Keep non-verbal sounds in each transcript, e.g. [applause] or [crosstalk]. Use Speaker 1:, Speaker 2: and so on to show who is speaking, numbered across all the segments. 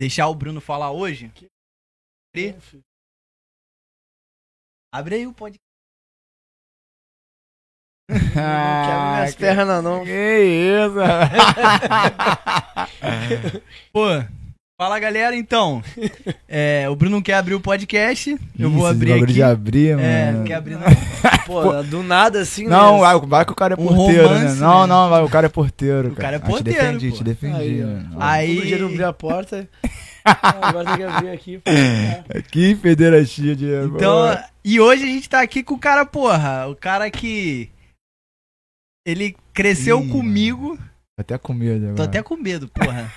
Speaker 1: Deixar o Bruno falar hoje? Abre, abre aí o podcast. [laughs]
Speaker 2: Não quebra minhas pernas, não, não.
Speaker 3: Que isso,
Speaker 1: Pô, fala galera, então. É, o Bruno quer abrir o podcast. Eu vou abrir
Speaker 3: bagulho
Speaker 1: aqui.
Speaker 3: de abrir,
Speaker 1: É,
Speaker 3: mano.
Speaker 1: não quer abrir não.
Speaker 2: Pô, do nada assim,
Speaker 3: Não,
Speaker 2: né?
Speaker 3: vai, vai que o cara é
Speaker 1: Um
Speaker 3: porteiro,
Speaker 1: romance,
Speaker 3: né? Não,
Speaker 1: né?
Speaker 3: não, vai, o cara é porteiro,
Speaker 1: O cara é
Speaker 3: Ah,
Speaker 1: porteiro,
Speaker 3: Te defendi,
Speaker 1: pô.
Speaker 3: te defendi,
Speaker 2: Aí, ó.
Speaker 3: mano.
Speaker 1: Aí-
Speaker 2: Todo dia eu abri a porta. Ah, Agora tem que abrir aqui. pô.
Speaker 3: Que pederastia, Diego.
Speaker 1: Então, e hoje a gente tá aqui com o cara, porra, o cara que. Ele cresceu
Speaker 3: Ih,
Speaker 1: comigo.
Speaker 3: Tô até com medo agora.
Speaker 1: Tô até com medo, porra.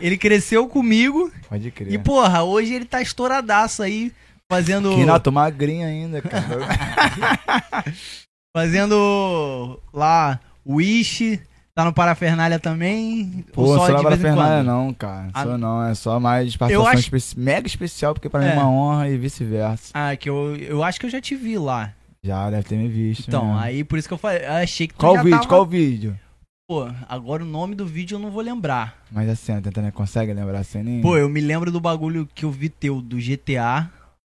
Speaker 1: ele cresceu comigo
Speaker 3: Pode
Speaker 1: e,
Speaker 3: crer.
Speaker 1: porra, hoje ele tá estouradaço aí, fazendo.
Speaker 3: né? Que não, tô magrinho ainda,
Speaker 1: [laughs]
Speaker 3: cara.
Speaker 1: Fazendo lá Wish, tá no Parafernália também.
Speaker 3: Pô,
Speaker 1: ou
Speaker 3: sou
Speaker 1: só é de
Speaker 3: lá pra
Speaker 1: vez em
Speaker 3: Fernanda,
Speaker 1: quando?
Speaker 3: não, cara.
Speaker 1: Ah,
Speaker 3: Sou não, é só mais participação
Speaker 1: acho-
Speaker 3: especi- mega especial, porque pra mim
Speaker 1: É.
Speaker 3: é uma honra e vice-versa.
Speaker 1: Ah, que eu, eu acho que eu já te vi lá.
Speaker 3: Já deve ter me visto.
Speaker 1: Então,
Speaker 3: né?
Speaker 1: aí por isso que eu falei, eu achei que tu
Speaker 3: Qual
Speaker 1: já
Speaker 3: o vídeo?
Speaker 1: tava-
Speaker 3: Qual o vídeo?
Speaker 1: Pô, agora o nome do vídeo eu não vou lembrar.
Speaker 3: Mas assim, a cena, tentando, consegue lembrar a ceninha?
Speaker 1: Pô, eu me lembro do bagulho que eu vi teu do GTA.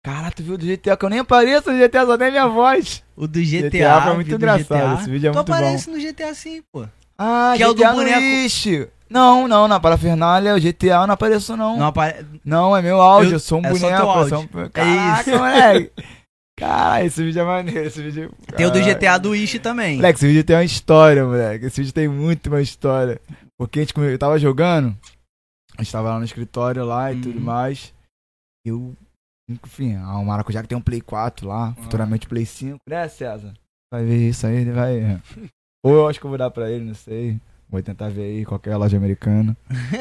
Speaker 3: Caralho, tu viu do GTA que eu nem apareço no GTA, só tem minha voz.
Speaker 1: O do GTA.
Speaker 3: GTA foi
Speaker 1: vi
Speaker 3: muito
Speaker 1: do
Speaker 3: engraçado,
Speaker 1: GTA.
Speaker 3: esse vídeo é
Speaker 1: tu
Speaker 3: muito bom.
Speaker 1: aparece no GTA sim, pô.
Speaker 3: Ah,
Speaker 1: Que é o do
Speaker 3: GTA
Speaker 1: boneco.
Speaker 3: Luiz. Não, não, na parafernália, o GTA não apareceu, não.
Speaker 1: Não
Speaker 3: Não,
Speaker 1: apare...
Speaker 3: é meu áudio,
Speaker 1: Eu-
Speaker 3: eu sou um
Speaker 1: é só
Speaker 3: boneco.
Speaker 1: teu áudio.
Speaker 3: eu sou um-
Speaker 1: É isso.
Speaker 3: Caraca, moleque. Caralho, esse vídeo é maneiro, esse vídeo... é Ah.
Speaker 1: Tem o do
Speaker 3: Caralho.
Speaker 1: GTA do Ishi também.
Speaker 3: Moleque, esse vídeo tem uma história, moleque. Esse vídeo tem muito uma história. Porque a gente come- eu tava jogando, a gente tava lá no escritório lá e
Speaker 1: Uhum.
Speaker 3: tudo mais. Eu, enfim, ah, o Maracujá que tem um Play 4 lá, futuramente Play 5, né, César? Vai ver isso aí, ele vai. é. [laughs] Ou eu acho que eu vou dar pra ele, não sei. Vou tentar ver aí qualquer loja americana. [laughs]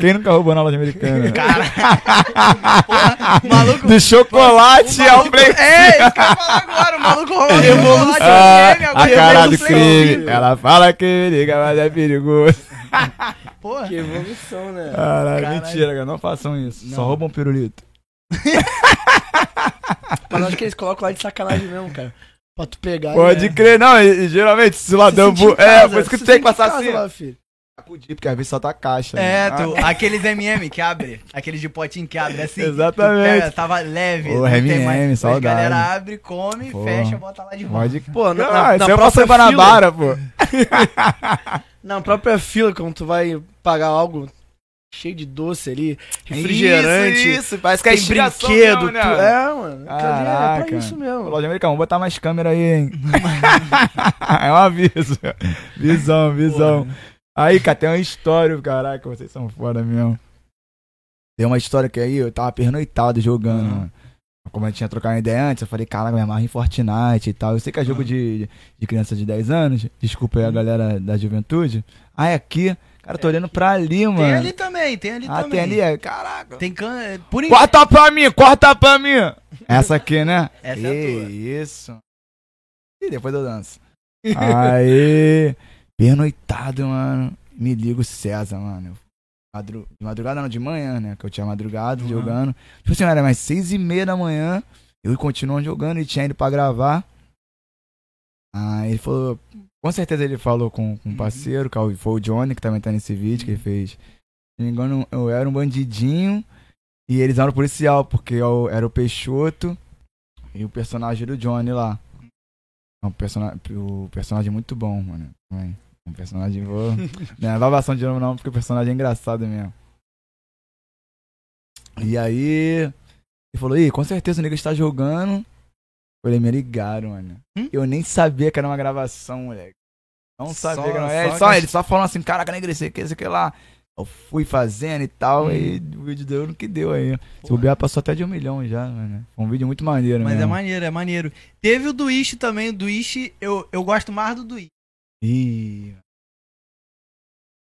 Speaker 3: Quem nunca roubou na loja americana? [laughs]
Speaker 1: [laughs] Porra, o maluco.
Speaker 3: Do chocolate ao
Speaker 1: maluco-
Speaker 3: Play
Speaker 1: É, isso que eu ia falar agora, o maluco rolou
Speaker 3: Evolução. É. Ah, a
Speaker 1: agora
Speaker 3: cara
Speaker 1: fez
Speaker 3: do
Speaker 1: o play.
Speaker 3: crime. Ela fala que me liga, mas é perigoso.
Speaker 1: Porra.
Speaker 2: Que é evolução, né?
Speaker 3: Caralho,
Speaker 1: Caralho.
Speaker 3: mentira, cara. Não façam isso.
Speaker 1: Não.
Speaker 3: Só roubam um pirulito.
Speaker 2: Mas eu acho que eles colocam lá de sacanagem mesmo, cara. Pra tu pegar.
Speaker 3: Pode
Speaker 2: né?
Speaker 3: crer, não. E, e geralmente, se lá
Speaker 2: Se
Speaker 3: dão
Speaker 2: sentir em
Speaker 3: bu- É,
Speaker 2: casa,
Speaker 3: por isso que
Speaker 2: se
Speaker 3: tu tem
Speaker 2: sentir
Speaker 3: que
Speaker 2: em
Speaker 3: passar
Speaker 2: casa
Speaker 3: assim. ó.
Speaker 2: lá, filho.
Speaker 3: Sacudir, Porque às vezes só tá caixa.
Speaker 1: É,
Speaker 3: né?
Speaker 1: tu, aqueles MM que abre, aqueles de potinho que abre assim.
Speaker 3: Exatamente.
Speaker 1: tu pega, tava leve.
Speaker 3: Ô,
Speaker 1: não tem
Speaker 3: M&M,
Speaker 1: mais. Mas A
Speaker 3: saudade.
Speaker 1: galera abre, come,
Speaker 3: Pô.
Speaker 1: fecha, bota lá de
Speaker 3: Ah,
Speaker 1: volta.
Speaker 3: Pode crer.
Speaker 2: Pô, na, na,
Speaker 3: Ah,
Speaker 2: na
Speaker 3: isso eu faço
Speaker 2: própria
Speaker 3: em Guanabara,
Speaker 2: [laughs]
Speaker 3: pô.
Speaker 2: fila, na própria fila, quando tu vai pagar algo cheio de doce ali, refrigerante,
Speaker 3: Isso, isso. Parece que é
Speaker 2: tem
Speaker 3: inspiração
Speaker 2: brinquedo,
Speaker 3: mesmo, né?
Speaker 2: tu- é, mano, aquilo ali é
Speaker 3: Caraca.
Speaker 2: pra isso
Speaker 3: Ô,
Speaker 2: mesmo.
Speaker 3: Loja americana, vamos botar mais câmera aí, hein? [laughs] é um aviso. Visão, visão. Aí, cara, tem uma história, caraca, vocês são foda mesmo. Tem uma história que aí eu tava pernoitado jogando,
Speaker 1: Uhum.
Speaker 3: mano. Como eu tinha trocado uma ideia antes, eu falei, caraca, me amarra em Fortnite e tal. Eu sei que é jogo
Speaker 1: Uhum.
Speaker 3: de, de criança de 10 anos. Desculpa aí a galera da juventude. Ah, é aqui. Cara, eu tô olhando pra ali, mano.
Speaker 1: Tem ali também, tem ali
Speaker 3: ah,
Speaker 1: também.
Speaker 3: tem ali, é. Caraca.
Speaker 1: Tem can... Por enquanto.
Speaker 3: Corta pra mim, corta pra mim. Essa aqui, né?
Speaker 1: Essa
Speaker 3: que
Speaker 1: é a tua.
Speaker 3: isso. E depois eu danço. Aí, pernoitado, mano. Me liga o César, mano. Madru- De madrugada não, de manhã, né? Que eu tinha madrugado
Speaker 1: Uhum.
Speaker 3: jogando. Tipo assim, era mais seis e meia da manhã. Eu continuando jogando e tinha ido pra gravar. Aí ele falou... Com certeza ele falou com, com um
Speaker 1: Uhum.
Speaker 3: parceiro, que foi o Johnny, que também tá nesse vídeo, que ele fez... Se não me engano, eu era um bandidinho e eles eram policial, porque eu era o Peixoto e o personagem era o Johnny lá. É um persona- o personagem é muito bom, mano. também. Um
Speaker 1: [laughs]
Speaker 3: personagem vou. não é babação de novo, não, porque o personagem é engraçado mesmo. E aí. Ele falou, ih, com certeza o nego está jogando. Eu Falei, me ligaram, mano.
Speaker 1: Hum?
Speaker 3: Eu nem sabia que era uma gravação, moleque. Não
Speaker 1: Só-
Speaker 3: sabia que era.
Speaker 1: só
Speaker 3: É,
Speaker 1: que-
Speaker 3: só, ele só falando assim, caraca, negro, sei que, sei que lá. Eu fui fazendo e tal,
Speaker 1: Hum.
Speaker 3: e o vídeo deu no que deu aí. Se bobear, passou até de um milhão já, mano. Foi um vídeo muito maneiro,
Speaker 1: Mas é
Speaker 3: mais.
Speaker 1: maneiro, é maneiro. Teve o do Ishi também, o do Ishi, eu, eu gosto mais do do Ishi.
Speaker 3: Ih.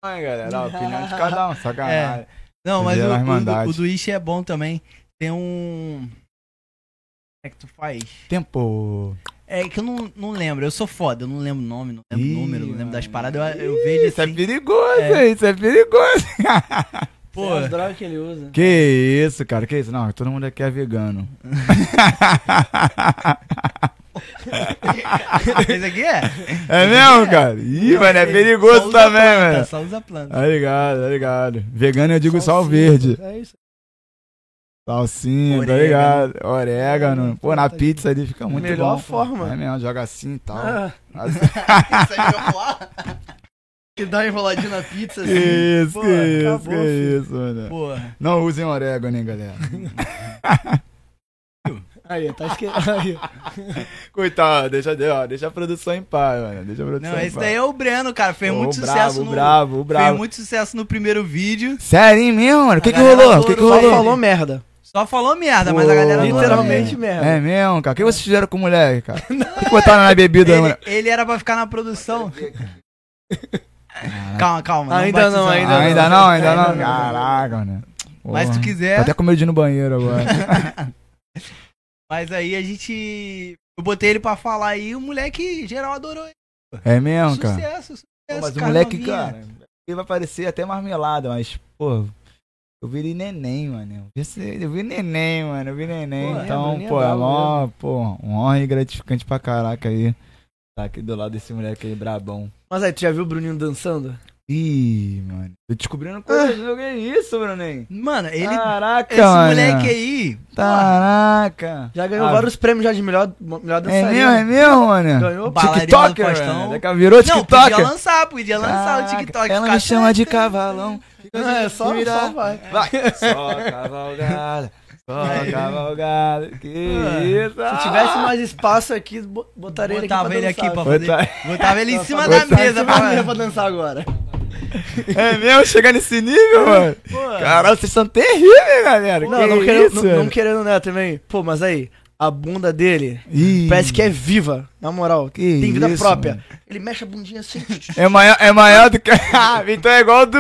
Speaker 3: Ai, galera, a [laughs] opinião de cada um, sacanagem.
Speaker 1: Não, mas
Speaker 3: Ele
Speaker 1: o,
Speaker 3: é mais
Speaker 1: o, do-
Speaker 3: mandado.
Speaker 1: o do Ishi é bom também. Tem um... Como é que tu faz?
Speaker 3: Tempo.
Speaker 1: É que eu não, não lembro, eu sou foda, eu não lembro o nome, não lembro o
Speaker 3: Ih,
Speaker 1: É um número, não lembro das
Speaker 3: mano.
Speaker 1: paradas, eu, eu vejo
Speaker 3: Isso é
Speaker 1: assim,
Speaker 3: perigoso,
Speaker 1: É.
Speaker 3: isso é perigoso.
Speaker 1: pô... [laughs]
Speaker 2: É as drogas que ele usa.
Speaker 3: que isso, cara, que isso? Não, todo mundo aqui é vegano.
Speaker 1: Esse aqui é?
Speaker 3: [laughs] É mesmo, cara? Ih, mano, é perigoso
Speaker 1: usa
Speaker 3: também,
Speaker 1: planta,
Speaker 3: mano.
Speaker 1: Só usa
Speaker 3: [laughs]
Speaker 1: planta.
Speaker 3: Tá ligado, tá ligado. Vegano eu digo sal verde.
Speaker 2: É isso.
Speaker 3: Salsinha, tá
Speaker 1: Orégano.
Speaker 3: ligado? Orégano. Pô, na pizza ali fica É muito
Speaker 2: Melhor
Speaker 3: bom.
Speaker 2: forma.
Speaker 3: É mesmo, joga assim e tal.
Speaker 2: Ah,
Speaker 3: Assim.
Speaker 1: Isso aí eu falar. Que dá uma enroladinha na pizza
Speaker 3: Que
Speaker 1: assim.
Speaker 3: isso,
Speaker 2: Pô,
Speaker 3: que isso,
Speaker 2: acabou,
Speaker 3: que
Speaker 2: filho.
Speaker 3: isso, mano.
Speaker 1: Porra.
Speaker 3: Não usem orégano,
Speaker 1: [laughs]
Speaker 3: hein, galera.
Speaker 2: [laughs] aí, tá esquecendo.
Speaker 3: Coitado, deixa, ó, deixa a produção em paz, mano. Deixa a produção
Speaker 1: Não,
Speaker 3: em
Speaker 1: esse
Speaker 3: paz.
Speaker 1: daí é o Breno, cara. Fez
Speaker 3: Ô,
Speaker 1: muito
Speaker 3: o
Speaker 1: sucesso
Speaker 3: brabo,
Speaker 1: no.
Speaker 3: O brabo, o
Speaker 1: Fez
Speaker 3: brabo.
Speaker 1: muito sucesso no primeiro vídeo.
Speaker 3: Sério hein, mesmo, mano? O que
Speaker 1: A
Speaker 3: que
Speaker 1: galera
Speaker 3: rolou? O que que
Speaker 1: adorou,
Speaker 2: Só
Speaker 1: Rolou.
Speaker 2: falou
Speaker 3: rolou?
Speaker 2: merda.
Speaker 1: Só falou merda, mas a galera
Speaker 3: Pô,
Speaker 1: adorou.
Speaker 2: Literalmente merda.
Speaker 3: É mesmo, cara. O que vocês fizeram com o
Speaker 1: [laughs]
Speaker 3: moleque, cara? O que que botaram na bebida,
Speaker 1: Ele,
Speaker 3: mano?
Speaker 1: ele era pra ficar na produção. [laughs] Calma, calma.
Speaker 2: Ainda
Speaker 1: bate
Speaker 2: não,
Speaker 1: essa-
Speaker 2: ainda não.
Speaker 3: ainda não, ainda não.
Speaker 2: Ainda não.
Speaker 3: Caraca, né?
Speaker 1: Mas se tu
Speaker 3: Tô
Speaker 1: quiser.
Speaker 3: até com medo de ir no
Speaker 1: [laughs]
Speaker 3: banheiro agora.
Speaker 1: Mas aí a gente. Eu botei ele pra falar e o moleque geral adorou ele.
Speaker 3: É mesmo, cara.
Speaker 1: Sucesso, sucesso.
Speaker 3: Pô, mas o
Speaker 1: cara
Speaker 3: moleque,
Speaker 1: novinho.
Speaker 3: cara, ele vai parecer até marmelada, mas, pô, eu vi ele neném, mano. Eu vi- eu vi neném, mano, eu vi neném.
Speaker 2: Pô, é,
Speaker 3: então,
Speaker 2: mano, é
Speaker 3: pô, é
Speaker 2: brabo
Speaker 3: mó, pô, uma honra e gratificante pra caraca aí. Tá aqui do lado desse moleque aí, brabão.
Speaker 2: Mas aí, tu já viu o Bruninho dançando?
Speaker 3: Ih, mano. Tô descobrindo coisas, o que é isso, Bruninho?
Speaker 1: Mano, ele.
Speaker 3: Caraca,
Speaker 1: esse
Speaker 3: mano.
Speaker 1: moleque aí.
Speaker 3: Tá. Caraca.
Speaker 2: Já ganhou
Speaker 3: Ah,
Speaker 2: vários prêmios já de melhor, melhor
Speaker 3: É
Speaker 2: dançarino.
Speaker 3: mesmo, é mesmo, mano.
Speaker 1: [laughs]
Speaker 2: Ganhou.
Speaker 1: Ba- Bailarina do
Speaker 3: TikToker,
Speaker 1: Faustão.
Speaker 3: mano. Daqui a virou
Speaker 1: Não, podia
Speaker 3: TikToker.
Speaker 1: lançar, podia lançar o
Speaker 3: Caraca,
Speaker 1: TikTok.
Speaker 3: Ela
Speaker 1: ficar-
Speaker 3: me chama de cavalão.
Speaker 2: Ah, é só, só vai.
Speaker 3: [laughs] Vai. Só cavalgada. Só
Speaker 1: Aí.
Speaker 3: cavalgada. Que
Speaker 1: Ah,
Speaker 3: isso.
Speaker 2: Se tivesse mais espaço aqui, bo- botaria ele aqui
Speaker 1: Botava ele aqui
Speaker 3: Ah,
Speaker 1: pra
Speaker 2: dançar.
Speaker 1: fazer.
Speaker 3: Botar-
Speaker 1: Botava ele em cima
Speaker 3: botar
Speaker 1: da
Speaker 3: assim, em cima
Speaker 1: mesa
Speaker 2: Pra...
Speaker 1: pra.
Speaker 2: pra dançar agora.
Speaker 3: É mesmo? Chegar nesse nível, mano?
Speaker 1: Pô,
Speaker 3: Caralho, vocês são terríveis, galera.
Speaker 2: Não,
Speaker 3: que
Speaker 2: não
Speaker 3: isso?
Speaker 2: querendo, não, não querendo, né, também. Pô, mas aí, a bunda dele
Speaker 3: Ih,
Speaker 2: parece que é viva, na moral.
Speaker 3: Que
Speaker 2: tem vida
Speaker 3: isso,
Speaker 2: própria.
Speaker 3: mano.
Speaker 2: Ele mexe a
Speaker 3: [laughs]
Speaker 2: bundinha assim.
Speaker 3: É maior, é maior do que... [laughs] Ah, então é igual do...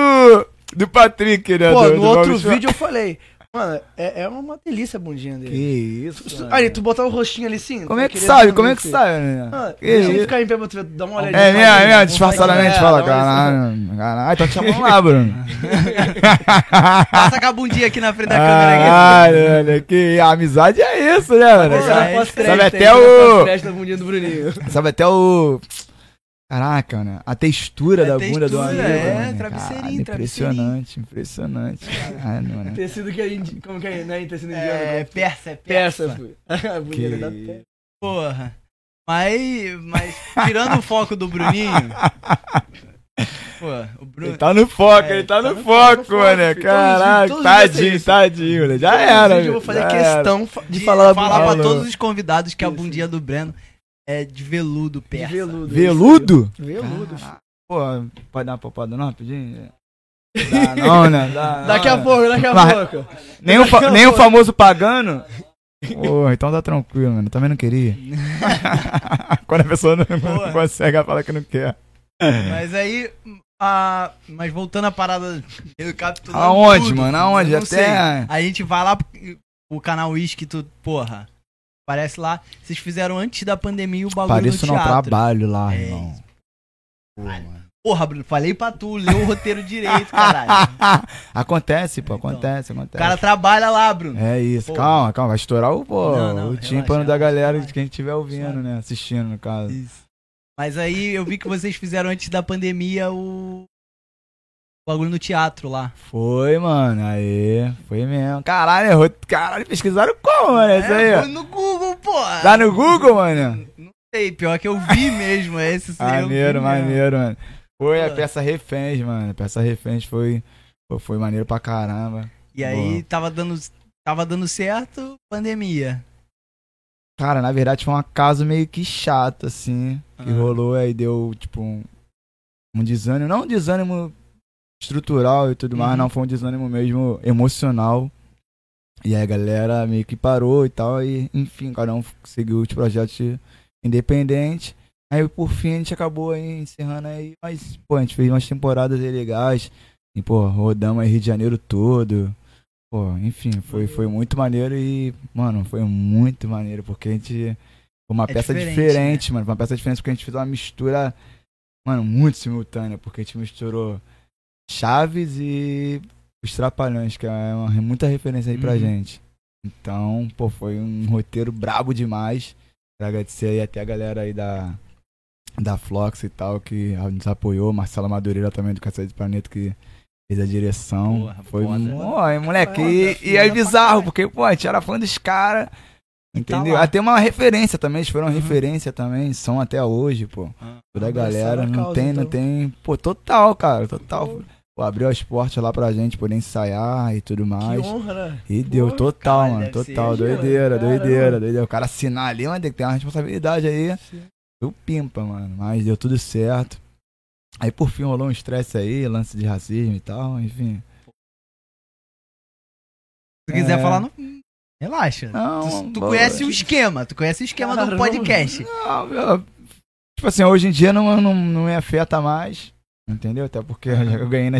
Speaker 3: Do Patrick, né?
Speaker 2: Pô,
Speaker 3: do,
Speaker 2: no
Speaker 3: do
Speaker 2: outro
Speaker 3: Bob Esponja.
Speaker 2: vídeo eu falei. Mano, é, é uma delícia a bundinha
Speaker 3: Que
Speaker 2: dele.
Speaker 3: isso, mano.
Speaker 2: Aí, tu botar o rostinho ali assim, tá sim.
Speaker 3: Como
Speaker 2: tu
Speaker 3: é que
Speaker 2: queria
Speaker 3: sabe?
Speaker 2: também,
Speaker 3: Como é que
Speaker 2: filho.
Speaker 3: sabe, né?
Speaker 2: Ah,
Speaker 3: Que
Speaker 2: deixa eu
Speaker 3: isso?
Speaker 2: ficar em pé pra tu ver, dá uma olhadinha.
Speaker 3: É mesmo, é mesmo,
Speaker 2: É,
Speaker 3: disfarçadamente, fala,
Speaker 2: dá uma
Speaker 3: caralho,
Speaker 2: olhadinha.
Speaker 3: caralho, então te chamou lá, Bruno.
Speaker 1: Passa com a bundinha aqui na
Speaker 3: Ah,
Speaker 1: frente da câmera.
Speaker 3: Caralho, olha, é que a amizade é isso, né, mano?
Speaker 1: Pois é.
Speaker 3: Sabe,
Speaker 2: Pós-crédito,
Speaker 3: Sabe
Speaker 2: hein?
Speaker 3: até o-
Speaker 2: Pós-crédito da bundinha do Bruninho.
Speaker 3: sabe até o... Caraca, né? A textura
Speaker 1: A
Speaker 3: da bunda do
Speaker 1: textura,
Speaker 3: amigo,
Speaker 1: é,
Speaker 3: né?
Speaker 1: travesseirinho,
Speaker 3: Caralho, Impressionante, impressionante. Caralho,
Speaker 2: [laughs]
Speaker 3: mano.
Speaker 2: Tecido que é indi... Como que é? Não é em tecido
Speaker 1: aqui.
Speaker 2: indiano?
Speaker 1: É,
Speaker 2: É...
Speaker 1: peça, é peça.
Speaker 2: Peça, fui. [laughs] A bundinha
Speaker 3: Que-
Speaker 2: da peça.
Speaker 1: Porra. Mas, mas tirando o foco do
Speaker 3: [laughs]
Speaker 1: Bruninho. Pô, o
Speaker 3: Ele
Speaker 1: Bruno.
Speaker 3: tá no foco,
Speaker 1: É,
Speaker 3: ele tá
Speaker 1: tá
Speaker 3: no
Speaker 1: no
Speaker 3: foco,
Speaker 2: foco,
Speaker 3: mano.
Speaker 2: filho.
Speaker 3: Caraca,
Speaker 2: Todos os vídeos- todos os vídeos é
Speaker 3: tadinho,
Speaker 2: isso.
Speaker 3: tadinho, né? Já
Speaker 2: Esse
Speaker 3: era,
Speaker 2: vídeo Eu vou
Speaker 3: velho,
Speaker 2: fazer
Speaker 3: já era.
Speaker 2: questão fa- de falar a
Speaker 1: falar pra
Speaker 3: Falou.
Speaker 1: todos os convidados que a
Speaker 2: Isso.
Speaker 1: bundinha do Breno é de veludo
Speaker 2: bundinha
Speaker 1: persa.
Speaker 2: de veludo.
Speaker 3: Veludo?
Speaker 2: Veludo.
Speaker 3: Caraca. Pô, pode dar uma poupada não [laughs] rapidinho? Dá não, né? Dá, não,
Speaker 2: Daqui a
Speaker 3: né?
Speaker 2: pouco, daqui a
Speaker 3: Vai. [laughs]
Speaker 2: pouco.
Speaker 3: Nem o, fa-
Speaker 2: Daqui a
Speaker 3: nem o
Speaker 2: pouco.
Speaker 3: famoso pagano? Pô, então tá tranquilo, mano. Também
Speaker 1: [laughs]
Speaker 3: não queria. Quando a pessoa não, não
Speaker 1: Boa.
Speaker 3: consegue, ela fala que não quer. É.
Speaker 1: Mas aí. A... Mas voltando à parada. Eu capitulando
Speaker 3: Aonde,
Speaker 1: tudo,
Speaker 3: mano? Aonde?
Speaker 1: eu não sei.
Speaker 3: Até.
Speaker 1: A gente vai lá. O canal Whisky, tu. Porra. Parece lá. Vocês fizeram antes da pandemia o bagulho
Speaker 3: Pareço
Speaker 1: no
Speaker 3: não
Speaker 1: teatro.
Speaker 3: trabalho lá,
Speaker 1: É.
Speaker 3: irmão. Pô, mano.
Speaker 1: Porra, Bruno, falei pra tu, leu o roteiro direito, caralho.
Speaker 3: [laughs] acontece, pô, acontece,
Speaker 1: Então, O
Speaker 3: acontece.
Speaker 1: cara trabalha lá, Bruno.
Speaker 3: É isso,
Speaker 1: Pô.
Speaker 3: calma, calma. Vai estourar o, pô,
Speaker 1: Não, não,
Speaker 3: o
Speaker 1: relaxa,
Speaker 3: tímpano da
Speaker 1: relaxa,
Speaker 3: galera
Speaker 1: relaxa.
Speaker 3: de quem estiver ouvindo, né? Assistindo, no caso.
Speaker 1: Isso. Mas aí eu vi que vocês fizeram antes da pandemia o. o bagulho no teatro lá.
Speaker 3: Foi, mano. Aí, foi mesmo. Caralho, errou. Caralho, pesquisaram como, mano? Isso aí,
Speaker 1: É,
Speaker 3: ó.
Speaker 1: foi no Google, porra.
Speaker 3: Tá no Google, mano?
Speaker 1: Não sei, pior que eu vi mesmo é
Speaker 3: [laughs]
Speaker 1: esse. eu vi mesmo.
Speaker 3: Maneiro, maneiro, mano. Foi a
Speaker 1: Pô.
Speaker 3: peça reféns, mano. A peça reféns foi, pô, foi maneiro pra caramba.
Speaker 1: E aí tava dando, tava dando certo, pandemia.
Speaker 3: Cara, na verdade foi um acaso meio que chato, assim, que
Speaker 1: Ah.
Speaker 3: rolou aí deu, tipo, um, um desânimo. Não um desânimo estrutural e tudo mais,
Speaker 1: Uhum.
Speaker 3: não. Foi um desânimo mesmo emocional. E aí a galera meio que parou e tal. E, enfim, cada um seguiu os projetos independentes. Aí, por fim, a gente acabou aí encerrando aí. Mas, pô, a gente fez umas temporadas aí legais. E, pô, rodamos aí Rio de Janeiro todo. Pô, enfim, foi, foi muito maneiro e, mano, foi muito maneiro, porque a gente. Foi uma
Speaker 1: É
Speaker 3: peça
Speaker 1: diferente,
Speaker 3: diferente, mano. Foi uma peça diferente porque a gente fez uma mistura, mano, muito simultânea, porque a gente misturou Chaves e Os Trapalhões, que é uma, muita referência aí pra
Speaker 1: Uhum.
Speaker 3: gente. Então, pô, foi um roteiro brabo demais. Quero agradecer aí até a galera aí da, da Flox e tal, que nos apoiou. Marcela Madureira também do Cacete do Planeta, que fez a direção.
Speaker 1: Porra,
Speaker 3: Foi
Speaker 1: foda. né?
Speaker 3: um. Ó, é, moleque, e-
Speaker 2: Foda,
Speaker 3: e, é
Speaker 2: foda pra
Speaker 3: bizarro,
Speaker 2: caralho.
Speaker 3: porque, pô, a gente era fã dos caras. Entendeu?
Speaker 2: lá.
Speaker 3: até uma referência também, eles foram
Speaker 1: Uhum.
Speaker 3: referência também, são até hoje, pô.
Speaker 1: Ah,
Speaker 3: Toda a
Speaker 2: Abraçaram
Speaker 3: galera,
Speaker 2: a
Speaker 3: não
Speaker 2: causa,
Speaker 3: tem, não
Speaker 2: então.
Speaker 3: tem. Pô, total, cara, total.
Speaker 2: Pô,
Speaker 3: Pô, abriu as portas lá pra gente poder ensaiar e tudo
Speaker 2: que
Speaker 3: mais.
Speaker 2: honra, né?
Speaker 3: E deu,
Speaker 2: Pô,
Speaker 3: total,
Speaker 1: caralho,
Speaker 3: mano,
Speaker 1: deve ser
Speaker 3: total.
Speaker 2: gigante,
Speaker 3: doideira,
Speaker 2: caramba.
Speaker 3: doideira, doideira. O cara assinar ali, mas tem que ter uma responsabilidade aí. Eu pimpa, mano. Mas deu tudo certo. Aí por fim rolou um estresse aí, lance de racismo e tal, enfim.
Speaker 1: Se quiser
Speaker 3: É.
Speaker 1: falar, não. Relaxa.
Speaker 3: Não,
Speaker 1: tu tu
Speaker 3: boa.
Speaker 1: conhece o esquema, tu conhece o esquema do
Speaker 3: [laughs]
Speaker 2: Caramba.
Speaker 1: podcast.
Speaker 3: Não, eu- tipo assim, hoje em dia não, não, não me afeta mais. Entendeu? Até porque
Speaker 1: Ah.
Speaker 3: eu ganhei na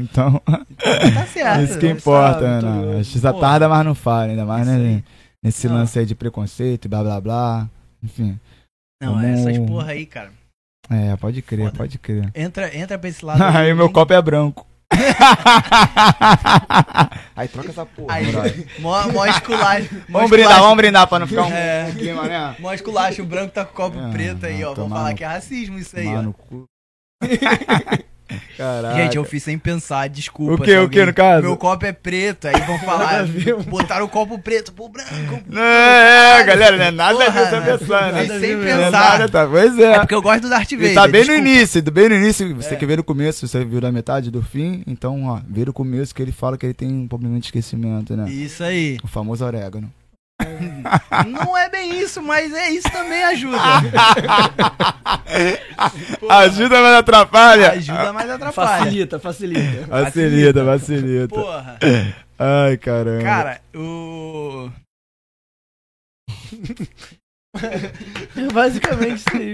Speaker 1: [laughs]
Speaker 3: então.
Speaker 1: Tá certo.
Speaker 3: Isso que
Speaker 2: sabe,
Speaker 3: importa,
Speaker 2: tá
Speaker 3: né?
Speaker 2: ligado.
Speaker 3: A justiça
Speaker 1: Pô.
Speaker 3: tarda, mas não falha, ainda mais
Speaker 1: Isso
Speaker 3: né,
Speaker 1: aí. Ah.
Speaker 3: nesse
Speaker 1: Não.
Speaker 3: lance aí de preconceito, e blá blá blá. Enfim.
Speaker 1: Não, é essas
Speaker 3: Não.
Speaker 1: porra aí, cara.
Speaker 3: É, pode crer,
Speaker 1: Foda.
Speaker 3: pode crer.
Speaker 1: Entra, entra pra esse lado.
Speaker 3: [laughs] Aí meu copo é branco. [laughs] aí troca essa porra.
Speaker 1: Aí,
Speaker 3: brother.
Speaker 1: mó, mó
Speaker 3: [laughs]
Speaker 1: esculacho. mó
Speaker 3: Vamos brindar,
Speaker 1: esculacho-
Speaker 3: vamos brindar pra não ficar um
Speaker 1: É.
Speaker 3: clima, né?
Speaker 1: Mó esculacho, o branco tá com o copo
Speaker 3: Ah,
Speaker 1: preto aí, ó. Vamos
Speaker 3: tomar
Speaker 1: falar
Speaker 3: no-
Speaker 1: que é racismo isso aí,
Speaker 3: Tomar
Speaker 1: ó.
Speaker 3: no [laughs] cu. Caraca.
Speaker 1: Gente, eu fiz sem pensar, desculpa.
Speaker 3: O
Speaker 1: que
Speaker 3: quê? O quê, no caso?
Speaker 1: Meu copo é preto, aí vão falar,
Speaker 2: a ver, mano.
Speaker 1: botaram o copo preto pro branco.
Speaker 3: Não, é, galera, não é nada
Speaker 1: Porra,
Speaker 3: disso
Speaker 1: né?
Speaker 3: a pessoa, né?
Speaker 1: Fiz sem
Speaker 3: Não é
Speaker 1: pensar.
Speaker 3: nada, tá? Pois é.
Speaker 1: É porque eu gosto do Darth Vader.
Speaker 3: E tá bem
Speaker 1: desculpa. É.
Speaker 3: no início, do- bem no início. Você que veio no começo, você viu da metade do fim. Então, ó, veio o começo que ele fala que ele tem um problema de esquecimento, né?
Speaker 1: Isso aí.
Speaker 3: O famoso orégano.
Speaker 1: Não é bem isso, mas é isso também
Speaker 3: [laughs]
Speaker 1: ajuda.
Speaker 3: Ajuda, mas atrapalha.
Speaker 1: Ajuda, mas atrapalha.
Speaker 2: Facilita,
Speaker 3: [laughs]
Speaker 2: facilita.
Speaker 3: Vacilita, vacilita.
Speaker 1: Porra.
Speaker 3: É. Ai, caramba.
Speaker 1: Cara, o.
Speaker 2: É basicamente isso aí.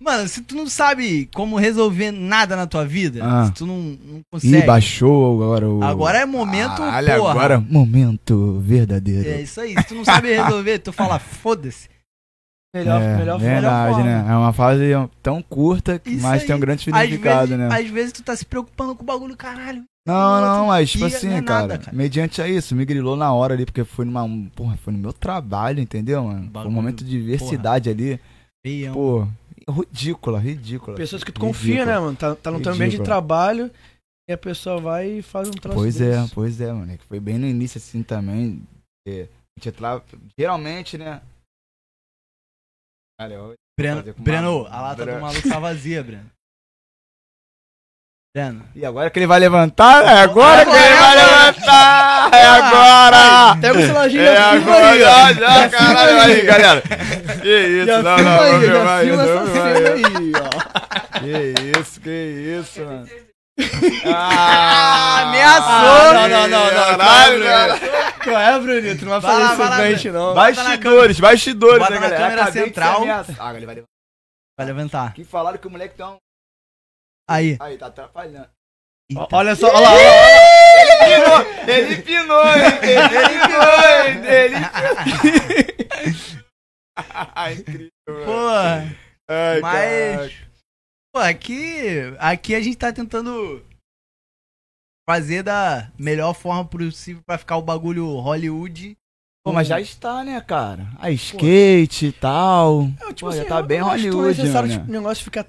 Speaker 1: Mano, se tu não sabe como resolver nada na tua vida,
Speaker 3: Ah.
Speaker 1: se tu não, não
Speaker 3: Ih,
Speaker 1: consegue.
Speaker 3: baixou agora o.
Speaker 1: Agora é momento,
Speaker 3: Olha,
Speaker 1: porra.
Speaker 3: agora, é um momento verdadeiro.
Speaker 1: É isso aí. Se tu não sabe resolver, tu fala,
Speaker 3: [laughs]
Speaker 1: foda-se.
Speaker 2: Melhor,
Speaker 3: É,
Speaker 2: melhor, melhor
Speaker 3: verdade,
Speaker 2: forma.
Speaker 3: né? É uma fase tão curta,
Speaker 1: Isso
Speaker 3: mas
Speaker 1: aí.
Speaker 3: tem um grande
Speaker 1: Às
Speaker 3: significado,
Speaker 1: vezes,
Speaker 3: né?
Speaker 1: às vezes tu tá se preocupando com o bagulho, caralho.
Speaker 3: Não,
Speaker 1: Outro
Speaker 3: não, mas tipo
Speaker 1: dia
Speaker 3: assim,
Speaker 1: não é
Speaker 3: cara,
Speaker 1: nada, cara.
Speaker 3: mediante a isso, me grilou na hora ali, porque foi numa. um, Porra, foi no meu trabalho, entendeu, mano? Foi um
Speaker 1: Bagulho,
Speaker 3: momento de diversidade ali.
Speaker 1: Feião.
Speaker 3: Pô, ridícula, ridícula.
Speaker 2: Pessoas que tu
Speaker 3: Ridícula.
Speaker 2: confia, né, mano? Tá, tá no teu
Speaker 3: Ridículo.
Speaker 2: ambiente de trabalho e a pessoa vai e faz um troço
Speaker 3: Pois
Speaker 2: desse.
Speaker 3: é, pois é, mano. é que Foi bem no início assim também. é, a gente entrava. Geralmente, né? Cara, eu-
Speaker 1: Breno,
Speaker 3: fazer com
Speaker 1: Breno,
Speaker 3: maluco.
Speaker 1: a lata do
Speaker 3: Breno.
Speaker 1: maluco tá vazia, Breno. Breno.
Speaker 3: E agora que ele vai levantar? É agora, que
Speaker 1: Agora,
Speaker 3: ele vai
Speaker 1: agora.
Speaker 3: levantar! É agora!
Speaker 2: Pega o celularzinho
Speaker 3: [laughs] É
Speaker 2: já filma
Speaker 3: agora,
Speaker 2: aí, ó.
Speaker 3: já, já, caralho,
Speaker 2: aí.
Speaker 3: aí, galera. Que isso,
Speaker 2: Já
Speaker 3: não,
Speaker 2: filma
Speaker 3: não,
Speaker 2: aí,
Speaker 3: vamos
Speaker 2: já
Speaker 3: filmar
Speaker 2: filma
Speaker 3: isso,
Speaker 2: essa
Speaker 3: vamos
Speaker 2: cena
Speaker 3: filmar isso.
Speaker 2: aí, ó.
Speaker 3: Que isso, que isso, mano.
Speaker 1: Ah, ameaçou.
Speaker 3: Ah, Não, não, não, não, caralho, cara.
Speaker 2: Qual é, Bruno? Tu [laughs] não vai
Speaker 1: Vai lá, vai
Speaker 2: fazer isso
Speaker 1: lá,
Speaker 2: pra gente, não.
Speaker 3: Bastidores, bastidores,
Speaker 1: Bota
Speaker 3: né,
Speaker 1: na
Speaker 3: galera?
Speaker 1: câmera
Speaker 3: Acabei de ser
Speaker 1: central.
Speaker 3: ameaçado. Ah, ele vai levantar.
Speaker 1: Vai levantar.
Speaker 3: Aqui falaram que o moleque tá um...
Speaker 1: Aí.
Speaker 3: Aí, tá atrapalhando.
Speaker 2: Ó, Olha só, olha lá, ó.
Speaker 3: Ele pinou, ele [laughs] pinou, hein? ele pinou, hein? ele pinou. Ai, incrível, velho.
Speaker 1: Porra.
Speaker 3: [laughs] Ai,
Speaker 1: mas-
Speaker 3: caraca.
Speaker 1: Pô, aqui, aqui a gente tá tentando fazer da melhor forma possível pra ficar o bagulho Hollywood.
Speaker 3: Pô, mas já está, né, cara? A skate e tal.
Speaker 2: tipo assim,
Speaker 3: Pô,
Speaker 2: Eu,
Speaker 3: já tá bem Hollywood,
Speaker 2: Não é
Speaker 3: né?
Speaker 2: tipo, o negócio fica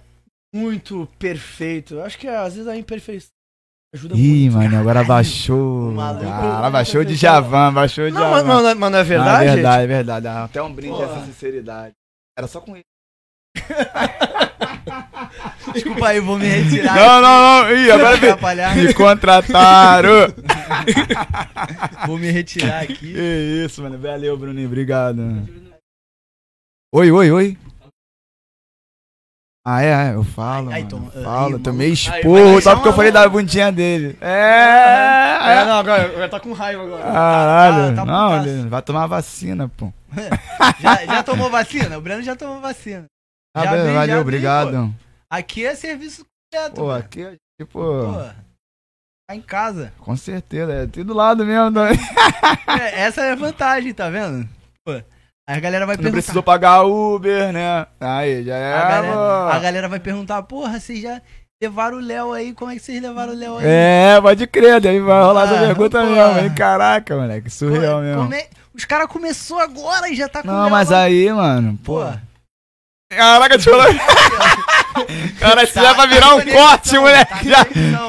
Speaker 2: muito perfeito. Eu acho que às vezes a imperfeição ajuda
Speaker 3: Ih,
Speaker 2: muito.
Speaker 3: mano, agora
Speaker 1: Caralho,
Speaker 3: baixou.
Speaker 1: maluco.
Speaker 3: Cara, baixou de Javan, baixou de
Speaker 2: Não, mas,
Speaker 3: Javan.
Speaker 2: mas, mas não é verdade?
Speaker 3: É verdade, é verdade. Dá Até um brinde
Speaker 2: Porra.
Speaker 3: essa sinceridade. Era só com ele.
Speaker 1: Desculpa aí, eu vou me retirar.
Speaker 3: não, não. Ih,
Speaker 1: Pra atrapalhar,
Speaker 3: contrataram.
Speaker 1: vou me retirar aqui.
Speaker 3: que isso, mano. Valeu, Bruninho. Obrigado. Oi, oi, oi. Ah, é, é, eu falo.
Speaker 1: Ai, ai,
Speaker 3: Ai,
Speaker 1: Tom,
Speaker 3: eu
Speaker 1: ai,
Speaker 3: falo,
Speaker 1: maluco.
Speaker 3: tomei
Speaker 2: Ai,
Speaker 3: esporro
Speaker 2: mas
Speaker 3: só
Speaker 2: não,
Speaker 3: porque eu falei
Speaker 2: não.
Speaker 3: da bundinha dele. É,
Speaker 2: É, não, agora, agora tá com raiva agora.
Speaker 3: Caralho,
Speaker 1: Ah, tá
Speaker 3: não,
Speaker 1: putaço.
Speaker 3: ele vai tomar uma vacina, pô.
Speaker 1: Já, já tomou vacina? O Breno já tomou vacina.
Speaker 3: Ah,
Speaker 1: Já
Speaker 3: bem,
Speaker 1: vi, já
Speaker 3: valeu,
Speaker 1: vi,
Speaker 3: obrigado.
Speaker 1: Aqui é serviço completo.
Speaker 3: Pô,
Speaker 1: Pô,
Speaker 3: aqui, é, tipo,
Speaker 1: tá em casa.
Speaker 3: com certeza, é tudo do lado mesmo. Né?
Speaker 1: É, essa é a vantagem, tá vendo? Pô, aí a galera vai
Speaker 3: Não
Speaker 1: perguntar.
Speaker 3: precisou pagar Uber, né? Aí, já
Speaker 1: a,
Speaker 3: é,
Speaker 1: galera, a
Speaker 3: mano.
Speaker 1: galera vai perguntar, porra, vocês já levaram o Léo aí? Como é que vocês levaram o Léo aí?
Speaker 3: É, pode crer, daí vai rolar essa
Speaker 1: Ah,
Speaker 3: pergunta
Speaker 1: pô.
Speaker 3: mesmo. hein? Caraca, moleque,
Speaker 1: Pô,
Speaker 3: surreal mesmo.
Speaker 1: como é- Os caras começou agora e já tá com
Speaker 3: Não, mas
Speaker 1: ela.
Speaker 3: aí, mano, pô.
Speaker 1: Pô,
Speaker 4: Caraca, te falou. Cara, isso já vai virar
Speaker 1: Tá
Speaker 4: um corte, moleque. Já,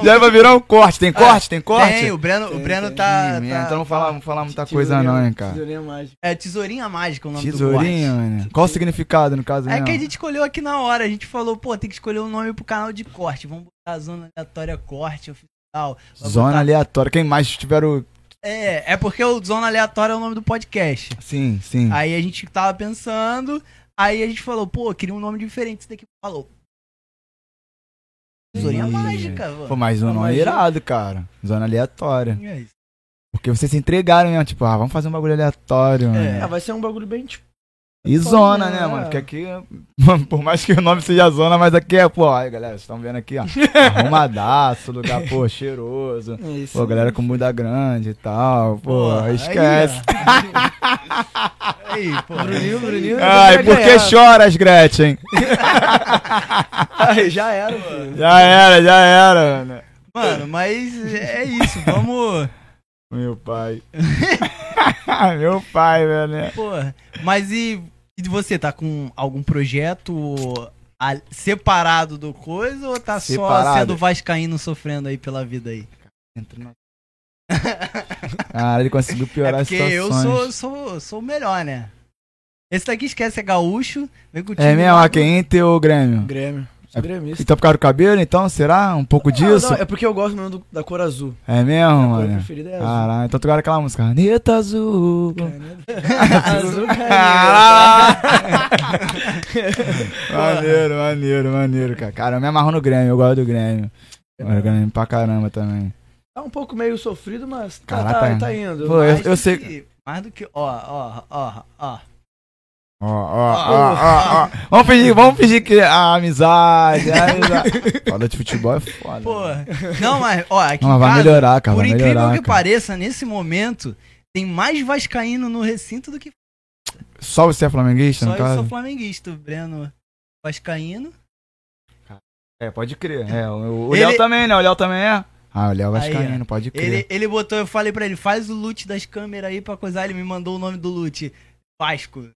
Speaker 4: já vai virar um corte. Tem corte? Tem
Speaker 3: é
Speaker 4: corte?
Speaker 1: tem, o Breno, o
Speaker 2: Tem,
Speaker 1: Breno
Speaker 2: tem.
Speaker 1: tá,
Speaker 3: Ih,
Speaker 1: tá-
Speaker 3: Então não fala, não fala muita
Speaker 2: Tesourinha-
Speaker 3: coisa não, hein, cara.
Speaker 2: tesourinha mágica.
Speaker 1: É tesourinha mágica o nome
Speaker 3: Tesourinha,
Speaker 1: do corte.
Speaker 3: mano. Qual o significado, no caso,
Speaker 1: É
Speaker 3: né?
Speaker 1: que a gente escolheu aqui na hora, a gente falou, pô, tem que escolher um nome pro canal de corte. Vamos botar a zona aleatória corte oficial. Vai
Speaker 3: Zona
Speaker 1: botar-
Speaker 3: aleatória. Quem mais tiveram...
Speaker 1: É, é porque o zona aleatória é o nome do podcast.
Speaker 3: Sim, sim.
Speaker 1: Aí a gente tava pensando, aí a gente falou, pô, queria um nome diferente. Isso daqui falou. Tesourinha
Speaker 3: Ih.
Speaker 1: mágica,
Speaker 3: Pô,
Speaker 1: mano.
Speaker 3: mas o
Speaker 2: Ah,
Speaker 3: nome é
Speaker 2: mas-
Speaker 3: irado, cara. Zona aleatória.
Speaker 1: É isso.
Speaker 3: Porque vocês se entregaram, né? Tipo, ah, vamos fazer um bagulho aleatório,
Speaker 1: É,
Speaker 3: mano.
Speaker 2: Ah, vai ser um bagulho bem tipo.
Speaker 3: E zona, né,
Speaker 2: é.
Speaker 3: mano? Porque aqui, [laughs] por mais que o nome seja zona, mas aqui é, pô, aí, galera, vocês estão vendo
Speaker 1: [laughs]
Speaker 3: aqui, ó. Arrumadaço, lugar, pô, cheiroso.
Speaker 2: é Isso.
Speaker 3: Pô, galera com bunda grande e tal. Pô,
Speaker 1: Porra,
Speaker 3: esquece.
Speaker 1: [laughs] Aí, pô.
Speaker 2: Bruninho, Bruninho.
Speaker 3: Ai, por que choras, Gretchen?
Speaker 2: Ai, já era, mano.
Speaker 3: Já era, já era, mano.
Speaker 1: Mano, mas é isso, vamos. [laughs]
Speaker 3: Meu pai. Meu pai, velho. né?
Speaker 1: Porra. Mas e, e de você, tá com algum projeto a- separado do coisa ou tá só
Speaker 3: Separado.
Speaker 1: sendo vascaíno sofrendo aí pela vida aí?
Speaker 3: Cara, ele conseguiu piorar
Speaker 1: é
Speaker 3: as
Speaker 1: porque
Speaker 3: situações.
Speaker 1: eu sou, sou, sou o melhor, né? Esse daqui esquece, é gaúcho, vem com o time
Speaker 3: É mesmo,
Speaker 1: lá
Speaker 3: a quem tem o Grêmio.
Speaker 2: Grêmio. Sou gremista.
Speaker 3: Então por causa do cabelo, então? Será? Um pouco disso?
Speaker 2: Não, não, é porque eu gosto mesmo do- da cor azul.
Speaker 3: É mesmo,
Speaker 2: A cor
Speaker 3: mano.
Speaker 2: preferida é azul.
Speaker 3: Caralho, então tu guarda aquela música. Caneta azul. [laughs]
Speaker 2: [laughs] Azul,
Speaker 3: Caralho! [laughs] maneiro, maneiro, maneiro, cara. Cara, eu me amarro no Grêmio, eu gosto do Grêmio. Eu gosto do Grêmio pra caramba também.
Speaker 2: Tá um pouco meio sofrido, mas tá,
Speaker 3: Caraca.
Speaker 2: tá, tá indo.
Speaker 3: Pô, eu,
Speaker 1: mais
Speaker 3: eu
Speaker 1: do
Speaker 3: sei.
Speaker 1: que- mais do que. Ó, ó, ó, ó.
Speaker 3: Ó, ó, ó, ó, ó. Vamos fingir, vamos fingir que a amizade, a amizade. Foda de futebol é foda.
Speaker 1: Pô.
Speaker 3: mano.
Speaker 1: Não, mas, ó, aqui
Speaker 3: Não, mas
Speaker 1: em
Speaker 3: vai
Speaker 1: casa,
Speaker 3: melhorar, cara.
Speaker 1: por
Speaker 3: vai
Speaker 1: incrível
Speaker 3: melhorar,
Speaker 1: que
Speaker 3: cara.
Speaker 1: pareça, nesse momento, tem mais vascaíno no recinto do que
Speaker 3: Só você é flamenguista,
Speaker 1: Só
Speaker 3: no
Speaker 1: eu
Speaker 3: caso?
Speaker 1: sou flamenguista, o Breno Vascaíno.
Speaker 3: É, pode crer. É, o, o
Speaker 1: Ele-
Speaker 3: Léo também, né? O Léo também é. Ah, o Léo vai
Speaker 1: Aí,
Speaker 3: ficar
Speaker 1: ó.
Speaker 3: indo, pode crer.
Speaker 1: Ele, ele botou, eu falei pra ele, faz o loot das câmeras aí pra coisar, ele me mandou o nome do loot. Vasco.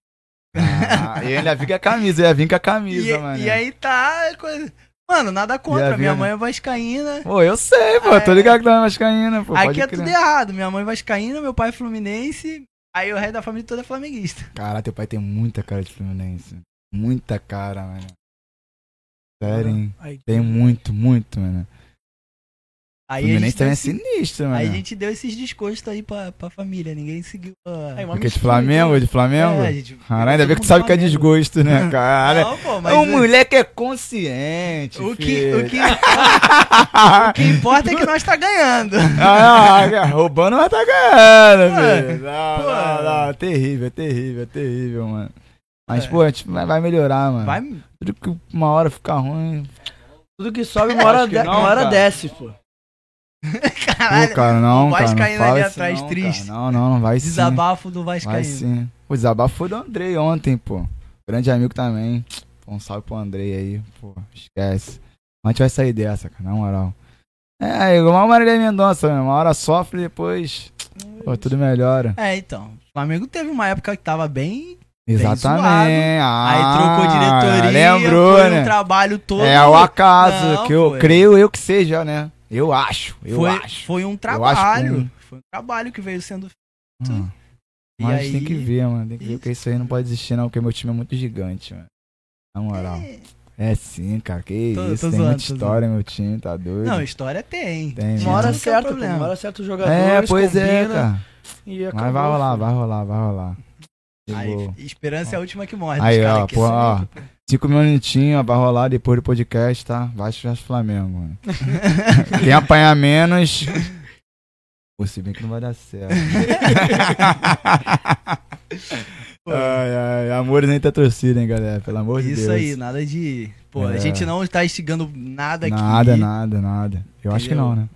Speaker 3: Ah, e ainda vim com a camisa, ia vir com a camisa,
Speaker 1: E,
Speaker 3: mano.
Speaker 1: e aí tá. coisa- Mano, nada
Speaker 3: E
Speaker 1: contra.
Speaker 3: a
Speaker 1: Minha
Speaker 3: vida?
Speaker 1: mãe é vascaína.
Speaker 3: Pô, eu sei, pô. Tô ligado que tu é vascaína, pô.
Speaker 1: Aqui
Speaker 3: pode
Speaker 1: é
Speaker 3: crer.
Speaker 1: tudo errado. Minha mãe é vascaína, meu pai é fluminense. Aí o resto da família toda é flamenguista.
Speaker 3: Cara, teu pai tem muita cara de Fluminense. Muita cara, mano. Sério, hein?
Speaker 2: Ai,
Speaker 3: Tem muito, muito, mano.
Speaker 1: Aí a
Speaker 3: Fluminense
Speaker 1: gente, deu
Speaker 3: também é
Speaker 1: esse-
Speaker 3: sinistro,
Speaker 1: aí a
Speaker 3: mano.
Speaker 1: gente deu esses descontos aí pra, pra família. Ninguém seguiu. a-
Speaker 2: Ai, uma
Speaker 3: Porque é de
Speaker 2: mistura aqui.
Speaker 3: Flamengo, de Flamengo.
Speaker 1: É, a gente-
Speaker 3: Caralho, ainda bem que tu
Speaker 1: todo
Speaker 3: sabe
Speaker 1: mundo
Speaker 3: que é
Speaker 1: Flamengo.
Speaker 3: desgosto,
Speaker 1: [laughs]
Speaker 3: né, cara?
Speaker 1: Não, pô, mas.
Speaker 3: O moleque é consciente.
Speaker 1: O que,
Speaker 3: filho. [laughs]
Speaker 1: o, que, o que importa é que nós tá
Speaker 3: [laughs]
Speaker 1: ganhando.
Speaker 3: Ah,
Speaker 1: [laughs]
Speaker 3: cara, roubando vai tá ganhando,
Speaker 1: Ué,
Speaker 3: filho. Não,
Speaker 1: É, pô.
Speaker 3: não, não, Terrível, terrível, terrível, mano. Mas, pô, a gente vai vai melhorar, mano.
Speaker 1: É. Vai,
Speaker 3: Tudo que uma hora fica ruim.
Speaker 2: Tudo que sobe, uma hora,
Speaker 3: Acho que
Speaker 2: de-
Speaker 3: não,
Speaker 2: uma hora
Speaker 3: cara.
Speaker 2: desce, pô.
Speaker 1: caralho.
Speaker 3: Pô, cara, não,
Speaker 1: o
Speaker 3: cara. Não
Speaker 1: Vascaíno
Speaker 3: fala
Speaker 1: ali
Speaker 3: isso
Speaker 1: atrás,
Speaker 3: não,
Speaker 1: triste.
Speaker 3: cara. Não, não, não vai sim.
Speaker 1: Desabafo do
Speaker 3: Vai
Speaker 1: Vascaíno.
Speaker 3: sim. O desabafo foi do Andrei ontem, pô. Grande amigo também. Pô, um salve pro Andrei aí, pô. Esquece. Mas a gente vai sair dessa, cara, na moral. É, igual a Marília Mendonça, né? uma hora sofre e depois. Pô, tudo melhora.
Speaker 1: É, então. O Flamengo teve uma época que tava bem.
Speaker 3: Exatamente.
Speaker 1: Aí
Speaker 3: Ah,
Speaker 1: trocou diretoria.
Speaker 3: Lembrou,
Speaker 1: foi um
Speaker 3: né?
Speaker 1: trabalho todo.
Speaker 3: É o acaso,
Speaker 1: Não,
Speaker 3: que eu
Speaker 1: foi.
Speaker 3: creio eu que seja, né? Eu acho, eu
Speaker 1: foi,
Speaker 3: acho.
Speaker 1: foi um
Speaker 3: acho
Speaker 1: trabalho.
Speaker 3: ruim.
Speaker 1: Foi um trabalho que veio sendo.
Speaker 3: Hum,
Speaker 1: E
Speaker 3: mas
Speaker 1: aí-
Speaker 3: tem que ver, mano. Tem que ver
Speaker 1: Isso,
Speaker 3: que isso aí não pode existir, não, porque meu time é muito gigante, mano. Na moral.
Speaker 1: É.
Speaker 3: É sim, cara. Que
Speaker 1: Tô-
Speaker 3: isso.
Speaker 1: tô
Speaker 3: tem
Speaker 1: zoando,
Speaker 3: muita
Speaker 1: tô
Speaker 3: história, meu time, tá doido.
Speaker 1: Não, história tem.
Speaker 3: Tem, né?
Speaker 1: Isso
Speaker 2: Uma hora
Speaker 1: não é o
Speaker 2: certa, pô.
Speaker 1: problema.
Speaker 2: Uma hora certa o jogador.
Speaker 3: é, pois é, cara.
Speaker 2: E acabou,
Speaker 3: Mas vai rolar,
Speaker 2: filho.
Speaker 3: vai rolar, vai rolar.
Speaker 1: Aí,
Speaker 3: Chegou.
Speaker 1: esperança é a última que morre.
Speaker 3: Aí,
Speaker 1: dos caras
Speaker 3: ó,
Speaker 1: que
Speaker 3: pô,
Speaker 1: são-
Speaker 3: ó. Cinco minutinhos, ó, vai rolar depois do podcast, tá? Vasco versus Flamengo,
Speaker 1: [laughs]
Speaker 3: mano. Quem apanhar menos. Pô, se bem que não vai dar
Speaker 1: [laughs]
Speaker 3: certo. ai, ai, amores entre a torcida, hein, galera? Pelo amor de
Speaker 1: Isso
Speaker 3: Deus.
Speaker 1: aí, nada de. Pô, a
Speaker 3: É.
Speaker 1: gente não tá instigando nada aqui.
Speaker 3: Nada, nada, nada. Eu acho que não, né?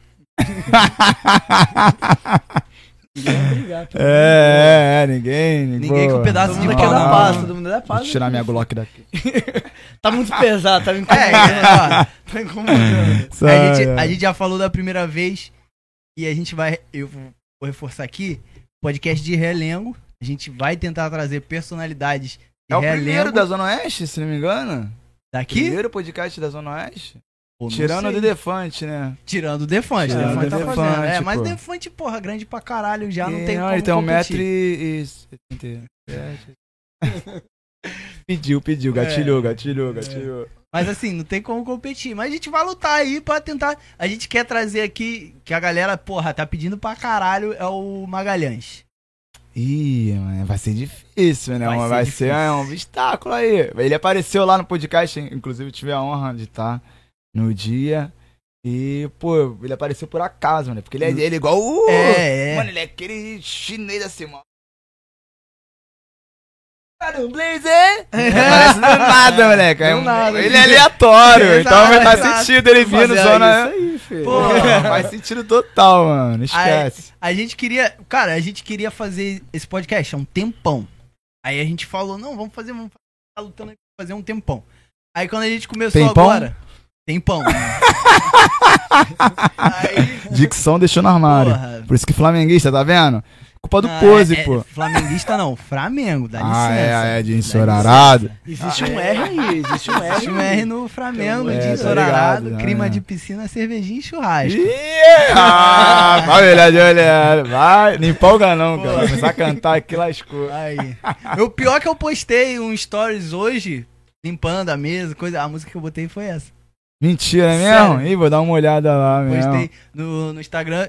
Speaker 2: Ninguém
Speaker 3: [laughs]
Speaker 2: vai brigar, pô.
Speaker 3: É, é, é, ninguém.
Speaker 1: Ninguém com pedaço
Speaker 2: Todo
Speaker 1: de
Speaker 2: mundo aqui é
Speaker 1: pau
Speaker 2: da
Speaker 1: na
Speaker 2: paz,
Speaker 1: mão.
Speaker 2: todo mundo é da
Speaker 3: um Vou
Speaker 2: paz.
Speaker 3: tirar minha Glock daqui.
Speaker 2: Tá muito pesado, tá me
Speaker 1: [laughs] É, ó,
Speaker 2: [laughs] tá incomodando.
Speaker 1: É,
Speaker 4: Tá,
Speaker 1: A gente,
Speaker 4: é.
Speaker 1: a gente já falou da primeira vez e a gente vai. Eu vou vou reforçar aqui: podcast de relengo. A gente vai tentar trazer personalidades de
Speaker 4: É o primeiro
Speaker 1: relembro
Speaker 4: da Zona Oeste, se não me engano.
Speaker 1: daqui.
Speaker 4: Primeiro podcast da Zona Oeste.
Speaker 1: Pô, não
Speaker 4: Tirando o
Speaker 1: sei.
Speaker 4: Dedefante, né?
Speaker 1: Tirando o Defante.
Speaker 4: Tirando
Speaker 1: Defante tá
Speaker 4: o Defante,
Speaker 1: fazendo. É,
Speaker 4: pô.
Speaker 1: mas Defante, porra, grande pra caralho já, não
Speaker 4: E,
Speaker 1: tem como
Speaker 4: Ele tem um metro
Speaker 1: competir.
Speaker 4: e... e
Speaker 1: [laughs]
Speaker 4: 77.
Speaker 3: Pediu, pediu,
Speaker 1: É.
Speaker 3: gatilhou, gatilhou, gatilhou.
Speaker 1: Mas assim, não tem como competir. Mas a gente vai lutar aí pra tentar. A gente quer trazer aqui, que a galera, porra, tá pedindo pra caralho, é o Magalhães.
Speaker 3: Ih, mano, vai ser difícil, né?
Speaker 1: Vai
Speaker 3: Vai,
Speaker 1: ser
Speaker 3: ser, é, um obstáculo aí. Ele apareceu lá no podcast, inclusive eu tive a honra de estar no dia. E, pô, ele apareceu por acaso, mano. Porque ele é, ele é igual o.
Speaker 1: Hum. É, é.
Speaker 3: Mano, ele é aquele chinês assim, mano. Cara, um blazer! Parece do nada, moleque. É
Speaker 1: Do
Speaker 3: um-
Speaker 1: nada.
Speaker 3: ele é aleatório, [laughs]
Speaker 1: Exato,
Speaker 3: então vai
Speaker 1: exato.
Speaker 3: faz sentido ele vir no
Speaker 2: Fazer
Speaker 3: zona.
Speaker 2: isso aí,
Speaker 3: [laughs]
Speaker 2: filho.
Speaker 1: Pô,
Speaker 3: Faz sentido total, mano. Esquece.
Speaker 1: A gente queria. Cara, a gente queria fazer esse podcast há um tempão. Aí a gente falou, não, vamos fazer, vamos fazer, tá lutando aí pra fazer um tempão. Aí quando a gente começou
Speaker 3: Tempão?
Speaker 1: agora.
Speaker 3: [laughs]
Speaker 1: Tempão. aí,
Speaker 3: Dicção deixou no armário.
Speaker 1: porra.
Speaker 3: Por isso que flamenguista, tá vendo? Culpa do
Speaker 1: Ah,
Speaker 3: Pose,
Speaker 1: é- é
Speaker 3: pô.
Speaker 1: Flamenguista não, Flamengo, dá licença.
Speaker 3: Ah, é, é, de
Speaker 1: Dá
Speaker 3: ensorarado.
Speaker 1: licença.
Speaker 2: Existe um R aí, existe um R.
Speaker 1: Existe um R no Flamengo,
Speaker 3: É,
Speaker 1: de
Speaker 3: tá
Speaker 1: ensorarado,
Speaker 3: ligado,
Speaker 1: clima
Speaker 3: é.
Speaker 1: de piscina, cervejinha e churrasco.
Speaker 3: Ah, [laughs] vai melhor de olhar. Vai, não empolga não, cara. Vai começar a cantar aqui, lascou.
Speaker 1: Aí. O pior que eu postei um stories hoje, limpando a mesa, coisa, a música que eu botei foi essa.
Speaker 3: Mentira, é mesmo?
Speaker 1: Sério.
Speaker 3: Ih, vou dar uma olhada lá, mesmo.
Speaker 1: Postei no, no Instagram.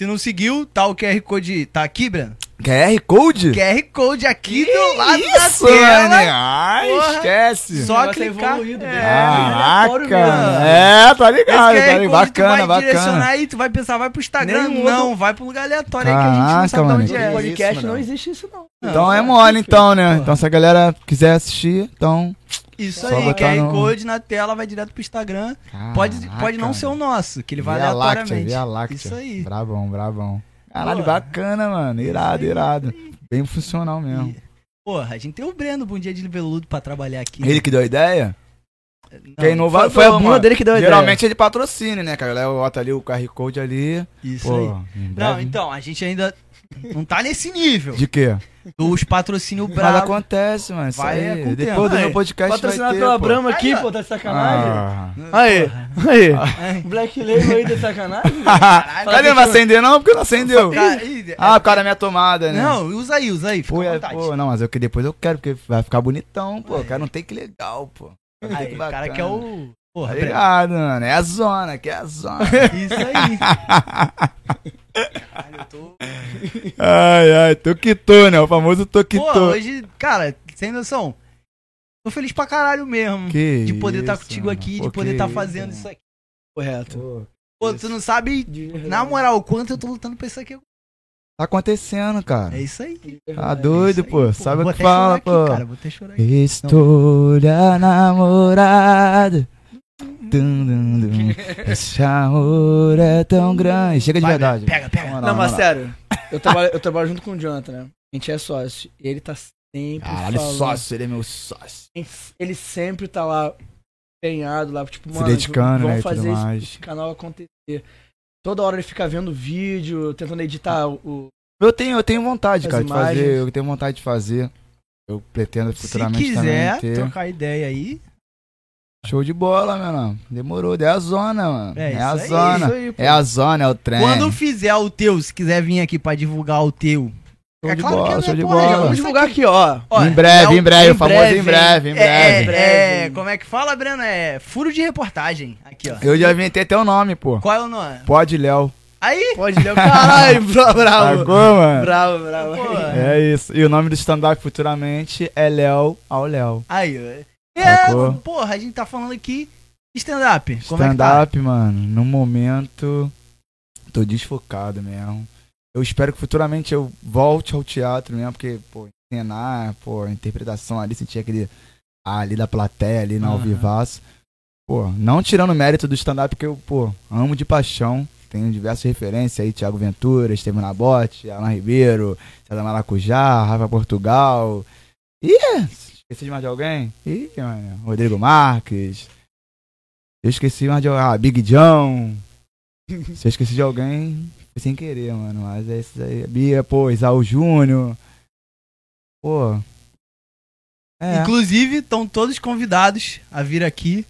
Speaker 1: Se não seguiu, tá o QR Code. Tá aqui, Breno?
Speaker 3: QR Code?
Speaker 1: QR Code aqui do lado
Speaker 3: Isso,
Speaker 1: da tela.
Speaker 3: Anny. Ai,
Speaker 1: Porra.
Speaker 3: esquece.
Speaker 1: Só
Speaker 2: Negócio é
Speaker 1: clicar.
Speaker 2: evoluído,
Speaker 1: É,
Speaker 2: velho.
Speaker 3: Caraca.
Speaker 1: aleatório mesmo.
Speaker 3: É, tá
Speaker 1: Esse QR
Speaker 3: ligado, tá
Speaker 1: Code
Speaker 3: ligado.
Speaker 1: tu
Speaker 3: Bacana,
Speaker 1: vai
Speaker 3: bacana.
Speaker 1: direcionar e tu vai pensar, vai pro Instagram.
Speaker 2: Nenhum
Speaker 1: não, vai pra um lugar aleatório aí que a gente não
Speaker 3: Caraca,
Speaker 1: sabe
Speaker 3: mano.
Speaker 1: de onde
Speaker 2: No
Speaker 1: é.
Speaker 3: Pode-
Speaker 2: podcast
Speaker 3: isso, mano.
Speaker 2: não existe isso, não.
Speaker 3: Então é mole, então, né? Então se a galera quiser assistir, então...
Speaker 1: Isso
Speaker 3: Só
Speaker 1: aí,
Speaker 3: botar
Speaker 1: QR
Speaker 3: no-
Speaker 1: Code na tela, vai direto pro Instagram. Pode, pode não
Speaker 3: um
Speaker 1: ser o nosso, que ele vai
Speaker 3: Via Láctea,
Speaker 1: aleatoriamente.
Speaker 3: Via Láctea.
Speaker 1: Isso aí.
Speaker 3: Brabão, brabão. Caralho,
Speaker 1: Pô.
Speaker 3: bacana, mano. Irado, irado. Bem funcional mesmo.
Speaker 1: E- Porra, a gente tem o Breno, bom dia de veludo, pra trabalhar aqui.
Speaker 3: Ele que deu a ideia?
Speaker 1: Não,
Speaker 3: Quem não vai
Speaker 2: Foi a
Speaker 3: mano.
Speaker 2: bunda dele que deu a ideia.
Speaker 3: Geralmente é de patrocínio, né, cara? Ele bota ali o QR Code ali.
Speaker 1: Isso aí.
Speaker 3: Pô, em
Speaker 1: Não,
Speaker 3: breve.
Speaker 1: então, a gente ainda não tá nesse nível.
Speaker 3: De quê?
Speaker 1: Dos patrocínios
Speaker 3: Mas
Speaker 1: brabo.
Speaker 3: acontece, mano. Isso
Speaker 1: Vai
Speaker 3: aí.
Speaker 1: acontecendo.
Speaker 3: Depois do
Speaker 2: Aí,
Speaker 3: meu podcast vai
Speaker 2: Patrocinado
Speaker 3: ter,
Speaker 2: pela
Speaker 3: pô.
Speaker 2: Brahma aqui,
Speaker 1: Aí, ó.
Speaker 2: pô, tá de sacanagem.
Speaker 3: Ah.
Speaker 2: Aí, aí.
Speaker 3: [laughs]
Speaker 1: Ai,
Speaker 2: Black Label aí, tá de sacanagem.
Speaker 3: Caralho, ele não vai acender não, porque não acendeu.
Speaker 1: cara, ih, é-
Speaker 3: Ah, por causa da minha tomada, né?
Speaker 1: Não, usa aí, usa aí, fica
Speaker 3: Pô,
Speaker 1: à
Speaker 3: é,
Speaker 1: vontade.
Speaker 3: pô, não, mas eu que depois eu quero, porque vai ficar bonitão, pô. Eu quero um take legal, pô. Um
Speaker 1: Aí,
Speaker 3: take
Speaker 1: o cara
Speaker 3: bacana.
Speaker 1: que é o... Porra,
Speaker 3: Tá
Speaker 1: Breno.
Speaker 3: ligado, mano. É a zona, que é a zona.
Speaker 1: [laughs] Isso aí. Caralho, eu tô...
Speaker 3: [laughs] ai, ai, tô que tô, né? O famoso tô que
Speaker 1: Pô,
Speaker 3: tô.
Speaker 1: hoje, cara, sem noção, tô feliz pra caralho mesmo.
Speaker 3: Que
Speaker 1: de poder estar
Speaker 3: isso,
Speaker 1: contigo
Speaker 3: mano.
Speaker 1: aqui,
Speaker 3: Pô,
Speaker 1: de
Speaker 3: que
Speaker 1: poder estar
Speaker 3: isso,
Speaker 1: fazendo
Speaker 3: mano.
Speaker 1: isso aqui.
Speaker 2: Correto.
Speaker 3: Pô,
Speaker 1: Pô, tu não sabe,
Speaker 3: Uhum.
Speaker 1: na moral, o quanto eu tô lutando pra isso aqui.
Speaker 3: Tá acontecendo, cara.
Speaker 1: É isso aí. É
Speaker 3: Tá doido,
Speaker 1: Isso aí,
Speaker 3: pô. Sabe
Speaker 1: Vou
Speaker 3: o
Speaker 1: até
Speaker 3: que
Speaker 1: chorar
Speaker 3: fala,
Speaker 1: aqui,
Speaker 3: pô.
Speaker 1: Cara, vou até chorar aqui.
Speaker 3: Estou namorado. Dum, dum, dum.
Speaker 1: [laughs]
Speaker 3: Esse amor é tão grande. Chega de
Speaker 1: Vai,
Speaker 3: verdade.
Speaker 1: pega, pega.
Speaker 3: Na
Speaker 2: Não,
Speaker 3: moral,
Speaker 2: mas
Speaker 3: na moral.
Speaker 2: sério, [laughs] eu trabalho, eu trabalho junto com o Jonathan, né? A gente é sócio. E ele tá sempre
Speaker 3: Caralho,
Speaker 2: falando.
Speaker 3: sócio, ele é meu sócio.
Speaker 2: Ele sempre tá lá empenhado, lá, tipo,
Speaker 3: Se
Speaker 2: mano,
Speaker 3: dedicando,
Speaker 2: vamos
Speaker 3: né, e tudo
Speaker 2: fazer esse,
Speaker 3: mais.
Speaker 2: esse canal acontecer. Toda hora ele fica vendo vídeo, tentando editar o.
Speaker 3: Eu tenho, eu tenho vontade,
Speaker 2: As
Speaker 3: cara, de fazer.
Speaker 2: imagens.
Speaker 3: Eu tenho vontade de fazer. Eu pretendo
Speaker 1: Se
Speaker 3: futuramente
Speaker 1: quiser
Speaker 3: também ter.
Speaker 1: trocar ideia aí,
Speaker 3: Show de bola, meu irmão. Demorou. É a zona, mano.
Speaker 1: É
Speaker 3: É,
Speaker 1: isso
Speaker 3: a
Speaker 1: aí,
Speaker 3: zona.
Speaker 2: Isso aí, pô.
Speaker 3: É a zona, é o trem.
Speaker 1: quando fizer o teu, se quiser vir aqui pra divulgar o teu. É
Speaker 3: Show de
Speaker 1: que
Speaker 3: bola,
Speaker 1: não
Speaker 3: show de
Speaker 1: porra,
Speaker 3: bola.
Speaker 1: já
Speaker 2: Vamos
Speaker 1: vamos
Speaker 2: divulgar aqui, ó.
Speaker 1: Ó,
Speaker 3: em breve,
Speaker 1: é o-
Speaker 3: em breve,
Speaker 2: em
Speaker 3: o famoso
Speaker 2: breve,
Speaker 3: em breve, em
Speaker 1: É,
Speaker 3: breve.
Speaker 1: é,
Speaker 2: Breve.
Speaker 1: como é que fala, Breno? É furo de reportagem. Aqui, ó.
Speaker 3: Eu já inventei até o nome, pô.
Speaker 1: Qual é o nome?
Speaker 3: Pode Léo.
Speaker 1: Aí,
Speaker 2: Pode ler
Speaker 3: [laughs]
Speaker 2: o caralho, bra-
Speaker 1: Tá
Speaker 2: bravo.
Speaker 3: Sacou, mano?
Speaker 2: Bravo, bravo.
Speaker 1: pô.
Speaker 3: É isso. E o nome do stand-up futuramente é Léo ao Léo.
Speaker 1: Aí, ó.
Speaker 3: Sacou?
Speaker 1: É, porra, a gente tá falando aqui stand-up. Como é que tá?
Speaker 3: Stand-up, mano, no momento tô desfocado mesmo. Eu espero que futuramente eu volte ao teatro mesmo, porque, pô, cenar, pô, a interpretação ali, sentir aquele ah, ali da plateia, ali na
Speaker 1: Aham.
Speaker 3: Alvivaço. Pô, não tirando o mérito do stand-up, que eu, pô, amo de paixão. Tenho diversas referências aí, Thiago Ventura, Estevam Nabote, Alan Ribeiro, César Maracujá, Rafa Portugal. Ih, esqueci de mais de alguém? Ih, mano, Rodrigo Marques. Eu esqueci mais de ah, Big John. Se eu esqueci de alguém, foi sem querer, mano. Mas é isso aí. Bia, pô, Isaú Júnior. Pô. É,
Speaker 1: Inclusive, estão todos convidados a vir aqui.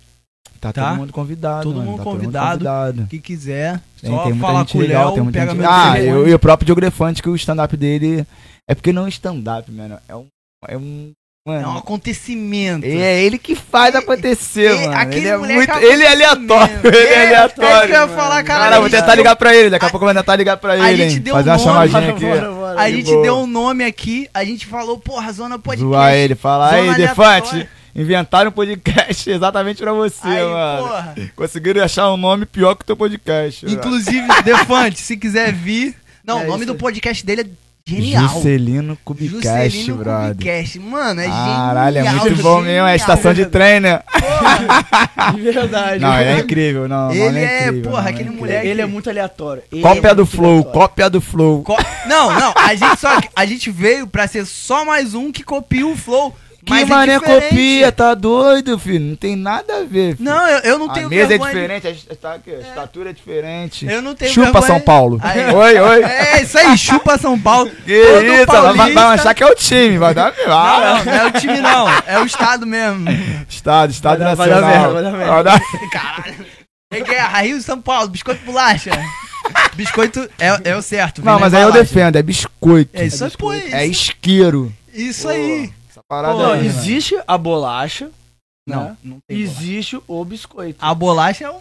Speaker 3: tá,
Speaker 1: tá.
Speaker 3: todo mundo convidado.
Speaker 1: Todo
Speaker 3: mano,
Speaker 1: mundo
Speaker 3: tá
Speaker 1: convidado.
Speaker 3: convidado.
Speaker 1: Quem quiser,
Speaker 3: Tem,
Speaker 1: só
Speaker 3: tem muita
Speaker 1: falar
Speaker 3: gente
Speaker 1: com o
Speaker 3: legal,
Speaker 1: Léo,
Speaker 3: tem muita
Speaker 1: pega
Speaker 3: gente...
Speaker 1: meu
Speaker 3: Ah,
Speaker 1: telefone.
Speaker 3: eu, e o próprio Diogrefante, que o stand-up dele... É porque não é um stand-up, mano. É um... É um...
Speaker 1: É um
Speaker 3: Mano,
Speaker 1: acontecimento.
Speaker 3: é ele que faz acontecer,
Speaker 1: e-
Speaker 3: mano.
Speaker 1: aquele
Speaker 3: Ele é
Speaker 1: moleque
Speaker 3: muito...
Speaker 1: é um
Speaker 3: Ele é aleatório.
Speaker 1: acontecimento.
Speaker 3: [laughs] Ele
Speaker 1: É,
Speaker 3: é
Speaker 1: é isso que
Speaker 3: aleatório.
Speaker 1: eu ia falar, cara.
Speaker 3: Cara, eu vou
Speaker 1: a gente
Speaker 3: tentar
Speaker 1: deu-
Speaker 3: ligar pra ele. Daqui a pouco eu vou tentar ligar pra ele,
Speaker 1: a
Speaker 3: hein.
Speaker 1: gente deu
Speaker 3: Fazer
Speaker 1: um
Speaker 3: uma
Speaker 1: nome,
Speaker 3: chamadinha aqui. [laughs]
Speaker 1: A
Speaker 3: de
Speaker 1: gente
Speaker 3: boa.
Speaker 1: deu um nome aqui, a gente falou, porra, Zona Podcast.
Speaker 3: Zoar ele, fala,
Speaker 1: Zona
Speaker 3: aí,
Speaker 1: aleatória."
Speaker 3: Defante, inventaram um podcast [laughs] exatamente pra você,
Speaker 1: Aí,
Speaker 3: mano.
Speaker 1: porra.
Speaker 3: Conseguiram achar um nome pior que o teu podcast.
Speaker 1: Inclusive,
Speaker 3: [laughs]
Speaker 1: Defante, se quiser vir. Não,
Speaker 2: É
Speaker 1: o nome
Speaker 2: isso
Speaker 1: do
Speaker 2: aí.
Speaker 1: podcast dele é genial.
Speaker 3: Juscelino Kubicast,
Speaker 1: Juscelino
Speaker 3: brother.
Speaker 1: Cubicast. Mano, é
Speaker 3: Caralho, é
Speaker 1: genial. Tá
Speaker 3: muito bom mesmo, é a estação de trem, né?
Speaker 2: De verdade.
Speaker 3: Não, ele é incrível, não,
Speaker 1: Ele
Speaker 3: não, ele
Speaker 1: é,
Speaker 3: é incrível.
Speaker 1: porra,
Speaker 3: não,
Speaker 1: aquele
Speaker 3: é incrível.
Speaker 1: moleque.
Speaker 2: Ele é muito aleatório. Ele
Speaker 3: Cópia
Speaker 2: é
Speaker 3: do
Speaker 2: muito
Speaker 3: Flow,
Speaker 2: aleatório.
Speaker 3: cópia do Flow.
Speaker 1: Co- Não, não, a gente, só, a gente veio pra ser só mais um que copia o flow.
Speaker 3: Que
Speaker 1: mas
Speaker 3: mané
Speaker 1: é diferente.
Speaker 3: copia, tá doido, filho? Não tem nada a ver, filho.
Speaker 1: Não, eu, eu não
Speaker 3: a
Speaker 1: tenho
Speaker 3: mesa é
Speaker 1: vergonha de-
Speaker 3: diferente, a, esta- aqui, a estatura é diferente.
Speaker 1: Eu não tenho
Speaker 3: Chupa
Speaker 1: vergonha-
Speaker 3: São Paulo.
Speaker 1: Aí.
Speaker 3: [laughs] Oi, oi.
Speaker 1: É isso aí, chupa São Paulo.
Speaker 3: [laughs] Que
Speaker 1: Todo
Speaker 3: isso, vai, vai- vai
Speaker 1: paulista-
Speaker 3: achar que é o time, vai dar
Speaker 1: Não,
Speaker 3: merda.
Speaker 1: não, não é o time não, é o estado
Speaker 3: [laughs]
Speaker 1: mesmo.
Speaker 3: Estado, Estado
Speaker 2: Vai dar- vai dar
Speaker 3: Nacional.
Speaker 2: merda, vai dar merda.
Speaker 1: Caralho. É que é Rio São Paulo, biscoito bolacha. Biscoito é, é o certo. vem
Speaker 3: Não,
Speaker 1: na
Speaker 3: mas aí eu
Speaker 1: embalagem.
Speaker 3: defendo, é biscoito.
Speaker 1: É isso aí, pô. Isso,
Speaker 3: É isqueiro.
Speaker 1: isso aí.
Speaker 3: Essa parada é
Speaker 1: Pô,
Speaker 2: Não,
Speaker 3: aí, mano.
Speaker 2: existe a bolacha,
Speaker 1: Não,
Speaker 3: [laughs]
Speaker 2: né?
Speaker 1: não tem bolacha.
Speaker 2: Existe o biscoito.
Speaker 1: A bolacha é um.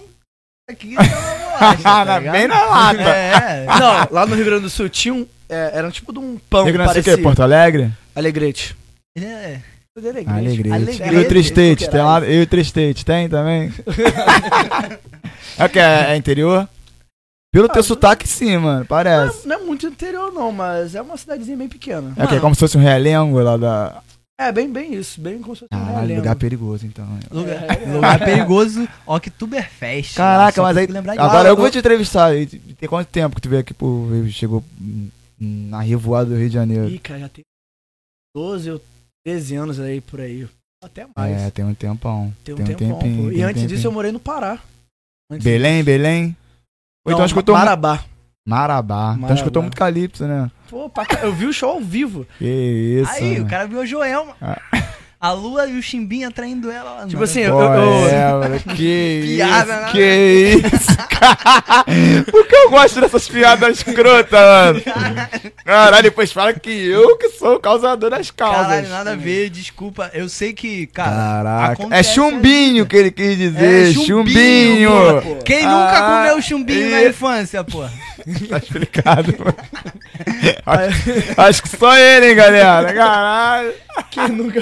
Speaker 1: Aqui
Speaker 3: [laughs]
Speaker 1: é uma bolacha.
Speaker 3: Na- Bem na lata.
Speaker 1: É.
Speaker 3: Ah.
Speaker 2: Não, lá no Rio Grande do Sul tinha um. é, era um tipo de um pão
Speaker 3: Rio Grande do Sul, o quê?
Speaker 2: parecido.
Speaker 3: Porto Alegre?
Speaker 2: Alegrete.
Speaker 1: É.
Speaker 3: Alegrete.
Speaker 2: Alegrete.
Speaker 3: E o Tristete, tem lá? E o Tristete, tem também? [laughs] é o que? É, é interior? Pelo teu
Speaker 2: Ah,
Speaker 3: sotaque, sim, mano,
Speaker 2: Não,
Speaker 3: parece.
Speaker 2: é- não é muito interior, não, mas é uma cidadezinha bem pequena.
Speaker 3: É o que? Como se fosse um relengo lá da...
Speaker 2: É, bem, bem isso. Bem como se fosse um
Speaker 3: Caralho,
Speaker 2: relento.
Speaker 3: lugar perigoso, então.
Speaker 1: Lugar,
Speaker 2: É.
Speaker 1: lugar perigoso, Oktoberfest.
Speaker 3: Caraca,
Speaker 1: Só
Speaker 3: mas
Speaker 1: tem
Speaker 3: aí-
Speaker 1: que Lembrar de
Speaker 3: Agora
Speaker 1: Ah,
Speaker 3: eu vou te entrevistar. E Tem quanto tempo que tu veio aqui, pô? Chegou hum, na revoada do Rio de Janeiro.
Speaker 2: Ih, cara, já tem 12 ou 13 anos aí por aí. Até mais.
Speaker 3: É, tem um tempão.
Speaker 2: tem um
Speaker 3: tem um
Speaker 2: tempão.
Speaker 3: tempinho,
Speaker 2: pô.
Speaker 3: tem
Speaker 2: E
Speaker 3: um
Speaker 2: antes disso
Speaker 3: tempinho.
Speaker 2: eu morei no Pará. Antes-
Speaker 3: Belém, Belém. Ou então
Speaker 2: Não,
Speaker 3: escutou muito-
Speaker 2: Marabá.
Speaker 3: Marabá. Então
Speaker 2: Marabá.
Speaker 3: escutou muito Calypso, né?
Speaker 2: Pô, pra ca- eu vi o show ao vivo.
Speaker 3: Que isso. né?
Speaker 1: Aí,
Speaker 3: mano.
Speaker 1: o cara viu a Joelma.
Speaker 3: Ah.
Speaker 1: [laughs] A Lua e o Chimbinha traindo ela lá.
Speaker 2: Tipo
Speaker 1: mano.
Speaker 2: assim,
Speaker 3: Pô,
Speaker 2: eu- eu-
Speaker 3: é, mano, que
Speaker 1: Piada, né?
Speaker 3: isso, [laughs] que isso, Por que eu gosto dessas piadas escrotas, mano? Caralho, depois fala que eu que sou o causador das causas.
Speaker 1: Caralho, nada a ver, desculpa. Eu sei que, cara.
Speaker 3: Caraca, é
Speaker 1: acontece
Speaker 3: chumbinho que ele quis dizer,
Speaker 1: É
Speaker 3: chumbinho.
Speaker 1: pô. Quem nunca
Speaker 3: Ah,
Speaker 1: comeu chumbinho na
Speaker 3: e-
Speaker 1: infância, pô?
Speaker 3: Tá explicado,
Speaker 1: [laughs]
Speaker 3: mano. acho, acho que só ele, hein, galera. Caralho. [laughs]
Speaker 2: Quem nunca.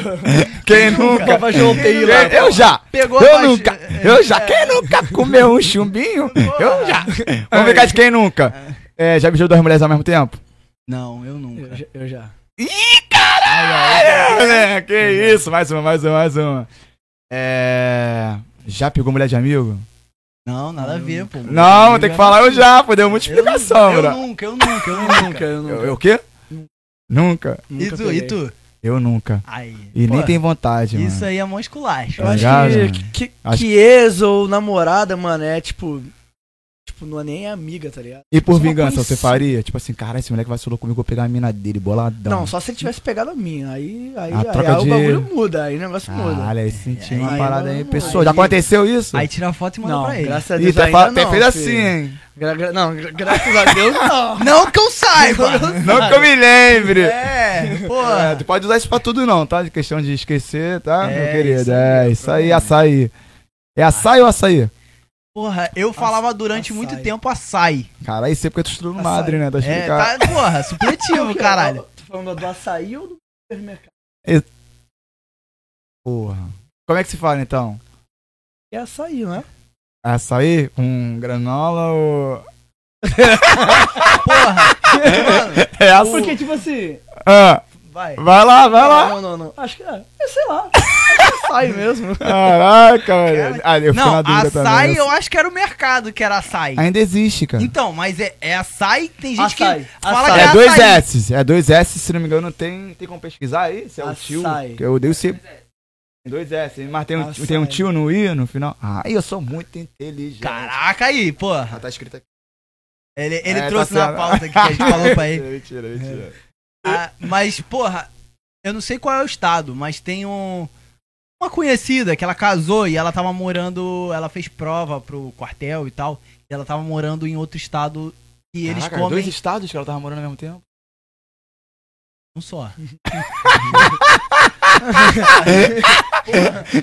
Speaker 3: Quem nunca?
Speaker 2: nunca vai jogar um TI lá,
Speaker 3: eu já.
Speaker 1: Pegou a
Speaker 3: eu
Speaker 1: É. paixão-
Speaker 3: nunca. Eu já. Quem nunca comeu um chumbinho? Eu
Speaker 1: [laughs]
Speaker 3: já. Vamos ficar de quem nunca. É, já beijou duas mulheres ao mesmo tempo?
Speaker 1: Não, eu
Speaker 2: Eu
Speaker 1: nunca.
Speaker 2: já- Eu já.
Speaker 3: É, né? Que isso. Mais uma, mais uma, mais uma. É... Já pegou mulher de amigo?
Speaker 1: Não, nada a ver, pô.
Speaker 3: Não, tem que falar eu já, pô. Deu muita
Speaker 1: Eu, nu-
Speaker 3: explicação,
Speaker 1: eu
Speaker 3: bro.
Speaker 1: nunca, eu nunca, eu
Speaker 2: Nunca,
Speaker 1: nunca.
Speaker 2: eu nunca.
Speaker 3: Eu, eu o quê? Nunca.
Speaker 1: E
Speaker 2: nunca
Speaker 1: tu,
Speaker 2: peguei.
Speaker 1: e tu?
Speaker 3: Eu nunca.
Speaker 1: Aí.
Speaker 3: E
Speaker 1: pô,
Speaker 3: nem tem vontade, mano.
Speaker 1: Isso aí é mó esculacho.
Speaker 2: Eu acho
Speaker 3: ligado,
Speaker 2: que,
Speaker 3: mano?
Speaker 2: que,
Speaker 3: Acho-
Speaker 2: que ex ou namorada, mano, é tipo. Tipo, não é nem amiga, tá ligado?
Speaker 3: E
Speaker 1: é
Speaker 3: por
Speaker 2: Só uma
Speaker 3: vingança,
Speaker 2: coisa-
Speaker 3: você faria? Tipo assim, cara, esse moleque vacilou comigo, vou pegar a mina dele, boladão.
Speaker 2: Não, só se ele tivesse pegado Então. a minha. Aí, aí,
Speaker 3: A
Speaker 2: aí,
Speaker 3: troca
Speaker 2: aí
Speaker 3: de-
Speaker 2: o bagulho muda, aí o negócio muda.
Speaker 3: Caralho, aí senti uma
Speaker 1: Aí,
Speaker 3: parada
Speaker 2: mano,
Speaker 3: aí, pessoa. Já
Speaker 2: aí-
Speaker 3: aconteceu isso?
Speaker 1: Aí tá tira a foto e manda
Speaker 2: Não,
Speaker 1: pra ele.
Speaker 2: graças a
Speaker 3: Ih,
Speaker 2: Deus.
Speaker 3: até,
Speaker 2: ainda
Speaker 3: fa- até
Speaker 2: não,
Speaker 3: fez
Speaker 2: filho.
Speaker 3: assim,
Speaker 1: [laughs]
Speaker 3: hein?
Speaker 2: Gra- gra- não, gra- graças a Deus, [laughs] não.
Speaker 1: Não que eu saiba!
Speaker 3: Não que eu me lembre.
Speaker 1: É, pô.
Speaker 3: É, tu pode usar isso pra tudo não, tá? De questão de esquecer, tá,
Speaker 1: É,
Speaker 3: meu querido?
Speaker 1: isso
Speaker 3: é,
Speaker 1: aí,
Speaker 3: isso aí, açaí. É açaí ou açaí?
Speaker 1: Porra, eu falava durante
Speaker 2: açaí.
Speaker 1: muito tempo açaí.
Speaker 3: Cara, isso é porque tu estudou no
Speaker 2: Açaí.
Speaker 3: Madre, né? Tá
Speaker 1: É,
Speaker 3: explicado.
Speaker 1: tá, porra,
Speaker 2: [laughs]
Speaker 1: supletivo, caralho.
Speaker 2: Tô falando do açaí ou do supermercado?
Speaker 3: Porra. Como é que se fala, então?
Speaker 2: É açaí, né?
Speaker 3: Açaí com granola
Speaker 1: [laughs]
Speaker 3: ou...
Speaker 1: Porra. Mano,
Speaker 3: É açaí.
Speaker 2: Porque, tipo assim.
Speaker 3: Ah,
Speaker 1: vai.
Speaker 3: vai lá, vai lá.
Speaker 2: Não, não, não. Acho que é. é, Sei lá. É açaí mesmo.
Speaker 3: Caraca, velho. Ah, eu fiquei
Speaker 1: Não,
Speaker 3: na dúvida também.
Speaker 1: açaí eu acho que era o mercado que era açaí.
Speaker 3: Ainda existe, cara.
Speaker 1: Então, mas é, é açaí, tem gente
Speaker 2: Açaí,
Speaker 1: que fala
Speaker 2: açaí.
Speaker 1: que é
Speaker 3: É
Speaker 1: açaí.
Speaker 3: dois S, é dois S, se não me engano, tem, tem como pesquisar aí? Se é o tio.
Speaker 2: Açaí.
Speaker 3: que Eu odeio ser. Tem dois S, mas tem um,
Speaker 2: Açaí.
Speaker 3: tem um tio no I no final. Ah, eu sou muito inteligente.
Speaker 1: Caraca aí,
Speaker 3: Ah,
Speaker 1: porra.
Speaker 3: tá escrito aqui.
Speaker 1: Ele, ele
Speaker 3: É,
Speaker 1: trouxe
Speaker 3: tá
Speaker 1: na É.
Speaker 3: certo. [laughs]
Speaker 1: pauta aqui que a gente falou pra ele.
Speaker 3: Mentira, mentira.
Speaker 1: Ah, mas, porra, Eu não sei qual é o estado, mas tem um. Uma conhecida que ela casou e ela tava morando. Ela fez prova pro quartel e tal. E ela tava morando em outro estado e eles
Speaker 4: Caraca,
Speaker 1: comem.
Speaker 4: dois estados que ela tava morando ao mesmo tempo.
Speaker 1: Um só.
Speaker 3: [laughs]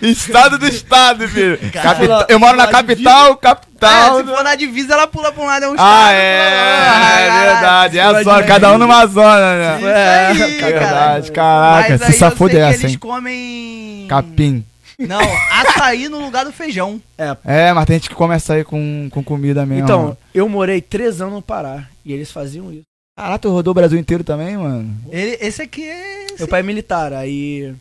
Speaker 4: estado do estado, filho.
Speaker 1: Cara,
Speaker 4: Capita- Eu moro na capital, capital.
Speaker 1: É, se for na divisa, ela pula pra um lado, é um estado.
Speaker 4: Ah, é, é verdade. É a
Speaker 2: Cidade
Speaker 4: zona,
Speaker 2: de
Speaker 4: cada um numa zona, né?
Speaker 1: Isso aí,
Speaker 4: É
Speaker 1: cara.
Speaker 4: verdade,
Speaker 3: Caraca,
Speaker 1: Mas aí
Speaker 3: se safou
Speaker 1: eu sei que
Speaker 3: dessa,
Speaker 1: eles
Speaker 3: hein?
Speaker 1: comem.
Speaker 3: Capim.
Speaker 1: Não, açaí no lugar do feijão.
Speaker 3: É, mas tem gente que começa aí com, com comida mesmo.
Speaker 2: Então, eu morei três anos no Pará e eles faziam isso.
Speaker 3: Caraca, tu rodou o Brasil inteiro também, mano?
Speaker 1: Ele- esse aqui é.
Speaker 2: Meu pai é militar, aí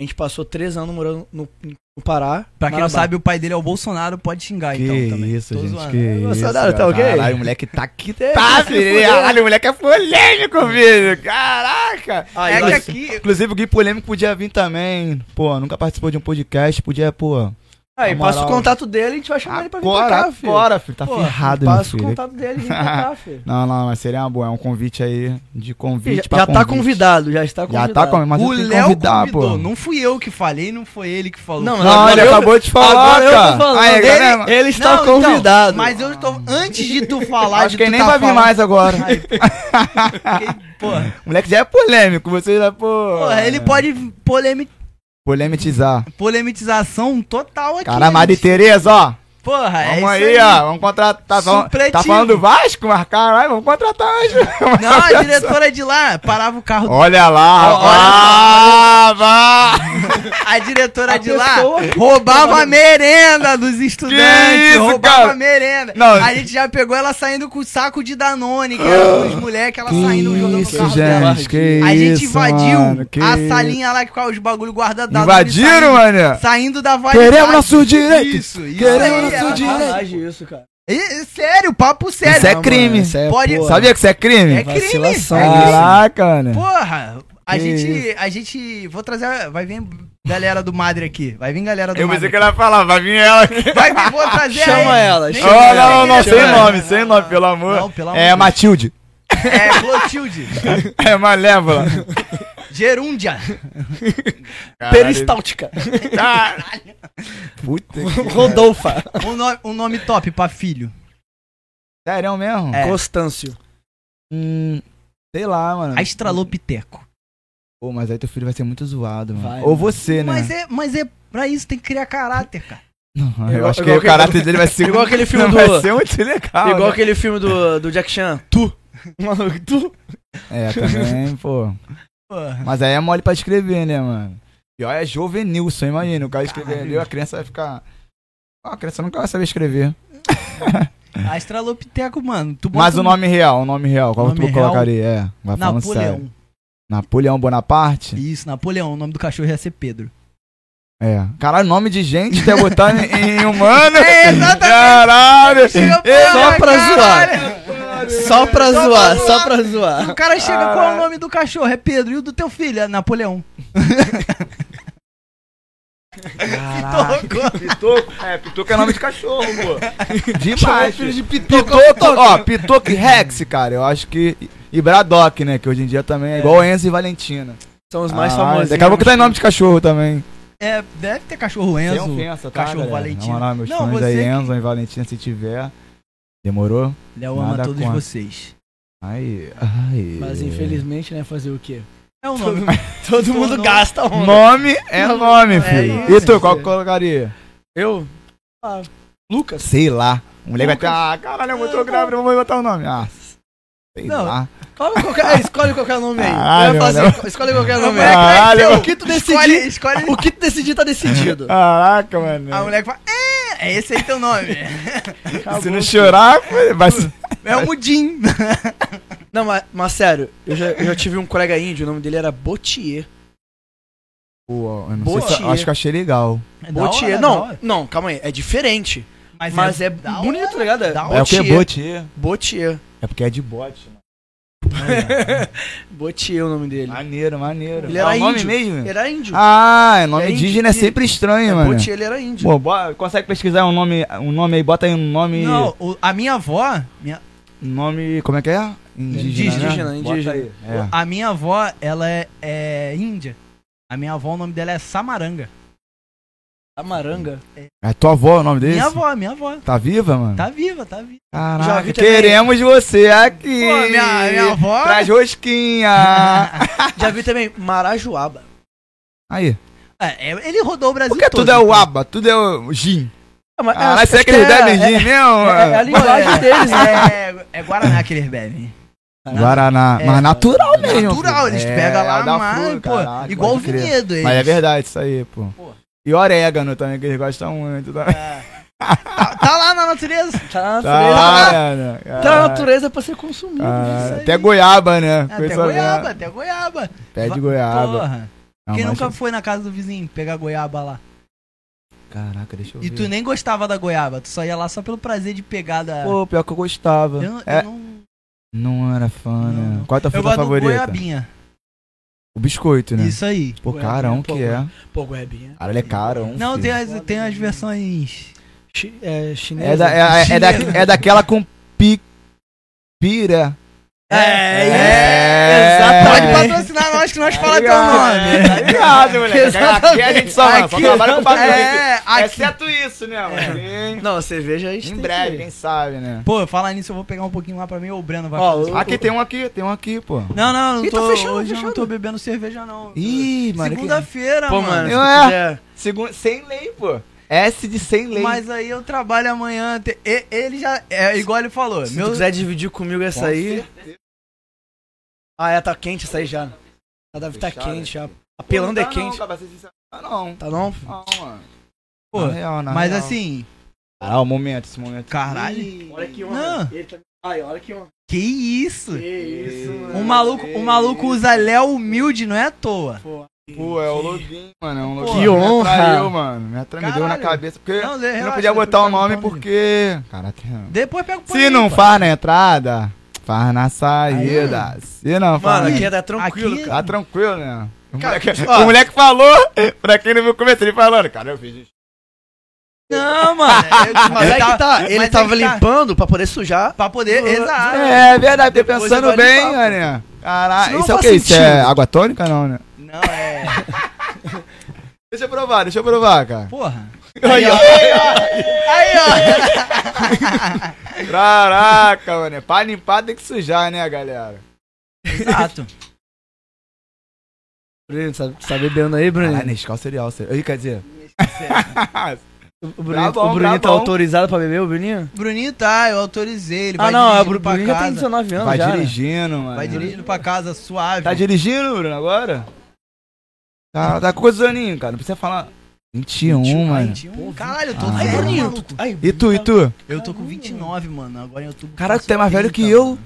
Speaker 2: a gente passou três anos morando no, no Pará.
Speaker 1: Pra quem
Speaker 2: Marabá.
Speaker 1: não sabe, o pai dele é o Bolsonaro, pode xingar
Speaker 3: que
Speaker 1: então também.
Speaker 3: isso,
Speaker 1: Tô
Speaker 3: gente,
Speaker 1: zoando.
Speaker 3: que
Speaker 2: Eu
Speaker 3: isso.
Speaker 2: sou da- tá ok?
Speaker 3: Caralho, o moleque tá aqui.
Speaker 4: Tá, filho. Caralho, o moleque é polêmico, filho. Caraca.
Speaker 2: Aí,
Speaker 1: É que
Speaker 2: nós-
Speaker 1: aqui.
Speaker 3: Hum. Ah, Inclusive, o Gui Polêmico podia vir também. Pô, nunca participou de um podcast, podia, pô.
Speaker 2: aí
Speaker 3: na
Speaker 2: passa o
Speaker 3: moral.
Speaker 2: contato dele e a gente vai chamar ele pra vir pra cá,
Speaker 3: Agora,
Speaker 2: filho.
Speaker 3: agora, filho. Tá
Speaker 1: Pô,
Speaker 3: ferrado, meu
Speaker 2: Passa o
Speaker 3: filho.
Speaker 2: contato dele e vem pra cá, filho.
Speaker 3: Não, não, mas seria uma boa. É um convite aí de
Speaker 2: Já,
Speaker 3: convite pra
Speaker 2: já tá
Speaker 3: convite.
Speaker 2: convidado, já está
Speaker 3: Já
Speaker 2: convidado.
Speaker 3: tá convidado, mas
Speaker 1: o
Speaker 3: tem que
Speaker 1: Léo
Speaker 3: convidar,
Speaker 1: convidou.
Speaker 3: pô.
Speaker 1: Não fui eu que falei, não foi ele que falou.
Speaker 2: Não,
Speaker 1: Foi
Speaker 2: mas
Speaker 3: Não, ele
Speaker 2: eu-
Speaker 3: acabou de falar,
Speaker 2: Agora eu
Speaker 3: cara.
Speaker 2: tô falando.
Speaker 3: Aí,
Speaker 2: ele,
Speaker 3: tá vendo?
Speaker 2: ele está
Speaker 1: Não, então,
Speaker 2: convidado.
Speaker 1: mas eu tô. Antes de
Speaker 3: [laughs]
Speaker 1: tu falar,
Speaker 3: Acho
Speaker 1: de
Speaker 3: que ele
Speaker 1: tu
Speaker 3: nem
Speaker 1: tá
Speaker 3: vai vir
Speaker 1: falando- [laughs]
Speaker 3: mais agora.
Speaker 1: Ai, fiquei-
Speaker 3: [laughs]
Speaker 1: porra.
Speaker 3: O moleque já é polêmico, você já, pô. é,
Speaker 1: Porra, ele pode polemi-
Speaker 3: Polemitizar.
Speaker 1: polemitização total aqui.
Speaker 3: Cara,
Speaker 1: gente.
Speaker 3: Mari Tereza, ó.
Speaker 1: Porra, é
Speaker 3: Vamos
Speaker 1: isso
Speaker 3: aí, ó. Vamos contratar. Tá,
Speaker 1: Supletivo.
Speaker 3: tá falando do Vasco, mas caralho, vamos contratar [laughs] mais.
Speaker 1: Não, a diretora de lá parava o carro.
Speaker 3: Olha lá,
Speaker 1: Ó, olha
Speaker 3: rapaz. vá.
Speaker 1: A diretora
Speaker 2: A
Speaker 1: de lá
Speaker 2: pessoa-
Speaker 1: roubava a merenda dos estudantes.
Speaker 3: isso,
Speaker 1: roubava
Speaker 3: cara?
Speaker 1: a merenda.
Speaker 3: Não.
Speaker 1: A gente já pegou ela saindo com o saco de Danone, que era dos moleques, ela tá saindo jogando no carro dela.
Speaker 3: Ah. gente, que
Speaker 1: A gente
Speaker 3: isso,
Speaker 1: invadiu
Speaker 3: mano, que
Speaker 1: a
Speaker 3: isso.
Speaker 1: salinha lá que ficava os bagulho guardado da
Speaker 3: Invadiram,
Speaker 1: saindo,
Speaker 3: mano.
Speaker 1: saindo da validade.
Speaker 3: Queremos nosso direito.
Speaker 1: Isso, isso.
Speaker 3: Queremos
Speaker 1: aí, é
Speaker 3: nosso
Speaker 1: ela-
Speaker 3: direito.
Speaker 2: Sacanagem isso, cara.
Speaker 1: Ih, Sério, papo sério.
Speaker 3: Isso é crime.
Speaker 2: isso é,
Speaker 1: Pode-
Speaker 2: porra.
Speaker 3: Sabia que isso é
Speaker 1: É
Speaker 3: crime?
Speaker 1: crime.
Speaker 2: Vacilação.
Speaker 1: É crime.
Speaker 3: Caraca, mano.
Speaker 1: Porra, a
Speaker 3: Que
Speaker 1: gente. A gente. Vou trazer. Vai vir galera do Madre aqui. Vai vir galera do
Speaker 4: Eu
Speaker 1: Madre.
Speaker 4: pensei que ela ia falar, vai vir ela aqui.
Speaker 1: Vai vir, vou trazer.
Speaker 2: [laughs] Chama
Speaker 1: a-
Speaker 2: ela,
Speaker 1: Nem-
Speaker 2: chama
Speaker 4: Oh,
Speaker 2: ela.
Speaker 4: não, não, não, sem
Speaker 1: Chama.
Speaker 4: nome, sem nome, pelo amor.
Speaker 1: Não, pelo amor
Speaker 3: É
Speaker 1: de Deus.
Speaker 3: Matilde.
Speaker 1: É, Clotilde.
Speaker 4: [laughs] É malévola.
Speaker 1: Gerúndia.
Speaker 2: Peristáltica.
Speaker 4: Cara,
Speaker 3: [laughs] Puta.
Speaker 2: Rodolfa.
Speaker 1: Um, no- um nome top pra filho.
Speaker 3: Sério mesmo?
Speaker 1: É.
Speaker 2: Constâncio.
Speaker 3: Hum, sei lá, mano.
Speaker 1: Astralopiteco.
Speaker 3: Pô, mas aí teu filho vai ser muito zoado, mano.
Speaker 2: Vai,
Speaker 3: Ou
Speaker 2: mano.
Speaker 3: você, né?
Speaker 1: Mas é, mas é pra isso, tem que criar caráter, cara.
Speaker 3: Não, eu,
Speaker 2: Igual-
Speaker 3: acho que
Speaker 2: igual
Speaker 3: o caráter
Speaker 1: [laughs]
Speaker 3: dele vai ser.
Speaker 2: Igual aquele filme
Speaker 3: Não,
Speaker 2: do.
Speaker 3: [laughs] Vai ser muito legal.
Speaker 2: Igual
Speaker 3: né?
Speaker 2: aquele filme do, do Jack Chan. Tu. Maluco, tu.
Speaker 1: [laughs]
Speaker 3: É, também, pô.
Speaker 1: Porra.
Speaker 3: Mas aí é mole pra escrever, né, mano? Pior é Jovenilson, imagina. O cara escreveu, a criança vai ficar. Ó, a criança nunca vai saber escrever.
Speaker 1: Astralopiteco, mano. Tu bota
Speaker 3: Mas o
Speaker 1: um-
Speaker 3: nome real, o nome real, qual
Speaker 1: Nome
Speaker 3: tu
Speaker 1: real?
Speaker 3: colocaria? É, vai
Speaker 2: tá
Speaker 3: falando sério.
Speaker 1: Napoleão.
Speaker 3: Napoleão Bonaparte?
Speaker 1: Isso, Napoleão. O nome do cachorro ia ser
Speaker 2: [laughs]
Speaker 1: Pedro.
Speaker 3: É. Caralho, nome de gente até
Speaker 1: [laughs]
Speaker 3: botar em, em humano.
Speaker 1: É, exatamente.
Speaker 3: Caralho!
Speaker 1: Chega,
Speaker 3: É,
Speaker 1: porra,
Speaker 2: só pra
Speaker 1: caralho. Tá
Speaker 2: Só pra
Speaker 1: Só pra
Speaker 2: zoar,
Speaker 1: zoar.
Speaker 2: só pra zoar.
Speaker 1: O cara chega,
Speaker 3: Caralho.
Speaker 1: qual é o nome do cachorro? É Pedro. E o do teu filho? É Napoleão. Tocou.
Speaker 4: Pitoco, é, Pitoco é nome de cachorro, pô.
Speaker 3: Demais.
Speaker 2: filho de
Speaker 3: Pitoco, ó, Pitoco e Rex, cara. Eu acho que. E Braddock, né? Que hoje em dia também é, igual Enzo e Valentina.
Speaker 2: São os mais
Speaker 3: Ah,
Speaker 2: famosos.
Speaker 3: Daqui a pouco tá em nome de cachorro também.
Speaker 1: [laughs] É, deve ter cachorro
Speaker 2: um
Speaker 1: Enzo.
Speaker 3: Tem ofensa, tá,
Speaker 1: cachorro
Speaker 3: galera?
Speaker 1: Valentina.
Speaker 3: Na moral, meus
Speaker 1: Não,
Speaker 3: fãs
Speaker 1: você
Speaker 3: aí,
Speaker 1: que-
Speaker 3: Enzo e Valentina, se tiver. Demorou?
Speaker 2: é um
Speaker 1: Léo ama
Speaker 3: Nada
Speaker 1: todos
Speaker 3: contra.
Speaker 1: vocês.
Speaker 3: Aí, aí.
Speaker 2: Mas infelizmente, né? Fazer o quê?
Speaker 1: É o nome.
Speaker 2: [laughs] Todo
Speaker 1: mundo
Speaker 2: mundo gasta um.
Speaker 3: Nome é nome, filho.
Speaker 2: isso.
Speaker 3: e tu, qual que colocaria?
Speaker 2: Eu? Ah, Lucas.
Speaker 3: Sei lá. O moleque vai ter. Ah, caralho, eu botou grave, não vou botar o nome. Ah, sei
Speaker 2: Não,
Speaker 3: lá.
Speaker 2: Escolhe
Speaker 1: [laughs]
Speaker 2: qualquer, escolhe qualquer nome aí.
Speaker 3: Caralho,
Speaker 2: eu ia falar assim, escolhe qualquer nome
Speaker 3: Ah,
Speaker 2: aí.
Speaker 3: Caralho.
Speaker 2: O que tu
Speaker 1: Escolhe,
Speaker 2: decidir,
Speaker 1: escolhe.
Speaker 2: o que tu decidir
Speaker 3: [laughs]
Speaker 2: tá decidido.
Speaker 3: Caraca, mano.
Speaker 1: A mulher que fala, é, é esse aí teu nome.
Speaker 3: Se não chorar, vai ser.
Speaker 1: É o
Speaker 2: [laughs]
Speaker 1: Mudim.
Speaker 2: Não, mas, mas sério, eu já, eu já tive um colega índio, o nome dele era Botier.
Speaker 3: Pô, eu não sei se,
Speaker 2: Botier.
Speaker 3: acho que eu achei legal.
Speaker 1: É da
Speaker 2: Botier,
Speaker 1: hora, da
Speaker 2: não,
Speaker 1: hora.
Speaker 2: não, calma aí, é diferente. Mas, é,
Speaker 1: da hora.
Speaker 2: bonito, tá ligado?
Speaker 1: Da hora.
Speaker 3: É o que? Botier?
Speaker 2: Botier.
Speaker 3: É porque é de bote. mano.
Speaker 2: Botier é o nome dele.
Speaker 3: Maneiro, maneiro.
Speaker 2: Ele
Speaker 3: é
Speaker 2: era
Speaker 3: o nome
Speaker 2: índio. Ele
Speaker 3: mesmo?
Speaker 2: era índio.
Speaker 3: Ah, é nome
Speaker 2: Ele é
Speaker 3: indígena é
Speaker 2: índio.
Speaker 3: sempre estranho,
Speaker 2: É,
Speaker 3: mano.
Speaker 2: Botier, ele era índio.
Speaker 3: Pô, bo- consegue pesquisar um nome, um nome aí, bota aí um nome.
Speaker 1: Não, o- a minha avó, minha,
Speaker 3: Nome. Como é que é? Indígena. né?
Speaker 2: Indígena,
Speaker 3: Bota
Speaker 2: indígena.
Speaker 3: aí. É.
Speaker 1: A minha avó, ela é, é índia. A minha avó, o nome dela é Samaranga.
Speaker 2: Amaranga.
Speaker 3: É tua avó o nome desse?
Speaker 1: Minha avó, minha avó.
Speaker 3: Tá viva, mano?
Speaker 1: Tá viva, tá viva.
Speaker 2: Já
Speaker 3: Caraca,
Speaker 2: vi também.
Speaker 3: queremos você aqui.
Speaker 1: Pô, minha, minha avó.
Speaker 3: Traz
Speaker 2: [laughs]
Speaker 3: rosquinha.
Speaker 2: Já vi também Marajoaba.
Speaker 3: aí.
Speaker 1: É, é, ele rodou o Brasil
Speaker 3: Porque
Speaker 1: todo. então.
Speaker 3: tudo é o aba, tudo é o gin.
Speaker 2: Ah, mas-
Speaker 3: Ah,
Speaker 2: acho-
Speaker 3: será
Speaker 2: acho
Speaker 3: que eles
Speaker 2: né? é-
Speaker 3: bebem
Speaker 2: é-
Speaker 3: gin mesmo?
Speaker 2: É, é a linguagem deles, né?
Speaker 1: É, é Guaraná que eles bebem.
Speaker 3: Guaraná.
Speaker 1: É.
Speaker 3: Mas natural mesmo.
Speaker 1: Natural,
Speaker 3: pô.
Speaker 1: eles
Speaker 3: É,
Speaker 1: pegam lá,
Speaker 3: da
Speaker 1: mas,
Speaker 3: fruta,
Speaker 1: pô,
Speaker 3: caraca,
Speaker 1: igual o
Speaker 3: pode crer.
Speaker 1: vinhedo. Eles.
Speaker 3: Mas é verdade isso aí, pô.
Speaker 1: Porra.
Speaker 3: E orégano também, que eles gostam muito. Tá,
Speaker 1: É. Tá, tá lá na natureza.
Speaker 2: Tá na natureza.
Speaker 1: "Ah,
Speaker 3: tá, né?
Speaker 2: Tá,
Speaker 3: Caraca.
Speaker 2: na natureza pra ser consumido.
Speaker 3: Caraca.
Speaker 1: aí.
Speaker 3: Até goiaba, né?
Speaker 1: É,
Speaker 3: Coisa
Speaker 1: Até goiaba, até goiaba.
Speaker 3: mesmo. Pé de goiaba.
Speaker 1: Porra.
Speaker 3: Ah, Não,
Speaker 1: Quem
Speaker 3: mas-
Speaker 1: nunca foi na casa do vizinho pegar goiaba lá?
Speaker 3: Caraca, deixa eu ver.
Speaker 1: E tu nem gostava da goiaba, tu só ia lá só pelo prazer de pegar da.
Speaker 3: Pô, pior que eu gostava.
Speaker 1: eu,
Speaker 3: É,
Speaker 1: eu não.
Speaker 3: Não era fã,
Speaker 1: Não,
Speaker 3: né?
Speaker 1: não.
Speaker 3: Qual é a tua
Speaker 1: Eu
Speaker 3: fruta
Speaker 1: gosto do
Speaker 3: favorita?
Speaker 1: goiabinha.
Speaker 3: O biscoito, né?
Speaker 1: Isso aí.
Speaker 3: Pô,
Speaker 2: Goiabinha,
Speaker 3: carão
Speaker 2: pô,
Speaker 3: que é.
Speaker 2: Pô, Goiabinha.
Speaker 3: Caralho, é carão.
Speaker 1: Não,
Speaker 3: filho.
Speaker 1: tem as, tem as versões.
Speaker 2: Chi- é chinesa.
Speaker 3: É, da, é, é, é, da, é daquela com pi... pira.
Speaker 2: É,
Speaker 1: Pode
Speaker 2: É.
Speaker 1: patrocinar nós que nós falamos teu
Speaker 3: É,
Speaker 1: nome.
Speaker 3: tá ligado, moleque. Aqui a gente só, mano, só
Speaker 1: Aqui-
Speaker 3: trabalha com bagulho.
Speaker 1: É, aqui.
Speaker 4: Exceto isso, né, mano? Hein?
Speaker 2: Não, cerveja a gente
Speaker 3: Em
Speaker 2: tem
Speaker 3: breve,
Speaker 2: que-
Speaker 3: quem sabe, né?
Speaker 1: Pô, falar nisso, eu vou pegar um pouquinho lá pra mim, ou o Breno vai.
Speaker 2: Ó, o-
Speaker 3: Aqui tem um aqui, tem um aqui, pô.
Speaker 1: Não, não, não
Speaker 2: Ih, tá
Speaker 1: tô,
Speaker 2: fechando,
Speaker 1: hoje eu não
Speaker 2: fechando.
Speaker 1: tô bebendo cerveja, não.
Speaker 3: Ih, mano. é que-
Speaker 1: Segunda-feira,
Speaker 2: Pô, mano,
Speaker 1: mano.
Speaker 2: se
Speaker 3: Eu-
Speaker 2: tu
Speaker 3: é.
Speaker 2: quiser-
Speaker 3: Segunda... Sem lei, pô. S de sem lei.
Speaker 1: Mas aí eu trabalho amanhã. te- e- Ele já. É igual ele falou.
Speaker 2: se tu
Speaker 1: meu...
Speaker 2: quiser dividir comigo essa aí... Ah, é, tá quente essa aí já. Ela deve tá
Speaker 3: Fechada
Speaker 2: quente já. Apelando é quente.
Speaker 3: né? tá Não, cara, pra ser sincero, não.
Speaker 2: Tá não?
Speaker 3: Não, mano.
Speaker 1: Pô,
Speaker 3: Na real, na
Speaker 1: mas
Speaker 3: real.
Speaker 1: assim.
Speaker 3: Ah, o momento, esse momento.
Speaker 1: Caralho.
Speaker 2: Olha que
Speaker 1: onda.
Speaker 2: Ele tá... Ai, olha que onda.
Speaker 1: Que isso?
Speaker 2: Que isso,
Speaker 1: O maluco, o maluco usa Léo humilde, não é à toa.
Speaker 3: Pô, é o Lobinho, mano. É um
Speaker 1: Pô,
Speaker 3: Lobinho.
Speaker 2: que
Speaker 3: Me
Speaker 2: honra.
Speaker 3: atraiu, mano. Me, atraiu, me deu na
Speaker 1: Caralho.
Speaker 3: cabeça. Porque
Speaker 1: Não,
Speaker 3: eu
Speaker 1: relaxa,
Speaker 3: não podia
Speaker 2: é
Speaker 3: botar o
Speaker 1: depois
Speaker 3: nome
Speaker 1: eu falo
Speaker 3: porque. Caraca.
Speaker 1: Depois pega o
Speaker 3: Se
Speaker 1: paninho,
Speaker 3: não
Speaker 1: pô.
Speaker 3: faz na entrada, faz na saída. Se não
Speaker 2: Mano,
Speaker 3: faz.
Speaker 2: aqui é da tranquilo,
Speaker 1: Aqui-
Speaker 2: cara.
Speaker 3: Tá tranquilo, né? O moleque,
Speaker 2: ó.
Speaker 3: o moleque falou, pra quem não viu, comecei falando, cara, eu fiz.
Speaker 2: é-
Speaker 1: Não,
Speaker 3: [laughs]
Speaker 1: mano. eu te
Speaker 2: Mas
Speaker 1: falei
Speaker 2: é que tá, ele
Speaker 1: mas
Speaker 2: tava
Speaker 1: é que tá.
Speaker 2: limpando pra poder sujar.
Speaker 1: Pra poder.
Speaker 2: É,
Speaker 1: Exato.
Speaker 3: É verdade, porque
Speaker 2: Depois
Speaker 3: pensando
Speaker 2: você vai
Speaker 3: bem,
Speaker 2: limpar,
Speaker 3: né? Caralho,
Speaker 2: Senão
Speaker 3: isso é
Speaker 2: não
Speaker 3: o
Speaker 2: faz
Speaker 3: que? Isso é
Speaker 2: sentido.
Speaker 3: água tônica, não, né?
Speaker 1: Não, é.
Speaker 3: [laughs] Deixa eu provar, deixa eu provar, cara.
Speaker 1: Porra.
Speaker 3: É, Aí, ó.
Speaker 1: [laughs] Aí,
Speaker 3: Caraca, mano. Pra limpar tem que sujar, né, galera?
Speaker 1: ó. Exato.
Speaker 2: Bruno, tá, tá bebendo aí, é Bruno?
Speaker 3: Ah, Nescau cereal. cereal. Ih, quer dizer. [laughs]
Speaker 2: O Bruninho,
Speaker 3: Tá bom,
Speaker 2: o Bruninho
Speaker 3: tá
Speaker 2: tá,
Speaker 3: bom.
Speaker 2: autorizado pra beber, o Bruninho?
Speaker 1: Bruninho tá, eu autorizei. Ele
Speaker 2: Ah,
Speaker 1: vai
Speaker 2: não, é, o
Speaker 1: dirigindo
Speaker 2: Bru-
Speaker 1: pra
Speaker 2: Bruninho já tem
Speaker 1: casa.
Speaker 2: 19 anos
Speaker 3: Vai
Speaker 2: já. né?
Speaker 3: dirigindo, mano.
Speaker 1: Vai dirigindo pra casa suave.
Speaker 3: Tá dirigindo, Bruno, agora? Tá, tá com quantos aninhos, cara? Não precisa falar. 21,
Speaker 1: 21,
Speaker 3: mano.
Speaker 1: 21. Caralho, eu tô
Speaker 3: Ah.
Speaker 2: Ai,
Speaker 1: velho,
Speaker 2: Bruninho,
Speaker 1: maluco.
Speaker 2: tu- ai,
Speaker 3: E tu, e tu?
Speaker 1: Eu tô com 29, mano. Agora em outubro.
Speaker 3: Caraca,
Speaker 1: faço
Speaker 3: tu é mais velho que
Speaker 1: 30,
Speaker 3: eu?
Speaker 1: mano.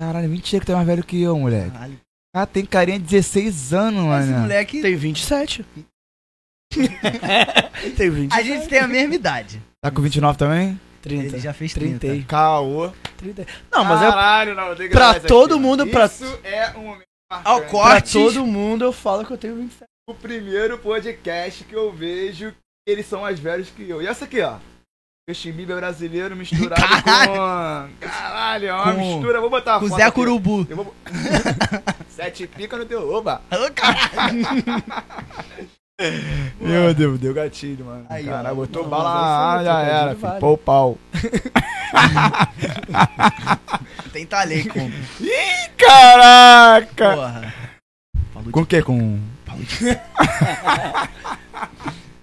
Speaker 3: Caralho, mentira que tu é mais velho que eu, moleque.
Speaker 1: Caralho.
Speaker 3: Ah, tem carinha de 16 anos,
Speaker 1: Esse
Speaker 2: né?
Speaker 3: mano.
Speaker 1: moleque.
Speaker 2: Tem [laughs] 27. tem 20.
Speaker 1: A gente tem a mesma idade.
Speaker 3: Tá com 29 também?
Speaker 2: 30.
Speaker 1: Ele já fez 30.
Speaker 2: 30.
Speaker 3: Caô.
Speaker 2: 30. Não, mas é
Speaker 4: Caralho, não, tem que
Speaker 2: pra
Speaker 4: gravar isso
Speaker 2: todo
Speaker 4: aqui.
Speaker 2: mundo, pra,
Speaker 3: Isso é um momento
Speaker 1: Ó, o
Speaker 3: marcante.
Speaker 2: pra
Speaker 1: corte.
Speaker 2: todo mundo eu falo que eu tenho 27.
Speaker 3: o primeiro podcast que eu vejo que eles são mais velhos que eu. E essa aqui, ó. Justin Bieber brasileiro misturado com... [laughs] Caralho, é uma
Speaker 1: Com-
Speaker 3: mistura. Vou botar a
Speaker 1: Com o
Speaker 3: foto
Speaker 1: Zé
Speaker 3: aqui.
Speaker 1: Curubu.
Speaker 3: Eu vou... [laughs] Sete pica no teu oba.
Speaker 1: Ô, caralho.
Speaker 3: Meu Deus, deu gatilho, mano.
Speaker 1: Aí, ó.
Speaker 3: Caralho, botou
Speaker 2: Não,
Speaker 3: bala
Speaker 2: mas
Speaker 3: na
Speaker 2: essa
Speaker 3: área, já
Speaker 2: outra,
Speaker 3: era,
Speaker 2: tudo
Speaker 3: filho.
Speaker 2: vale.
Speaker 3: Pô, o pau.
Speaker 1: Tem talento,
Speaker 3: [laughs]
Speaker 1: como.
Speaker 3: Caraca!
Speaker 1: Porra. Falou
Speaker 3: Com o quê? Com...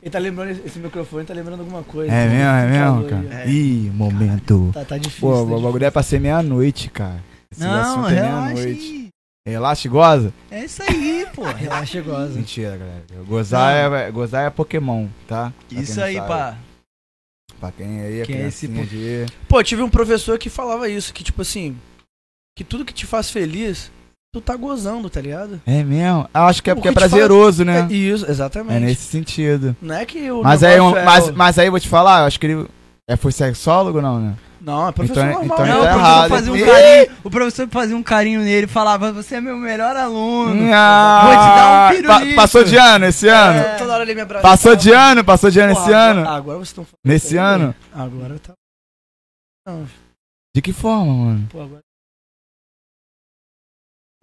Speaker 2: Ele tá lembrando, esse microfone tá lembrando alguma coisa.
Speaker 3: É mesmo, é
Speaker 2: Calor
Speaker 3: mesmo,
Speaker 2: aí, ó.
Speaker 3: cara? Ih, momento.
Speaker 2: Tá, tá difícil.
Speaker 3: Pô,
Speaker 2: tá
Speaker 3: o bagulho é pra ser meia-noite, cara. Esse
Speaker 1: Não,
Speaker 3: assunto é
Speaker 1: relaxa
Speaker 3: meia-noite.
Speaker 1: aí.
Speaker 3: Relaxa e goza?
Speaker 1: É isso aí, pô.
Speaker 2: difícil. Relaxa, goza.
Speaker 3: Mentira, galera. Gozar é, gozar é Pokémon, tá? Pra quem
Speaker 1: Isso
Speaker 3: não
Speaker 1: aí,
Speaker 3: sabe.
Speaker 1: pá.
Speaker 3: Pra quem aí é
Speaker 1: Quem é esse
Speaker 3: criancinha de...
Speaker 2: Pô, eu tive um professor que falava isso, que tipo assim, que tudo que te faz feliz, tu tá gozando, tá ligado?
Speaker 3: É mesmo? Ah, acho que é
Speaker 2: O
Speaker 3: porque é
Speaker 2: que te fala-
Speaker 3: prazeroso, né?
Speaker 2: É isso,
Speaker 3: É,
Speaker 2: exatamente.
Speaker 3: nesse sentido.
Speaker 2: Não é que o
Speaker 3: Mas aí, um-
Speaker 2: negócio é
Speaker 3: mas,
Speaker 2: o-
Speaker 3: mas aí eu vou te falar, eu acho que ele... É, foi sexólogo, não, né?
Speaker 2: Não, é professor
Speaker 3: Então é- então
Speaker 2: normal. né?
Speaker 1: Não,
Speaker 3: tá
Speaker 1: o professor
Speaker 3: errado.
Speaker 1: fazia um
Speaker 3: Ih!
Speaker 1: carinho. O professor fazia um carinho nele e falava: Você é meu melhor aluno.
Speaker 3: Ah,
Speaker 1: Vou te dar um pirulito.
Speaker 3: pa- passou de ano esse ano?
Speaker 2: É, Toda hora ele me abraça.
Speaker 3: Passou de ano, passou de ano
Speaker 2: Porra,
Speaker 3: esse
Speaker 2: agora-
Speaker 3: ano?
Speaker 2: Agora vocês estão
Speaker 3: Nesse ano?
Speaker 2: Agora tá. Não,
Speaker 3: De De que forma, mano?
Speaker 2: Pô, agora.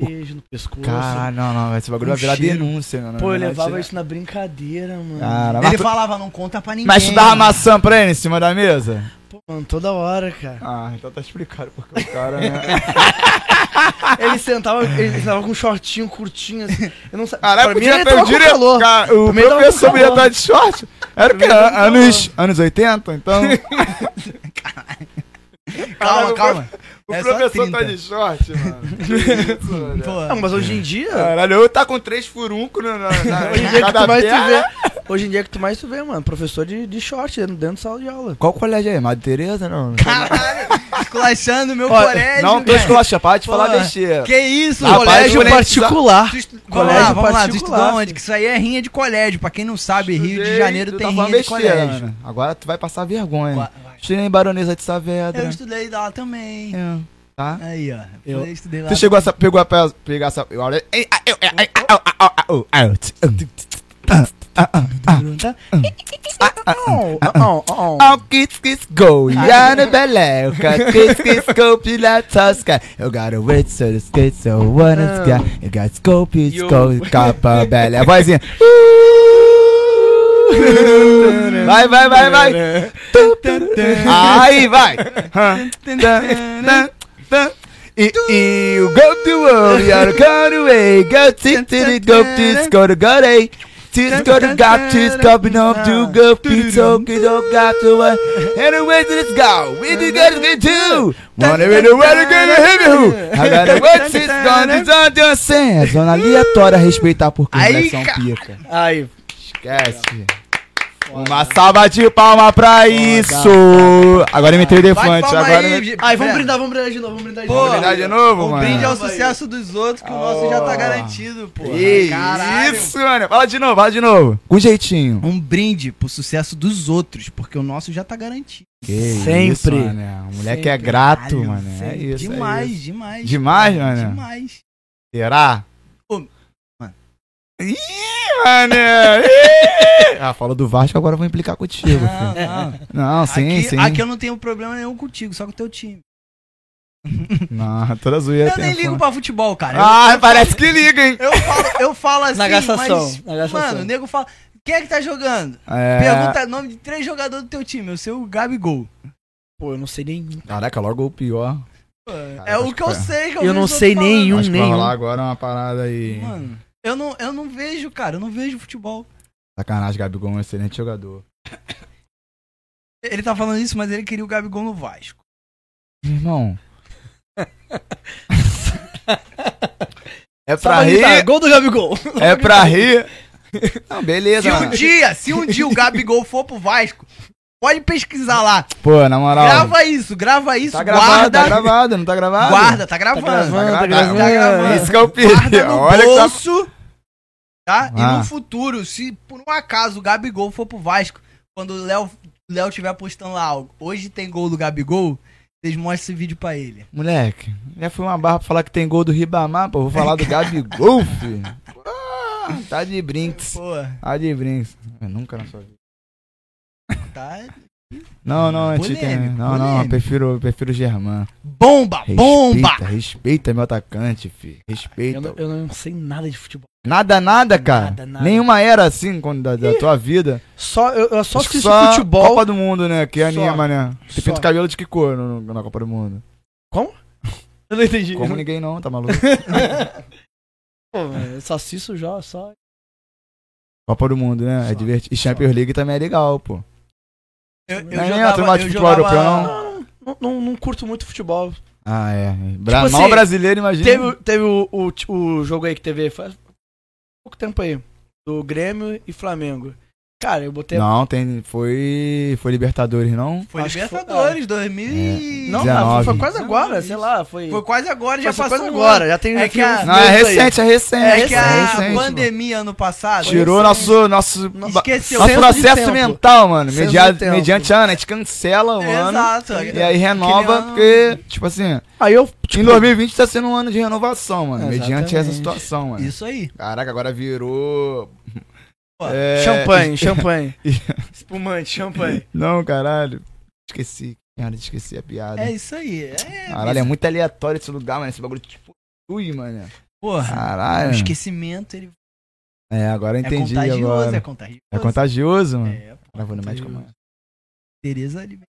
Speaker 2: Beijo no pescoço.
Speaker 3: Caralho, não, não, esse bagulho
Speaker 2: Um
Speaker 3: vai virar
Speaker 2: cheiro.
Speaker 3: denúncia, mano.
Speaker 2: Pô, eu
Speaker 3: Vai virar
Speaker 2: levava
Speaker 3: tira-
Speaker 2: isso na brincadeira, mano.
Speaker 3: Cara, mas,
Speaker 1: Ele
Speaker 3: tu,
Speaker 1: falava, não conta pra ninguém.
Speaker 3: mas tu dava maçã pra ele em cima da mesa?
Speaker 2: Pô, mano, toda hora, cara.
Speaker 3: Ah, então tá explicado porque o cara, né?
Speaker 2: Ele sentava, ele sentava com um shortinho curtinho assim. Eu não sabia.
Speaker 4: Caraca, podia ter o diretor. Cara, o
Speaker 2: Pra mim tava com
Speaker 4: professor podia
Speaker 2: calor.
Speaker 4: estar de short. Era o
Speaker 2: Pra
Speaker 4: quê?
Speaker 2: mim tava com
Speaker 4: Anos, anos 80, então?
Speaker 1: Calma, calma.
Speaker 4: O
Speaker 1: É só
Speaker 4: professor tá
Speaker 1: 30.
Speaker 4: de né? short, mano. Que isso, mano.
Speaker 1: Pô,
Speaker 2: Não, mas hoje em
Speaker 3: Ah,
Speaker 2: dia.
Speaker 4: Caralho, eu tá com três furuncos na, na, na
Speaker 2: Hoje em
Speaker 4: em
Speaker 2: dia que
Speaker 4: cada
Speaker 2: tu mais tu
Speaker 4: perna.
Speaker 2: vê. Hoje em dia que tu mais tu vê, mano. Professor de, de short dentro, dentro da sala de aula.
Speaker 3: Qual colégio é? Madre Tereza, não?
Speaker 1: caralho, esculachando meu
Speaker 2: Ó,
Speaker 1: colégio.
Speaker 3: Não tô
Speaker 1: velho.
Speaker 3: escolachando, para de
Speaker 1: Pô,
Speaker 3: falar besteira.
Speaker 1: Que isso,
Speaker 3: Rapaz,
Speaker 2: Colégio
Speaker 3: colégio
Speaker 2: particular.
Speaker 1: Tu estu- Vamos
Speaker 2: Colégio
Speaker 1: lá, vamos lá, tu
Speaker 2: particular,
Speaker 1: estudou
Speaker 2: filho.
Speaker 1: onde? Que isso aí é rinha de colégio. Pra quem não sabe, Rio de
Speaker 4: Estudei,
Speaker 1: Janeiro
Speaker 4: tu
Speaker 1: tem
Speaker 4: tá
Speaker 1: rinha
Speaker 4: falando
Speaker 1: de colégio.
Speaker 3: Mano, Agora tu vai passar vergonha.
Speaker 1: Qua-
Speaker 3: Estudei em Baronesa de Saavedra.
Speaker 1: Eu estudei lá também.
Speaker 3: É, Tá?
Speaker 1: Aí, ó.
Speaker 3: Eu-
Speaker 1: Eu estudei lá.
Speaker 3: Tu chegou a sa- pegou a pe- pegar essa. eu- olha- Ei, ah, eu- ai, ah, ah, ah, ah, oh, ah, eu-
Speaker 1: tá?
Speaker 2: Não, não, não.
Speaker 3: All kids, kids go, Yana Beleca. Kids, kids go, Pilata Sky. You got a wait, so the skate, so one is sky. You got scope, it's go, capa, bela. A vozinha. Vai, vai, vai, vai. Aí, vai. E- e o go to world, you're gonna way. Go to the go to go to go to Tis go to got tis coming up to go pizza go got to one. Anyway, let's go. We do got to do. Wanna be the way to get a heavy who. I got a wet tis gone to on the sand. É Zona aleatória respeitar porque
Speaker 1: Aí,
Speaker 3: eles são um pica.
Speaker 2: Aí,
Speaker 3: Esquece. Uma salva de palma pra isso. Agora eu imitei o
Speaker 1: Bate
Speaker 3: Defante.
Speaker 1: palma
Speaker 3: Agora eu
Speaker 1: aí,
Speaker 3: imitei-
Speaker 1: gente.
Speaker 2: aí vamos
Speaker 1: Pera.
Speaker 2: brindar, vamos brindar de novo, vamos brindar de
Speaker 1: Pô,
Speaker 2: novo.
Speaker 4: Vamos brindar de novo,
Speaker 1: Um
Speaker 4: mano.
Speaker 1: brinde ao sucesso dos outros, que o nosso já tá garantido, pô.
Speaker 4: Que
Speaker 1: Caralho.
Speaker 4: Isso, mano. Fala de novo, fala de novo.
Speaker 3: Com jeitinho.
Speaker 1: Um brinde pro sucesso dos outros, porque o nosso já tá garantido.
Speaker 3: Que
Speaker 2: Sempre.
Speaker 3: Isso, mano. O moleque é
Speaker 2: Sempre.
Speaker 3: grato,
Speaker 1: Caralho,
Speaker 3: mano. É
Speaker 1: sério,
Speaker 3: isso. é
Speaker 1: Demais,
Speaker 3: isso.
Speaker 1: demais.
Speaker 3: Demais, mano?
Speaker 1: Demais.
Speaker 3: Será?
Speaker 1: Ô, mano.
Speaker 3: Ih, mano. Ih. Ah, falou do Vasco, agora eu vou implicar contigo.
Speaker 1: Não,
Speaker 3: filho.
Speaker 1: não.
Speaker 3: Não, sim,
Speaker 1: aqui,
Speaker 3: sim.
Speaker 1: aqui eu não tenho problema nenhum contigo, só com o teu time.
Speaker 3: Não, toda zoeira
Speaker 1: Eu
Speaker 3: tem
Speaker 1: nem
Speaker 3: fã.
Speaker 1: ligo pra futebol, cara. Eu-
Speaker 4: Ah, parece que liga, hein?
Speaker 1: Eu falo, eu falo assim,
Speaker 2: Na gastação,
Speaker 1: mas,
Speaker 2: na gastação.
Speaker 1: mano, o nego fala, quem é que tá jogando?
Speaker 3: É...
Speaker 1: Pergunta o nome de três jogadores do teu time, eu sei o Gabigol.
Speaker 2: Pô, eu não sei nem.
Speaker 3: Caraca, logo o pior.
Speaker 1: é o
Speaker 3: acho
Speaker 1: que eu
Speaker 3: que é.
Speaker 1: sei que eu
Speaker 2: Eu
Speaker 1: vi
Speaker 2: não
Speaker 1: os outros
Speaker 2: sei
Speaker 1: falando.
Speaker 2: nenhum,
Speaker 3: Acho que vai
Speaker 2: nenhum.
Speaker 3: rolar agora uma parada aí.
Speaker 1: um Mano, eu não, eu não vejo, cara, eu não vejo futebol.
Speaker 3: Sacanagem, Gabigol é um excelente jogador.
Speaker 1: Ele tá falando isso, mas ele queria o Gabigol no Vasco. [laughs]
Speaker 3: Irmão.
Speaker 4: É
Speaker 2: Só
Speaker 1: um
Speaker 4: pra rir,
Speaker 2: brindar, tá, Gol do Gabigol.
Speaker 4: é pra rir. Não, beleza,
Speaker 1: Se um
Speaker 4: mano.
Speaker 1: dia, se um dia o Gabigol for pro Vasco, pode pesquisar lá.
Speaker 3: Pô, na moral.
Speaker 1: Grava isso, grava isso,
Speaker 3: tá gravado,
Speaker 1: guarda.
Speaker 3: tá gravado, não tá gravado?
Speaker 1: guarda, tá gravando.
Speaker 2: gravando, tá
Speaker 1: gravando. Tá gravando.
Speaker 4: Esse que é o
Speaker 3: [laughs]
Speaker 1: guarda
Speaker 4: perigo.
Speaker 1: no
Speaker 4: Olha que tá...
Speaker 1: bolso, tá? E
Speaker 3: Ah.
Speaker 1: no futuro, se por um acaso o Gabigol for pro Vasco, quando o Léo Léo tiver postando lá algo, hoje tem gol do Gabigol, vocês mostram esse vídeo pra ele.
Speaker 3: Moleque, já foi uma barra pra falar que tem gol do Ribamar, pô. Vou falar do Gabigol, filho. Ah, tá de brinks.
Speaker 1: Pô,
Speaker 3: Tá de brinks. Eu nunca na sua vida.
Speaker 1: tá?
Speaker 3: Não, não, é Tite. né?
Speaker 1: Polêmico,
Speaker 3: Não, não, eu
Speaker 1: polêmico.
Speaker 3: prefiro, eu prefiro o Germán.
Speaker 1: Bomba,
Speaker 3: Respeita,
Speaker 1: bomba!
Speaker 3: Respeita meu atacante, filho. Respeita.
Speaker 2: Eu não, eu não sei nada de futebol.
Speaker 3: Nada, nada, cara.
Speaker 2: Nada, nada.
Speaker 3: Nenhuma era assim quando, da, da tua vida.
Speaker 2: Só, eu, eu só
Speaker 3: Acho que
Speaker 2: assisto futebol.
Speaker 3: Copa do Mundo, né? Que
Speaker 2: Só.
Speaker 3: anima, né? Você
Speaker 2: Só.
Speaker 3: pinta o cabelo de que cor no- no- na Copa do Mundo?
Speaker 2: Eu não entendi.
Speaker 3: Como é, ninguém não, tá maluco?
Speaker 2: Pô, mano,
Speaker 3: né?
Speaker 2: eu só assisto já, só.
Speaker 3: Copa do Mundo, né?
Speaker 2: Só.
Speaker 3: É divertido. E Champions League também é legal, pô.
Speaker 1: Eu,
Speaker 3: Não é automático futebol europeu, não?
Speaker 2: Não, não, não, não curto muito futebol.
Speaker 3: Ah, é. Bra
Speaker 2: Tipo
Speaker 3: mal
Speaker 2: assim,
Speaker 3: brasileiro, imagina.
Speaker 2: Teve, o- teve o, o, t- o jogo aí que teve faz pouco tempo aí. Do Grêmio e Flamengo. Cara, eu botei.
Speaker 3: Não, tem. Foi. Foi Libertadores, não?
Speaker 1: Foi
Speaker 2: Acho que foi-
Speaker 1: Libertadores, 2000 e...
Speaker 2: Não,
Speaker 3: 19.
Speaker 2: mas foi quase agora, sei lá. Foi,
Speaker 1: Foi quase agora, já
Speaker 2: foi
Speaker 1: passou
Speaker 2: quase
Speaker 1: um
Speaker 2: agora.
Speaker 1: ano.
Speaker 2: Já tem.
Speaker 1: É
Speaker 2: já
Speaker 1: que
Speaker 2: tem
Speaker 1: a-
Speaker 2: uns
Speaker 3: Não, é
Speaker 2: meses Ah, aí.
Speaker 3: recente, é recente.
Speaker 1: É,
Speaker 2: É
Speaker 1: que a
Speaker 3: recente,
Speaker 1: pandemia ano passado...
Speaker 3: mano. Tirou nosso. Nosso, ba-
Speaker 1: Esqueceu.
Speaker 3: nosso
Speaker 2: senso de
Speaker 3: processo
Speaker 2: tempo.
Speaker 3: mental, mano.
Speaker 2: Senso de
Speaker 3: Mediado,
Speaker 2: tempo.
Speaker 3: mediante ano, a gente cancela o ano.
Speaker 1: Exato.
Speaker 3: E aí renova,
Speaker 1: Que nem
Speaker 3: porque, tipo assim,
Speaker 2: Aí eu. tipo,
Speaker 3: em 2020 tá sendo um ano de renovação, mano. Mediante essa
Speaker 2: Exatamente.
Speaker 3: situação, mano.
Speaker 1: Isso aí.
Speaker 3: Caraca, agora virou.
Speaker 1: Pô,
Speaker 3: É,
Speaker 2: Champanhe, champanhe. Espumante, champanhe.
Speaker 3: Não, caralho. Esqueci. Merda, esqueci a piada.
Speaker 1: É isso aí. É,
Speaker 3: Caralho, é muito aleatório esse lugar, mano. Esse bagulho tipo. Ui, mano.
Speaker 1: Porra,
Speaker 3: Caralho.
Speaker 1: o esquecimento ele
Speaker 3: É, agora eu entendi.
Speaker 1: é contagioso,
Speaker 3: agora.
Speaker 1: é contagioso.
Speaker 3: É contagioso, mano.
Speaker 1: É, pô,
Speaker 3: Gravou no médico, mano.
Speaker 1: Tereza
Speaker 3: [laughs]
Speaker 1: ali.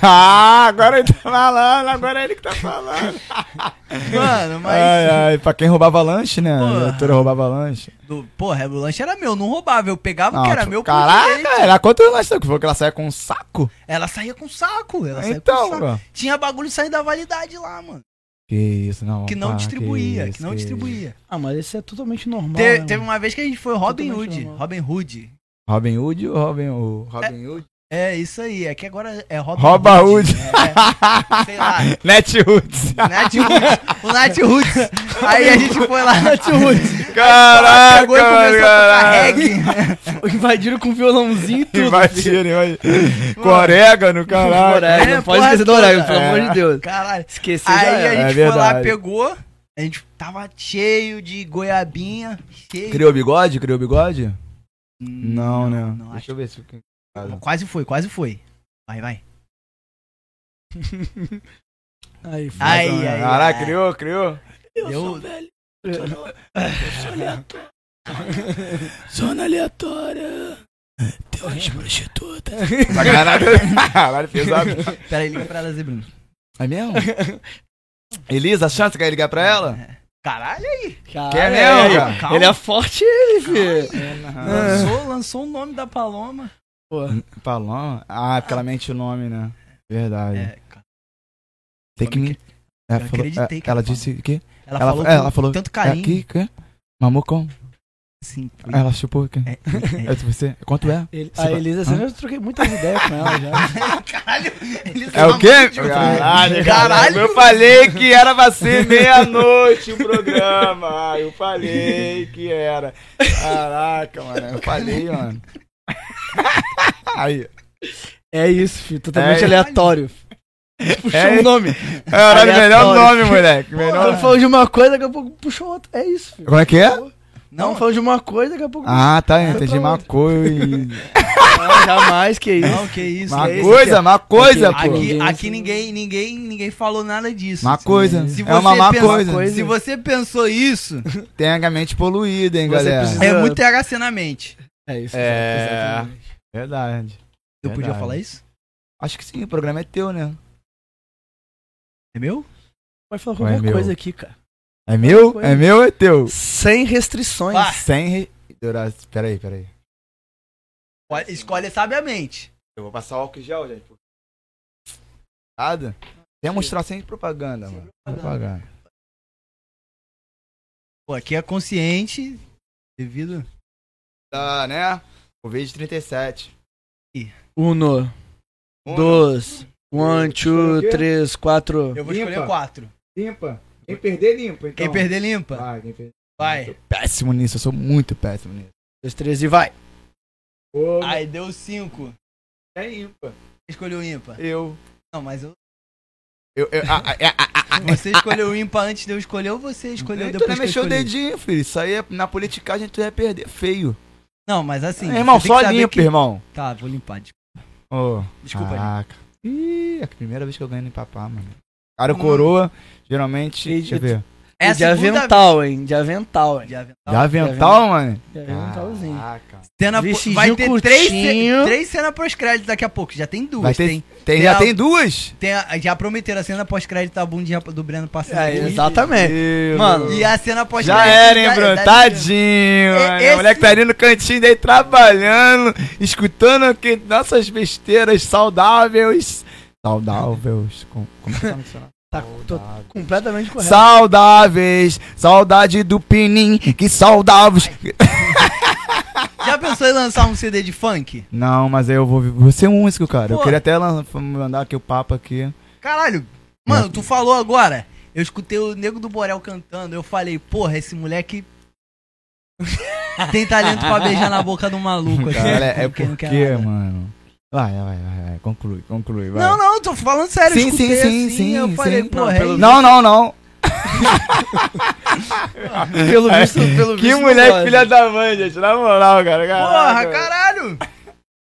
Speaker 4: Ah, agora ele tá falando, agora é ele que tá falando.
Speaker 1: Mano, mas.
Speaker 3: [laughs] Ai, ai, pra quem roubava lanche, né?
Speaker 1: Porra.
Speaker 3: A doutora roubava lanche.
Speaker 1: Do, porra, o lanche era meu, não roubava. Eu pegava o
Speaker 3: Não,
Speaker 1: que era
Speaker 3: tipo,
Speaker 1: meu por direito.
Speaker 3: Caraca, era quanto lanche? Que foi que ela saia com um saco?
Speaker 1: Ela saía com saco. Ela saía com
Speaker 3: Então,
Speaker 1: saco.
Speaker 3: ó.
Speaker 1: Tinha bagulho saindo da validade lá, mano.
Speaker 3: Que isso, não.
Speaker 1: Que não
Speaker 3: pá,
Speaker 1: distribuía, que,
Speaker 3: isso,
Speaker 1: não
Speaker 3: isso.
Speaker 1: distribuía.
Speaker 2: Ah, mas isso é totalmente normal.
Speaker 1: Te-
Speaker 2: né,
Speaker 1: teve
Speaker 2: mano?
Speaker 1: uma vez que a gente foi Robin
Speaker 2: Totalmente
Speaker 1: Hood.
Speaker 2: normal.
Speaker 1: Robin Hood.
Speaker 3: Robin Hood ou Robin o Robin Hood?
Speaker 1: É, isso aí. É que agora é Robin
Speaker 3: Rouba
Speaker 1: Hood.
Speaker 3: Hood.
Speaker 1: É, [laughs] sei lá.
Speaker 3: Net [laughs] Hoods.
Speaker 1: Nat Hood. O Nat Hood. Aí a gente foi lá. Nat Hood.
Speaker 4: Caraca,
Speaker 1: [laughs] Pegou e começou a tocar
Speaker 4: caraca.
Speaker 1: reggae.
Speaker 2: um- [laughs] Invadiram com violãozinho e tudo.
Speaker 3: Imagina, [laughs] imagina. Com orégano, caralho. É.
Speaker 2: Orégano,
Speaker 1: É,
Speaker 2: não pode
Speaker 1: porra
Speaker 2: esquecer do orégano,
Speaker 3: toda.
Speaker 2: pelo amor de Deus.
Speaker 1: Caralho.
Speaker 2: Esquecer já
Speaker 1: Aí
Speaker 2: era.
Speaker 1: a
Speaker 3: é
Speaker 1: gente foi lá,
Speaker 3: verdade.
Speaker 1: pegou. A gente tava cheio de goiabinha. Cheio.
Speaker 3: Criou bigode? Criou bigode? Não, né?
Speaker 1: não, acho
Speaker 3: Deixa eu ver se fica.
Speaker 1: Quase foi, quase foi. Vai, vai.
Speaker 2: [laughs] Aí, foi.
Speaker 1: Ai, ai,
Speaker 3: Caraca,
Speaker 1: ai.
Speaker 3: criou, criou.
Speaker 1: Eu sou
Speaker 2: velho. Zona aleatória. Teoria prostituta.
Speaker 3: Caralho, [laughs] caralho, pesado.
Speaker 1: Pera aí, liga pra ela, Zebrino.
Speaker 3: É mesmo? Elisa, a chance que quer ligar pra ela?
Speaker 1: É. Caralho,
Speaker 3: Quer
Speaker 1: é,
Speaker 3: mesmo, cara?
Speaker 1: calma.
Speaker 2: Ele Ah, é forte, ele, filho.
Speaker 3: É.
Speaker 1: lançou, lançou o nome da Paloma.
Speaker 3: Paloma? Ah, porque ela mente o nome, né? Verdade.
Speaker 1: É, cara.
Speaker 3: Tem que
Speaker 1: Como é
Speaker 3: me. Ela,
Speaker 1: Eu
Speaker 3: falou,
Speaker 1: acreditei que
Speaker 3: ela
Speaker 1: ela
Speaker 3: disse que.
Speaker 1: Ela,
Speaker 3: Ela
Speaker 1: falou
Speaker 3: fa- é,
Speaker 1: com
Speaker 3: ela falou,
Speaker 1: tanto
Speaker 3: É
Speaker 1: carinho.
Speaker 3: aqui, que? Mamou como? [laughs]
Speaker 1: Sim, foi.
Speaker 3: Ela chupou aqui.
Speaker 1: É,
Speaker 3: Eu disse, você, quanto é?
Speaker 2: Ele,
Speaker 3: Você
Speaker 2: a
Speaker 3: vai-
Speaker 2: Elisa, você já troquei muitas ideias com ela já.
Speaker 3: Ah,
Speaker 1: Caralho, eles
Speaker 3: É o quê? Caralho,
Speaker 1: Caralho,
Speaker 4: Caralho, eu falei que era pra ser meia-noite o programa.
Speaker 3: Ah,
Speaker 4: Eu falei que era.
Speaker 3: Caraca, mano. Eu falei, mano. Aí.
Speaker 2: [laughs] É isso, filho. Totalmente
Speaker 3: É.
Speaker 2: aleatório. [laughs] Puxou
Speaker 3: É.
Speaker 2: um nome.
Speaker 3: Caralho, melhor
Speaker 2: Aleatório.
Speaker 3: nome, moleque.
Speaker 2: Melhor...
Speaker 3: Melhor.
Speaker 2: falou de uma coisa, daqui a pouco puxou outra. É isso, filho.
Speaker 3: Como é que é?
Speaker 2: Não,
Speaker 1: Não,
Speaker 2: falou de uma coisa, daqui a pouco.
Speaker 3: Ah, tá. eu Entendi.
Speaker 2: pra
Speaker 3: Uma
Speaker 2: outra.
Speaker 3: coisa.
Speaker 2: Não, jamais que é isso.
Speaker 1: não, que isso.
Speaker 3: Uma
Speaker 1: que isso.
Speaker 3: coisa, uma coisa,
Speaker 2: Aqui-
Speaker 3: pô.
Speaker 1: Aqui,
Speaker 2: Ninguém-
Speaker 1: aqui ninguém, ninguém, ninguém falou nada disso. assim, né?
Speaker 3: Uma coisa.
Speaker 1: Se
Speaker 3: É uma
Speaker 1: você
Speaker 3: má
Speaker 1: pensa-
Speaker 3: coisa.
Speaker 1: Se você pensou isso,
Speaker 3: Tem a mente poluída, hein,
Speaker 2: Você
Speaker 3: galera.
Speaker 2: precisa-
Speaker 1: é muito THC na mente.
Speaker 2: É isso.
Speaker 4: É.
Speaker 2: exatamente.
Speaker 3: Verdade.
Speaker 1: Eu podia
Speaker 3: Verdade.
Speaker 1: falar isso?
Speaker 3: Acho que sim, o programa é teu, né?
Speaker 1: É meu?
Speaker 2: Vai falar
Speaker 3: Ué,
Speaker 2: qualquer
Speaker 3: meu.
Speaker 2: coisa aqui, cara.
Speaker 3: É meu?
Speaker 2: coisa.
Speaker 3: É meu ou é teu?
Speaker 2: Sem restrições.
Speaker 1: Vai.
Speaker 3: Sem. Re... Dourar- Peraí, peraí.
Speaker 1: Escolhe- Escolhe sabiamente.
Speaker 3: Eu vou passar álcool em gel, gente. Nada. Demonstrar sem propaganda, mano. Propaganda.
Speaker 1: Pô, aqui é consciente, devido.
Speaker 3: Tá, né? O vídeo 37.
Speaker 2: Uno,
Speaker 3: Um,
Speaker 2: dois, one, two,
Speaker 3: Escolhe o quê?
Speaker 2: três, quatro.
Speaker 1: Eu vou escolher
Speaker 3: Limpa.
Speaker 1: quatro.
Speaker 3: Limpa. Quem perder, limpa. então.
Speaker 1: Quem perder, limpa.
Speaker 3: Vai, quem perder.
Speaker 1: Vai.
Speaker 3: Péssimo nisso, eu sou muito péssimo nisso.
Speaker 2: Dois, três e vai.
Speaker 3: Ô,
Speaker 1: Ai, deu cinco.
Speaker 3: é ímpar.
Speaker 1: Escolheu ímpar.
Speaker 3: Eu.
Speaker 1: Não, mas eu-
Speaker 3: Eu, eu, ah, ah, ah, ah, ah,
Speaker 1: você escolheu ímpar antes de eu escolher ou você escolheu
Speaker 3: tu
Speaker 1: depois
Speaker 3: não
Speaker 1: que eu
Speaker 3: mexeu o
Speaker 1: escolhi?
Speaker 3: dedinho, filho. Isso aí é, na politicagem tu ia perder feio.
Speaker 1: Não, mas assim.
Speaker 3: É, irmão,
Speaker 1: você tem que
Speaker 3: só
Speaker 1: saber
Speaker 3: limpa,
Speaker 1: que-
Speaker 3: irmão.
Speaker 1: Tá, vou limpar. desculpa.
Speaker 3: Ô,
Speaker 1: Desculpa, gente.
Speaker 3: Caraca. Ih, é a primeira vez que eu ganho no papá, mano. Cara,
Speaker 1: Hum.
Speaker 3: o coroa, geralmente.
Speaker 2: E-
Speaker 3: Deixa eu ver.
Speaker 1: É a
Speaker 2: E de
Speaker 1: segunda
Speaker 2: avental, hein? De avental, hein?
Speaker 1: De avental.
Speaker 3: Já avental, mano.
Speaker 2: De
Speaker 1: um
Speaker 2: aventalzinho.
Speaker 3: Caraca.
Speaker 1: Cena po-
Speaker 2: Vestidinho
Speaker 1: vai ter três, ce-
Speaker 2: curtinho.
Speaker 1: três cenas pós-crédito daqui a pouco. Já tem
Speaker 3: Vai
Speaker 1: duas.
Speaker 3: ter-
Speaker 1: Tem,
Speaker 3: Tem, já
Speaker 1: a-
Speaker 3: tem duas?
Speaker 1: tem a- já prometeram a cena pós-crédito da bunda do Breno passando.
Speaker 2: É,
Speaker 1: aqui.
Speaker 2: exatamente.
Speaker 3: Meu
Speaker 2: Mano,
Speaker 1: E a é cena pós-crédito.
Speaker 4: Já era, hein,
Speaker 1: da-
Speaker 4: Bruno?
Speaker 1: da-
Speaker 3: Tá
Speaker 4: Tadinho,
Speaker 1: É,
Speaker 4: mano.
Speaker 1: né? esse-
Speaker 4: O moleque tá ali no cantinho daí trabalhando, escutando aqui nossas besteiras saudáveis.
Speaker 3: Saudáveis. Com, como é que tá no dicionário?
Speaker 2: Tá tô completamente correto.
Speaker 3: Saudáveis. Saudade do Pinim. Que saudáveis.
Speaker 1: Já pensou em lançar um CD de funk?
Speaker 3: Não, mas aí eu vou. Você é um músico, cara.
Speaker 1: Pô.
Speaker 3: Eu queria até lan- mandar aqui o papo aqui.
Speaker 1: Caralho. Mano, tu falou agora. Eu escutei o Nego do Borel cantando. Eu falei, porra, esse moleque. tem talento pra beijar na boca do maluco. assim,
Speaker 3: Cara, é
Speaker 1: porque não quer
Speaker 3: porque,
Speaker 1: nada.
Speaker 3: mano. Vai, vai, vai, vai. Conclui, conclui. Vai.
Speaker 1: Não, não, tô falando sério. eu
Speaker 3: Sim,
Speaker 1: escutei
Speaker 3: sim, sim,
Speaker 1: assim,
Speaker 3: sim,
Speaker 1: Eu falei,
Speaker 3: sim.
Speaker 1: porra, é
Speaker 2: pelo-
Speaker 1: isso.
Speaker 3: não, não. não.
Speaker 1: é
Speaker 2: Pelo
Speaker 3: É.
Speaker 2: visto, pelo
Speaker 4: É. Que
Speaker 2: visto. não
Speaker 4: moleque
Speaker 2: gosta.
Speaker 4: filha da mãe, gente. Na moral, cara.
Speaker 1: Porra,
Speaker 4: Caraca,
Speaker 1: caralho!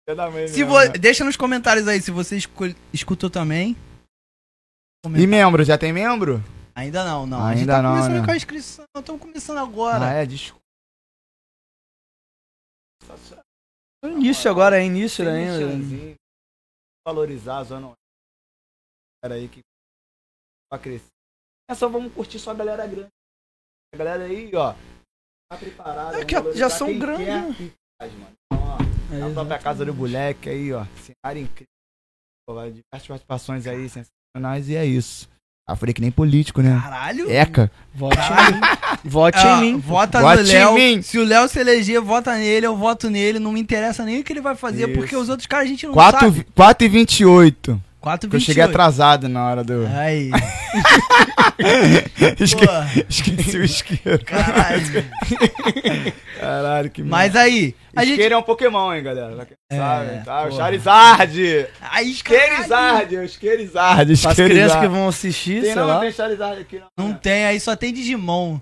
Speaker 4: É da mãe
Speaker 1: Se
Speaker 4: mesmo,
Speaker 1: vo...
Speaker 4: né?
Speaker 1: Deixa nos comentários aí se você escu- escutou também.
Speaker 3: E membro, já tem membro?
Speaker 1: Ainda não, não.
Speaker 3: Ainda
Speaker 1: tá
Speaker 3: não,
Speaker 1: começando
Speaker 3: né?
Speaker 1: com a inscrição, estamos começando
Speaker 3: Ah,
Speaker 1: agora.
Speaker 3: é, desculpa.
Speaker 2: É Início agora, é início né, ainda.
Speaker 3: Merchanzinho, Valorizar a zona oeste. Cara aí que pra crescer. É só vamos curtir só a galera grande. A galera aí, ó, tá preparada. vamos
Speaker 2: É que já- já
Speaker 3: valorizar
Speaker 2: são
Speaker 3: quem
Speaker 2: grandes,
Speaker 3: quer
Speaker 2: né?
Speaker 3: e faz, mano. Então, ó,
Speaker 2: É,
Speaker 3: Na própria
Speaker 2: exato.
Speaker 3: casa do moleque aí, ó. Cenário incrível. Pô, vai Diversas participações aí sensacionais e é isso. Ah, falei que nem político, né?
Speaker 2: Ah,
Speaker 1: Caralho.
Speaker 3: Eca.
Speaker 2: Vote em mim. Vote
Speaker 1: Ah,
Speaker 2: em mim.
Speaker 1: Vota
Speaker 3: Vote
Speaker 1: no Léo.
Speaker 3: em mim.
Speaker 1: Se o Léo se eleger, vota nele, eu voto nele. Não me interessa nem o que ele vai fazer,
Speaker 3: Isso.
Speaker 1: porque os outros caras a gente não
Speaker 3: 4,
Speaker 1: sabe.
Speaker 3: vi- 4 e 28.
Speaker 1: 4
Speaker 3: Porque eu cheguei atrasado na hora do.
Speaker 1: Aí.
Speaker 3: [laughs]
Speaker 2: É,
Speaker 3: Esque-
Speaker 1: Pô,
Speaker 3: Esqueci o isqueiro. [laughs]
Speaker 1: caralho.
Speaker 3: Caralho, que
Speaker 1: Mas aí, a
Speaker 3: merda.
Speaker 1: gente.
Speaker 3: Isqueiro é um Pokémon, hein, galera. Pra quem não
Speaker 1: É,
Speaker 3: Sabe, tá? O
Speaker 1: porra.
Speaker 3: Charizard.
Speaker 1: Aí, caralho.
Speaker 3: Isquerizard, o Isquerizard.
Speaker 2: As crianças que
Speaker 3: Isquerizard.
Speaker 2: vão assistir,
Speaker 3: Tem
Speaker 2: sei
Speaker 3: não, não
Speaker 2: lá.
Speaker 3: tem Charizard aqui, não.
Speaker 1: Não tem, aí só tem Digimon.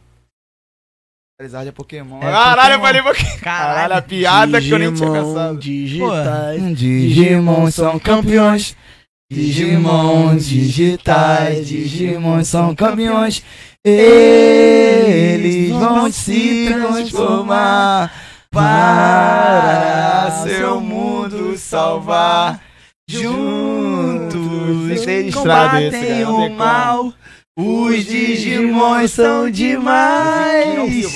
Speaker 3: Charizard é Pokémon.
Speaker 1: É
Speaker 3: Caralho, eu
Speaker 1: Pokémon.
Speaker 3: falei Pokémon. Caralho, a
Speaker 1: Caralho.
Speaker 3: piada é que eu nem tinha pensado.
Speaker 2: digitais.
Speaker 3: Digimon são
Speaker 2: campeões.
Speaker 3: Digimon digitais, Digimon são campeões, eles vão se transformar para seu mundo salvar. é Juntos
Speaker 1: Juntos
Speaker 3: eles
Speaker 1: combatem o mal. Os Digimons são demais.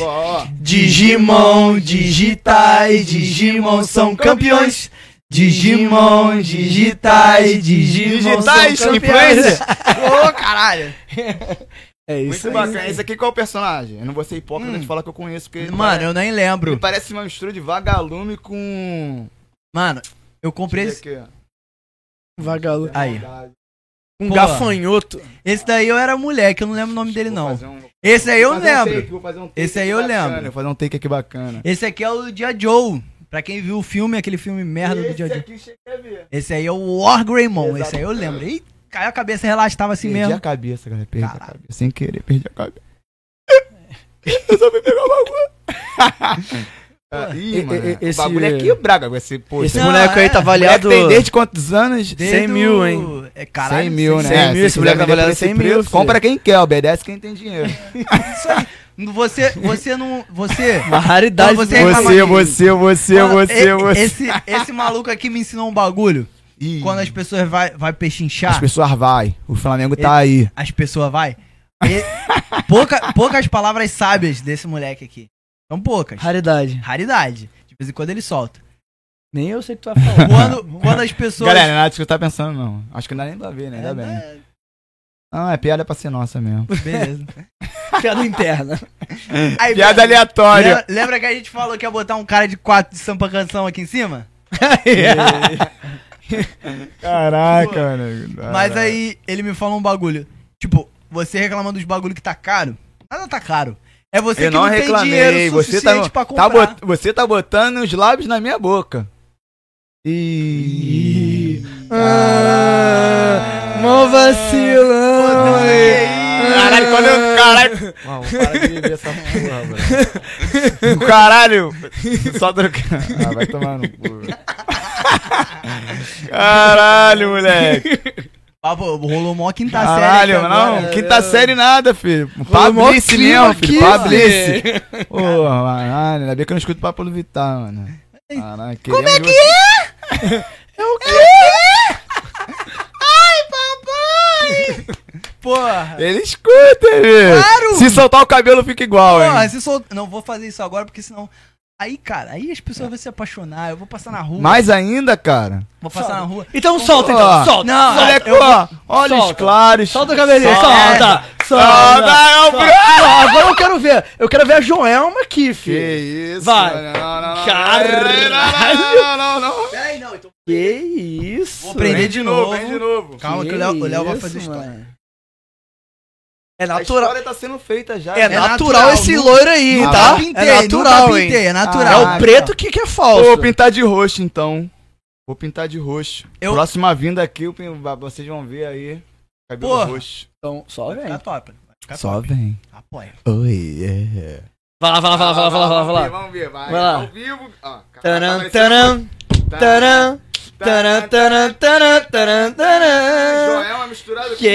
Speaker 1: Digimon digitais, Digimon são campeões. Digimon digitais, Digimon
Speaker 3: Digitais,
Speaker 1: são campeões.
Speaker 3: influencer.
Speaker 1: [laughs] Ô, caralho.
Speaker 2: É isso
Speaker 3: Muito
Speaker 2: aí.
Speaker 3: bacana. Esse aqui qual é o personagem? Eu não vou ser hipócrita
Speaker 1: Hum.
Speaker 3: de falar que eu conheço, porque.
Speaker 1: Mano, eu nem
Speaker 3: ele
Speaker 1: lembro.
Speaker 3: parece uma mistura de vagalume com.
Speaker 1: Mano, eu comprei
Speaker 3: Deixa
Speaker 1: esse.
Speaker 3: eu ver aqui,
Speaker 2: Vagalume.
Speaker 3: ó.
Speaker 1: Aí. é
Speaker 2: Um
Speaker 1: Pô.
Speaker 2: gafanhoto.
Speaker 1: Esse daí eu era moleque, eu não lembro o nome dele
Speaker 3: Vou
Speaker 1: não.
Speaker 3: fazer um-
Speaker 1: Esse aí eu
Speaker 3: Vou fazer um
Speaker 1: lembro.
Speaker 3: take, vou fazer um take
Speaker 1: Esse aí eu
Speaker 3: aqui bacana,
Speaker 1: lembro.
Speaker 3: Vou fazer um take aqui bacana.
Speaker 1: Esse aqui é o Dia Joe. Pra quem viu o filme, aquele filme merda do Dia
Speaker 3: Esse
Speaker 1: Joe.
Speaker 3: aqui chega a ver.
Speaker 1: Esse aí é o War Greymon. Esse aí eu
Speaker 3: Exato.
Speaker 1: lembro. Ih, caiu a cabeça, relaxava assim mesmo.
Speaker 3: cabeça, galera. Perdi
Speaker 1: Caralho.
Speaker 3: cabeça. Sem querer, perdi a cabeça. [laughs] eu só me pegar uma [laughs] coisa.
Speaker 2: E-
Speaker 3: Ah, Ih, mano.
Speaker 2: e- e- esse-
Speaker 3: O bagulho é que braga com esse pô.
Speaker 2: Esse
Speaker 1: Não,
Speaker 2: boneco aí
Speaker 1: é.
Speaker 2: tá
Speaker 3: moleque
Speaker 2: avaliado.
Speaker 3: tem desde quantos anos?
Speaker 1: Desde
Speaker 2: 100 mil,
Speaker 1: o-
Speaker 2: hein?
Speaker 1: É, caralho,
Speaker 3: 100 mil, né?
Speaker 2: 100 mil,
Speaker 3: Se
Speaker 2: esse
Speaker 3: quiser vender
Speaker 2: moleque tá
Speaker 3: por
Speaker 2: avaliado
Speaker 3: esse
Speaker 2: 100 mil,
Speaker 3: preço,
Speaker 2: filho.
Speaker 3: Compra quem quer, obedece quem tem [laughs] dinheiro.
Speaker 1: Isso aí. Você, você não. Você.
Speaker 2: [laughs] Uma raridade.
Speaker 1: Não, você
Speaker 2: né?
Speaker 1: reclama de-
Speaker 3: você,
Speaker 1: Mano, e- Esse, esse maluco aqui me ensinou um bagulho.
Speaker 3: Ih,
Speaker 1: Quando as pessoas vai, vai
Speaker 3: as
Speaker 1: pechinchar,
Speaker 3: pessoas vai. O Flamengo tá aí.
Speaker 1: as pessoas vai. E- pouca- poucas palavras sábias desse moleque aqui. São poucas.
Speaker 2: Raridade.
Speaker 1: Raridade. De vez em quando ele solta.
Speaker 2: Nem eu sei o que
Speaker 1: [laughs]
Speaker 2: tu vai falar.
Speaker 1: Quando, quando as pessoas.
Speaker 3: Galera, não é nada disso que eu tava pensando, não. Acho que não dá nem pra ver, né? Ainda bem. né?
Speaker 1: É,
Speaker 3: Não, é piada pra ser nossa mesmo. [laughs]
Speaker 1: Beleza.
Speaker 2: Piada interna.
Speaker 1: Aí,
Speaker 3: piada aleatória.
Speaker 1: Lembra, lembra que a gente falou que ia botar um cara de quatro de sampa canção aqui em cima?
Speaker 3: Caraca,
Speaker 4: [laughs]
Speaker 1: Pô,
Speaker 3: mano.
Speaker 1: Mas
Speaker 3: Caraca.
Speaker 1: aí ele me falou um bagulho. Tipo, você reclamando dos bagulho que tá caro? Nada tá caro. É você
Speaker 3: Eu
Speaker 1: que
Speaker 3: não
Speaker 1: tem
Speaker 3: reclamei.
Speaker 1: dinheiro
Speaker 3: Você tá,
Speaker 1: suficiente pra
Speaker 3: tá
Speaker 1: comprar.
Speaker 3: bot- você tá botando os lábios na minha boca. E.
Speaker 2: Ah, Mó vacilão.
Speaker 1: Puta,
Speaker 2: hein?
Speaker 1: que
Speaker 3: Caralho, quando
Speaker 1: Ah.
Speaker 3: eu. Caralho.
Speaker 4: Mano, para de beber essa porra, mano.
Speaker 3: Caralho. Só trocando.
Speaker 4: Ah, vai tomar no cu. velho.
Speaker 3: Caralho, moleque.
Speaker 1: Ah, pô, rolou mó quinta série.
Speaker 3: Caralho,
Speaker 1: aqui agora.
Speaker 3: não. Quinta série nada, filho.
Speaker 2: Rolou
Speaker 3: Pablice
Speaker 2: mó clima
Speaker 3: mesmo, filho.
Speaker 2: aqui,
Speaker 3: Pablice. Ô, caralho. Ainda bem que eu não escuto Papo do Vittar, mano. Como é que
Speaker 1: Porra.
Speaker 3: Ele escuta, velho.
Speaker 1: Claro.
Speaker 3: Se soltar o cabelo fica igual,
Speaker 1: Porra,
Speaker 3: hein?
Speaker 1: se sol... Não vou fazer isso agora, porque senão. Aí, cara, aí as pessoas vão se apaixonar. Eu vou passar na rua.
Speaker 3: Mais ainda, cara.
Speaker 1: Vou passar na rua.
Speaker 2: Então solta, então.
Speaker 3: Ó,
Speaker 2: Solta.
Speaker 1: não,
Speaker 2: solta.
Speaker 3: Olha aqui, ó. Olhos
Speaker 2: solta.
Speaker 3: claros.
Speaker 2: Solta o cabelinho.
Speaker 3: Solta.
Speaker 2: Solta. Solta.
Speaker 3: Solta, é o Bruno.
Speaker 2: Ah, Agora eu quero ver. Eu quero ver a Joelma aqui,
Speaker 3: Que
Speaker 2: filho.
Speaker 3: isso.
Speaker 2: Vai.
Speaker 3: mano. Não, não, não.
Speaker 2: Caralho.
Speaker 3: Não, não, não. não.
Speaker 1: Peraí, não. Então...
Speaker 2: Que isso?
Speaker 1: Vou prender de novo.
Speaker 3: Vem de novo.
Speaker 1: Calma, que o Léo o Léo vai
Speaker 2: isso,
Speaker 1: fazer história.
Speaker 2: mano. É
Speaker 3: A
Speaker 2: natural.
Speaker 3: história tá sendo feita já.
Speaker 2: É
Speaker 1: na-
Speaker 3: né?
Speaker 2: natural,
Speaker 1: natural,
Speaker 2: esse
Speaker 1: não-
Speaker 2: loiro aí,
Speaker 3: não
Speaker 2: tá?
Speaker 1: Nunca pintei,
Speaker 2: é
Speaker 1: nunca
Speaker 2: natural, hein?
Speaker 1: pintei, é
Speaker 2: É
Speaker 1: natural.
Speaker 2: o preto que, que é falso.
Speaker 3: Vou pintar de roxo, então. Vou pintar de roxo.
Speaker 1: Eu-
Speaker 3: Próxima vinda aqui, eu pin- vocês vão ver aí. Cabelo
Speaker 1: Porra.
Speaker 3: roxo.
Speaker 2: Então, só
Speaker 1: Vai
Speaker 2: vem.
Speaker 1: ficar top. Vai ficar
Speaker 3: Só
Speaker 1: top.
Speaker 3: vem.
Speaker 1: Apoia.
Speaker 3: Oi, é.
Speaker 2: Vai lá, vai lá, vai lá, vai lá, vai lá, vai lá.
Speaker 3: Vamos ver, vamos ver, vai.
Speaker 2: Vai lá.
Speaker 3: Ao vivo. Ó,
Speaker 2: Taran,
Speaker 3: caraca,
Speaker 2: taran,
Speaker 3: tá-
Speaker 2: taran. Taran, taran, taran, taran, taran.
Speaker 4: Joel é misturado
Speaker 2: Que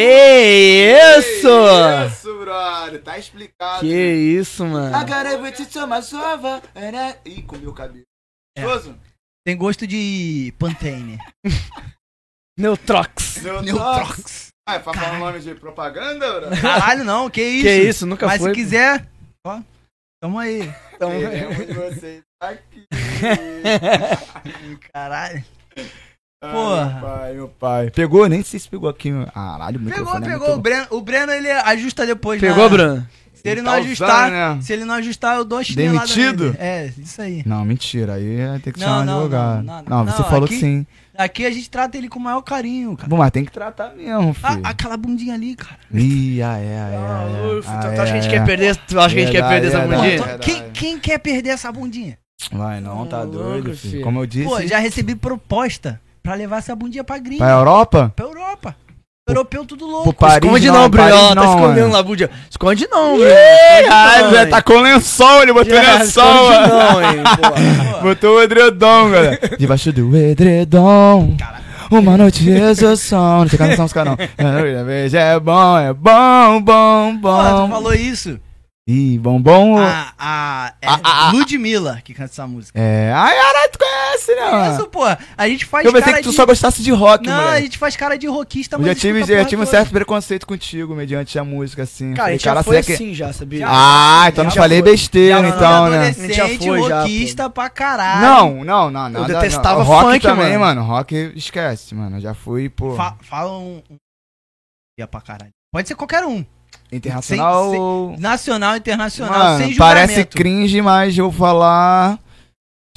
Speaker 2: isso?
Speaker 4: Que isso, brother. Tá explicado.
Speaker 2: Que
Speaker 3: né?
Speaker 2: isso, mano.
Speaker 4: Agora eu vou te tomar sova.
Speaker 3: né?
Speaker 4: Era- Ih, comeu o cabelo.
Speaker 1: É.
Speaker 4: Gostoso?
Speaker 1: Tem gosto de
Speaker 2: [laughs]
Speaker 1: Pantene.
Speaker 2: Neutrox.
Speaker 4: Neutrox. Ah, é pra falar o nome de propaganda, brother?
Speaker 1: Caralho, não, que isso.
Speaker 2: Que isso, nunca
Speaker 1: Mas
Speaker 2: foi.
Speaker 1: se quiser, ó, tamo aí.
Speaker 2: Então,
Speaker 3: é
Speaker 4: Queremos vocês
Speaker 3: [laughs]
Speaker 4: aqui.
Speaker 1: Caralho.
Speaker 4: Ai,
Speaker 1: Porra.
Speaker 4: meu pai, meu pai.
Speaker 3: Pai, pegou? Nem sei se pegou aqui. meu. Caralho, o
Speaker 1: Pegou,
Speaker 3: microfone é
Speaker 1: pegou. O
Speaker 3: muito-
Speaker 1: Breno, o Breno, ele ajusta depois, né?
Speaker 2: Pegou, Bruno?
Speaker 1: Se ele não
Speaker 3: Tá
Speaker 1: ajustar,
Speaker 3: usando, né?
Speaker 1: se ele não ajustar, eu dou a chinelada
Speaker 3: Demitido?
Speaker 1: nele. É, isso aí.
Speaker 3: Não, mentira. Aí tem que
Speaker 1: Não,
Speaker 3: chamar um
Speaker 1: não,
Speaker 3: advogado.
Speaker 1: não,
Speaker 3: Não,
Speaker 1: não,
Speaker 3: você
Speaker 1: não,
Speaker 3: falou
Speaker 1: aqui-
Speaker 3: que sim.
Speaker 1: Aqui a gente trata ele com o maior carinho, cara.
Speaker 3: Bom, mas tem que tratar mesmo, filho.
Speaker 1: Ah, aquela bundinha ali, cara.
Speaker 3: Ih, ah, é, ah, é, ah, é.
Speaker 2: Tu
Speaker 3: Ah,
Speaker 2: acha que a
Speaker 3: é,
Speaker 2: tá- gente
Speaker 3: é.
Speaker 2: quer perder? Tu acha que a gente quer
Speaker 3: Verdade,
Speaker 2: perder essa
Speaker 3: é verdade.
Speaker 2: bundinha?
Speaker 1: Pô, então, quem, quem quer perder essa bundinha?
Speaker 3: Vai, não, tá
Speaker 2: Tá
Speaker 3: doido,
Speaker 2: louco,
Speaker 3: filho.
Speaker 2: filho.
Speaker 3: Como eu disse,
Speaker 1: Pô, já recebi proposta pra levar essa bundinha pra gringa,
Speaker 3: pra Europa,
Speaker 1: pra Europa. Europeu tudo louco. é
Speaker 3: pro Paris
Speaker 2: Esconde não, Bruno.
Speaker 3: Paris
Speaker 2: Ela tá
Speaker 3: não,
Speaker 2: escondendo
Speaker 3: mano.
Speaker 2: lá, bundinha. Esconde
Speaker 3: [laughs]
Speaker 2: não, Bruno.
Speaker 4: Ai, Zé, tá com lençol, ele botou
Speaker 2: [laughs]
Speaker 4: lençol,
Speaker 2: Esconde
Speaker 4: mano.
Speaker 2: não, hein, pô.
Speaker 4: Botou o edredom, galera.
Speaker 3: Debaixo do edredom. Uma noite de exceção. Não sei cantar os caras, não. Veja, é bom, é bom, bom,
Speaker 1: Porra, tu
Speaker 3: bom.
Speaker 1: falou isso.
Speaker 3: Ih, bom, bom.
Speaker 2: Ah.
Speaker 1: A, a, é, Ludmilla que canta essa música.
Speaker 3: É. Ai, caralho, tu conhece, né, mano?
Speaker 1: Isso, porra. A gente faz
Speaker 3: Eu pensei
Speaker 1: cara
Speaker 3: que tu
Speaker 1: de...
Speaker 3: só gostasse de rock,
Speaker 1: Não, a
Speaker 3: moleque.
Speaker 1: gente faz cara de
Speaker 2: é
Speaker 1: rockista,
Speaker 3: Eu
Speaker 1: mas
Speaker 3: já tive,
Speaker 1: escuta a
Speaker 3: já
Speaker 1: porra
Speaker 3: tive um
Speaker 1: toda.
Speaker 3: certo preconceito contigo mediante a música, assim.
Speaker 2: Cara, a
Speaker 3: Falei,
Speaker 2: gente já
Speaker 3: "Cara,
Speaker 2: foi
Speaker 3: será que-
Speaker 2: assim já, sabia?
Speaker 3: Ah, então
Speaker 2: Já
Speaker 3: não falei
Speaker 2: foi.
Speaker 3: besteira,
Speaker 2: Já, não,
Speaker 3: então, né?
Speaker 1: adolescente,
Speaker 2: A gente já foi, já,
Speaker 1: rockista pra caralho.
Speaker 3: Não, não, não, não.
Speaker 2: detestava
Speaker 3: não. rock
Speaker 2: funk,
Speaker 3: também,
Speaker 2: mano.
Speaker 3: mano. Rock esquece, mano. Eu já fui, pô.
Speaker 1: Fa- fala um. um- Ia pra caralho. Pode ser qualquer um.
Speaker 3: internacional.
Speaker 1: sem-
Speaker 3: ou-
Speaker 1: Nacional, internacional,
Speaker 3: mano,
Speaker 1: sem julgamento.
Speaker 3: parece cringe, mas eu vou falar.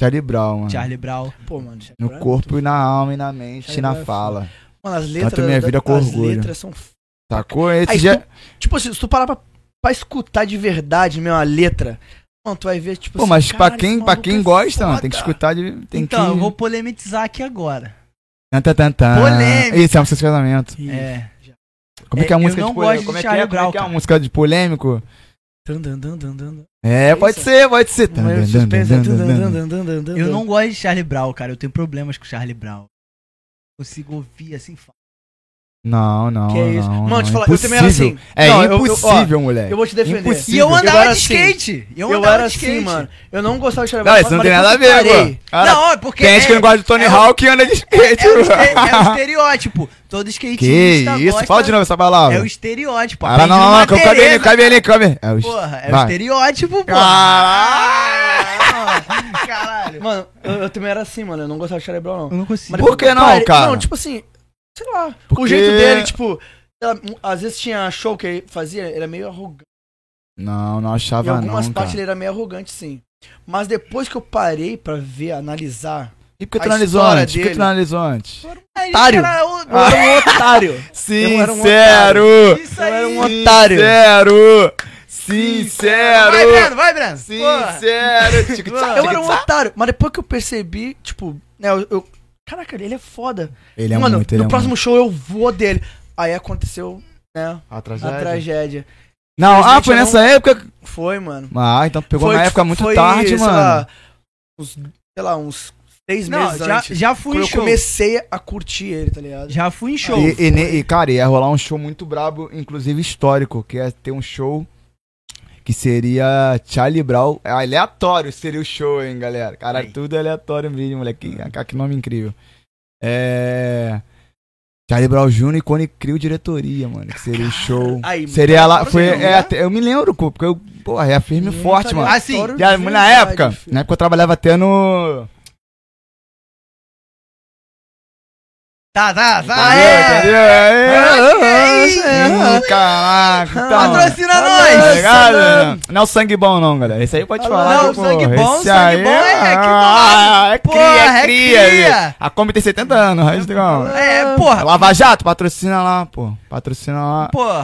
Speaker 3: Charlie Brown, mano.
Speaker 1: Charlie Brown.
Speaker 2: Pô, mano. é
Speaker 3: No
Speaker 2: Chapolin.
Speaker 3: corpo e na alma e na mente e
Speaker 2: Charlie
Speaker 3: na
Speaker 2: Brown é
Speaker 3: fala.
Speaker 2: Mano, as letras.
Speaker 3: Tanto minha
Speaker 2: da-
Speaker 3: vida com
Speaker 2: as
Speaker 3: orgulho.
Speaker 2: letras são. f-
Speaker 3: Sacou?
Speaker 2: Aí,
Speaker 3: Esse
Speaker 2: se
Speaker 3: já.
Speaker 2: tu, tipo assim, se tu parar pra, pra escutar de verdade mesmo a letra, mano, tu vai ver, tipo
Speaker 3: Pô,
Speaker 2: assim.
Speaker 3: mas pra
Speaker 2: "Caralho,
Speaker 3: quem,
Speaker 2: esse
Speaker 3: pra
Speaker 2: maluco
Speaker 3: quem
Speaker 2: é
Speaker 3: gosta, mano,
Speaker 2: foda."
Speaker 3: tem que escutar de. Tem
Speaker 1: então,
Speaker 3: que...
Speaker 1: eu vou polemitizar aqui agora.
Speaker 3: Tan, tan, tan, tan.
Speaker 1: Polêmica.
Speaker 3: Isso, é uma música de casamento.
Speaker 2: Ih,
Speaker 1: É.
Speaker 3: Como é que é a
Speaker 1: Eu
Speaker 3: música
Speaker 1: não
Speaker 3: de polêmico?
Speaker 1: gosto de
Speaker 3: Como é que
Speaker 1: Charlie
Speaker 3: é? Como é que é a
Speaker 1: Brown,
Speaker 3: música de polêmico?
Speaker 2: dan, dan, dan, dan, dan.
Speaker 3: É,
Speaker 2: É
Speaker 3: pode
Speaker 2: isso?
Speaker 3: ser, pode ser. Tan,
Speaker 2: Mas é
Speaker 3: tan,
Speaker 2: eu
Speaker 3: tan,
Speaker 2: suspenso,
Speaker 3: tan,
Speaker 2: dan, dan,
Speaker 3: tan,
Speaker 2: dan,
Speaker 3: tan.
Speaker 2: dan, dan, dan, dan.
Speaker 1: Eu não gosto de Charlie Brown, cara. Eu tenho problemas com Charlie Brown. Consigo ouvir assim. fa-
Speaker 3: Não, não.
Speaker 2: Que é isso?
Speaker 3: Não,
Speaker 2: Mano,
Speaker 3: não,
Speaker 2: te falar, eu também era
Speaker 3: impossível.
Speaker 2: assim.
Speaker 3: É
Speaker 2: Não, eu- eu- ó,
Speaker 3: impossível, moleque.
Speaker 2: Eu vou te defender.
Speaker 3: Impossível.
Speaker 1: E eu
Speaker 3: Eu
Speaker 1: andava
Speaker 2: era
Speaker 1: de
Speaker 2: assim.
Speaker 1: skate. Eu,
Speaker 2: Eu
Speaker 1: andava
Speaker 2: era
Speaker 1: de
Speaker 2: assim,
Speaker 1: skate.
Speaker 2: mano. Eu não gostava de Charlie
Speaker 3: Não,
Speaker 2: Brown,
Speaker 3: isso não
Speaker 2: mas
Speaker 3: tem nada
Speaker 2: depois
Speaker 3: a
Speaker 2: eu
Speaker 3: ver,
Speaker 2: parei.
Speaker 3: pô. Cara,
Speaker 1: Não, é porque.
Speaker 4: Tem gente que não gosta de Tony
Speaker 1: é o-
Speaker 4: Hawk e anda de skate,
Speaker 1: é o,
Speaker 4: mano.
Speaker 1: este- é o estereótipo. Todo
Speaker 3: Que
Speaker 1: skatista
Speaker 3: isso?
Speaker 1: tá gosta-
Speaker 3: Fala de novo essa
Speaker 1: É o
Speaker 3: palavra.
Speaker 1: estereótipo.
Speaker 3: Ah, não,
Speaker 1: Aprendi
Speaker 3: não,
Speaker 1: numa
Speaker 3: não, calma aí,
Speaker 1: Tereza,
Speaker 3: calma aí, calma aí. É o
Speaker 1: Porra, é o
Speaker 3: Vai.
Speaker 1: estereótipo, porra. Ah, Caralho.
Speaker 2: Mano, eu, eu também era assim, mano. Eu não gostava de Charlie Brown, não.
Speaker 1: Eu não consigo.
Speaker 2: Mas
Speaker 3: Por
Speaker 2: depois
Speaker 3: que
Speaker 2: eu
Speaker 3: não,
Speaker 2: parei-
Speaker 3: cara?
Speaker 2: Não, tipo assim, sei lá. O
Speaker 3: Porque-
Speaker 2: jeito dele, tipo, ela- às vezes tinha show que ele fazia, ele era meio arrogante.
Speaker 3: Não, não
Speaker 2: Em
Speaker 3: achava
Speaker 2: algumas
Speaker 3: não,
Speaker 2: partes
Speaker 3: cara.
Speaker 2: ele era meio arrogante, sim. Mas depois que eu parei pra ver, analisar, [laughs]
Speaker 3: E por que
Speaker 2: a
Speaker 3: tu analisou
Speaker 2: história
Speaker 3: antes? Por que tu é
Speaker 2: dele.
Speaker 3: analisou antes?
Speaker 1: Aí,
Speaker 2: Otário.
Speaker 1: cara, o-
Speaker 2: eu era um otário. era um
Speaker 3: Sincero!
Speaker 1: Isso
Speaker 2: Eu um era um
Speaker 3: Ah,
Speaker 1: aí.
Speaker 2: otário.
Speaker 3: Sincero!
Speaker 1: Vai,
Speaker 2: um
Speaker 3: Sincero!
Speaker 1: Breno, vai, Breno. Porra.
Speaker 2: [laughs]
Speaker 3: Sincero! Tic, tic,
Speaker 1: Porra.
Speaker 2: Eu era um
Speaker 3: tic, tac.
Speaker 2: otário. Mas depois que eu percebi, tipo, né, eu. eu- caraca, ele é foda.
Speaker 3: Ele é
Speaker 2: Mano,
Speaker 3: muito, ele
Speaker 2: no
Speaker 3: é
Speaker 2: próximo
Speaker 3: muito.
Speaker 2: show eu vou dele. Aí aconteceu, né,
Speaker 3: A
Speaker 2: a tragédia.
Speaker 3: Não, ah,
Speaker 2: Infelizmente,
Speaker 3: foi
Speaker 2: eu
Speaker 3: nessa época.
Speaker 2: Foi, mano.
Speaker 3: Ah, então tu pegou
Speaker 2: é um Foi,
Speaker 3: na época
Speaker 2: tipo,
Speaker 3: muito
Speaker 2: foi,
Speaker 3: tarde,
Speaker 2: sei
Speaker 3: mano.
Speaker 2: lá, uns, sei lá, uns seis
Speaker 1: Não,
Speaker 2: meses
Speaker 1: já,
Speaker 2: antes.
Speaker 3: tipo
Speaker 1: já fui
Speaker 2: quando
Speaker 1: em
Speaker 2: eu
Speaker 1: show.
Speaker 2: comecei a curtir ele, tá ligado?
Speaker 1: Já fui em show.
Speaker 3: E, e, ne- e, cara, ia rolar um show muito brabo, inclusive histórico, que ia ter um show que seria Charlie Brown. É Aleatório seria o show, hein, galera. Cara,
Speaker 1: Aí.
Speaker 3: tudo é aleatório mesmo, moleque. Que, que nome incrível. É. Charlie Brown Jr. e Cone Crew diretoria, mano. Que seria o show.
Speaker 2: Aí,
Speaker 3: Seria lá.
Speaker 2: mano,
Speaker 3: Foi,
Speaker 2: não, tá
Speaker 3: é,
Speaker 2: né?
Speaker 3: até- eu me lembro, co, porque eu. Porra, é firme e
Speaker 2: Muito
Speaker 3: forte, mano. Assim,
Speaker 1: Ah,
Speaker 2: aleatório
Speaker 1: sim.
Speaker 2: de
Speaker 3: Já- na
Speaker 2: verdade,
Speaker 3: época, né?
Speaker 2: filho.
Speaker 3: na época eu trabalhava até no.
Speaker 1: Tá, tá, tá.
Speaker 3: Entendeu?
Speaker 1: é.
Speaker 3: Entendeu? É,
Speaker 1: Ai, que
Speaker 3: é,
Speaker 2: isso?
Speaker 3: Caraca, então.
Speaker 1: Patrocina
Speaker 2: Ah,
Speaker 3: Tá
Speaker 1: nós.
Speaker 3: ligado?
Speaker 2: Mano.
Speaker 3: Não é o sangue bom, não, galera. Esse aí pode
Speaker 2: Ah,
Speaker 3: falar.
Speaker 1: não,
Speaker 3: que,
Speaker 1: o sangue bom,
Speaker 3: esse
Speaker 1: sangue bom é- é que
Speaker 3: ah, é
Speaker 1: Porra,
Speaker 3: cria,
Speaker 1: é
Speaker 3: é cria.
Speaker 1: cria.
Speaker 3: A Kombi tem 70 anos, raiz do gol.
Speaker 1: É, porra.
Speaker 3: Lava Jato, patrocina lá, pô. Patrocina lá.
Speaker 1: Porra.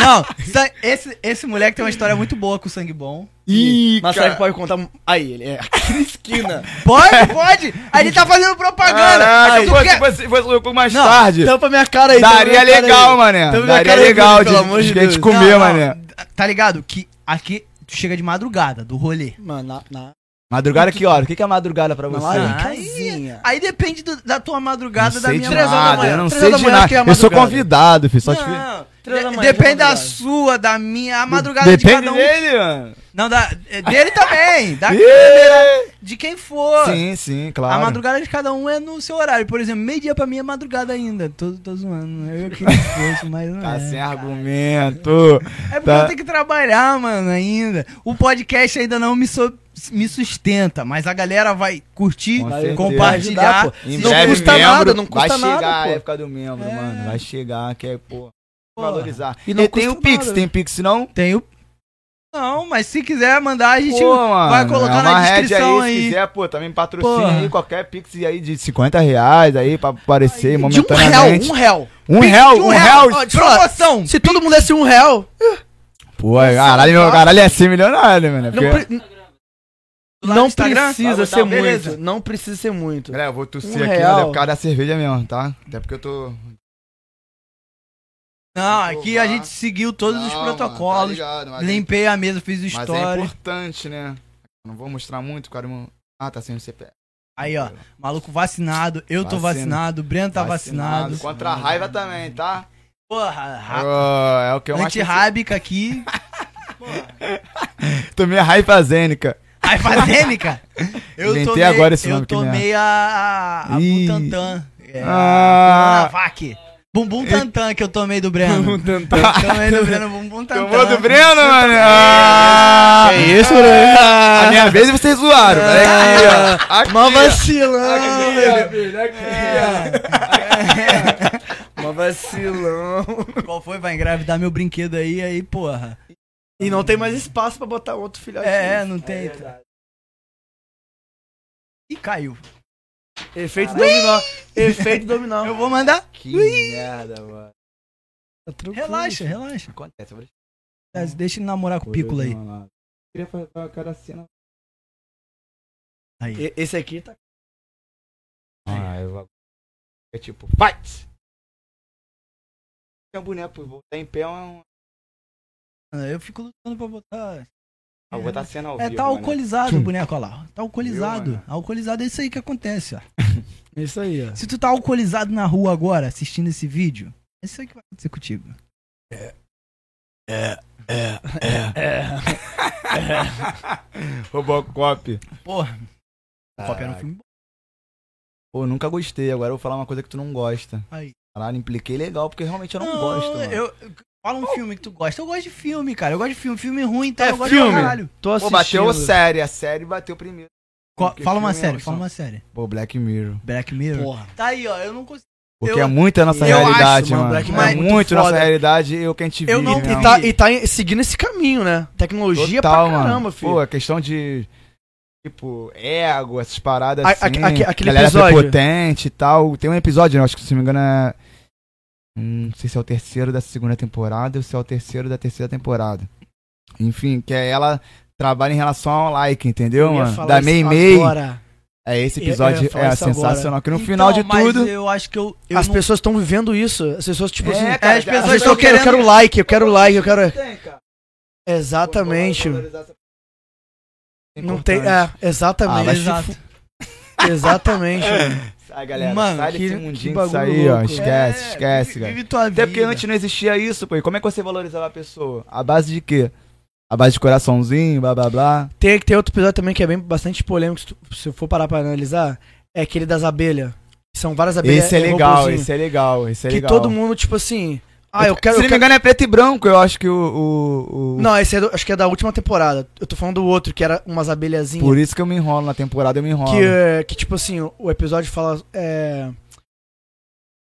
Speaker 1: Não, sa- esse, esse moleque tem uma história muito boa com o sangue bom.
Speaker 3: [laughs] Ih,
Speaker 2: Mas será
Speaker 3: cara.
Speaker 2: que pode contar. um- Aí, ele é aqui na esquina.
Speaker 1: Pode, pode. A gente tá fazendo propaganda.
Speaker 3: Caraca,
Speaker 1: Tu
Speaker 3: se fosse-
Speaker 1: quer-
Speaker 3: fosse- fosse um pouco mais
Speaker 1: Não,
Speaker 3: tarde.
Speaker 2: Tampa minha cara aí, tampa
Speaker 3: Daria
Speaker 2: minha cara
Speaker 3: legal,
Speaker 2: aí.
Speaker 3: mané.
Speaker 2: Tampa minha
Speaker 3: Daria
Speaker 2: cara aí,
Speaker 3: legal
Speaker 2: Bruno,
Speaker 3: de,
Speaker 2: pelo amor de
Speaker 3: de gente
Speaker 2: Deus.
Speaker 3: comer,
Speaker 1: Não, não,
Speaker 3: mané.
Speaker 1: Tá ligado? Que aqui tu chega de madrugada do rolê.
Speaker 2: Mano, na, na-
Speaker 3: Madrugada que hora? O que que é madrugada pra você?
Speaker 1: lá em
Speaker 3: Ah,
Speaker 1: casinha. Aí depende do- da tua madrugada,
Speaker 3: não
Speaker 1: da
Speaker 3: sei
Speaker 1: minha
Speaker 3: de
Speaker 2: três horas da
Speaker 3: nada,
Speaker 2: manhã.
Speaker 3: eu não
Speaker 2: Três
Speaker 3: sei
Speaker 2: horas
Speaker 3: de
Speaker 2: da manhã
Speaker 3: nada.
Speaker 2: que é a
Speaker 3: Eu sou
Speaker 2: madrugada.
Speaker 3: convidado, filho. Só te...
Speaker 1: Não,
Speaker 2: Três da
Speaker 1: de-
Speaker 2: manhã,
Speaker 1: depende da
Speaker 2: madrugada.
Speaker 1: sua, da minha, a madrugada de
Speaker 3: Depende
Speaker 1: cada um.
Speaker 3: dele, mano.
Speaker 1: Não, da, é dele também, da, de quem for.
Speaker 3: Sim, sim, claro.
Speaker 1: Tá né? A madrugada de cada um é no seu horário. Por exemplo, meio-dia pra mim é madrugada ainda. Tô, tô zoando. né? Eu que fosse, mas não
Speaker 3: Tá sem
Speaker 1: é.
Speaker 3: argumento.
Speaker 1: É porque
Speaker 3: tá.
Speaker 1: eu tenho que trabalhar, mano, ainda. O podcast ainda não me, so- me sustenta, mas a galera vai curtir,
Speaker 3: Com certeza.
Speaker 2: Vai
Speaker 1: compartilhar.
Speaker 2: ajudar,
Speaker 3: Em
Speaker 1: Se
Speaker 2: Não
Speaker 3: breve,
Speaker 2: custa
Speaker 3: membro,
Speaker 2: nada, não custa
Speaker 3: vai
Speaker 2: nada,
Speaker 3: chegar
Speaker 2: pô.
Speaker 3: a época do membro, mano. Vai chegar, que é, pô,
Speaker 1: Porra.
Speaker 3: valorizar.
Speaker 2: E
Speaker 3: E,
Speaker 2: não
Speaker 3: tem o
Speaker 2: custa
Speaker 3: Pix,
Speaker 2: nada.
Speaker 3: tem Pix não?
Speaker 1: Tem o. Não, mas se quiser mandar, a gente.
Speaker 3: Pô, mano, é
Speaker 1: vai colocar na
Speaker 3: uma rédea
Speaker 1: descrição
Speaker 3: aí.
Speaker 1: aí.
Speaker 3: Se quiser, pô, também patrocina
Speaker 1: Porra.
Speaker 3: aí qualquer Pix aí de 50 reais aí pra aparecer
Speaker 2: De um real,
Speaker 3: momentaneamente.
Speaker 2: um real.
Speaker 3: um
Speaker 1: Pix
Speaker 3: real,
Speaker 1: de
Speaker 3: um real.
Speaker 1: Ó, de promoção!
Speaker 2: Se todo mundo desse um real,
Speaker 3: Pô, caralho, meu caralho é ser milionário, mano.
Speaker 2: não,
Speaker 3: porque-
Speaker 2: pre-
Speaker 1: Lá no
Speaker 2: não
Speaker 1: Instagram?
Speaker 2: precisa
Speaker 3: Ah,
Speaker 2: ser
Speaker 3: tá, beleza.
Speaker 2: muito. Não precisa ser muito.
Speaker 3: Galera, eu vou tossir
Speaker 2: Um
Speaker 3: aqui,
Speaker 2: real.
Speaker 3: olha, por causa da cerveja mesmo, tá? Até porque eu tô...
Speaker 1: Não, aqui a
Speaker 3: Porra.
Speaker 1: gente seguiu todos os
Speaker 3: Não, mano, tá
Speaker 1: protocolos.
Speaker 3: ligado, mas-
Speaker 1: limpei a mesa, fiz o
Speaker 3: Mas é
Speaker 1: story.
Speaker 3: importante, né? Não vou mostrar muito, cara. meu- Ah, tá sem o CPF.
Speaker 1: Aí, ó, maluco vacinado, eu tô
Speaker 3: Vacina.
Speaker 1: vacinado, o Breno tá vacinado.
Speaker 3: Contra a raiva também, tá?
Speaker 1: Porra, ra...
Speaker 3: Ô, é o que eu mais...
Speaker 1: antirrábica
Speaker 3: [laughs]
Speaker 1: aqui.
Speaker 3: Tomei a raiva zênica.
Speaker 1: Raifazêmica. Eu
Speaker 3: Inventei
Speaker 1: tomei,
Speaker 3: agora esse nome,
Speaker 1: Eu
Speaker 3: que merda.
Speaker 1: tomei a, a, a
Speaker 3: Ih.
Speaker 1: Butantan. É,
Speaker 3: Ah.
Speaker 1: a Coronavac. Bumbum Tantan que eu tomei do Breno. [laughs] Eu tomei do Breno Bumbum Tantan.
Speaker 3: [laughs] Tomou do
Speaker 1: [laughs]
Speaker 3: Breno, mano? Ah,
Speaker 2: É isso, Bruno?
Speaker 3: A minha vez vocês zoaram. Olha
Speaker 1: É.
Speaker 3: aqui, ó. Aqui,
Speaker 2: Mó
Speaker 3: ó.
Speaker 2: vacilão, velho.
Speaker 3: Aqui, ó.
Speaker 2: Mó vacilão.
Speaker 1: É, Qual foi? Vai engravidar meu brinquedo aí, aí, porra.
Speaker 2: E não tem mais espaço pra botar outro filhote.
Speaker 1: É, é, não tem. Ih, caiu.
Speaker 2: Efeito dominó. Efeito dominó.
Speaker 1: Eu vou mandar.
Speaker 3: Que merda, mano.
Speaker 2: Tá tranquilo.
Speaker 1: Relaxa, relaxa. É,
Speaker 3: Acontece, eu vou
Speaker 1: Deixa ele namorar com o Piccolo aí.
Speaker 3: Queria fazer assim, aquela cena.
Speaker 1: Aí.
Speaker 2: E- Esse aqui tá.
Speaker 3: Ah, eu vou. É tipo, fight! É um boneco, pô, vou botar em pé é um.
Speaker 1: Ah, Eu fico lutando pra botar.
Speaker 3: Ah, vou botar a cena ao
Speaker 1: É,
Speaker 3: vivo,
Speaker 1: tá
Speaker 3: mano.
Speaker 1: alcoolizado o boneco, olha lá. Tá alcoolizado.
Speaker 3: mano?
Speaker 1: Alcoolizado é isso aí que acontece,
Speaker 3: [laughs]
Speaker 1: ó.
Speaker 3: É
Speaker 2: Isso aí, ó.
Speaker 1: Se tu tá alcoolizado na rua agora, assistindo esse vídeo, é isso aí que vai acontecer contigo.
Speaker 3: Robocop.
Speaker 1: Porra. O Cop era um filme bom.
Speaker 3: Pô, nunca gostei. Agora eu vou falar uma coisa que tu não gosta.
Speaker 1: Aí.
Speaker 3: Caralho, impliquei legal, porque realmente eu não, gosto, mano.
Speaker 1: Eu, fala um filme que tu gosta. Eu gosto de filme, cara. Eu gosto de filme. Filme ruim, tá?
Speaker 2: É
Speaker 1: eu gosto
Speaker 2: filme.
Speaker 1: pra caralho.
Speaker 2: Tô
Speaker 3: Pô,
Speaker 2: assistindo.
Speaker 3: bateu a série. A série bateu primeiro.
Speaker 1: Co-
Speaker 3: Porque
Speaker 1: fala uma
Speaker 3: filme é
Speaker 1: série,
Speaker 3: opção.
Speaker 1: fala uma série.
Speaker 3: Pô, Black Mirror.
Speaker 1: Black Mirror.
Speaker 2: Porra.
Speaker 1: Tá aí, ó. Eu não consigo.
Speaker 3: Porque
Speaker 1: Eu-
Speaker 3: é muito a nossa
Speaker 2: eu
Speaker 3: realidade,
Speaker 2: acho, mano,
Speaker 3: mano.
Speaker 2: Black
Speaker 1: Mirror
Speaker 3: é
Speaker 1: é
Speaker 3: muito,
Speaker 2: muito
Speaker 3: nossa
Speaker 2: foda.
Speaker 3: realidade eu que a gente
Speaker 1: Eu
Speaker 3: vive,
Speaker 1: não-
Speaker 3: né?
Speaker 2: E tá, e tá em- seguindo esse caminho, né? Tecnologia
Speaker 3: Total,
Speaker 2: pra caramba,
Speaker 3: mano.
Speaker 2: filho.
Speaker 3: Pô, a questão de. Tipo, ego, essas paradas
Speaker 2: A-
Speaker 3: assim.
Speaker 2: aque- aque- aquele
Speaker 3: galera
Speaker 2: episódio.
Speaker 3: prepotente e tal. Tem um episódio, né, acho que se não me engano é. hum, não sei se é o terceiro da segunda temporada ou se é o terceiro da terceira temporada. Enfim, que é ela trabalha em relação ao like, entendeu,
Speaker 2: Eu ia
Speaker 3: mano?
Speaker 2: falar
Speaker 3: Da
Speaker 2: isso
Speaker 3: Mei Mei.
Speaker 2: agora.
Speaker 3: É esse
Speaker 2: Eu- eu ia
Speaker 3: episódio
Speaker 2: falar
Speaker 3: é
Speaker 2: isso agora. é,
Speaker 3: sensacional. Que no final de
Speaker 1: Então, mas
Speaker 3: tudo.
Speaker 1: Eu acho que eu. eu
Speaker 2: As
Speaker 1: não-
Speaker 2: pessoas estão vivendo isso. As pessoas, tipo assim.
Speaker 3: É,
Speaker 2: As
Speaker 3: cara,
Speaker 1: as
Speaker 3: já-
Speaker 1: pessoas
Speaker 2: pessoas
Speaker 1: tão
Speaker 2: eu quero, eu quero
Speaker 1: querendo-
Speaker 2: like, eu quero like, eu quero. Exatamente. Não tem. É,
Speaker 3: Ah,
Speaker 2: exatamente.
Speaker 3: mas
Speaker 1: Exato.
Speaker 2: [laughs] Exatamente.
Speaker 3: Sai, galera.
Speaker 1: Mano,
Speaker 3: sai desse
Speaker 2: que- que
Speaker 3: mundinho que
Speaker 2: bagulho
Speaker 3: sair, ó.
Speaker 2: louco. né?
Speaker 3: Esquece,
Speaker 1: É,
Speaker 3: esquece,
Speaker 1: vive-
Speaker 3: cara.
Speaker 1: Vive tua vida.
Speaker 3: Até porque antes não existia isso, pô. E como é que você valorizava a pessoa? A base de quê? A base de coraçãozinho, blá blá blá.
Speaker 2: Tem, tem outro episódio também que é bem bastante polêmico, se, tu- se eu for parar pra analisar, é aquele das abelhas. São várias abelhas.
Speaker 3: Esse é
Speaker 2: em
Speaker 3: legal,
Speaker 2: robôzinho,
Speaker 3: esse é legal, esse é
Speaker 2: que
Speaker 3: legal.
Speaker 2: todo mundo, tipo assim. Ah, eu quero.
Speaker 3: Se não
Speaker 2: eu
Speaker 3: me
Speaker 2: quero-
Speaker 3: engano é preto e branco, eu acho que o. o- o-
Speaker 2: Não, esse é do- acho que é da última temporada. Eu tô falando do outro, que era umas abelhazinhas.
Speaker 3: Por isso que eu me enrolo na temporada, eu me enrolo.
Speaker 2: Que, é, que, tipo assim, o episódio fala. é,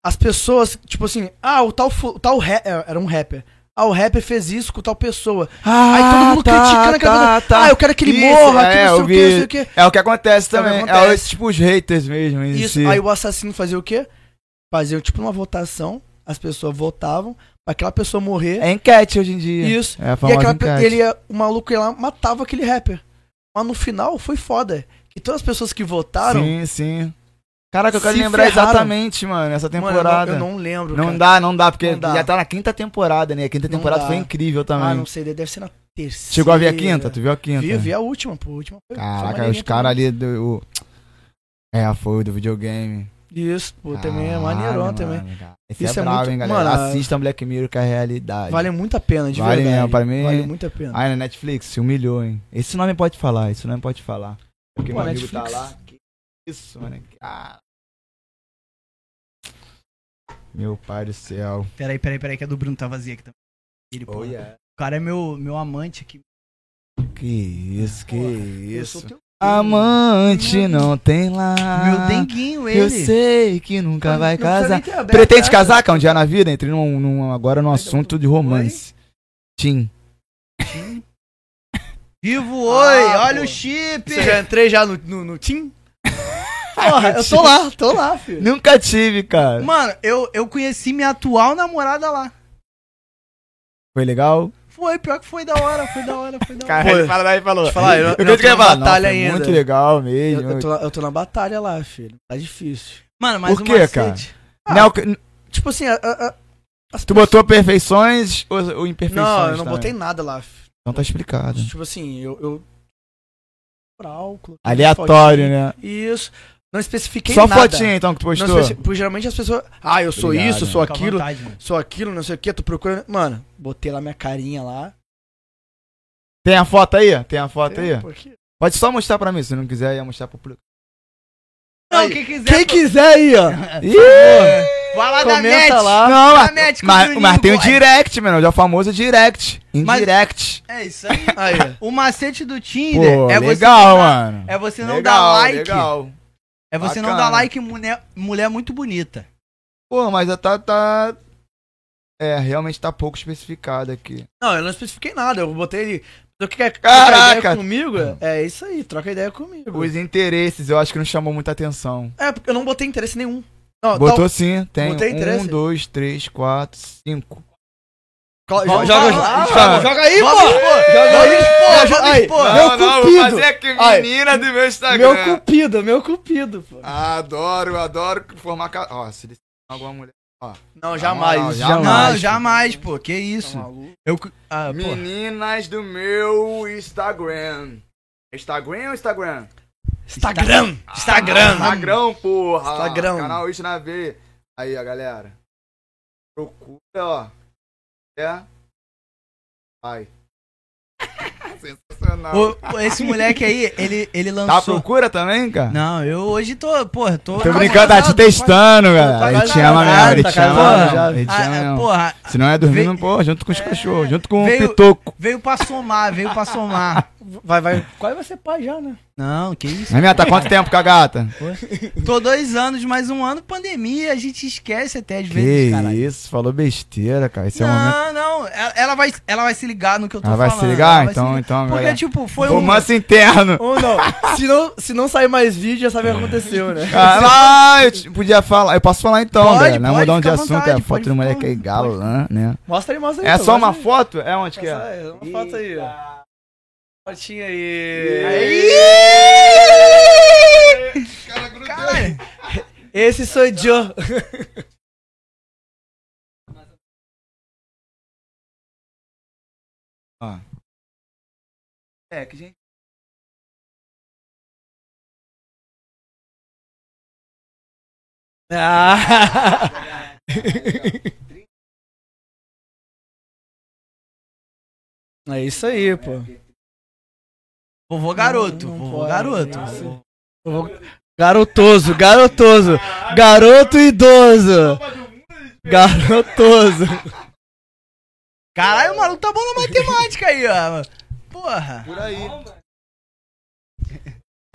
Speaker 2: as pessoas, tipo assim, ah, o tal. fu- o tal ra- é, era um rapper. Ah, o rapper fez isso com tal pessoa.
Speaker 3: Ah,
Speaker 2: Aí todo mundo criticando aquela. Ah, eu quero que ele
Speaker 3: Tá. Isso,
Speaker 2: morra, que
Speaker 3: é,
Speaker 2: não sei
Speaker 3: eu
Speaker 2: o que, não
Speaker 3: vi.
Speaker 2: sei o que.
Speaker 3: É o que acontece
Speaker 2: É o que
Speaker 3: também. É,
Speaker 2: acontece.
Speaker 3: os, tipo os haters mesmo. em
Speaker 2: Isso.
Speaker 3: si.
Speaker 2: Aí o assassino fazia o quê? Fazia tipo uma votação, as pessoas votavam pra aquela pessoa morrer.
Speaker 3: É enquete hoje em dia.
Speaker 2: Isso.
Speaker 3: É a
Speaker 2: e
Speaker 3: famosa
Speaker 2: aquela pe-
Speaker 3: enquete.
Speaker 2: ele ia- o maluco ia lá matava aquele rapper. Mas no final foi foda. Que todas as pessoas que votaram
Speaker 3: Sim, sim. Caraca, eu quero
Speaker 2: Se
Speaker 3: lembrar
Speaker 2: ferraram.
Speaker 3: exatamente, mano, essa
Speaker 2: Mano, eu não-
Speaker 3: temporada.
Speaker 2: eu
Speaker 3: não,
Speaker 2: não, lembro. cara.
Speaker 3: dá, não dá, porque
Speaker 2: Não dá.
Speaker 3: já tá na quinta temporada, né? A quinta
Speaker 2: Não
Speaker 3: temporada
Speaker 2: dá.
Speaker 3: foi incrível também.
Speaker 2: Ah, não sei, deve ser na terceira.
Speaker 3: Chegou a ver a quinta? Tu viu a quinta?
Speaker 2: Vi, vi a última, pô. A última foi- foi
Speaker 3: Caraca, os
Speaker 2: maneirinha
Speaker 3: caras ali do. o- É, foi do videogame.
Speaker 2: também. Isso, pô, também é
Speaker 3: Caralho,
Speaker 2: maneirão
Speaker 3: mano,
Speaker 2: também.
Speaker 3: cara. Esse é,
Speaker 2: Isso é
Speaker 3: brabo,
Speaker 2: muito-
Speaker 3: hein, galera.
Speaker 2: Mano, a-
Speaker 3: Assistam Black Mirror que é a realidade.
Speaker 2: Vale muito a pena, de
Speaker 3: Vale
Speaker 2: verdade.
Speaker 3: mesmo, pra mim-
Speaker 2: Vale muito a pena.
Speaker 3: Ai, na Netflix, se humilhou, hein? Esse nome pode falar, esse nome pode falar. Porque
Speaker 2: Pô,
Speaker 3: meu amigo tá
Speaker 2: Netflix.
Speaker 3: lá. Que isso, mano. Ah. Meu pai do céu.
Speaker 1: Peraí, peraí, peraí, que a do Bruno tá vazia aqui também. Ele,
Speaker 3: Oh,
Speaker 2: Oh,
Speaker 1: pô, O cara é meu, meu amante aqui.
Speaker 3: Que isso, que
Speaker 2: Porra, Eu sou
Speaker 3: isso.
Speaker 2: teu-
Speaker 3: Amante não tem lá.
Speaker 1: meu denguinho, ele.
Speaker 3: Ah, Eu sei que nunca vai
Speaker 2: Não precisa
Speaker 3: casar.
Speaker 2: nem ter é aberto né?
Speaker 3: Pretende
Speaker 2: essa.
Speaker 3: casar, Cão, um dia na vida? Entrei num, num- agora num
Speaker 2: tá
Speaker 3: assunto de romance. Tim.
Speaker 1: Vivo, oi,
Speaker 2: Ah,
Speaker 1: olha
Speaker 2: pô.
Speaker 1: o chip.
Speaker 2: Você já entrei já no, no, no Tim? Porra, eu tô lá, tô lá,
Speaker 3: [laughs]
Speaker 2: filho.
Speaker 3: Nunca tive, cara.
Speaker 1: Mano, eu, eu conheci minha atual namorada lá.
Speaker 3: Foi legal?
Speaker 1: Foi, pior que foi da hora, foi da hora, foi da hora.
Speaker 2: Pô,
Speaker 3: ele fala, ele falou.
Speaker 2: te falar, eu-
Speaker 3: Eu
Speaker 2: eu
Speaker 3: queria
Speaker 2: tô na
Speaker 3: falar,
Speaker 2: batalha
Speaker 3: não, foi
Speaker 2: ainda.
Speaker 3: Muito legal
Speaker 2: Eu,
Speaker 3: mesmo.
Speaker 2: eu tô, lá- eu tô na batalha lá, filho. Tá difícil.
Speaker 1: Mano, mas
Speaker 3: Por
Speaker 1: o
Speaker 3: quê,
Speaker 1: macete-
Speaker 3: Não, que-
Speaker 2: Tipo assim, a- a- a- as
Speaker 3: tu botou perfeições ou, ou imperfeições?
Speaker 2: Não, eu não
Speaker 3: também?
Speaker 2: botei nada lá, filho.
Speaker 3: Então tá explicado.
Speaker 2: Tipo assim, eu. eu... Moral, coloquei
Speaker 3: Aleatório, né?
Speaker 2: fotinho, Isso. Não especifiquei
Speaker 3: Só
Speaker 2: nada.
Speaker 3: fotinha então que tu
Speaker 2: Não
Speaker 3: postou.
Speaker 2: especi- porque geralmente as pessoas. Ah, eu sou
Speaker 3: Obrigado,
Speaker 2: isso, eu sou
Speaker 1: Fica à
Speaker 2: aquilo,
Speaker 1: vontade, mano.
Speaker 2: sou aquilo, não sei o que, tô procurando. Mano, botei lá minha carinha lá.
Speaker 3: Tem a foto aí? Tem a foto aí?
Speaker 2: Pô, que-
Speaker 3: Pode só mostrar pra mim, se não quiser, ia mostrar pro público.
Speaker 1: Não,
Speaker 2: Aí,
Speaker 1: quem quiser.
Speaker 2: Quem quiser aí, ó.
Speaker 1: Ih, Vai lá da
Speaker 2: comenta
Speaker 1: net.
Speaker 2: lá.
Speaker 3: Não,
Speaker 1: Tá
Speaker 3: mas,
Speaker 1: médico,
Speaker 3: mas-
Speaker 1: Bruninho,
Speaker 3: mas tem o
Speaker 1: boy.
Speaker 3: direct, mano. Já o famoso direct.
Speaker 1: Mas-
Speaker 3: Indirect.
Speaker 1: É isso aí.
Speaker 2: Aí, ó.
Speaker 1: O macete do Tinder
Speaker 3: Pô,
Speaker 1: é você
Speaker 3: legal,
Speaker 2: tá-
Speaker 1: não dar-
Speaker 3: mano.
Speaker 1: É você não
Speaker 3: legal,
Speaker 1: dar like.
Speaker 3: Legal.
Speaker 1: É você não
Speaker 3: Bacana.
Speaker 1: dar like em mulher, mulher muito bonita.
Speaker 3: Pô, mas já tá, tá... É, realmente tá pouco especificado aqui.
Speaker 2: Não, eu não especifiquei nada, eu botei ele. Tu quer
Speaker 3: Caraca!
Speaker 2: trocar é, ideia comigo? É isso aí, troca ideia comigo.
Speaker 3: Os interesses, eu acho que não chamou muita atenção.
Speaker 2: É, porque eu não botei interesse nenhum. Não, tá
Speaker 3: Botou sim, tem
Speaker 2: Botei
Speaker 3: um,
Speaker 2: interesse?
Speaker 3: dois, três, quatro, cinco.
Speaker 2: tal- jo-
Speaker 1: Vamos
Speaker 2: joga,
Speaker 1: falar,
Speaker 2: joga-
Speaker 3: mano.
Speaker 2: joga aí,
Speaker 1: Vamos
Speaker 2: pô!
Speaker 1: expor,
Speaker 2: Joga
Speaker 1: vamos
Speaker 2: aí,
Speaker 1: expor,
Speaker 2: jo-
Speaker 1: vamos
Speaker 2: aí.
Speaker 1: expor.
Speaker 2: Meu cupido.
Speaker 3: aqui,
Speaker 2: Ai,
Speaker 3: do meu
Speaker 2: Meu cupido, meu cupido, pô.
Speaker 3: Adoro, adoro formar... ca- Ó, se ele alguma mulher...
Speaker 2: Não,
Speaker 3: jamais,
Speaker 2: jamais,
Speaker 3: jamais.
Speaker 2: jamais.
Speaker 1: Não,
Speaker 3: Jamais,
Speaker 1: jamais, pô. Que
Speaker 2: Tá
Speaker 1: isso. Eu. cu- Ah, pô.
Speaker 3: Meninas do meu Instagram. Instagram ou Instagram?
Speaker 2: Instagram!
Speaker 1: Ah, Instagram.
Speaker 3: Instagram, porra.
Speaker 2: Instagram.
Speaker 3: Canal Isso na V. Aí, ó, galera. Procura, ó. É. Vai. [laughs] Sensacional.
Speaker 1: O- o- esse moleque aí, ele, ele
Speaker 3: Tá à
Speaker 1: lançou.
Speaker 3: procura também, cara?
Speaker 1: Não, eu hoje tô, porra, tô.
Speaker 3: Tô
Speaker 1: na-
Speaker 3: brincando, tá te
Speaker 2: casado,
Speaker 3: testando, galera.
Speaker 2: tá
Speaker 3: Ele te
Speaker 2: casado,
Speaker 3: ama mesmo, ele
Speaker 2: tá
Speaker 3: te ama
Speaker 2: casado
Speaker 3: mesmo.
Speaker 2: já.
Speaker 3: Ele te
Speaker 1: Ah,
Speaker 3: ama mesmo.
Speaker 1: porra,
Speaker 3: Se não é dormindo,
Speaker 1: Vem- É.
Speaker 3: pô, junto com os cachorros, junto com o
Speaker 1: Veio-
Speaker 3: pitoco.
Speaker 1: veio pra somar, veio pra somar.
Speaker 2: Vai, vai. Quase vai ser pai já, né?
Speaker 1: Não, que isso.
Speaker 3: Mas, minha,
Speaker 1: [laughs]
Speaker 3: tá quanto tempo com a gata?
Speaker 1: Tô dois anos, mais um ano, pandemia, a gente esquece até às
Speaker 3: Que
Speaker 1: vezes, caralho.
Speaker 3: isso, falou besteira, cara. Esse é o momento.
Speaker 1: Não, não, ela, ela vai, ela vai se ligar no que eu tô
Speaker 3: Ah, vai
Speaker 1: falando.
Speaker 3: se ligar?
Speaker 1: ela vai
Speaker 3: Então, então,
Speaker 1: Porque,
Speaker 3: galera.
Speaker 1: tipo, foi um...
Speaker 3: Romance interno.
Speaker 2: Ou não. se não. Se não sair mais vídeo, já sabe o que aconteceu, né?
Speaker 3: Caralho, eu te- podia falar. Eu posso falar então,
Speaker 1: Pode,
Speaker 3: galera. Não
Speaker 1: pode,
Speaker 3: mudar um de
Speaker 1: fica à
Speaker 3: assunto. é a
Speaker 1: vontade,
Speaker 3: foto
Speaker 1: pode
Speaker 3: do moleque
Speaker 1: falar,
Speaker 3: aí, galã, né?
Speaker 2: Mostra aí, mostra aí.
Speaker 3: É
Speaker 2: pô,
Speaker 3: só
Speaker 2: mostra
Speaker 3: uma
Speaker 2: aí.
Speaker 3: foto? É onde que é?
Speaker 2: Essa é uma foto aí, ó. Fotinha aí.
Speaker 3: Aí!
Speaker 1: Caralho,
Speaker 2: Esse sou eu.
Speaker 3: É, que gente.
Speaker 2: Ah. [laughs] É isso aí, pô.
Speaker 1: vovô garoto,
Speaker 2: Não, não
Speaker 1: vovô
Speaker 2: pode,
Speaker 1: garoto.
Speaker 2: não sei.
Speaker 1: vovô-
Speaker 2: Garotoso, garotoso. Garoto idoso.
Speaker 3: um
Speaker 2: Garotoso.
Speaker 1: Caralho, o maluco tá bom na matemática aí, ó. Porra.
Speaker 3: Por aí.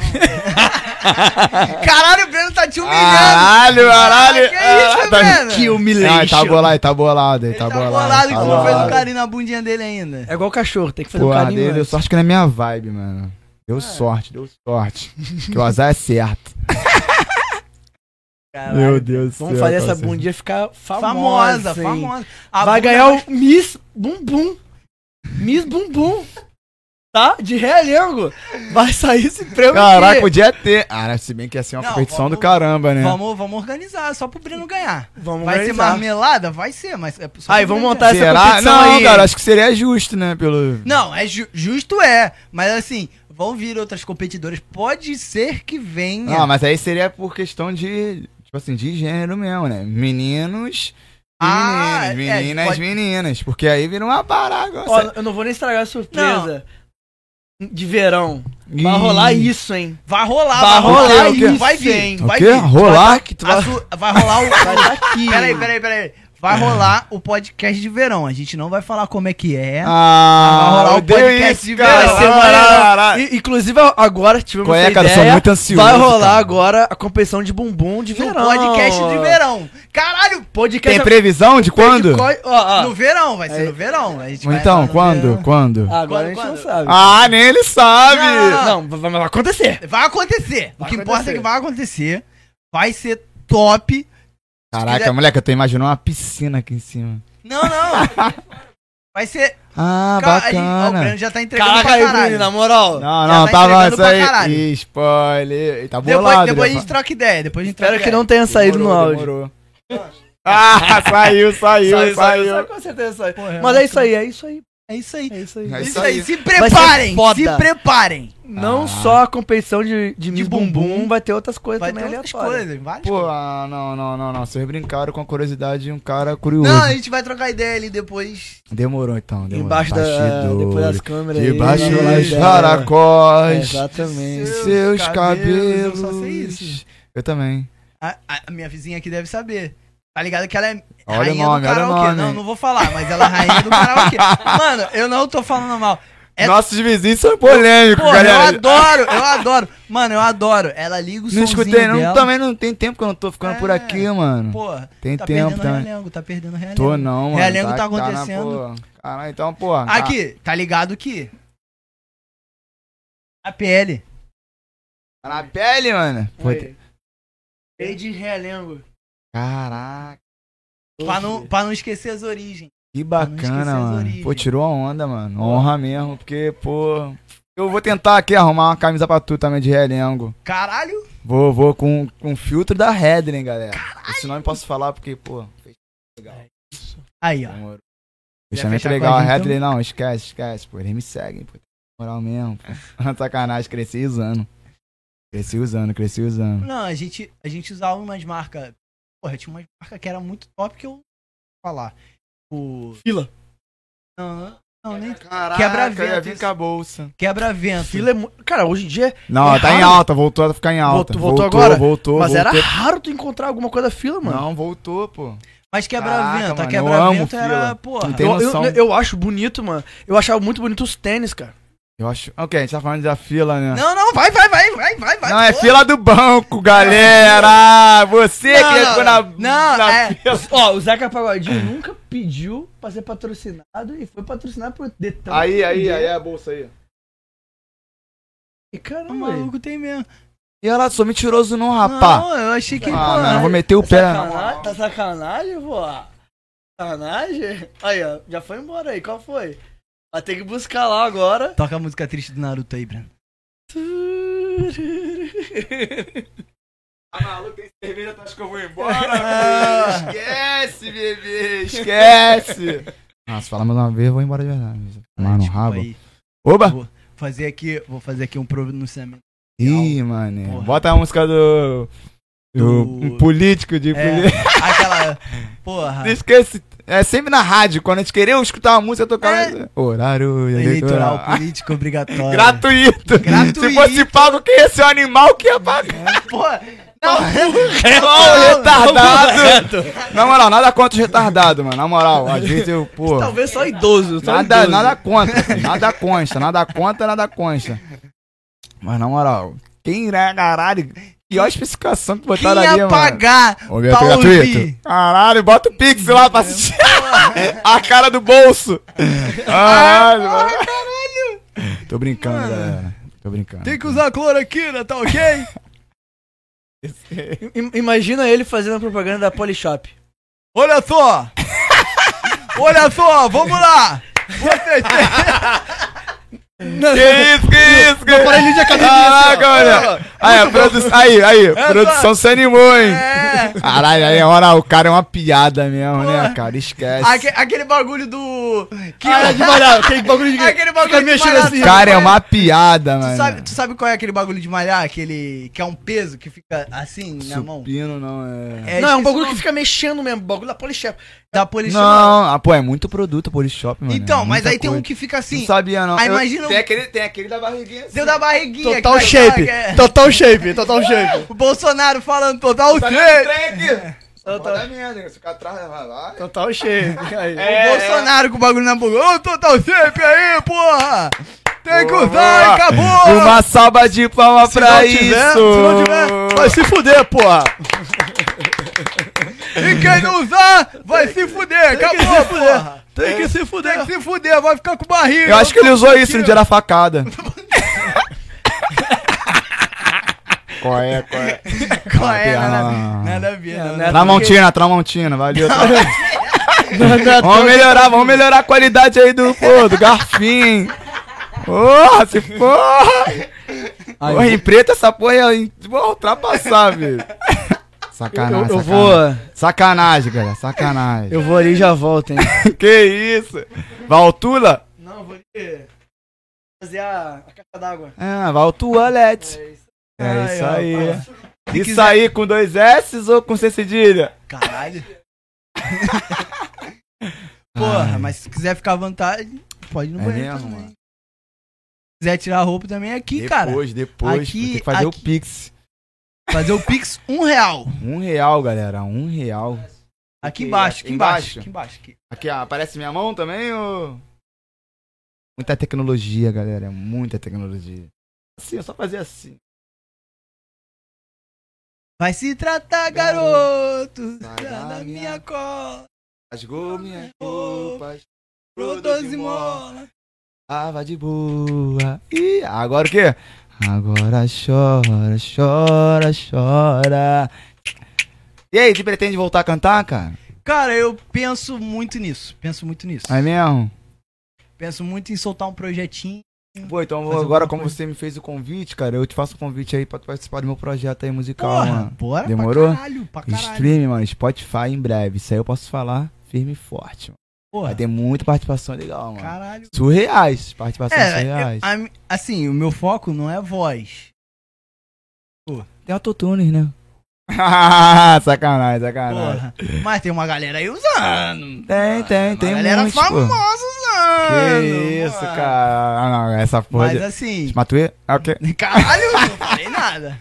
Speaker 1: [laughs] Caralho, o Breno tá te humilhando.
Speaker 3: Caralho, caralho. tá
Speaker 1: Que isso, Breno?
Speaker 2: Que
Speaker 3: Ah, ele
Speaker 2: humilhante.
Speaker 3: tá bolado, ele tá bolado, ele
Speaker 1: Ele tá
Speaker 3: tá bolado.
Speaker 1: bolado que
Speaker 3: tá
Speaker 1: tu não fez um
Speaker 3: bolado.
Speaker 1: carinho na bundinha dele ainda.
Speaker 2: É igual cachorro, tem que fazer um
Speaker 3: Porra,
Speaker 2: carinho.
Speaker 3: dele, deu
Speaker 2: antes.
Speaker 3: sorte que não é minha vibe, mano. Deu
Speaker 1: É.
Speaker 3: sorte, deu sorte. [laughs] que o azar é certo.
Speaker 2: Caralho.
Speaker 3: Deus do
Speaker 2: Vamos fazer essa
Speaker 3: cara.
Speaker 2: bundinha ficar famosa.
Speaker 1: Famosa, tá
Speaker 2: hein?
Speaker 1: famosa.
Speaker 2: Vai ganhar o Miss Bumbum. Miss Bumbum. tá? De realengo. Vai sair esse prêmio.
Speaker 3: Caraca,
Speaker 2: aqui.
Speaker 3: podia ter. Ah, se bem que ia ser uma
Speaker 1: Não,
Speaker 3: competição
Speaker 1: vamos-
Speaker 3: do caramba, né?
Speaker 1: Vamos, vamos organizar, só pro Breno ganhar.
Speaker 2: Vamos
Speaker 1: vai ser
Speaker 2: organizar.
Speaker 1: marmelada? Vai ser, mas. É só
Speaker 2: Aí,
Speaker 1: pro Breno
Speaker 2: vamos montar essa
Speaker 3: Será?
Speaker 2: competição
Speaker 3: Não,
Speaker 2: aí.
Speaker 3: cara, acho que seria justo, né? Pelo.
Speaker 1: Não, é ju- justo é, mas assim, vão vir outras competidoras. Pode ser que venha.
Speaker 3: Não, Ah, mas aí seria por questão de. Tipo assim, de gênero mesmo, né? Meninos.
Speaker 1: Ah,
Speaker 3: Meninas,
Speaker 1: é,
Speaker 3: meninas,
Speaker 1: pode-
Speaker 3: meninas. Porque aí vira uma parada.
Speaker 2: Ó, eu não vou nem estragar a surpresa. De verão. Vai
Speaker 3: Ih.
Speaker 2: rolar isso, hein?
Speaker 1: Vai rolar,
Speaker 2: Vai
Speaker 1: vai, rolar,
Speaker 2: rolar
Speaker 1: isso,
Speaker 2: isso,
Speaker 1: vai vir,
Speaker 2: hein?
Speaker 1: vai
Speaker 3: o quê?
Speaker 1: vir.
Speaker 3: Rolar?
Speaker 2: que tu
Speaker 1: A
Speaker 2: vai...
Speaker 1: su- vai rolar o.
Speaker 2: Vai tá aqui. [laughs]
Speaker 1: Peraí, peraí, peraí. Vai rolar o podcast de verão. A gente não vai falar como é que é. Vai
Speaker 3: Ah,
Speaker 1: rolar o
Speaker 3: eu dei
Speaker 1: podcast
Speaker 3: isso,
Speaker 1: de
Speaker 3: cara.
Speaker 1: verão.
Speaker 2: Vai ser
Speaker 3: Ah,
Speaker 2: maravilhoso.
Speaker 3: caralho.
Speaker 2: I- Inclusive, agora tivemos
Speaker 3: Qual é,
Speaker 2: essa
Speaker 3: cara? Eu sou
Speaker 2: ideia.
Speaker 3: muito ansioso,
Speaker 2: Vai rolar
Speaker 3: cara.
Speaker 2: agora a competição de bumbum de
Speaker 1: No
Speaker 2: verão.
Speaker 1: podcast de verão. Caralho! é
Speaker 2: Podcast
Speaker 3: Tem previsão de quando?
Speaker 2: Ó, ó.
Speaker 1: No verão, vai ser
Speaker 2: Aí-
Speaker 1: no verão. A gente vai
Speaker 3: Então,
Speaker 1: entrar no
Speaker 3: quando?
Speaker 1: verão.
Speaker 3: Quando?
Speaker 2: Agora a gente
Speaker 1: Quando?
Speaker 2: não sabe.
Speaker 3: Ah, nem ele sabe!
Speaker 1: Não, não,
Speaker 2: Não, vai, vai acontecer.
Speaker 1: Vai acontecer. o
Speaker 2: Vai
Speaker 1: que importa
Speaker 2: acontecer.
Speaker 1: é que vai acontecer. Vai ser top.
Speaker 3: Caraca,
Speaker 1: quiser-
Speaker 3: moleque, eu tô imaginando uma piscina aqui em cima.
Speaker 1: Não, não. [laughs] Vai ser.
Speaker 3: Ah,
Speaker 1: Ca- a gente- ó, o
Speaker 3: bacana.
Speaker 1: Breno já tá entregando
Speaker 2: Caraca
Speaker 1: pra
Speaker 2: aí,
Speaker 1: caralho.
Speaker 2: Bruno, na moral.
Speaker 3: Não,
Speaker 1: Já
Speaker 3: não,
Speaker 1: tá
Speaker 3: tava
Speaker 1: entregando
Speaker 3: isso
Speaker 1: pra
Speaker 3: aí.
Speaker 1: caralho.
Speaker 3: Ih, Spoiler. Tá
Speaker 1: Depois,
Speaker 3: bolado.
Speaker 1: depois a
Speaker 3: já
Speaker 1: gente troca ideia. Depois a gente
Speaker 2: Espero
Speaker 1: troca
Speaker 2: que
Speaker 1: ideia.
Speaker 2: não tenha
Speaker 3: fa-
Speaker 2: saído no
Speaker 3: Demorou,
Speaker 2: áudio.
Speaker 1: [laughs]
Speaker 3: demorou. Ah, saiu, saiu, saiu.
Speaker 2: com certeza saiu.
Speaker 1: Porra,
Speaker 3: né?
Speaker 2: Mas é isso aí, é isso aí.
Speaker 1: É isso aí.
Speaker 2: É isso aí.
Speaker 3: É
Speaker 1: É
Speaker 3: isso
Speaker 1: isso aí.
Speaker 3: aí.
Speaker 1: Se
Speaker 2: ser
Speaker 1: preparem. Se
Speaker 2: foda.
Speaker 1: preparem.
Speaker 2: Não
Speaker 3: Ah.
Speaker 2: só a competição de, de, Miss bumbum,
Speaker 1: bumbum,
Speaker 2: vai ter outras coisas
Speaker 1: Vai ter
Speaker 2: também
Speaker 1: outras
Speaker 2: aleatórias.
Speaker 1: coisas. Várias
Speaker 3: Pô,
Speaker 1: coisas.
Speaker 3: ah, não, não, não, não. Vocês brincaram com a curiosidade de um cara curioso.
Speaker 1: Não, a gente vai trocar ideia ali depois.
Speaker 3: Demorou então, demorou.
Speaker 2: Embaixo da,
Speaker 3: Bastidores,
Speaker 2: depois das câmeras. aí,
Speaker 3: Debaixo
Speaker 2: lá,
Speaker 3: dos
Speaker 2: lá, é,
Speaker 3: caracóis.
Speaker 2: Exatamente.
Speaker 1: Seus
Speaker 3: seus
Speaker 1: cabelos,
Speaker 3: cabelos.
Speaker 1: eu só sei isso.
Speaker 3: Eu também.
Speaker 1: A, a- a minha vizinha aqui deve saber. Tá ligado que ela é
Speaker 3: Olha o
Speaker 1: rainha
Speaker 3: nome,
Speaker 1: do
Speaker 3: olha o
Speaker 1: karaokê.
Speaker 3: nome.
Speaker 1: Não, não vou falar, mas ela é rainha do
Speaker 3: [laughs]
Speaker 1: karaokê. Mano, eu não tô falando mal. É-
Speaker 3: Nossos vizinhos são polêmicos,
Speaker 1: Porra, eu
Speaker 3: galera.
Speaker 1: adoro, eu adoro. Mano, eu adoro. Ela liga o
Speaker 3: Não
Speaker 1: somzinho
Speaker 3: escutei, não.
Speaker 1: dela.
Speaker 3: Também não tem tempo que eu não tô ficando por
Speaker 1: É.
Speaker 3: aqui, mano.
Speaker 1: Porra,
Speaker 3: tem
Speaker 1: tá
Speaker 3: tempo
Speaker 1: perdendo
Speaker 3: também.
Speaker 1: realengo, tá perdendo realengo.
Speaker 3: Tô não, mano.
Speaker 1: Realengo tá
Speaker 3: na
Speaker 1: acontecendo.
Speaker 3: boa. Caralho, então, porra. tá-
Speaker 1: Aqui, tá ligado que... A PL.
Speaker 3: Tá na pele, mano. Pô,
Speaker 2: Oi. Ei de realengo.
Speaker 3: Caraca,
Speaker 1: Pra não, pra não esquecer as origens.
Speaker 3: que
Speaker 1: esquecer as
Speaker 3: bacana, mano.
Speaker 1: origens.
Speaker 3: Pô, tirou a onda, mano. Honra mesmo, porque, pô. Eu vou tentar aqui arrumar uma camisa pra tu também de relengo.
Speaker 1: Caralho.
Speaker 3: Vou, vou com, com filtro da Redlin, galera. Esse nome eu posso falar porque, pô.
Speaker 1: Aí, ó.
Speaker 3: Demorou.
Speaker 1: Quer
Speaker 3: Fechamento
Speaker 1: fechar com
Speaker 3: legal.
Speaker 1: a
Speaker 3: A
Speaker 1: gente, então?
Speaker 3: Hadley, não, esquece, esquece, pô. Eles me seguem, pô. Moral mesmo, pô. [laughs] Sacanagem, cresci usando. Cresci usando, cresci usando.
Speaker 1: Não, a gente, a gente usava umas marcas... Porra, tinha umas marcas que era muito top que eu... vou Falar. Tipo...
Speaker 2: Fila.
Speaker 1: Não, não, nem...
Speaker 3: Caraca,
Speaker 1: Quebra-vento eu ia vir isso. com
Speaker 3: vir com a bolsa.
Speaker 1: Quebra-vento.
Speaker 2: Fila é muito. Cara, hoje em dia.
Speaker 3: Não,
Speaker 2: É
Speaker 3: tá em
Speaker 2: raro.
Speaker 3: alta, voltou a ficar em alta.
Speaker 2: Voltou- voltou agora?
Speaker 3: Voltou,
Speaker 2: mas era
Speaker 3: voltou.
Speaker 2: raro tu encontrar alguma coisa da fila, mano.
Speaker 3: Não, voltou, pô.
Speaker 1: Mas quebra-vento,
Speaker 3: Caraca,
Speaker 1: a
Speaker 3: mano, eu
Speaker 1: quebra-vento
Speaker 3: amo
Speaker 1: era,
Speaker 3: fila.
Speaker 1: porra.
Speaker 3: Não tem
Speaker 2: eu, eu,
Speaker 3: noção.
Speaker 2: eu acho bonito, mano. Eu achava muito bonito os tênis, cara.
Speaker 3: Eu acho. Ok, a gente tá falando da fila, né?
Speaker 1: Não, não, vai, vai, vai, vai, vai, vai.
Speaker 3: Não, é
Speaker 1: porra.
Speaker 3: fila do banco, galera! Você
Speaker 1: Não,
Speaker 3: que
Speaker 1: não,
Speaker 3: ficou na.
Speaker 1: não,
Speaker 3: na
Speaker 1: é-
Speaker 3: fila.
Speaker 2: [laughs] Ó, o Zeca Pagodinho nunca pediu pra ser patrocinado e foi patrocinado por Detran.
Speaker 3: Aí, aí, aí, a bolsa aí.
Speaker 2: E
Speaker 1: O
Speaker 2: caramba, velho.
Speaker 1: maluco tem mesmo.
Speaker 3: E ela sou mentiroso não, rapá.
Speaker 1: Não, eu achei que.
Speaker 3: ah,
Speaker 1: pô,
Speaker 3: mano, eu vou meter o pé.
Speaker 2: Sacanagem, tá sacanagem, pô? Sacanagem? Aí, ó, já foi embora aí, qual foi? Vai ter que buscar lá [laughs] agora.
Speaker 1: Toca a música triste do Naruto aí, Breno.
Speaker 3: Tá maluco, tem cerveja, tu acha que eu vou embora? filho? Esquece, bebê, esquece! Nossa, fala mais uma vez, eu vou embora de verdade. Mano,
Speaker 1: Desculpa
Speaker 3: rabo.
Speaker 1: tipo aí.
Speaker 3: Oba!
Speaker 1: Vou fazer aqui, vou fazer aqui um
Speaker 3: [laughs]
Speaker 1: pronunciamento.
Speaker 3: Ih, mano.
Speaker 1: Porra.
Speaker 3: Bota a música do. Do.
Speaker 1: Do-
Speaker 3: Um político
Speaker 1: É,
Speaker 3: de.
Speaker 1: Ah.
Speaker 3: político.
Speaker 1: aquela. Porra.
Speaker 3: Esquece. É sempre na rádio, quando a gente querer escutar uma música, tocar.
Speaker 1: É.
Speaker 3: Horário eleitoral. Ah,
Speaker 1: Eleitoral político obrigatório.
Speaker 3: Gratuito.
Speaker 1: Gratuito.
Speaker 3: Se fosse pago, quem ia ser o animal que ia pagar?
Speaker 1: Porra. Não, É.
Speaker 3: Ô, retardado! Na moral, nada contra os retardados, mano. Na moral, às vezes eu, pô.
Speaker 1: Tá
Speaker 2: Talvez É só idoso. Só
Speaker 3: Nada,
Speaker 2: idoso.
Speaker 3: nada contra, filho. nada consta, nada contra, nada consta. Mas na moral, quem irá, caralho? Pior especificação que
Speaker 1: quem
Speaker 3: botaram ali,
Speaker 1: ia
Speaker 3: tá mano.
Speaker 1: pagar
Speaker 3: Ô,
Speaker 1: pra
Speaker 3: gratuito,
Speaker 1: ouvir?
Speaker 3: gratuito. Caralho, bota o Pix lá pra assistir.
Speaker 1: É.
Speaker 3: [laughs] A cara do bolso. Caralho, mano.
Speaker 1: caralho.
Speaker 3: Tô brincando,
Speaker 1: Mano.
Speaker 3: galera. Tô brincando.
Speaker 1: Tem que usar cloroquina, tá [laughs] ok?
Speaker 2: I- Imagina ele fazendo a propaganda da Polishop.
Speaker 1: Olha só. Olha só, vamos lá. Vocês têm-
Speaker 3: Que isso, que isso, que isso?
Speaker 2: Aparelho de
Speaker 1: assim,
Speaker 3: Caraca,
Speaker 2: academia.
Speaker 3: olha. Aí, a produ- aí, aí, produção se animou, hein?
Speaker 2: É.
Speaker 3: Caralho, aí, olha, o cara é uma piada mesmo, né, cara? Esquece.
Speaker 1: é
Speaker 2: Aque- aquele bagulho do. Que ah, de malhar, aquele bagulho de.
Speaker 1: Aquele bagulho
Speaker 2: Fica
Speaker 1: de
Speaker 2: mexendo
Speaker 1: malhar,
Speaker 2: assim.
Speaker 3: O cara é uma piada, mano.
Speaker 1: Tu sabe, tu sabe qual é aquele bagulho de malhar? Aquele. Que é um peso que fica assim na mão?
Speaker 5: Supino não é.
Speaker 2: não, é um bagulho que
Speaker 1: esqueci
Speaker 2: fica mexendo mesmo, bagulho da Polishop.
Speaker 1: o nome Da polícia.
Speaker 3: Não, ah, pô, é muito produto Polishop, mano.
Speaker 1: Então,
Speaker 3: é
Speaker 1: mas
Speaker 3: muita
Speaker 1: aí tem um
Speaker 3: coisa.
Speaker 1: que fica assim.
Speaker 3: Não sabia, não.
Speaker 1: Aí
Speaker 3: Eu-
Speaker 1: imagina um-
Speaker 3: Tem aquele, tem aquele da barriguinha assim.
Speaker 1: Deu da barriguinha. que
Speaker 2: Total
Speaker 1: vai-
Speaker 2: shape.
Speaker 1: que é-
Speaker 2: Total shape, total shape.
Speaker 1: O Bolsonaro falando total
Speaker 3: Tá
Speaker 1: shape.
Speaker 3: vendo o trem aqui?
Speaker 2: Total-
Speaker 3: Bota a merda, se ficar é, atrás, vai lá. É,
Speaker 2: Total shape. Aí.
Speaker 1: O Bolsonaro com o bagulho na boca. Ô, total shape aí, porra!
Speaker 3: é,
Speaker 1: Tem que usar, e acabou!
Speaker 3: Uma salva de palmas pra isso.
Speaker 2: vai se fuder, porra.
Speaker 1: E quem não usar, vai se fuder, acabou, porra!
Speaker 2: Tem que se
Speaker 1: Tem
Speaker 2: fuder.
Speaker 1: que se fuder, vai ficar com barriga.
Speaker 3: Eu acho que ele usou isso no dia da facada. qual é, qual é?
Speaker 1: Qual é, nada,
Speaker 3: Ah.
Speaker 1: nada a ver, não,
Speaker 2: É,
Speaker 1: nada a ver.
Speaker 3: Tramontina, Tramontina, valeu. Tramontina.
Speaker 2: Não,
Speaker 3: Vamos melhorar, vamos melhorar a qualidade aí do, pô, do garfinho. Porra, se porra! Porra, em preto essa porra ia em- porra, ultrapassar, velho. Sacanagem,
Speaker 2: Eu-
Speaker 3: sacanagem.
Speaker 2: eu vou-
Speaker 3: Sacanagem, galera, sacanagem.
Speaker 2: Eu vou ali e já volto, hein.
Speaker 3: Que isso? Valtula?
Speaker 2: Não, vou ali fazer a, a caixa d'água.
Speaker 3: Ah, Valtula, Let. É isso aí.
Speaker 1: Se
Speaker 3: Isso
Speaker 1: quiser-
Speaker 3: aí com dois S's ou com C cedilha? [laughs]
Speaker 1: Caralho. Porra, mas se quiser ficar à vontade, pode ir no
Speaker 3: É
Speaker 1: banheiro
Speaker 3: mesmo,
Speaker 1: também.
Speaker 3: mano?
Speaker 1: Se quiser tirar a roupa também é aqui, cara.
Speaker 3: Depois, depois,
Speaker 1: aqui-
Speaker 3: tem que fazer
Speaker 1: aqui-
Speaker 3: o Pix.
Speaker 1: Fazer o Pix, um real.
Speaker 3: Um real, galera, um real.
Speaker 1: Aqui
Speaker 3: Aqui,
Speaker 1: embaixo, aqui embaixo.
Speaker 3: embaixo?
Speaker 1: Aqui embaixo. Aqui.
Speaker 3: Aqui, ó, aparece minha mão também ou... Muita tecnologia, galera, é muita tecnologia. Assim, é só fazer assim.
Speaker 1: Vai se tratar, garoto.
Speaker 3: Vai
Speaker 1: Tá
Speaker 3: na
Speaker 1: na minha
Speaker 3: minha
Speaker 1: cola.
Speaker 3: Rasgou minhas roupas,
Speaker 1: Brotou mola.
Speaker 3: tava de boa. Ih, agora o quê? Agora chora, chora, chora. E aí, você pretende voltar a cantar, cara?
Speaker 1: Cara, eu penso muito nisso. Penso muito nisso.
Speaker 3: É mesmo?
Speaker 1: Penso muito em soltar um projetinho.
Speaker 3: Pô, então
Speaker 1: Fazer
Speaker 3: agora
Speaker 1: alguma
Speaker 3: como você me fez o convite, cara, eu te faço um convite aí pra tu participar do meu projeto aí musical,
Speaker 1: Porra,
Speaker 3: mano.
Speaker 1: bora
Speaker 3: Demorou?
Speaker 1: pra caralho, pra caralho.
Speaker 3: Stream, mano, Spotify em breve. Isso aí eu posso falar firme e forte. Mano.
Speaker 1: Porra,
Speaker 3: Vai ter muita participação legal, mano.
Speaker 1: caralho.
Speaker 3: Surreais, participações
Speaker 1: É, eu-
Speaker 3: surreais.
Speaker 1: a mi- assim, o meu foco não é voz.
Speaker 3: Tem
Speaker 1: [laughs]
Speaker 3: autotunes, né? sacanagem, sacanagem.
Speaker 1: Porra. Mas tem uma galera aí usando.
Speaker 3: Tem, tem, tem
Speaker 1: uma galera
Speaker 3: muitos, pô.
Speaker 1: famosa usando.
Speaker 3: Que isso,
Speaker 1: mano.
Speaker 3: cara. Ah, não, essa porra
Speaker 1: Mas
Speaker 3: de...
Speaker 1: assim,
Speaker 3: Matuê? Ah, ok.
Speaker 1: caralho, não falei nada.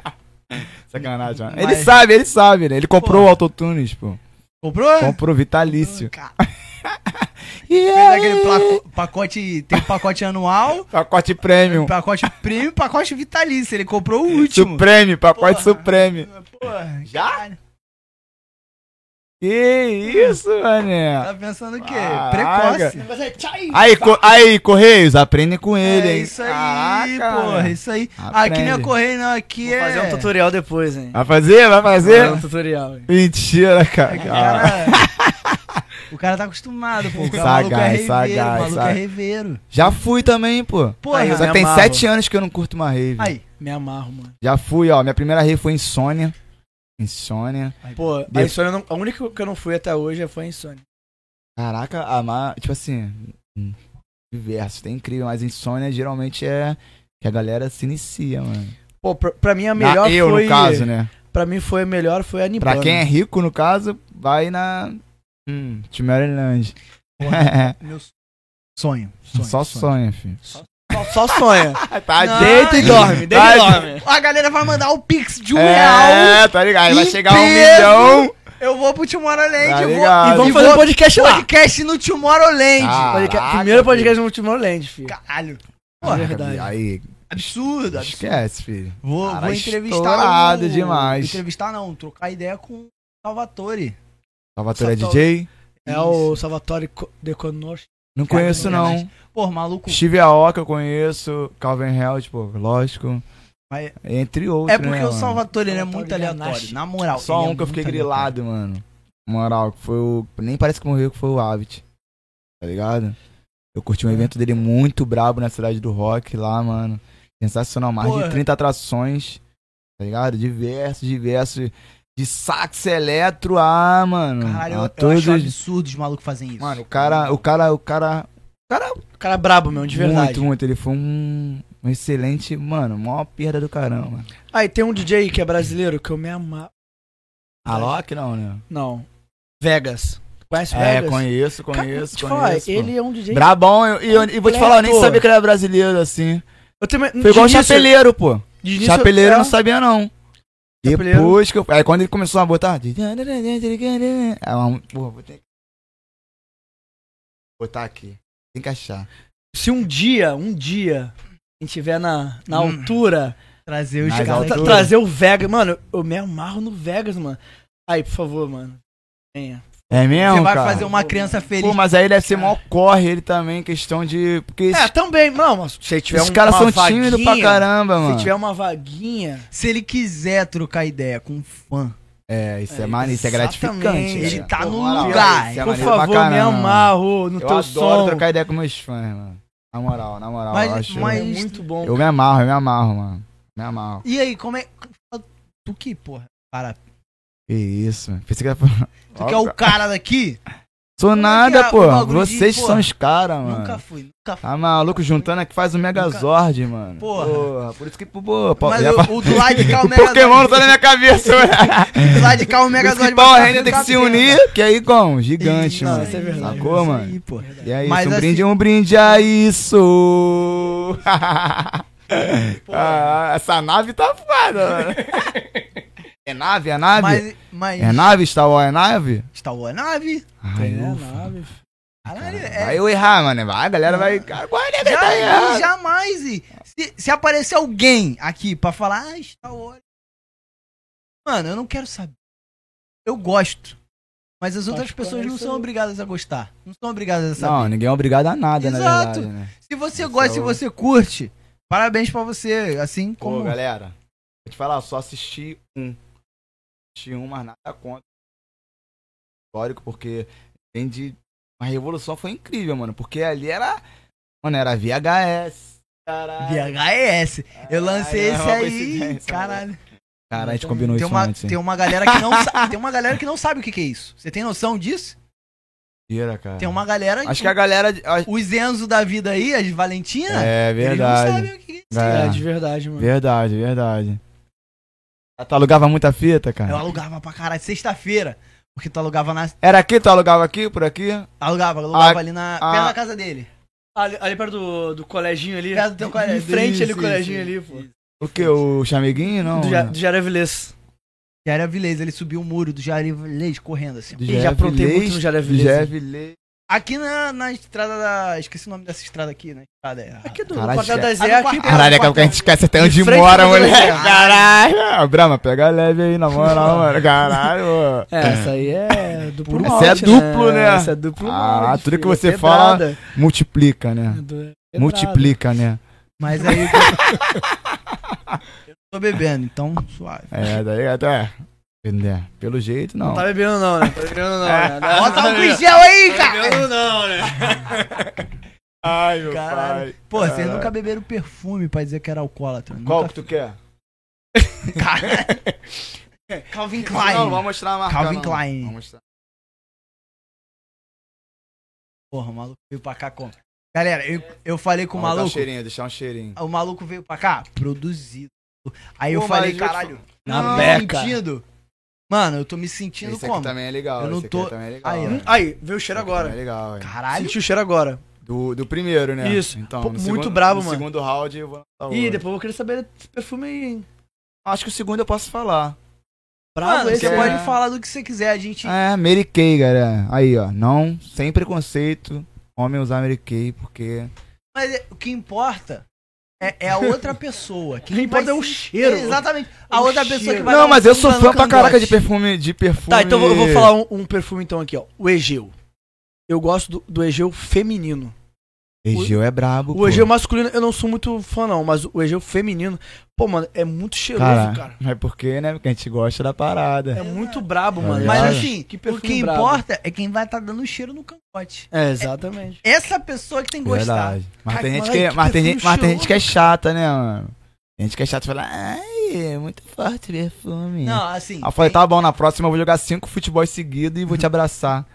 Speaker 3: Sacanagem, mano.
Speaker 1: Mas-
Speaker 3: Ele sabe, ele sabe, né? Ele comprou
Speaker 1: Porra.
Speaker 3: o autotunes, pô.
Speaker 1: Comprou?
Speaker 3: Comprou vitalício.
Speaker 1: Hum, Cara,
Speaker 3: [laughs] E
Speaker 1: fez
Speaker 3: aí?
Speaker 1: aquele placo- pacote, tem um pacote anual,
Speaker 3: Pacote premium.
Speaker 1: pacote premium, pacote vitalício. Ele comprou o último.
Speaker 3: Supreme,
Speaker 1: Porra.
Speaker 3: pacote Supreme.
Speaker 1: Porra,
Speaker 3: Já?
Speaker 1: caralho.
Speaker 3: Que isso, mané.
Speaker 1: Tá pensando o quê?
Speaker 3: Caraca.
Speaker 1: Precoce.
Speaker 2: Mas é tchai.
Speaker 3: Aí, co- aí, Correios, aprende com ele,
Speaker 1: é
Speaker 3: hein?
Speaker 1: isso aí, Ah,
Speaker 3: Caraca.
Speaker 1: porra, isso aí. Aqui não é
Speaker 3: Aprende.
Speaker 1: correio, não, aqui
Speaker 2: Vou
Speaker 1: é.
Speaker 2: fazer um tutorial depois, hein.
Speaker 3: Vai fazer? Vai fazer?
Speaker 2: Fazer um tutorial. hein.
Speaker 3: Mentira, cara.
Speaker 1: O É, cara- o cara tá acostumado, pô. O cara, o maluco é
Speaker 3: Sagaz,
Speaker 1: reveiro, o
Speaker 3: sagaz,
Speaker 1: maluco é
Speaker 3: sagaz.
Speaker 1: reveiro.
Speaker 3: Já fui também, pô.
Speaker 1: Porra,
Speaker 2: Aí,
Speaker 1: aí,
Speaker 3: Só que
Speaker 2: me
Speaker 3: tem
Speaker 2: amarro.
Speaker 3: sete anos que eu não curto uma rave. [laughs]
Speaker 2: Me amarro, mano.
Speaker 3: Já fui, ó. Minha primeira rave foi Insônia. Insônia.
Speaker 2: Pô, a,
Speaker 3: Deu.
Speaker 2: insônia não- a única que eu não fui até hoje foi a Insônia.
Speaker 3: Caraca, a ma... tipo assim, hum, diversos, tem incrível, mas Insônia geralmente é que a galera se inicia, mano.
Speaker 2: Pô, pra, pra mim a
Speaker 3: Na-
Speaker 2: melhor
Speaker 3: eu,
Speaker 2: foi...
Speaker 3: no caso, né?
Speaker 2: Pra mim foi a melhor, foi a Nibbana.
Speaker 3: Pra quem é rico, no caso, vai na. Hum, de [laughs] Maryland.
Speaker 1: Meu sonho.
Speaker 3: Só sonha, filho.
Speaker 2: Só [laughs] sonha.
Speaker 3: Tá
Speaker 1: Não,
Speaker 2: Deita e dorme, deita e dorme.
Speaker 1: A galera vai mandar o Pix de um real.
Speaker 3: É, tá ligado? Aí vai
Speaker 1: em
Speaker 3: chegar um
Speaker 1: peso.
Speaker 3: milhão.
Speaker 1: Eu vou pro Tomorrowland.
Speaker 3: Tá
Speaker 1: eu vou...
Speaker 3: ligado.
Speaker 2: E vamos
Speaker 1: E
Speaker 2: fazer
Speaker 1: vou-
Speaker 2: um podcast lá.
Speaker 1: Podcast no Tomorrowland.
Speaker 3: Ah.
Speaker 2: Podcast-
Speaker 3: Caraca,
Speaker 2: primeiro podcast no Tomorrowland, filho.
Speaker 1: Caralho.
Speaker 2: É
Speaker 1: Porra,
Speaker 2: verdade.
Speaker 3: Aí,
Speaker 1: absurdo, absurdo.
Speaker 3: esquece, filho.
Speaker 1: Vou,
Speaker 3: Cara,
Speaker 1: vou entrevistar um-
Speaker 3: estourado demais.
Speaker 1: Entrevistar não, trocar ideia com o Salvatore.
Speaker 3: Salvatore é
Speaker 2: Salvatore.
Speaker 3: DJ?
Speaker 2: É o Salvatore Co- de Conosco.
Speaker 3: Não
Speaker 1: Cara,
Speaker 3: conheço,
Speaker 1: não,
Speaker 3: não.
Speaker 1: Pô, maluco.
Speaker 3: Steve Aoki eu conheço, Calvin Held, pô, lógico.
Speaker 1: Mas-
Speaker 3: Entre outros,
Speaker 1: É porque
Speaker 3: né,
Speaker 1: o
Speaker 3: mano?
Speaker 1: Salvatore ele é
Speaker 2: Salvatore
Speaker 1: muito aleatório,
Speaker 2: Ganassi.
Speaker 1: na moral.
Speaker 3: Só
Speaker 1: ele é
Speaker 3: um que eu fiquei
Speaker 1: muito aleatório.
Speaker 3: grilado, mano. Na Moral, que foi o. Nem parece que morreu, que foi o Avid. Tá ligado? Eu curti
Speaker 2: É.
Speaker 3: um evento dele muito brabo na cidade do rock lá, mano. Sensacional, mais
Speaker 1: Porra.
Speaker 3: de 30 atrações, tá ligado? Diversos, diversos. De sax eletro, ah, mano.
Speaker 1: Caralho, eu,
Speaker 3: a
Speaker 1: eu
Speaker 3: todos
Speaker 1: acho
Speaker 3: os-
Speaker 1: absurdo os malucos fazem isso.
Speaker 3: Mano, o cara, o cara, o cara
Speaker 2: O cara é brabo, meu, de verdade.
Speaker 3: Muito, muito. Ele foi um, um excelente, mano, maior perda do caramba.
Speaker 2: Aí tem um DJ que é brasileiro que eu me amava.
Speaker 3: Alok não, né?
Speaker 2: Não. Vegas. Conhece o
Speaker 3: É,
Speaker 2: Vegas?
Speaker 3: conheço,
Speaker 2: Cara,
Speaker 3: conheço,
Speaker 2: te falar,
Speaker 3: conheço.
Speaker 2: ele é um DJ.
Speaker 3: Brabão, eu- e eu, e vou te falar, eu nem
Speaker 2: Completo.
Speaker 3: sabia que ele era brasileiro, assim.
Speaker 2: Eu também.
Speaker 3: Foi igual o
Speaker 2: de início-
Speaker 3: Chapeleiro, pô.
Speaker 2: de início-
Speaker 3: Chapeleiro
Speaker 2: é,
Speaker 3: eu não sabia, não.
Speaker 2: Chapeleiro.
Speaker 3: Depois que eu... Aí quando ele começou a botar... É uma- Porra, vou ter que... Botar aqui. Encaixar.
Speaker 2: Se um dia, um dia, a gente tiver na, na
Speaker 1: Hum.
Speaker 2: altura,
Speaker 1: Trazer os
Speaker 3: Nas
Speaker 1: caras
Speaker 2: tra-
Speaker 1: aqui.
Speaker 3: alturas.
Speaker 2: trazer o Vegas. Mano, eu me amarro no Vegas, mano. Aí, por favor, mano. Venha.
Speaker 3: É mesmo,
Speaker 1: Você vai
Speaker 3: cara?
Speaker 1: fazer um uma criança feliz.
Speaker 3: Pô, mas aí deve ser maior corre ele também, questão de... Porque esses,
Speaker 2: É, também, mano. Se tiver
Speaker 3: esses
Speaker 2: um-
Speaker 3: caras
Speaker 2: uma
Speaker 3: são
Speaker 2: vaguinha,
Speaker 3: tímidos pra caramba, mano.
Speaker 2: Se tiver uma vaguinha.
Speaker 1: Se ele quiser trocar ideia com um fã,
Speaker 3: É, isso é,
Speaker 2: É,
Speaker 3: maneiro, isso é
Speaker 2: exatamente.
Speaker 3: gratificante.
Speaker 1: ele
Speaker 3: cara.
Speaker 1: tá
Speaker 3: é. Pô,
Speaker 1: no
Speaker 3: moral,
Speaker 1: lugar.
Speaker 3: isso é
Speaker 2: por
Speaker 3: maneiro pra
Speaker 2: favor, me
Speaker 3: caramba, mano.
Speaker 2: amarro no
Speaker 3: Eu
Speaker 2: teu
Speaker 3: adoro
Speaker 2: som.
Speaker 3: trocar ideia com meus fãs, mano. Na moral, na moral,
Speaker 1: Mas-
Speaker 3: eu acho.
Speaker 1: mas-
Speaker 2: É muito bom.
Speaker 3: Eu me amarro, eu me amarro, mano. Me amarro.
Speaker 1: E aí, como é. Tu que, porra? Cara,
Speaker 3: Que isso, mano. Pensei que era pra...
Speaker 1: tu que é o cara daqui?
Speaker 3: Sou
Speaker 1: Como é
Speaker 3: nada,
Speaker 1: que é o
Speaker 3: pô.
Speaker 1: bagulho de-
Speaker 3: Vocês
Speaker 1: pô,
Speaker 3: são os caras, mano.
Speaker 1: Nunca fui, nunca fui.
Speaker 3: Tá maluco, juntando aqui faz o Megazord, mano.
Speaker 1: Porra.
Speaker 3: Por isso que, pô, pô, pô
Speaker 1: Mas
Speaker 3: já
Speaker 1: o-
Speaker 3: fa-
Speaker 1: o do
Speaker 3: [laughs]
Speaker 1: lado de cá, o
Speaker 3: o Pokémon não tá na
Speaker 1: [laughs]
Speaker 3: minha cabeça, velho.
Speaker 1: Do lado de cá, o
Speaker 3: Por isso
Speaker 1: Megazord
Speaker 3: que Power
Speaker 1: vai
Speaker 3: Ranger tem que se
Speaker 1: ficar
Speaker 3: unir, que aí, como? Gigante,
Speaker 1: é, né? Isso,
Speaker 3: mano.
Speaker 2: isso é verdade.
Speaker 3: Sacou,
Speaker 1: Isso
Speaker 3: mano?
Speaker 1: aí, pô.
Speaker 3: E é isso,
Speaker 1: Mas
Speaker 3: um
Speaker 1: assim-
Speaker 3: brinde, um brinde a isso! [laughs] Ah, essa nave tá
Speaker 1: [laughs]
Speaker 3: foda, mano. É nave, é nave?
Speaker 1: Mas, mas
Speaker 3: É nave, Star Wars é nave?
Speaker 1: Star Wars é né, nave.
Speaker 3: Ai,
Speaker 2: É,
Speaker 3: ufa.
Speaker 2: nave.
Speaker 1: Caralho,
Speaker 3: Vai
Speaker 1: é.
Speaker 3: eu errar, mano. Vai, a galera vai. Cara, guarda, a galera tá
Speaker 1: Já,
Speaker 3: errando.
Speaker 1: e jamais. e Se, se aparecer alguém aqui pra falar, ah, Star Wars. Mano, eu não quero saber. Eu gosto. Mas as outras
Speaker 2: Acho que
Speaker 1: pessoas
Speaker 2: é
Speaker 1: não
Speaker 2: isso
Speaker 1: são
Speaker 2: aí.
Speaker 1: obrigadas a gostar. Não são obrigadas a saber.
Speaker 3: Não, ninguém é obrigado a nada, né? na
Speaker 1: Exato.
Speaker 3: verdade, né?
Speaker 1: Se você
Speaker 3: Isso
Speaker 1: gosta,
Speaker 3: é
Speaker 1: se
Speaker 3: o-
Speaker 1: você curte, parabéns pra você. Assim
Speaker 3: Pô,
Speaker 1: como.
Speaker 3: galera, vou te falar, só assisti um. Assisti um, mas nada contra. Histórico, porque vem de. A revolução foi incrível, mano. Porque ali era. Mano, era VHS. Caralho.
Speaker 1: VHS. Eu lancei esse
Speaker 3: Caralho, é uma
Speaker 1: aí.
Speaker 3: coincidência,
Speaker 1: Caralho.
Speaker 3: Cara, a gente combinou
Speaker 1: Tem
Speaker 3: isso
Speaker 1: uma,
Speaker 3: antes. hein?
Speaker 1: tem um- uma galera que não sa- tem uma galera que não sabe o que, que é isso. Você tem noção disso?
Speaker 3: Mentira, cara.
Speaker 1: Tem uma galera
Speaker 3: Acho que a galera. de- acho-
Speaker 1: os Enzo da vida aí, as Valentina,
Speaker 3: É
Speaker 1: eles não
Speaker 3: verdade.
Speaker 1: sabem o que, que é isso.
Speaker 2: É,
Speaker 3: É,
Speaker 2: de verdade, mano.
Speaker 3: verdade, verdade. Ah, Tu alugava muita fita,
Speaker 2: É.
Speaker 1: Eu
Speaker 3: cara?
Speaker 1: alugava pra caralho sexta-feira, porque tu alugava na
Speaker 3: Era aqui, tu alugava aqui, por aqui?
Speaker 1: alugava, alugava
Speaker 3: Ah,
Speaker 1: ali na
Speaker 3: ah.
Speaker 1: perto da casa dele.
Speaker 2: Ali, ali perto do, do coleginho ali.
Speaker 3: É
Speaker 1: Perto do teu colégio.
Speaker 2: Em frente ali,
Speaker 1: Isso,
Speaker 2: o coleginho
Speaker 1: isso,
Speaker 2: ali, pô.
Speaker 3: O que? O Chameguinho? Não.
Speaker 2: Do, ja,
Speaker 3: né?
Speaker 2: do Jair Avilés.
Speaker 1: Jair Avilés, ele subiu o muro do Jair Avilés correndo assim.
Speaker 3: Do
Speaker 2: Ih, já
Speaker 3: Jeff
Speaker 2: aprontei muito
Speaker 3: Leis,
Speaker 2: no Jair
Speaker 3: do
Speaker 2: Avilés,
Speaker 3: Jeff Leis.
Speaker 1: Aqui na, na estrada da, esqueci o nome dessa estrada aqui, né? Estrada é.
Speaker 2: Aqui do
Speaker 3: Caralho,
Speaker 2: Quartel da
Speaker 3: esquece.
Speaker 2: Zé,
Speaker 1: Ah, no
Speaker 2: aqui um
Speaker 1: quartel.
Speaker 3: é
Speaker 1: Caralho, daqui a pouco a gente
Speaker 3: esquece até
Speaker 2: onde mora, moleque.
Speaker 3: Caralho. Brama, pega leve aí, na moral,
Speaker 2: [laughs]
Speaker 3: mano. Caralho, mano. [laughs]
Speaker 2: É, essa aí é duplo
Speaker 3: Essa é duplo, né?
Speaker 2: Essa é duplo
Speaker 3: Ah,
Speaker 2: malte,
Speaker 3: tudo que
Speaker 2: filho, é
Speaker 3: você
Speaker 2: pedrada.
Speaker 3: Multiplica, né?
Speaker 2: É do- é pedrada.
Speaker 3: Multiplica, né?
Speaker 1: Mas aí
Speaker 2: [laughs]
Speaker 1: eu tô bebendo, então suave.
Speaker 3: É, daí até. Entendeu? Pelo jeito, não.
Speaker 2: Não tá bebendo não, né? Tá bebendo não, né? [laughs]
Speaker 1: Bota
Speaker 2: Tá
Speaker 1: um
Speaker 2: bebendo-
Speaker 1: gel aí,
Speaker 2: Tá
Speaker 1: cara.
Speaker 2: bebendo não, né?
Speaker 3: [laughs] Ai, meu
Speaker 1: Caralho. Pô, vocês nunca beberam perfume pra dizer que era alcoólatra.
Speaker 3: Qual
Speaker 1: nunca...
Speaker 3: que tu quer?
Speaker 1: Cara.
Speaker 2: [laughs]
Speaker 1: Calvin Klein.
Speaker 3: Não, vou mostrar a marca.
Speaker 1: Calvin
Speaker 3: não.
Speaker 1: Klein.
Speaker 3: Vou mostrar.
Speaker 1: Porra, o maluco veio pra cá como? Galera, eu, eu falei com o
Speaker 3: Vou
Speaker 2: tá
Speaker 3: botar Um
Speaker 1: maluco.
Speaker 3: cheirinho, deixar um cheirinho.
Speaker 1: o maluco veio pra cá produzido. Aí eu
Speaker 3: Pô,
Speaker 1: falei,
Speaker 3: mas eu te
Speaker 1: caralho,
Speaker 2: Na
Speaker 1: não,
Speaker 2: beca.
Speaker 1: mentindo. Mano, eu tô me sentindo
Speaker 3: Esse
Speaker 1: como?
Speaker 3: aqui também é legal.
Speaker 1: Eu não
Speaker 3: esse aqui
Speaker 1: tô-
Speaker 3: também é legal.
Speaker 1: Aí,
Speaker 3: velho.
Speaker 1: ó.
Speaker 2: Hum, Aí, veio o
Speaker 3: Esse
Speaker 2: cheiro
Speaker 3: aqui
Speaker 2: agora.
Speaker 3: também É legal, velho.
Speaker 1: Caralho.
Speaker 2: Sentiu o cheiro agora.
Speaker 3: Do, do primeiro, né?
Speaker 2: Isso.
Speaker 3: Então,
Speaker 2: Pô,
Speaker 3: no
Speaker 2: muito
Speaker 3: segundo-
Speaker 2: brabo,
Speaker 3: no
Speaker 2: mano.
Speaker 3: segundo round, eu vou lançar o
Speaker 2: Ih,
Speaker 3: outro.
Speaker 2: depois eu vou querer saber desse perfume aí, hein?
Speaker 3: Acho que o segundo eu posso falar.
Speaker 1: Mano,
Speaker 2: Bravo esse, Ah.
Speaker 1: você
Speaker 3: é-
Speaker 2: mano.
Speaker 1: pode falar do que você quiser, a gente.
Speaker 3: É, Mary Kay, galera. Aí, ó. Não, sem preconceito, homem usar Mary Kay, porque.
Speaker 1: Mas é- o que importa é, é a outra
Speaker 2: [laughs]
Speaker 1: pessoa.
Speaker 2: Quem importa é o
Speaker 1: vai se-
Speaker 2: cheiro.
Speaker 1: Exatamente. A
Speaker 2: O
Speaker 1: outra
Speaker 2: cheiro.
Speaker 1: pessoa que vai
Speaker 3: Não,
Speaker 1: dar um
Speaker 3: mas eu sou
Speaker 1: funda no
Speaker 3: fã pra caraca de
Speaker 1: cangote.
Speaker 3: perfume. De perfume.
Speaker 2: Tá, então eu vou- eu vou falar um, um perfume então aqui, ó. O Egeu. Eu gosto do, do Egeu feminino.
Speaker 3: Egeu é brabo.
Speaker 2: O
Speaker 3: pô.
Speaker 2: Egeu masculino, eu não sou muito fã, não, mas o Egeu feminino, pô, mano, é muito cheiroso,
Speaker 3: cara,
Speaker 2: cara.
Speaker 3: Mas por quê, né? Porque a gente gosta da
Speaker 2: É
Speaker 3: parada.
Speaker 2: muito brabo, mano.
Speaker 1: Mas
Speaker 3: Cara,
Speaker 1: assim,
Speaker 2: Ah. que
Speaker 1: o
Speaker 2: perfume
Speaker 1: que
Speaker 2: brabo.
Speaker 1: importa é quem vai estar dando cheiro no cangote.
Speaker 2: É, exatamente.
Speaker 1: Essa pessoa que tem que gostar.
Speaker 3: Verdade. Mas
Speaker 2: Cara,
Speaker 3: tem gente
Speaker 2: moleque,
Speaker 3: que, é-
Speaker 2: que
Speaker 3: mas tem
Speaker 2: perfume
Speaker 3: gente, mas tem gente
Speaker 2: cheiroso.
Speaker 3: que é chata, né, mano? Tem gente que é chata e fala, ai, é muito forte o perfume.
Speaker 1: Não, assim.
Speaker 3: Aí eu falei,
Speaker 1: tem-
Speaker 3: tá bom, na próxima eu vou jogar cinco futebol seguidos e vou
Speaker 1: [laughs]
Speaker 3: te abraçar.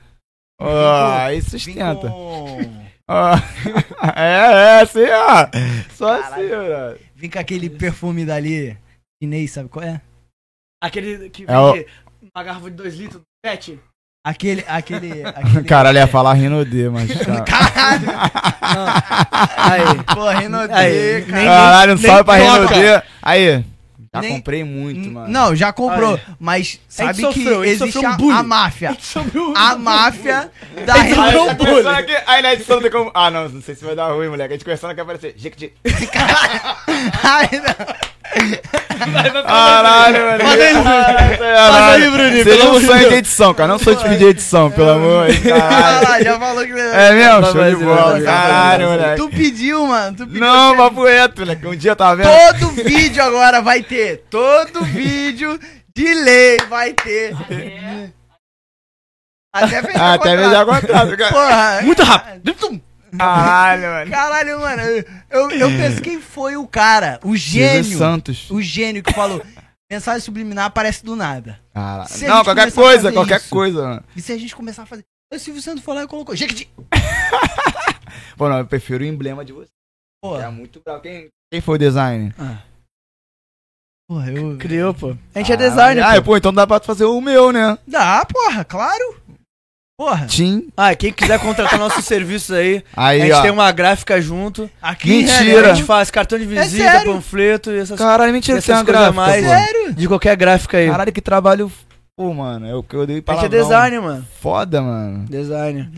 Speaker 3: Ah, aí
Speaker 1: vem
Speaker 3: sustenta.
Speaker 1: com-
Speaker 3: Ah, [laughs] é, é, assim, ó. Só
Speaker 1: Caralho.
Speaker 3: assim, velho.
Speaker 1: Vem com aquele perfume dali. Chinês, sabe qual é?
Speaker 2: Aquele que
Speaker 3: É o-
Speaker 2: vem uma garrafa de 2 litros, pet.
Speaker 1: Aquele.
Speaker 2: [laughs]
Speaker 1: Aquele. aquele
Speaker 3: Caralho, ia falar
Speaker 1: [laughs]
Speaker 3: Rinodê, mas. tá.
Speaker 1: Caralho! Não.
Speaker 2: Aí.
Speaker 1: Pô, Renaudet,
Speaker 2: Aí,
Speaker 1: cara.
Speaker 2: nem-
Speaker 3: Caralho, um
Speaker 2: nem
Speaker 3: salve pra
Speaker 2: toca.
Speaker 3: Rinodê. Aí, já
Speaker 1: Nem-
Speaker 3: comprei muito, mano.
Speaker 1: Não, já comprou.
Speaker 2: Aí.
Speaker 1: Mas sabe
Speaker 2: sofreu,
Speaker 1: que
Speaker 2: a gente
Speaker 1: existe
Speaker 2: sofreu um
Speaker 1: a-
Speaker 2: bullying.
Speaker 1: a máfia.
Speaker 2: [laughs] Sobre o-
Speaker 1: A máfia da
Speaker 2: Ele sofreu
Speaker 1: Renaudet.
Speaker 2: um bullying.
Speaker 3: Conversando aqui, aí na edição tem como. Ah, não, não sei se vai dar ruim, moleque. A gente conversando aqui aparecer. Jequiti.
Speaker 1: [laughs]
Speaker 3: Caralho, moleque.
Speaker 2: Mas aí,
Speaker 3: Caralho,
Speaker 2: Bruninho,
Speaker 3: Seja
Speaker 2: pelo
Speaker 3: um
Speaker 2: amor de
Speaker 3: sonho de
Speaker 2: Deus. É.
Speaker 3: edição, cara. Não sou de pedir edição, pelo amor de caralho.
Speaker 1: Caralho, já falou que.
Speaker 3: É mesmo? Show
Speaker 2: Vai
Speaker 3: de
Speaker 2: fazer, vai
Speaker 3: bola,
Speaker 2: fazer,
Speaker 3: caralho,
Speaker 2: vai
Speaker 3: moleque.
Speaker 1: Tu pediu, mano. Tu pediu.
Speaker 3: Não, papo reto, moleque. Um dia eu tava vendo.
Speaker 1: Todo vídeo agora vai ter. Todo vídeo de lei vai ter.
Speaker 2: é.
Speaker 1: Até fechar
Speaker 3: Ah, até
Speaker 1: contrato.
Speaker 3: mesmo já contrato, cara.
Speaker 1: Porra.
Speaker 2: Muito rápido.
Speaker 3: Caralho, mano.
Speaker 1: Caralho, mano. eu- Eu, eu penso quem foi o cara, o
Speaker 3: É. Jesus
Speaker 1: gênio.
Speaker 3: Santos.
Speaker 1: O gênio que falou. Mensagem subliminar aparece do nada.
Speaker 3: Caralho.
Speaker 1: Se a
Speaker 3: Não,
Speaker 1: gente
Speaker 3: qualquer
Speaker 1: começar a
Speaker 3: coisa,
Speaker 1: fazer
Speaker 3: qualquer
Speaker 1: isso.
Speaker 3: coisa, mano.
Speaker 1: E se a gente começar a fazer. O Silvio Santos foi lá e colocou. Jequiti.
Speaker 3: Pô, não, eu prefiro o emblema de você. É
Speaker 1: Porra,
Speaker 3: muito bravo. Quem, quem foi o design?
Speaker 1: porra, eu.
Speaker 2: ah, Criou, pô. A gente é designer,
Speaker 3: Ah,
Speaker 2: pô.
Speaker 3: pô, então dá pra fazer o meu, né?
Speaker 1: Dá, porra, claro. Porra,
Speaker 3: Tim.
Speaker 2: Ah, quem
Speaker 3: [laughs]
Speaker 2: quiser contratar nossos serviços aí,
Speaker 3: Aí,
Speaker 2: a gente
Speaker 3: ó.
Speaker 2: tem uma gráfica junto.
Speaker 1: aqui é,
Speaker 3: Mentira.
Speaker 2: A gente faz cartão
Speaker 3: É
Speaker 2: de visita,
Speaker 1: sério.
Speaker 2: panfleto e essas
Speaker 3: Caralho, mentira que tem
Speaker 2: Essas
Speaker 3: uma
Speaker 2: coisas
Speaker 3: gráfica,
Speaker 2: mais-
Speaker 3: pô.
Speaker 1: Sério?
Speaker 2: De qualquer gráfica aí.
Speaker 3: Caralho, que trabalho... Pô, mano, eu, eu dei
Speaker 2: a gente é
Speaker 3: palavrão.
Speaker 2: designer, mano.
Speaker 3: Foda, mano.
Speaker 2: Designer.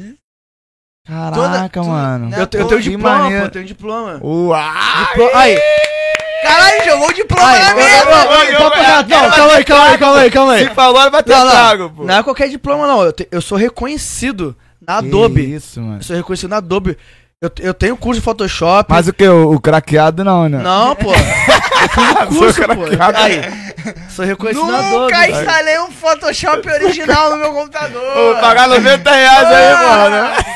Speaker 3: Caraca,
Speaker 1: tudo-
Speaker 3: mano.
Speaker 1: né?
Speaker 2: Eu, te- eu tenho
Speaker 3: Que
Speaker 2: diploma,
Speaker 3: maneiro.
Speaker 2: pô. Eu tenho diploma.
Speaker 3: Uau!
Speaker 2: Diploma- Aí,
Speaker 1: Caralho, jogou o diploma
Speaker 2: aí.
Speaker 1: na
Speaker 2: Não,
Speaker 1: mesa.
Speaker 2: não, não,
Speaker 3: Ei,
Speaker 2: não, papo
Speaker 3: ei,
Speaker 2: reto, não,
Speaker 3: ei,
Speaker 2: calma aí, calma aí, calma aí, calma aí.
Speaker 3: Se falou, ela vai ter
Speaker 2: Não, não.
Speaker 3: trago, pô.
Speaker 2: Não é qualquer diploma, não. Eu, te- eu sou reconhecido na
Speaker 3: Que
Speaker 2: Adobe.
Speaker 3: isso, mano.
Speaker 2: Eu sou reconhecido na Adobe. Eu, eu tenho curso de Photoshop.
Speaker 3: Mas o que? O, o craqueado não, né? [laughs]
Speaker 2: Não, pô.
Speaker 3: Ah, sou
Speaker 2: curso, pô.
Speaker 3: craqueado.
Speaker 2: Aí. Sou reconhecido na Adobe.
Speaker 1: Nunca instalei um Photoshop original no meu computador.
Speaker 3: Vou pagar 90 reais aí,
Speaker 2: Ah.
Speaker 3: mano.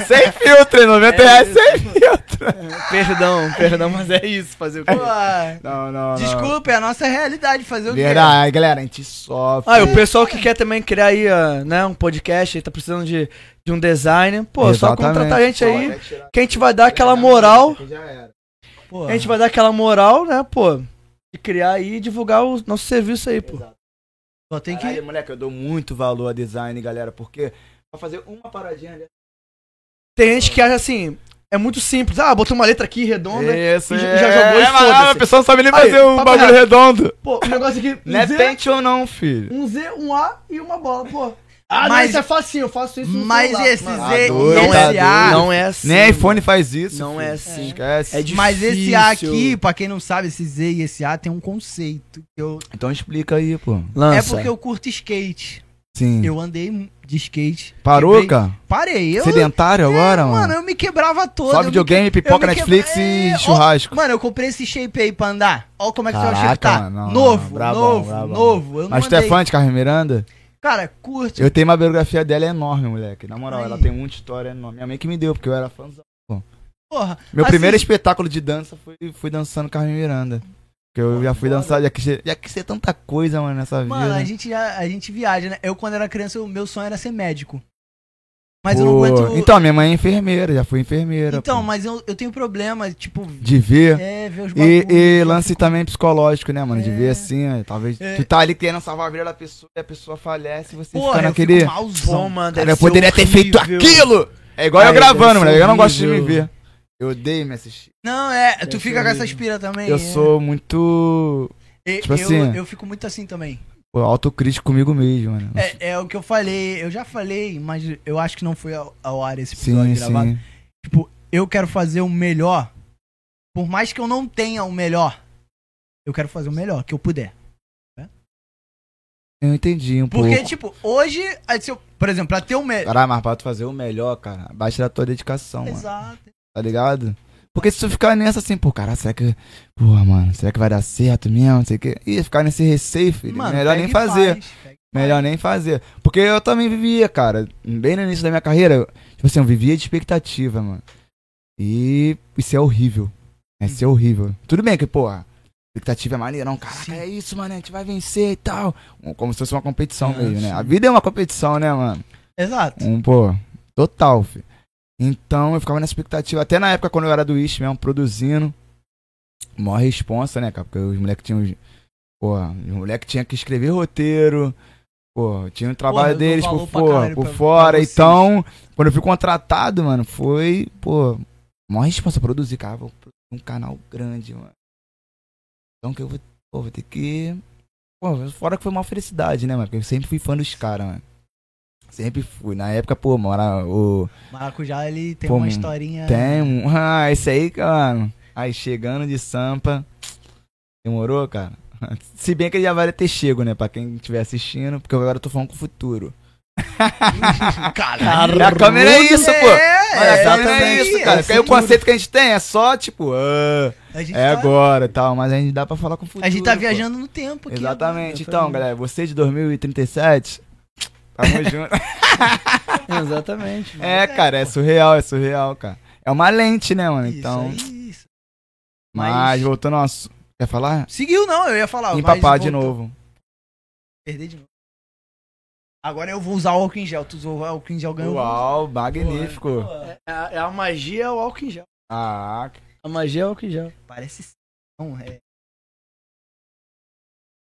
Speaker 2: [laughs]
Speaker 3: sem filtro, hein? 90 reais
Speaker 2: É.
Speaker 3: sem filtro.
Speaker 2: Perdão, perdão, mas é isso fazer o quê?
Speaker 1: Pô,
Speaker 3: Não, não,
Speaker 1: Desculpa, é a nossa realidade fazer o é. quê?
Speaker 3: Verdade, galera, a gente sofre.
Speaker 2: Ah, e o pessoal que quer também criar aí, ah, né, um podcast, aí tá precisando de, de um designer, pô, só
Speaker 3: Exatamente.
Speaker 2: contratar a gente
Speaker 3: é
Speaker 2: aí, que a gente vai dar aquela
Speaker 3: né?
Speaker 2: moral,
Speaker 1: Pô,
Speaker 2: a gente vai dar aquela moral, né, pô, de criar aí e divulgar o nosso serviço aí, pô.
Speaker 1: Só tem que.
Speaker 3: Caralho, moleque, eu dou muito valor a design, galera, porque pra fazer uma paradinha ali. é
Speaker 2: Tem gente que acha assim, é muito simples, ah, botou uma letra aqui redonda,
Speaker 3: Isso,
Speaker 2: E já- já jogou e
Speaker 3: é, mas
Speaker 2: foda-se.
Speaker 3: a pessoa não sabe nem
Speaker 2: Aí,
Speaker 3: fazer um
Speaker 2: papo
Speaker 3: bagulho
Speaker 2: reto.
Speaker 3: redondo.
Speaker 2: pô, o negócio aqui, um
Speaker 3: Não é
Speaker 2: Z,
Speaker 3: pente ou não, filho.
Speaker 2: um Z, um A e uma bola, pô. Ah,
Speaker 1: Mas-
Speaker 2: mas, isso é facinho, eu faço isso no
Speaker 1: Mas
Speaker 2: celular,
Speaker 1: esse
Speaker 2: mano. Ah,
Speaker 1: Z
Speaker 3: doido,
Speaker 1: e
Speaker 3: tá
Speaker 1: esse A.
Speaker 2: Não é assim.
Speaker 3: Nem iPhone faz isso.
Speaker 2: Não é assim.
Speaker 3: Esquece.
Speaker 2: É de-
Speaker 1: Mas esse A aqui,
Speaker 2: Difícil.
Speaker 1: pra quem não sabe, esse Z e esse A tem um conceito. que eu-
Speaker 3: Então explica aí, pô.
Speaker 1: É
Speaker 2: Lança.
Speaker 1: porque eu curto skate.
Speaker 3: Sim.
Speaker 1: Eu andei de skate.
Speaker 3: Parou,
Speaker 1: Quebrei-
Speaker 3: cara?
Speaker 1: Parei. Eu, É,
Speaker 3: Sedentário agora, mano?
Speaker 1: mano, eu me quebrava todo.
Speaker 3: Só
Speaker 1: eu me
Speaker 3: videogame, pipoca,
Speaker 1: me
Speaker 3: Netflix
Speaker 1: quebrei.
Speaker 3: e churrasco.
Speaker 1: Mano, eu comprei esse shape aí pra andar. Olha como é que o seu shape
Speaker 3: Caraca,
Speaker 1: tá.
Speaker 3: mano, não,
Speaker 1: novo,
Speaker 3: não, brabão,
Speaker 1: novo,
Speaker 3: brabão.
Speaker 1: novo. Eu não
Speaker 3: Mas tu é
Speaker 1: andei.
Speaker 3: fã de Carmen Miranda?
Speaker 1: Cara, curto.
Speaker 3: Eu tenho uma biografia dela enorme, moleque. Na moral,
Speaker 1: Aí.
Speaker 3: ela tem muita história enorme. Minha mãe que me deu, porque eu era fãzão.
Speaker 1: Porra.
Speaker 3: Meu
Speaker 1: Assim-
Speaker 3: primeiro espetáculo de dança foi, foi dançando Carmen Miranda. Porque eu já fui dançar, já quis, ser- já quis ser tanta coisa, mano, nessa
Speaker 1: Mano, a
Speaker 3: vida.
Speaker 1: gente, já- a gente viaja, né? Eu, quando era criança, o meu sonho era ser médico. Mas eu
Speaker 3: Pô,
Speaker 1: não aguento.
Speaker 3: Então, minha mãe é enfermeira, já fui enfermeira.
Speaker 1: Então,
Speaker 3: pô.
Speaker 1: mas eu, eu tenho problema, tipo,
Speaker 3: De ver.
Speaker 1: é, ver os
Speaker 3: E,
Speaker 1: bagulhos.
Speaker 3: e lance também psicológico, né, mano? De
Speaker 1: É.
Speaker 3: ver assim, ó, talvez.
Speaker 1: É.
Speaker 3: Tu tá ali querendo salvar a vida da pessoa e a pessoa falece e você
Speaker 1: Porra,
Speaker 3: fica
Speaker 1: eu
Speaker 3: naquele.
Speaker 1: fico
Speaker 2: Pô,
Speaker 1: malzão.
Speaker 2: mano,
Speaker 3: Cara,
Speaker 2: deve
Speaker 3: eu
Speaker 2: ser
Speaker 1: um
Speaker 3: poderia ter feito
Speaker 2: horrível.
Speaker 3: aquilo! É igual eu
Speaker 2: Ai,
Speaker 3: gravando,
Speaker 2: deve
Speaker 3: mano.
Speaker 2: ser
Speaker 3: Eu não gosto de me
Speaker 2: horrível.
Speaker 3: ver. Eu odeio me assistir.
Speaker 1: Não, é, tu
Speaker 2: Deve
Speaker 1: fica
Speaker 2: ser
Speaker 1: com essa
Speaker 2: horrível.
Speaker 1: aspira também.
Speaker 3: Eu
Speaker 1: é.
Speaker 3: sou muito
Speaker 1: E-
Speaker 3: tipo
Speaker 1: eu,
Speaker 3: assim-
Speaker 1: eu fico muito assim também.
Speaker 3: pô, autocrítico comigo mesmo, mano.
Speaker 1: É, é o que eu falei, eu já falei, mas eu acho que não foi ao, ao ar esse episódio
Speaker 3: Sim,
Speaker 1: gravado.
Speaker 3: sim.
Speaker 1: Tipo, eu quero fazer o melhor. Por mais que eu não tenha o melhor, eu quero fazer o melhor que eu puder. né?
Speaker 3: Eu entendi um
Speaker 1: Porque,
Speaker 3: pouco.
Speaker 1: tipo, hoje, aí se eu- por exemplo, pra ter o melhor.
Speaker 3: Caralho, mas pra tu fazer o melhor, cara, basta da tua dedicação, mano.
Speaker 1: Exato.
Speaker 3: Tá ligado? Porque se tu ficar nessa assim, pô, cara, será que. Porra, mano, será que vai dar certo mesmo? Não sei o quê. Ih, ficar nesse receio, filho. melhor
Speaker 1: pega
Speaker 3: nem
Speaker 1: e
Speaker 3: fazer.
Speaker 1: faz, pega e faz.
Speaker 3: Melhor nem fazer. Porque eu também vivia, cara, bem no início da minha carreira, eu- tipo assim, eu vivia de expectativa, mano. E isso é horrível. né? Isso é horrível. Tudo bem que, porra, expectativa é maneirão, caraca,
Speaker 1: Sim.
Speaker 3: é isso, mano, a gente vai vencer e tal. Um- Como se fosse uma competição
Speaker 2: É,
Speaker 3: mesmo,
Speaker 2: sim.
Speaker 3: né? A vida é uma competição, né, mano?
Speaker 1: Exato.
Speaker 3: Um, pô, total, filho. Então eu ficava na expectativa, até na época quando eu era do Ish mesmo, produzindo. Maior responsa, né, cara? Porque os moleques tinham. os- Porra, os moleques tinham que escrever roteiro. Pô, tinha o trabalho
Speaker 1: eu dou
Speaker 3: deles por,
Speaker 1: valor pra
Speaker 3: fora-
Speaker 1: caralho
Speaker 3: por
Speaker 1: pra- pra
Speaker 3: fora.
Speaker 1: vocês.
Speaker 3: então, quando eu fui contratado, mano, foi, pô, maior responsa produzir, cara. Vou produzir um canal grande, mano. Então que eu vou, pô, vou ter que. Pô, fora que foi uma felicidade, né, mano? Porque eu sempre fui fã dos caras, mano. Sempre fui. Na época, pô, mora o.
Speaker 1: Maracujá, ele tem
Speaker 3: Pô,
Speaker 1: uma
Speaker 3: mano,
Speaker 1: historinha.
Speaker 3: Tem um. [laughs] Ah, esse aí, cara. Aí chegando de Sampa. Demorou, cara? [laughs] Se bem que ele já vai ter chego, né? Pra quem estiver assistindo, porque agora eu tô falando com o futuro.
Speaker 1: [laughs] Caralho.
Speaker 3: a câmera é isso, pô! Olha, a câmera é
Speaker 1: exatamente.
Speaker 3: isso, cara.
Speaker 1: É
Speaker 3: Porque aí o conceito que a gente tem é só, tipo, ah,
Speaker 1: A gente
Speaker 3: é
Speaker 1: tá-
Speaker 3: agora e tal, mas a gente um dá pra falar com o futuro.
Speaker 1: A gente tá
Speaker 3: pô.
Speaker 1: viajando no tempo aqui.
Speaker 3: Exatamente. Então, galera, você de 2037, tamo [laughs] junto.
Speaker 2: Exatamente.
Speaker 3: É, cara, é surreal, é surreal, cara. É uma lente, né, mano? Então.
Speaker 1: Isso, aí, isso.
Speaker 3: Mas,
Speaker 1: mas-
Speaker 3: voltando ao assunto. Quer falar?
Speaker 1: Seguiu, não, eu ia falar. mas
Speaker 3: Empapar Ah, de
Speaker 1: voltou-
Speaker 3: novo.
Speaker 1: Perder de novo. Agora eu vou usar o álcool em gel. Tu usou o álcool em gel, ganhou.
Speaker 3: Uau, magnífico.
Speaker 2: É, a- é a magia é o álcool em gel.
Speaker 3: Ah, c-
Speaker 2: A magia é o álcool em gel.
Speaker 1: Parece não, é.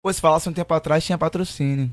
Speaker 3: pô, se falasse um tempo atrás, tinha patrocínio.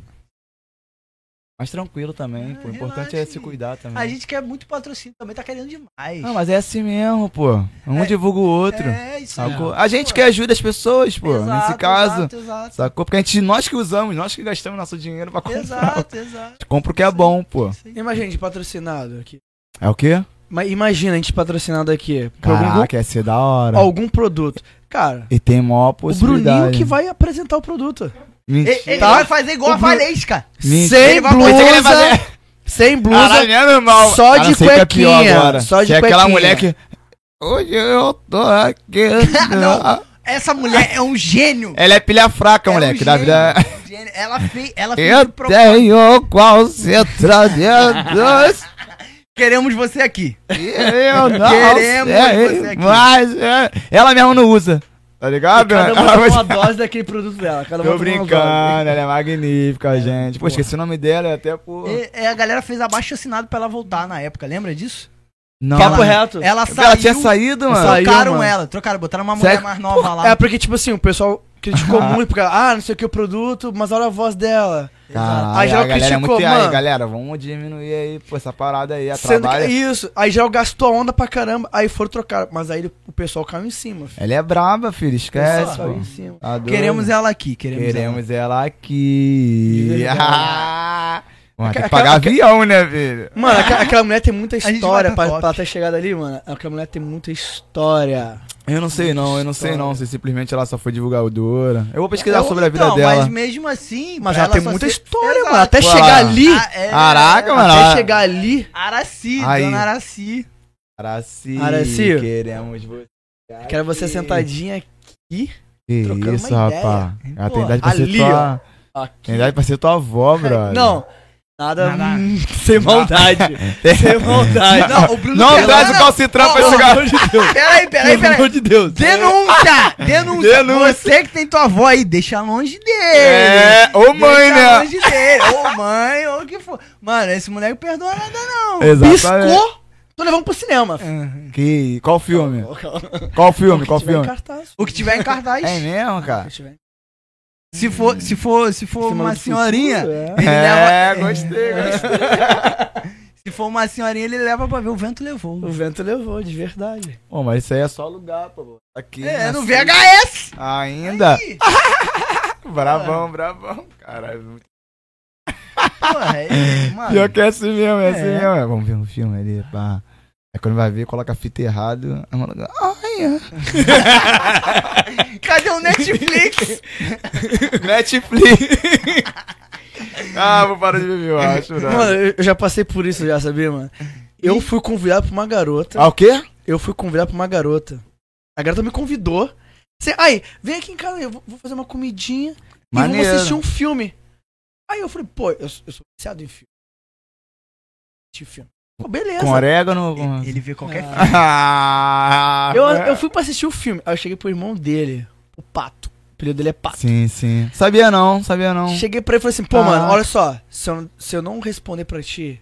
Speaker 3: Mas tranquilo também, pô. O importante é
Speaker 1: relaxa,
Speaker 3: se cuidar também.
Speaker 1: A gente quer muito patrocínio, também tá querendo demais.
Speaker 3: Não, mas é assim mesmo, pô. Um
Speaker 1: É-
Speaker 3: divulga o outro.
Speaker 1: É, isso aí.
Speaker 3: sacou? A gente
Speaker 1: Pô.
Speaker 3: que ajuda as pessoas, pô.
Speaker 1: Exato,
Speaker 3: nesse caso.
Speaker 1: Exato, exato.
Speaker 3: Sacou? Porque a gente, nós que usamos, nós que gastamos nosso dinheiro pra comprar.
Speaker 1: Exato, exato.
Speaker 3: Compra o que é bom, pô.
Speaker 1: Isso aí.
Speaker 2: Imagina a gente patrocinado aqui.
Speaker 3: É o quê?
Speaker 2: Ma- imagina a gente patrocinado aqui. Por algum,
Speaker 3: Caraca, ia ser da hora.
Speaker 2: algum produto. Cara,
Speaker 3: E tem maior
Speaker 2: o
Speaker 3: possibilidade.
Speaker 2: Bruninho que vai apresentar o produto.
Speaker 1: Ele, ele
Speaker 3: Mentira.
Speaker 2: Tá.
Speaker 1: vai fazer igual
Speaker 2: O
Speaker 1: a
Speaker 2: Bru-
Speaker 1: Valesca. [laughs]
Speaker 2: Sem
Speaker 1: Ele vai-
Speaker 2: blusa.
Speaker 1: Pensei que ele ia
Speaker 2: Sem blusa.
Speaker 3: Caralho, é normal.
Speaker 2: só
Speaker 3: A não
Speaker 2: de
Speaker 3: ser que é pior
Speaker 2: cuequinha,
Speaker 3: agora.
Speaker 2: só de
Speaker 3: Se é aquela
Speaker 2: cuequinha.
Speaker 3: mulher que... Hoje eu tô
Speaker 2: [laughs]
Speaker 3: aqui.
Speaker 1: Não.
Speaker 3: Ah.
Speaker 1: Essa mulher é um gênio.
Speaker 3: Ela é pilha
Speaker 1: É
Speaker 3: fraca,
Speaker 1: um
Speaker 3: moleque. Da
Speaker 1: gênio,
Speaker 3: vida...
Speaker 2: Tá
Speaker 3: [laughs]
Speaker 1: é um gênio. Ela fez, ela fez
Speaker 3: Eu
Speaker 1: de propósito.
Speaker 3: tenho qual se
Speaker 2: [laughs]
Speaker 3: tradeados
Speaker 1: Queremos você aqui.
Speaker 3: eu não
Speaker 1: Queremos você
Speaker 3: sei,
Speaker 1: aqui.
Speaker 3: mas é, ela mesmo não usa, tá ligado? [laughs]
Speaker 2: Cada uma
Speaker 3: Ela
Speaker 2: toma
Speaker 3: vai-
Speaker 2: uma dose daquele produto dela. Cada um uma
Speaker 3: Tô
Speaker 2: toma uma
Speaker 3: brincando, ela é magnífica, gente. Pô,
Speaker 2: porra.
Speaker 3: esqueci o nome dela, até por...
Speaker 1: E- é, a galera fez abaixo assinado pra ela voltar na época, lembra disso?
Speaker 3: Não,
Speaker 2: Papo
Speaker 3: ela-
Speaker 2: reto.
Speaker 1: Ela saiu,
Speaker 3: Ela tinha saído, mano.
Speaker 2: saiu,
Speaker 1: trocaram
Speaker 2: mano.
Speaker 1: ela, trocaram, botaram uma mulher
Speaker 3: Sério?
Speaker 1: mais nova lá.
Speaker 2: É porque, tipo assim, o pessoal
Speaker 3: [laughs]
Speaker 2: criticou muito porque, ah, não sei o que o produto, mas olha a voz dela.
Speaker 3: Caralho,
Speaker 2: Aí já
Speaker 3: a galera é
Speaker 2: criticou,
Speaker 3: muito aí,
Speaker 2: mano.
Speaker 3: galera. Vamos diminuir aí, pô, essa parada aí, a
Speaker 2: Sendo que,
Speaker 3: trabalha.
Speaker 2: isso. Aí já gastou a onda pra caramba. Aí foram trocar. Mas aí o pessoal caiu em cima. Filho.
Speaker 3: Ela é braba, filho.
Speaker 2: É,
Speaker 3: Esquece,
Speaker 2: saiu em
Speaker 3: pô.
Speaker 2: cima.
Speaker 3: Tá doido.
Speaker 1: Queremos ela aqui, queremos, ela.
Speaker 3: Queremos ela aqui.
Speaker 2: De verdade.
Speaker 3: Ah! [laughs] Mano, tem
Speaker 2: Aquela-
Speaker 3: que pagar avião, né, filho?
Speaker 2: Mano, aquela, aquela mulher tem muita
Speaker 1: gente
Speaker 2: história
Speaker 1: vai
Speaker 2: pra,
Speaker 1: pra
Speaker 2: pra
Speaker 1: top.
Speaker 2: ter chegado ali, mano. Aquela mulher tem muita história.
Speaker 3: Eu não sei não, eu não sei não. Se simplesmente ela só foi divulgadora. Eu vou pesquisar
Speaker 1: Eu-
Speaker 3: sobre a vida
Speaker 1: então,
Speaker 3: dela.
Speaker 1: Mas mesmo assim,
Speaker 2: Mas
Speaker 1: pra
Speaker 2: ela tem
Speaker 1: só
Speaker 2: muita
Speaker 1: ser-
Speaker 2: história,
Speaker 1: Exato.
Speaker 2: mano. Até
Speaker 3: Pô,
Speaker 2: chegar
Speaker 3: ela-
Speaker 2: ali.
Speaker 1: Ah, é-
Speaker 3: Caraca, mano.
Speaker 2: Até
Speaker 3: ela-
Speaker 2: chegar ali.
Speaker 1: Araci,
Speaker 3: Aí.
Speaker 1: dona Araci.
Speaker 3: Araci,
Speaker 2: Araci.
Speaker 3: queremos você.
Speaker 2: Quero você
Speaker 3: aqui.
Speaker 2: sentadinha aqui.
Speaker 3: Que
Speaker 2: trocando
Speaker 3: isso,
Speaker 2: uma ideia.
Speaker 3: rapaz. Ela tem
Speaker 1: Pô,
Speaker 3: idade pra ser
Speaker 2: ali,
Speaker 3: tua. Tem idade pra ser tua avó, brother.
Speaker 2: Não. Nada.
Speaker 1: Nada.
Speaker 2: hum, [laughs]
Speaker 3: [laughs]
Speaker 2: sem maldade. sem maldade.
Speaker 1: Não, o Bruno
Speaker 3: Não
Speaker 1: Pelo-
Speaker 3: traz o calcitrão pra esse garoto.
Speaker 1: Peraí, peraí,
Speaker 2: Pelo
Speaker 1: peraí.
Speaker 2: amor de Deus.
Speaker 1: Denúncia!
Speaker 3: [laughs]
Speaker 1: Denúncia!
Speaker 3: Denúncia.
Speaker 1: Você que tem tua avó aí, deixa longe dele!
Speaker 3: É, ô
Speaker 1: deixa
Speaker 3: mãe, né?
Speaker 1: longe dele, ou mãe, ou o que for. Mano, esse moleque perdoa nada, não.
Speaker 3: Exatamente.
Speaker 2: Piscou. Tô levando pro cinema. filho.
Speaker 3: [laughs] Que... Qual filme?
Speaker 2: Calma.
Speaker 3: Qual filme? Qual
Speaker 2: Se tiver em
Speaker 3: filme?
Speaker 2: cartaz,
Speaker 1: O que tiver em cartaz.
Speaker 3: É mesmo, cara?
Speaker 2: se tiver em
Speaker 1: Se for, se for, se for
Speaker 2: Semana
Speaker 1: uma
Speaker 2: do
Speaker 1: senhorinha,
Speaker 2: Futuro, [laughs] é.
Speaker 1: ele
Speaker 3: É,
Speaker 1: leva.
Speaker 3: gostei, gostei.
Speaker 1: Se for uma senhorinha, ele leva pra ver. O vento levou.
Speaker 2: O vento levou, de verdade.
Speaker 3: Pô, mas isso aí é só lugar, pô. Aqui.
Speaker 1: É,
Speaker 3: na
Speaker 1: no
Speaker 3: sala.
Speaker 1: VHS!
Speaker 3: Ainda?
Speaker 1: Ih,
Speaker 3: [laughs] Bravão, bravão. Caralho.
Speaker 1: Porra, [laughs] é, mano.
Speaker 3: Pior que é assim mesmo, é, assim
Speaker 1: É.
Speaker 3: mesmo. Vamos ver um filme ali, pá. Aí quando vai ver, coloca a fita é errado. Aí mano, [laughs] Ai, [laughs]
Speaker 1: Cadê o Netflix?
Speaker 3: é. Netflix. [laughs] Ah, vou parar de beber, eu acho. né?
Speaker 2: Mano, eu eu já passei por isso já, sabia, mano? Eu fui convidado pra uma garota.
Speaker 3: Ah, o quê?
Speaker 2: Eu fui convidado pra uma garota. A garota me convidou. Cê, aí, vem aqui em casa, eu vou vou fazer uma comidinha e
Speaker 3: Maneiro.
Speaker 2: vamos assistir um filme. Aí eu falei, pô, eu, sou- eu sou viciado em filme. Assistir filme. Pô, beleza.
Speaker 3: Com orégano? com-
Speaker 1: Ele vê qualquer
Speaker 3: É.
Speaker 1: filme.
Speaker 3: Ah,
Speaker 2: Eu, eu fui pra assistir o filme. Aí eu cheguei pro irmão dele, o Pato. O apelido dele é Pato.
Speaker 3: Sim, sim. Sabia não, sabia não.
Speaker 2: Cheguei pra ele e falei assim, pô,
Speaker 3: Ah.
Speaker 2: mano, olha só, se eu, se eu não responder pra ti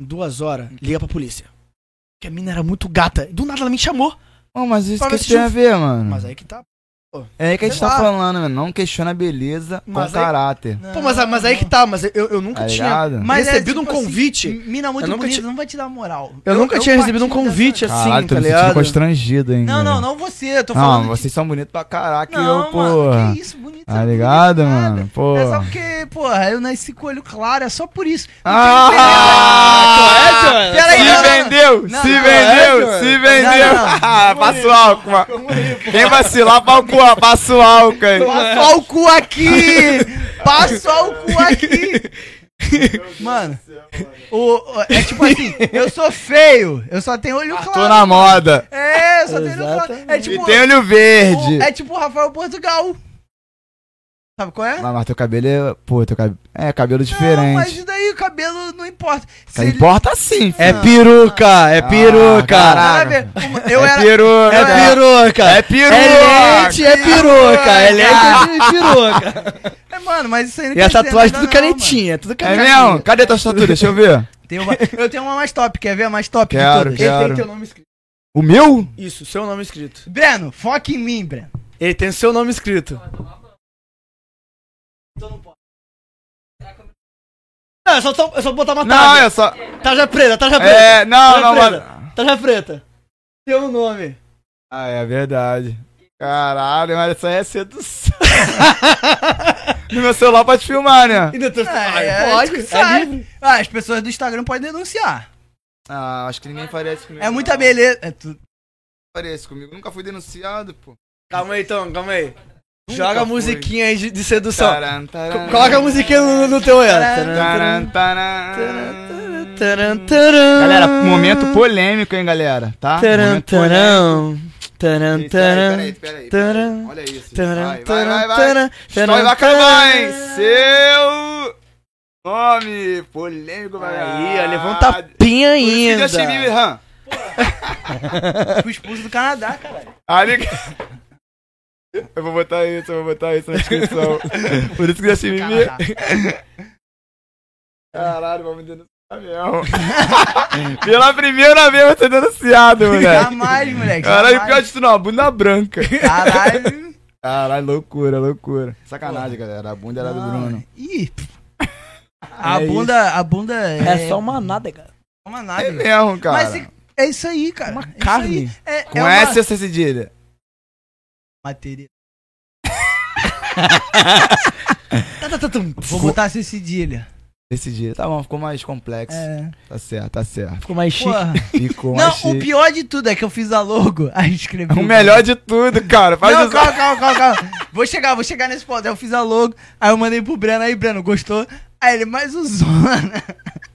Speaker 2: em duas horas, liga pra polícia. Porque a mina era muito gata. Do nada ela me chamou.
Speaker 3: Oh, mas isso
Speaker 2: Fala
Speaker 3: que
Speaker 2: esse
Speaker 1: um
Speaker 3: tem a ver, mano.
Speaker 2: Mas aí que tá.
Speaker 3: É aí que a gente
Speaker 2: sei
Speaker 3: tá
Speaker 2: lá.
Speaker 3: falando, mano. Não questiona a beleza com
Speaker 2: Mas aí-
Speaker 3: caráter.
Speaker 2: Pô, mas, mas aí que tá, mas eu, eu nunca
Speaker 3: Tá
Speaker 2: tinha
Speaker 3: ligado?
Speaker 1: Mas é
Speaker 2: recebido
Speaker 1: tipo
Speaker 2: um
Speaker 1: assim,
Speaker 2: convite.
Speaker 1: Mina muito
Speaker 2: Eu nunca
Speaker 1: bonita,
Speaker 2: ti-
Speaker 1: não vai te dar moral.
Speaker 2: eu, nunca tinha recebido um
Speaker 1: parti dessa-
Speaker 2: convite assim,
Speaker 3: Caralho, tô
Speaker 2: tá
Speaker 3: me sentindo
Speaker 2: ligado?
Speaker 3: constrangido, hein?
Speaker 1: Não,
Speaker 3: cara.
Speaker 1: não, não você, eu tô
Speaker 3: Não,
Speaker 1: falando.
Speaker 3: vocês são bonitos pra caraca,
Speaker 1: de...
Speaker 3: e eu,
Speaker 1: Não,
Speaker 3: pô.
Speaker 1: mano, que isso, bonito.
Speaker 3: Tá ligado, mano? Pô.
Speaker 1: É só porque, porra, eu nasci com o olho claro, é só por isso. Não
Speaker 3: [laughs] Ah!
Speaker 1: tem diferença. Peraí, não, não,
Speaker 3: se
Speaker 1: não.
Speaker 3: vendeu,
Speaker 1: Não,
Speaker 3: se
Speaker 1: não,
Speaker 3: vendeu,
Speaker 1: não,
Speaker 3: se
Speaker 1: não.
Speaker 3: vendeu.
Speaker 1: Não, não, não.
Speaker 3: Ah, Passa o álcool. mano. Quem vacilar, passa o álcool, passa o álcool aí.
Speaker 1: Passa o cu aqui! Passa o cu aqui! Mano, o, o- é tipo assim, eu sou feio, eu só tenho olho
Speaker 3: Tô
Speaker 1: claro.
Speaker 3: na moda.
Speaker 1: É, eu só tenho olho claro. É
Speaker 2: Exatamente.
Speaker 1: tipo
Speaker 3: E tem olho verde.
Speaker 1: o, é tipo o Rafael Portugal. Sabe qual é?
Speaker 3: Mas, mas teu cabelo é. Pô, teu cabelo. É, cabelo
Speaker 1: Não,
Speaker 3: diferente.
Speaker 1: mas e daí o cabelo não importa.
Speaker 3: Cara,
Speaker 1: Se ele-
Speaker 3: Importa sim, filho. Ah,
Speaker 2: É peruca, é
Speaker 3: peruca.
Speaker 1: Nada a
Speaker 3: caralho.
Speaker 1: ver. Uma- Eu
Speaker 3: é
Speaker 1: era.
Speaker 3: peruca.
Speaker 1: eu era-
Speaker 2: peruca.
Speaker 3: É peruca.
Speaker 2: é peruca. É lente de
Speaker 3: né,
Speaker 2: peruca.
Speaker 1: Ah. É, mano, mas isso aí não
Speaker 2: E
Speaker 1: quer
Speaker 2: a
Speaker 1: dizer
Speaker 2: tatuagem
Speaker 1: nada
Speaker 2: tudo
Speaker 1: não, mano.
Speaker 2: canetinha, tudo
Speaker 3: É
Speaker 2: canetinha.
Speaker 3: mesmo? Cadê tua estatura? Deixa eu ver.
Speaker 1: Tem uma- eu tenho uma mais top, quer ver a mais top
Speaker 3: Quero,
Speaker 1: de todas?
Speaker 3: quero.
Speaker 2: Ele tem teu nome escrito.
Speaker 3: O meu?
Speaker 2: Isso, seu nome escrito.
Speaker 1: Breno, foca em mim, Breno.
Speaker 2: Ele tem seu nome escrito. Não, é só, só, é só botar uma
Speaker 3: Não,
Speaker 2: tarja.
Speaker 3: eu só.
Speaker 2: Tarja preta, tarja preta.
Speaker 3: É, não,
Speaker 2: Tarja
Speaker 3: não,
Speaker 2: preta.
Speaker 3: mano.
Speaker 2: Tarja preta. Seu nome.
Speaker 3: Ah, é verdade. Caralho, mas essa é [laughs] sedução. no meu celular pode filmar, né?
Speaker 2: Ainda tô... Ai,
Speaker 1: é,
Speaker 2: pode,
Speaker 1: tu
Speaker 2: é
Speaker 1: sabe.
Speaker 2: livre.
Speaker 1: Ah, as pessoas do Instagram podem denunciar.
Speaker 3: Ah, acho que ninguém faria isso comigo.
Speaker 1: É muita
Speaker 3: não.
Speaker 1: beleza. É tu-
Speaker 3: Faria isso comigo. Nunca fui denunciado, pô.
Speaker 2: Calma aí, então, calma aí.
Speaker 3: Nunca
Speaker 2: Joga a
Speaker 3: fui.
Speaker 2: musiquinha aí de, de sedução.
Speaker 3: Taran, taran,
Speaker 2: Coloca a musiquinha no, no teu olho.
Speaker 3: taran, taran. Galera,
Speaker 2: Galera,
Speaker 3: momento polêmico, hein, galera? Tá?
Speaker 2: Taran,
Speaker 3: Momento polêmico.
Speaker 2: taran, taran,
Speaker 3: Peraí,
Speaker 2: taran,
Speaker 3: peraí, peraí.
Speaker 2: taran,
Speaker 3: Olha isso.
Speaker 2: taran,
Speaker 3: Vai, vai, vai, vai.
Speaker 2: taran,
Speaker 3: História
Speaker 2: taran,
Speaker 3: vai acabar, hein?
Speaker 2: taran.
Speaker 3: Seu nome polêmico vai
Speaker 2: Aí, ó, levanta a tá pinha ainda.
Speaker 3: Justin Bieber, hã?
Speaker 1: Fui expulso do Canadá, caralho.
Speaker 3: Ali... Eu vou botar isso, eu vou botar isso na
Speaker 1: [laughs]
Speaker 3: descrição. Por isso que Justin Bieber...
Speaker 1: Canadá.
Speaker 3: Caralho, vamos denunciar mesmo. [laughs] Pela primeira vez
Speaker 1: [laughs]
Speaker 3: você denunciado, [laughs] moleque.
Speaker 1: Jamais, moleque.
Speaker 3: Caralho, pior
Speaker 1: jamais.
Speaker 3: de tudo, não, a bunda branca.
Speaker 1: Caralho.
Speaker 3: Caralho, loucura, loucura. Sacanagem, galera, a bunda era do
Speaker 1: Não.
Speaker 3: Bruno.
Speaker 1: Ih. pff. A
Speaker 3: É
Speaker 1: bunda, a bunda é,
Speaker 2: É só uma nada, cara.
Speaker 1: uma
Speaker 3: É
Speaker 1: nave.
Speaker 3: mesmo, cara.
Speaker 1: Mas se- é isso aí, cara. Uma
Speaker 2: carne.
Speaker 1: É,
Speaker 3: Com
Speaker 1: é uma
Speaker 3: essa essa cedilha.
Speaker 1: Bateria.
Speaker 2: Tá, tá, tá, tum.
Speaker 1: [laughs] Vou botar essa cedilha.
Speaker 3: Esse dia. Tá bom, ficou mais complexo.
Speaker 1: É.
Speaker 3: Tá certo, tá certo.
Speaker 2: Ficou mais chique.
Speaker 1: Porra.
Speaker 3: Ficou
Speaker 1: Não,
Speaker 3: mais
Speaker 1: o
Speaker 3: chique.
Speaker 1: pior de tudo é que eu fiz a logo. [laughs] Aí escrevi.
Speaker 3: [laughs] É O melhor de tudo, cara. Faz
Speaker 1: não,
Speaker 3: isso.
Speaker 1: calma, calma, calma, calma. Vou chegar, vou chegar nesse ponto. Aí eu fiz a logo, aí eu mandei pro Breno, aí Breno, gostou? Aí ele, mais o Zona. [laughs]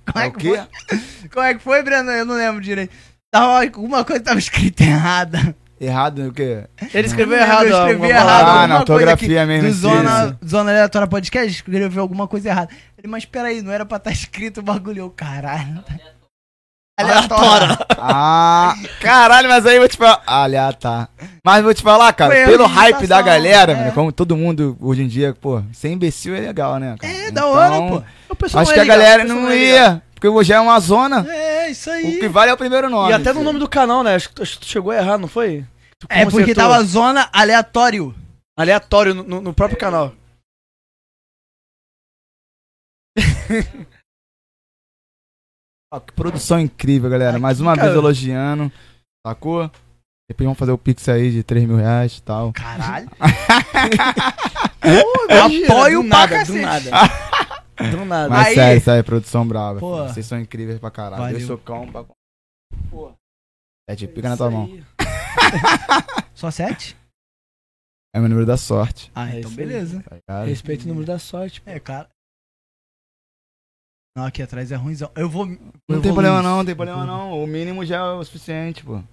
Speaker 1: Como
Speaker 3: É
Speaker 1: é
Speaker 3: o
Speaker 1: que
Speaker 3: quê?
Speaker 1: foi? Como é que foi, Breno? Eu não lembro direito. Tava, alguma coisa tava escrita errada.
Speaker 3: Errado né, o quê?
Speaker 2: Ele escreveu
Speaker 1: Não lembro,
Speaker 2: errado,
Speaker 1: eu
Speaker 2: ó.
Speaker 1: escrevi
Speaker 2: uma
Speaker 1: errado.
Speaker 2: palavra.
Speaker 3: Ah,
Speaker 1: alguma
Speaker 3: na ortografia
Speaker 1: coisa aqui
Speaker 3: mesmo.
Speaker 1: Do
Speaker 3: isso.
Speaker 1: zona, zona Aleatória Podcast, escreveu alguma coisa errada. Ele, mas peraí, não era pra estar escrito o bagulho, Eu, caralho. Aleatória.
Speaker 3: Ah, caralho, mas aí eu vou te falar. Ah, tá. Mas vou te falar, cara,
Speaker 1: Foi erro
Speaker 3: pelo
Speaker 1: de
Speaker 3: hype da
Speaker 1: digitação,
Speaker 3: galera,
Speaker 1: é.
Speaker 3: mano, como todo mundo hoje em dia, pô, ser imbecil é legal, né? Cara?
Speaker 1: É, da hora, pô.
Speaker 2: O pessoal
Speaker 3: Acho
Speaker 2: não
Speaker 3: que
Speaker 2: é
Speaker 3: a
Speaker 2: ligado,
Speaker 3: galera
Speaker 2: o pessoal
Speaker 3: não
Speaker 2: é ligado.
Speaker 3: ia, porque já é uma zona.
Speaker 1: É, isso
Speaker 3: O que
Speaker 1: aí.
Speaker 3: vale é o primeiro nome.
Speaker 2: E até no
Speaker 3: filho.
Speaker 2: nome do canal, né? Acho que tu- acho que tu chegou a errar, não foi? Tu
Speaker 1: É porque
Speaker 2: consertou.
Speaker 1: tava zona aleatório.
Speaker 2: aleatório no- no, no próprio canal.
Speaker 3: Ó, que produção incrível, galera. Mais uma
Speaker 2: cara.
Speaker 3: vez elogiando, sacou? Depois vamos fazer o pix aí de 3 mil reais e tal.
Speaker 1: Caralho.
Speaker 2: Imagina,
Speaker 1: Apoio
Speaker 2: do
Speaker 1: pra
Speaker 2: nada,
Speaker 1: cacete.
Speaker 2: do nada. [laughs] do nada.
Speaker 3: Mas
Speaker 1: Aí-
Speaker 3: sério,
Speaker 4: é
Speaker 3: sério, produção brava.
Speaker 1: Pô.
Speaker 3: filho. Vocês são incríveis pra caralho.
Speaker 1: Valeu.
Speaker 3: Eu sou cão pra. Pô. É de pica na tua mão.
Speaker 1: Só sete?
Speaker 3: É meu número da sorte.
Speaker 1: Ah,
Speaker 2: É
Speaker 1: então
Speaker 2: isso aí.
Speaker 1: beleza.
Speaker 3: tá ligado?
Speaker 2: Respeito o número da sorte.
Speaker 1: É, cara. Não, aqui atrás é ruimzão. Eu vou. Ah, Não
Speaker 4: Não tem problema não, não tem problema não. O mínimo já é o suficiente, pô.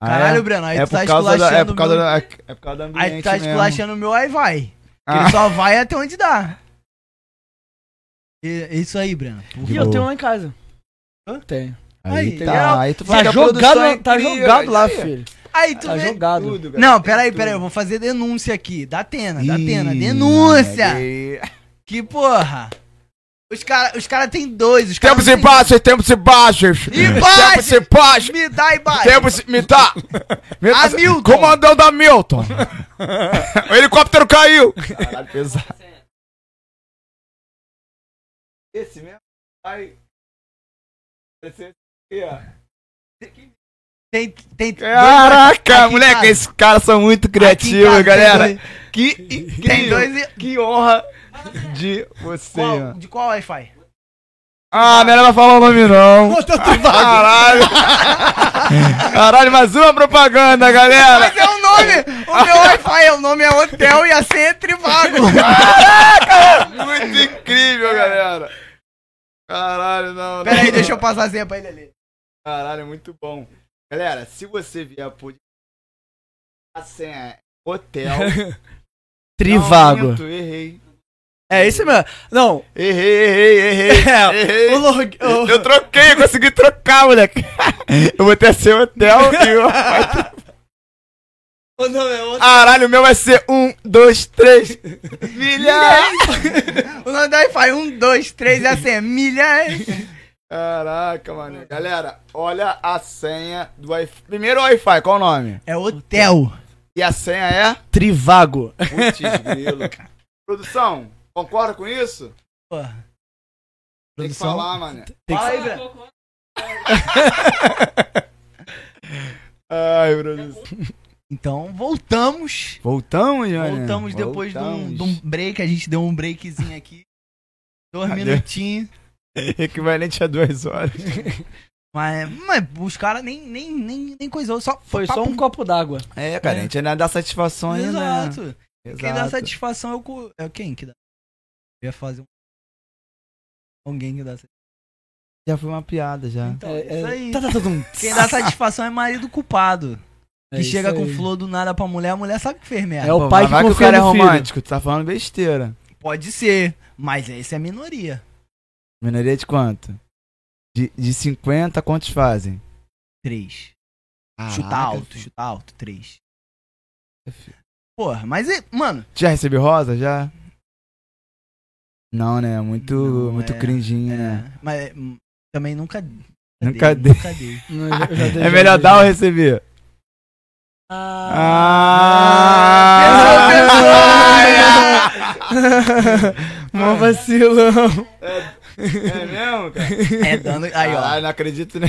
Speaker 4: Ah,
Speaker 1: Caralho,
Speaker 4: é?
Speaker 1: Breno, aí
Speaker 4: é
Speaker 1: tu tá
Speaker 4: por causa da, é
Speaker 1: esculachando
Speaker 4: por
Speaker 1: o
Speaker 4: causa
Speaker 1: meu.
Speaker 4: da, é por causa do ambiente
Speaker 1: Aí tu tá
Speaker 4: mesmo.
Speaker 1: esculachando o meu, aí vai. Que
Speaker 4: Ah.
Speaker 1: Ele só vai até onde dá. E- é Isso aí, Breno. Por-
Speaker 2: E
Speaker 3: boa.
Speaker 2: eu tenho lá em casa.
Speaker 1: Hã?
Speaker 2: Tem.
Speaker 3: Aí,
Speaker 1: Aí,
Speaker 3: tá, aí tu
Speaker 2: Tá
Speaker 3: faz a
Speaker 2: jogado,
Speaker 3: produção
Speaker 2: lá- tá
Speaker 3: incrível,
Speaker 2: jogado lá,
Speaker 3: aí,
Speaker 2: filho.
Speaker 1: Aí tu
Speaker 2: Tá
Speaker 1: vem-
Speaker 2: jogado.
Speaker 4: Tudo, cara.
Speaker 1: Não, peraí,
Speaker 4: Tudo.
Speaker 1: peraí, eu vou fazer denúncia aqui. Da Atena, da
Speaker 3: Ih,
Speaker 1: Atena. Denúncia!
Speaker 3: aí.
Speaker 1: Que porra! Os caras os cara tem dois, os caras.
Speaker 4: Tempos e baixos, tempos e baixos. Tempos e baixos.
Speaker 1: Me dá e bate!
Speaker 4: Tempos e... é Me dá. Me dá-
Speaker 1: Hamilton.
Speaker 4: Comandão da Milton. [laughs] o helicóptero caiu.
Speaker 3: Caralho, pesado.
Speaker 4: Esse mesmo? Aí. Esse aqui, ó.
Speaker 1: Tem, tem dois-
Speaker 4: Caraca,
Speaker 1: aqui,
Speaker 4: moleque,
Speaker 1: cara.
Speaker 4: esses caras são muito
Speaker 1: aqui em
Speaker 4: criativos,
Speaker 1: casa tem
Speaker 4: galera.
Speaker 1: dois.
Speaker 4: Que
Speaker 1: Tem
Speaker 4: incrível.
Speaker 1: dois e.
Speaker 4: Que honra de você,
Speaker 1: Qual,
Speaker 4: ó.
Speaker 1: de qual Wi-Fi?
Speaker 4: Ah, melhor não falar o nome, não.
Speaker 1: é
Speaker 4: Caralho. Caralho, mais uma propaganda, galera.
Speaker 1: Mas é o nome! O meu Wi-Fi, é o nome é hotel e a senha é trivago!
Speaker 4: [laughs] Muito incrível, galera. Caralho, não. não,
Speaker 1: Peraí,
Speaker 4: não.
Speaker 1: deixa eu passar a senha pra ele ali.
Speaker 4: Caralho, muito bom. Galera, se você vier por a senha é hotel. [laughs] Não,
Speaker 2: Trivago.
Speaker 4: minto, errei.
Speaker 2: É isso mesmo. Não,
Speaker 4: Errei, errei, errei.
Speaker 2: [laughs] é.
Speaker 4: errei.
Speaker 2: O log... o-
Speaker 4: Eu troquei, eu consegui trocar, moleque. [laughs] Eu vou ter a senha hotel e o
Speaker 2: o nome é outro.
Speaker 4: Caralho, o meu vai ser um, dois, três. Milhões!
Speaker 1: O nome do Wi-Fi, um, dois, três e a senha, milhas!
Speaker 4: Caraca, mano. Galera, olha a senha do Wi-Fi. Primeiro Wi-Fi, qual o nome?
Speaker 1: É hotel!
Speaker 4: E a senha é?
Speaker 2: Trivago.
Speaker 4: Putz, grilo. Produção, concorda com isso?
Speaker 1: Porra.
Speaker 4: Tem que
Speaker 1: Produção?
Speaker 4: falar, mano.
Speaker 2: Tem que-
Speaker 4: Ai, produção.
Speaker 1: Então, voltamos.
Speaker 3: Voltamos, Johnny.
Speaker 1: Voltamos depois de um, de um
Speaker 3: Voltamos.
Speaker 1: break. A gente deu um breakzinho aqui. Dois
Speaker 4: Cadê?
Speaker 1: minutinhos.
Speaker 4: Equivalente a duas horas.
Speaker 3: [laughs]
Speaker 1: Mas, mas os caras nem, nem, nem, nem coisou. Só
Speaker 2: Foi só
Speaker 1: papo-
Speaker 2: um copo d'água.
Speaker 4: É, cara, a gente ainda dá satisfação
Speaker 3: né?
Speaker 4: ainda.
Speaker 1: Exato. Quem dá
Speaker 4: Exato.
Speaker 1: satisfação é o. cu- É quem que dá? Eu ia fazer um. Alguém que dá satisfação.
Speaker 3: Já foi uma piada, já.
Speaker 1: Então,
Speaker 2: É,
Speaker 1: é isso
Speaker 2: é-
Speaker 1: aí.
Speaker 2: Tá, tá, tá, tum.
Speaker 1: Quem dá satisfação é marido culpado.
Speaker 2: É
Speaker 1: Que
Speaker 2: isso
Speaker 1: chega com
Speaker 2: aí.
Speaker 1: flor do nada pra mulher, a mulher sabe que fez merda.
Speaker 2: É o
Speaker 3: Pô,
Speaker 2: pai
Speaker 3: mas
Speaker 2: que
Speaker 3: vai que o
Speaker 2: confia
Speaker 3: cara é
Speaker 2: no filho.
Speaker 3: romântico, tu tá falando besteira.
Speaker 1: Pode ser, mas essa é a minoria.
Speaker 3: Minoria de quanto? De, de 50, quantos fazem?
Speaker 1: Três.
Speaker 3: Caraca,
Speaker 1: chuta alto,
Speaker 3: filho.
Speaker 1: chuta alto, três. Porra, mas, é- mano,
Speaker 3: Já recebeu rosa, já? Não, né? Muito,
Speaker 1: Não,
Speaker 3: muito
Speaker 1: é-
Speaker 3: cringinho, né?
Speaker 1: é, mas hum, também nunca.
Speaker 3: Nunca
Speaker 1: dei, Nunca dei.
Speaker 2: Não, eu já- eu já dei,
Speaker 3: É
Speaker 2: já
Speaker 3: melhor
Speaker 2: dei,
Speaker 3: dar
Speaker 2: já.
Speaker 3: ou receber?
Speaker 2: Ah,
Speaker 3: Ah!
Speaker 2: pensou,
Speaker 4: Ah,
Speaker 2: Mó vacilão.
Speaker 4: É mesmo, cara?
Speaker 1: É dando. Aí, ó.
Speaker 4: Caralho, não acredito,
Speaker 3: [laughs]
Speaker 4: né?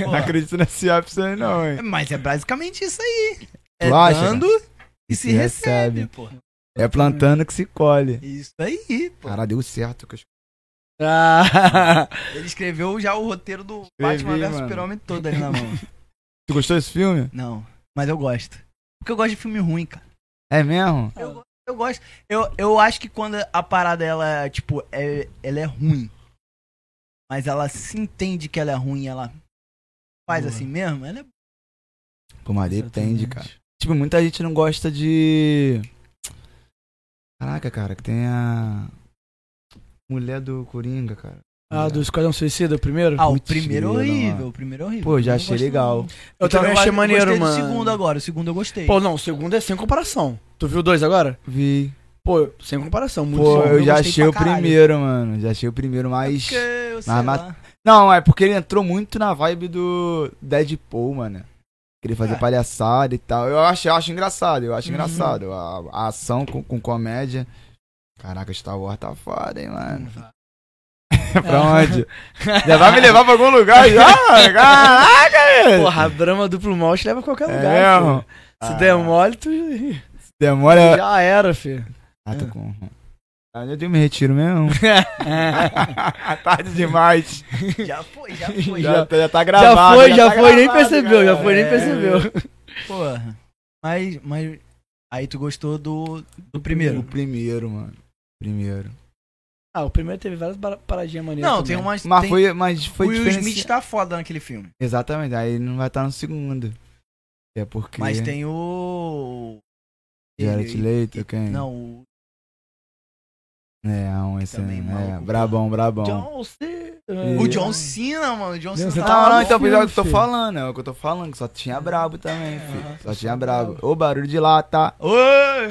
Speaker 4: Não
Speaker 1: porra.
Speaker 4: acredito nesse ápice aí, não, hein?
Speaker 1: Mas é basicamente isso aí. É
Speaker 3: Tu acha,
Speaker 1: dando e
Speaker 3: E
Speaker 1: se
Speaker 3: se
Speaker 1: recebe,
Speaker 3: recebe.
Speaker 1: porra.
Speaker 3: É plantando que se colhe.
Speaker 1: Isso aí, pô.
Speaker 3: Cara, deu certo. que eu
Speaker 2: Ah,
Speaker 1: Ele escreveu já o roteiro do
Speaker 4: Escrevi,
Speaker 1: Batman vs
Speaker 4: mano.
Speaker 1: Super-Homem todo ali na mão.
Speaker 3: Tu gostou desse filme?
Speaker 1: Não, mas eu gosto. Porque eu gosto de filme ruim, cara.
Speaker 3: É mesmo?
Speaker 1: Eu, go- eu gosto. Eu, eu acho que quando a parada, ela, tipo, é, ela é ruim. Mas ela se entende que ela é ruim, ela faz
Speaker 2: Boa.
Speaker 1: assim mesmo, ela é
Speaker 3: Pô, mas depende,
Speaker 2: Exatamente.
Speaker 3: cara. Tipo, muita gente não gosta de. Caraca, cara, que tem a. Mulher do Coringa, cara.
Speaker 2: Ah, do Esquadrão Suicida, o primeiro?
Speaker 1: Ah, o
Speaker 3: Putz,
Speaker 1: primeiro é
Speaker 3: grila,
Speaker 1: horrível,
Speaker 3: mano.
Speaker 1: o primeiro é horrível.
Speaker 3: Pô, já
Speaker 1: Eu não
Speaker 3: achei
Speaker 1: gosto Então,
Speaker 3: legal.
Speaker 1: não.
Speaker 2: eu também
Speaker 1: go-
Speaker 2: achei
Speaker 1: gostei
Speaker 2: maneiro,
Speaker 1: do
Speaker 2: mano.
Speaker 1: segundo agora, o segundo eu gostei.
Speaker 2: Pô, não, o segundo é sem comparação. Tu viu dois agora?
Speaker 3: Vi.
Speaker 2: Pô, sem comparação, muito
Speaker 3: Pô,
Speaker 2: bom.
Speaker 3: eu,
Speaker 1: eu
Speaker 3: já
Speaker 1: gostei
Speaker 3: achei
Speaker 1: pra
Speaker 3: o
Speaker 1: caralho. É
Speaker 3: primeiro, mano. Já achei o primeiro, mas.
Speaker 1: Porque, eu sei
Speaker 3: mas-
Speaker 1: lá.
Speaker 3: Não, é porque ele entrou muito na vibe do Deadpool, mano. Queria fazer
Speaker 1: É.
Speaker 3: palhaçada e tal. Eu acho, eu acho engraçado, eu acho
Speaker 1: Uhum.
Speaker 3: engraçado. A, a ação com, com comédia. Caraca, Star Wars tá foda, hein, mano.
Speaker 2: Uhum.
Speaker 3: [laughs]
Speaker 2: É.
Speaker 3: pra onde? já vai me levar pra algum lugar
Speaker 2: [laughs]
Speaker 3: já? mano? Caraca, velho!
Speaker 2: Porra, a brama duplo mal te leva a qualquer
Speaker 3: É
Speaker 2: lugar,
Speaker 3: mesmo? Ah. É.
Speaker 2: filho. Se der mole, tu
Speaker 3: Demora.
Speaker 2: já era, filho.
Speaker 3: Ah,
Speaker 2: É.
Speaker 3: tô com. Ah, eu tenho me retiro
Speaker 2: [laughs]
Speaker 3: mesmo. [laughs] Tarde demais.
Speaker 1: Já foi,
Speaker 3: [laughs]
Speaker 1: já foi.
Speaker 3: Já,
Speaker 1: já.
Speaker 3: tá- já tá
Speaker 2: Já
Speaker 3: gravado.
Speaker 2: foi, já
Speaker 3: tá
Speaker 2: foi, nem
Speaker 3: gravado,
Speaker 2: percebeu, já
Speaker 3: galera.
Speaker 2: foi, nem
Speaker 3: É.
Speaker 2: percebeu.
Speaker 1: Porra. Mas, mas. Aí tu gostou do, do
Speaker 3: O
Speaker 1: primeiro.
Speaker 3: primeiro, mano. Primeiro.
Speaker 2: Ah, o primeiro teve várias bara- paradinhas maneiras.
Speaker 1: Não,
Speaker 2: também.
Speaker 1: tem umas.
Speaker 3: Mas
Speaker 1: tem-
Speaker 3: foi, mas
Speaker 1: o
Speaker 3: foi
Speaker 1: Will
Speaker 3: diferenci-
Speaker 1: Smith tá foda naquele filme.
Speaker 3: Exatamente, aí ele não vai estar no segundo. É porque.
Speaker 1: Mas tem o.
Speaker 3: Jared
Speaker 1: ele-
Speaker 3: Leto, quem?
Speaker 1: Não, o
Speaker 3: É, a um, esse
Speaker 1: Também,
Speaker 3: é,
Speaker 1: maluco,
Speaker 3: brabão, brabão.
Speaker 2: John ah, Cena.
Speaker 1: O
Speaker 3: É.
Speaker 1: John Cena, mano. O John Cena
Speaker 2: Você
Speaker 1: tá
Speaker 2: tá
Speaker 3: Não,
Speaker 1: lá
Speaker 3: não,
Speaker 1: no-
Speaker 3: então,
Speaker 2: filme,
Speaker 3: mas é o que eu tô
Speaker 2: filho.
Speaker 3: falando, é o que eu tô falando, que só tinha brabo também,
Speaker 1: É.
Speaker 3: filho. Só tinha brabo. Ô, barulho de lata.
Speaker 1: Oi!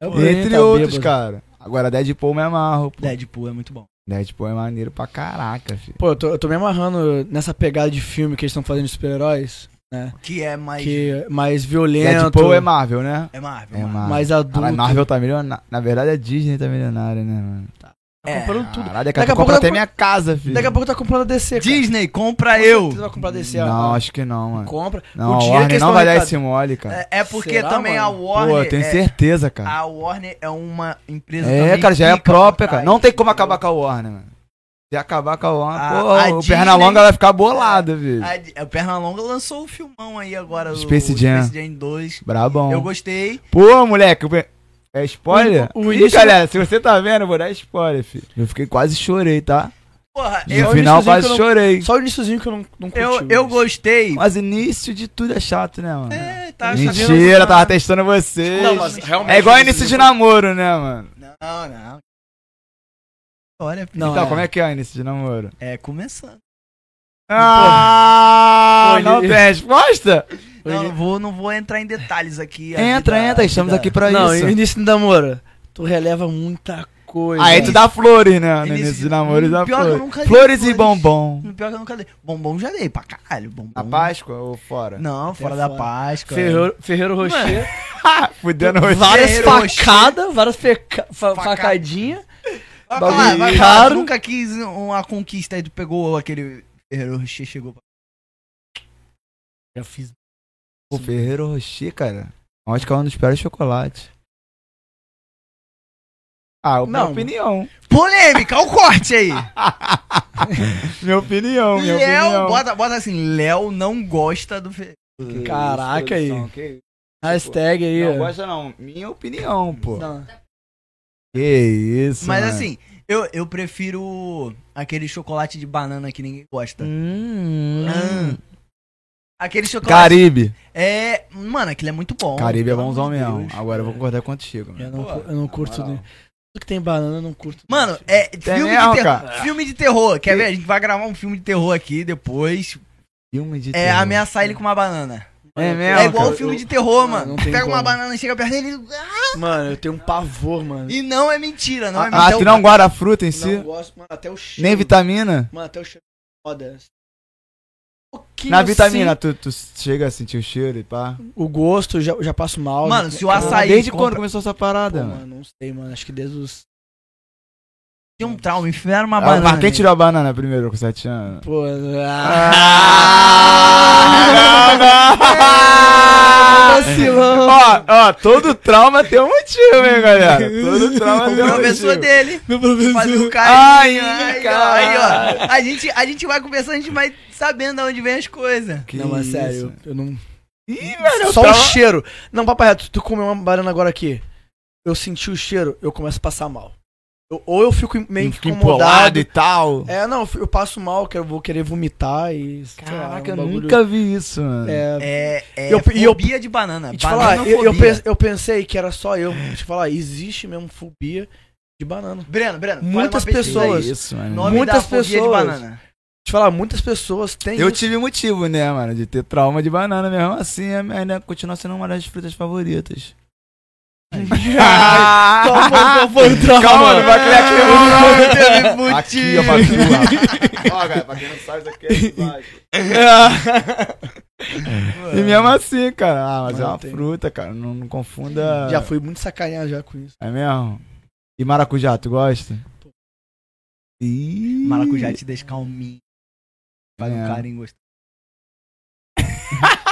Speaker 2: É o Brian,
Speaker 3: Entre
Speaker 2: tá
Speaker 3: outros,
Speaker 2: bêbado.
Speaker 3: cara. Agora, Deadpool me amarro, pô.
Speaker 1: [laughs] Deadpool é muito bom.
Speaker 3: Deadpool é maneiro pra caraca, filho.
Speaker 2: Pô, eu tô, eu tô me amarrando nessa pegada de filme que eles estão fazendo de super-heróis, né?
Speaker 1: Que é mais.
Speaker 2: Que é mais violento,
Speaker 3: Deadpool é Marvel, né?
Speaker 1: É Marvel.
Speaker 3: É
Speaker 1: Marvel.
Speaker 3: Marvel.
Speaker 2: mais adulto.
Speaker 3: Caralho, Marvel tá milionária. Na verdade, a Disney tá milionária, né, mano?
Speaker 1: É.
Speaker 2: comprando tudo.
Speaker 3: Caralho, daqui,
Speaker 2: Daqui a
Speaker 3: a pouco
Speaker 2: pouco
Speaker 3: compra
Speaker 2: dá
Speaker 3: até
Speaker 2: pra-
Speaker 3: minha casa, filho.
Speaker 2: Daqui a pouco tá comprando a DC, cara.
Speaker 1: Disney, compra eu!
Speaker 2: Você vai comprar a DC,
Speaker 3: Não,
Speaker 2: ó.
Speaker 3: acho que não, mano.
Speaker 2: Compra.
Speaker 3: Não,
Speaker 2: o
Speaker 3: a
Speaker 2: dia que
Speaker 3: Warner
Speaker 2: eles
Speaker 3: não
Speaker 2: tão
Speaker 3: vai dar
Speaker 2: arrecad-
Speaker 3: esse mole, cara.
Speaker 1: É, é porque
Speaker 2: Será,
Speaker 1: também a
Speaker 2: mano?
Speaker 1: Warner.
Speaker 3: Pô, eu tenho
Speaker 1: é-
Speaker 3: certeza, cara.
Speaker 1: A Warner é uma empresa.
Speaker 3: É,
Speaker 1: também
Speaker 3: cara, já é
Speaker 1: pica por
Speaker 3: própria, cara.
Speaker 1: trás,
Speaker 3: Não tem
Speaker 1: entendeu?
Speaker 3: como acabar com a Warner, mano. Se acabar com a Warner,
Speaker 1: A-
Speaker 3: pô,
Speaker 1: a
Speaker 3: o
Speaker 1: Disney-
Speaker 3: Pernalonga vai ficar bolado, velho.
Speaker 1: A Di- O Pernalonga lançou o filmão aí agora. o
Speaker 3: Space Jam.
Speaker 1: Space Jam 2.
Speaker 3: Brabão.
Speaker 1: Eu gostei.
Speaker 3: Pô, moleque, o pe- é spoiler?
Speaker 2: O- o
Speaker 3: Ih,
Speaker 2: início-
Speaker 3: galera, se você tá vendo, eu vou dar spoiler, filho. Eu fiquei quase chorei, tá?
Speaker 1: Porra,
Speaker 3: No
Speaker 1: eu,
Speaker 2: o
Speaker 3: final,
Speaker 2: iníciozinho
Speaker 3: quase
Speaker 2: que eu não-
Speaker 3: chorei.
Speaker 2: Só o iníciozinho que eu não, não curti.
Speaker 1: eu,
Speaker 2: o
Speaker 1: eu
Speaker 2: início.
Speaker 1: gostei.
Speaker 3: Mas início de tudo é chato, né, mano?
Speaker 1: É, tá
Speaker 3: Mentira, tava testando vocês.
Speaker 2: Não, mas realmente...
Speaker 3: É igual início de namoro, né, mano?
Speaker 1: Não, não. Olha, filho.
Speaker 2: Não,
Speaker 3: então,
Speaker 2: é.
Speaker 3: como é que é início de namoro?
Speaker 1: É, começando.
Speaker 3: Ah,
Speaker 2: Olha-
Speaker 3: não tem resposta?
Speaker 1: Não, não vou, não vou entrar em detalhes aqui. a
Speaker 3: Entra,
Speaker 1: vida-
Speaker 3: entra,
Speaker 1: a
Speaker 3: estamos
Speaker 1: vida-
Speaker 3: aqui pra
Speaker 2: não,
Speaker 3: é isso.
Speaker 2: início de namoro. Tu releva muita coisa.
Speaker 3: Aí tu dá flores, né? No
Speaker 1: Início
Speaker 3: início
Speaker 1: de-
Speaker 3: de namoro dá
Speaker 1: Pior que eu
Speaker 3: flores.
Speaker 1: nunca dei
Speaker 3: Flores e
Speaker 1: flores.
Speaker 3: bombom.
Speaker 1: Pior que eu nunca dei. Bombom já dei pra caralho. Bombom.
Speaker 3: Na Páscoa é ou [laughs] fora?
Speaker 1: Não, fora
Speaker 2: Até
Speaker 1: da
Speaker 2: fora.
Speaker 1: Páscoa. é.
Speaker 2: Ferreiro, Ferreiro Rocher.
Speaker 3: Ah, Fudendo hoje.
Speaker 2: Várias
Speaker 1: Ferreiro Rocher.
Speaker 2: facadas, várias feca- fa-
Speaker 1: Facada.
Speaker 2: facadinhas.
Speaker 1: Vai
Speaker 2: Bagulho
Speaker 1: falar, Ah, vai
Speaker 2: caro.
Speaker 1: falar, tu Nunca quis uma conquista aí, tu pegou aquele. Ferreiro Rocher chegou pra.
Speaker 2: Já fiz.
Speaker 3: O Ferreiro Rocher, cara. Acho que é um dos piores chocolates. Ah, minha
Speaker 2: Não.
Speaker 3: opinião.
Speaker 1: Polêmica, olha o corte
Speaker 3: [laughs]
Speaker 1: aí!
Speaker 3: Minha opinião, minha
Speaker 1: Léo,
Speaker 3: Ah, opinião.
Speaker 1: bota, bota assim, Léo não gosta do Ferreiro.
Speaker 2: Caraca aí.
Speaker 3: aí.
Speaker 2: Hashtag aí.
Speaker 3: Não
Speaker 2: ó.
Speaker 3: gosta não. Minha opinião, pô.
Speaker 2: Não.
Speaker 3: Que isso,
Speaker 1: Mas
Speaker 3: mano.
Speaker 1: assim, eu, eu prefiro aquele chocolate de banana que ninguém gosta.
Speaker 3: Hum.
Speaker 1: Ah. Aquele chocolate.
Speaker 3: Caribe.
Speaker 1: É. Mano, aquele é muito bom.
Speaker 3: Caribe é
Speaker 1: pelo
Speaker 3: bonzão
Speaker 1: amor de
Speaker 3: mesmo.
Speaker 1: Deus.
Speaker 3: Agora eu vou concordar contigo. mano.
Speaker 2: Eu não,
Speaker 3: Pô,
Speaker 2: cu- eu não
Speaker 3: na
Speaker 2: curto.
Speaker 3: moral.
Speaker 2: nem- Tudo que tem banana eu não curto.
Speaker 1: Mano, é filme,
Speaker 3: mesmo,
Speaker 1: de terror,
Speaker 3: cara?
Speaker 1: filme de terror. Quer ver? A gente vai gravar um filme de terror aqui depois.
Speaker 3: Filme de
Speaker 1: É
Speaker 3: terror.
Speaker 1: ameaçar ele com uma banana.
Speaker 3: É mesmo,
Speaker 1: É igual
Speaker 3: cara?
Speaker 1: o filme de terror,
Speaker 2: Não,
Speaker 1: mano.
Speaker 2: não
Speaker 1: Tu
Speaker 2: tem
Speaker 1: pega uma
Speaker 2: como.
Speaker 1: banana, chega perto dele ah,
Speaker 3: é-
Speaker 2: Mano, eu tenho um pavor, mano.
Speaker 1: e não é mentira, não é
Speaker 3: Ah,
Speaker 1: mentira.
Speaker 3: tu não guarda fruta em si?
Speaker 2: Não gosto, mano. Até o cheiro.
Speaker 3: Nem vitamina?
Speaker 2: Mano, até o cheiro é foda. Um pouquinho
Speaker 3: Na
Speaker 2: assim,
Speaker 3: vitamina, tu, tu chega a sentir o cheiro e pá.
Speaker 2: O gosto, já, já passo mal. né?
Speaker 1: Mano,
Speaker 2: já-
Speaker 1: se o açaí-
Speaker 3: Desde
Speaker 2: compra-
Speaker 3: quando começou essa parada,
Speaker 2: Pô,
Speaker 3: É mano?
Speaker 2: mano, não sei, mano. Acho que desde os.
Speaker 1: Tinha um trauma, enfiaram uma
Speaker 3: Ah,
Speaker 1: banana. né?
Speaker 3: mas quem tirou a banana primeiro com 7 anos?
Speaker 2: Pô. Ah,
Speaker 3: Ah,
Speaker 2: Vacilão.
Speaker 3: Ó, ó, todo trauma tem um motivo, hein, galera? Todo trauma tem um
Speaker 1: O
Speaker 3: motivo.
Speaker 1: professor dele. um
Speaker 2: Meu
Speaker 1: Fazer
Speaker 2: professor.
Speaker 1: o cara. Aí,
Speaker 2: né?
Speaker 1: ó,
Speaker 3: Ai,
Speaker 1: né, aí, ó. A gente, a gente vai conversando, a gente vai sabendo de onde vem as coisas.
Speaker 3: Que
Speaker 2: não, mas
Speaker 3: isso.
Speaker 2: sério, eu não.
Speaker 3: Ih, velho, eu
Speaker 2: Só
Speaker 3: tava-
Speaker 2: o cheiro. Não, papai reto, tu comeu uma banana agora aqui. Eu senti o cheiro, eu começo a passar mal. Eu- ou eu fico meio que
Speaker 3: Fico empolado
Speaker 2: incomodado.
Speaker 3: e tal.
Speaker 2: É, não, eu fi- eu passo mal, que eu vou querer vomitar e. sei lá,
Speaker 3: Caraca, eu
Speaker 2: um bagulho-
Speaker 3: nunca vi isso, mano.
Speaker 2: É.
Speaker 1: É, é
Speaker 2: Eu- e eu-
Speaker 1: fobia de banana.
Speaker 2: E te falar, eu, eu,
Speaker 1: bananofobia.
Speaker 2: pens- eu pensei que era só eu. Te falar, existe mesmo fobia de banana.
Speaker 1: Breno, Breno, faz
Speaker 2: Muitas
Speaker 1: uma pesquisa
Speaker 2: pessoas.
Speaker 1: aí.
Speaker 3: Isso, mano.
Speaker 1: Nome
Speaker 2: Muitas
Speaker 1: da fobia de
Speaker 2: pessoas.
Speaker 1: banana.
Speaker 2: Te falar, muitas pessoas têm.
Speaker 3: Eu
Speaker 2: isso.
Speaker 3: tive motivo, né, mano, de ter trauma de banana mesmo assim, a minha- ainda continua sendo uma das frutas
Speaker 2: [laughs]
Speaker 3: favoritas.
Speaker 2: Qual foi- qual foi o trauma?
Speaker 3: [laughs] Calma, não vai criar um aqui [laughs]
Speaker 1: Teve motivo.
Speaker 3: não. Aqui, ó, [laughs]
Speaker 2: [laughs]
Speaker 3: Batu. Ó, galera, pra quem não sabe, isso aqui é [laughs] linguagem. E mesmo assim, cara, ah, mas
Speaker 2: Mano,
Speaker 3: é uma
Speaker 2: tem.
Speaker 3: fruta, cara, não, não confunda.
Speaker 2: Ah, Já fui muito sacaneado já com isso.
Speaker 3: É mesmo? E maracujá, tu gosta? Ih,
Speaker 1: Maracujá te deixa calminho. Faz um
Speaker 3: É.
Speaker 1: carinho gostoso.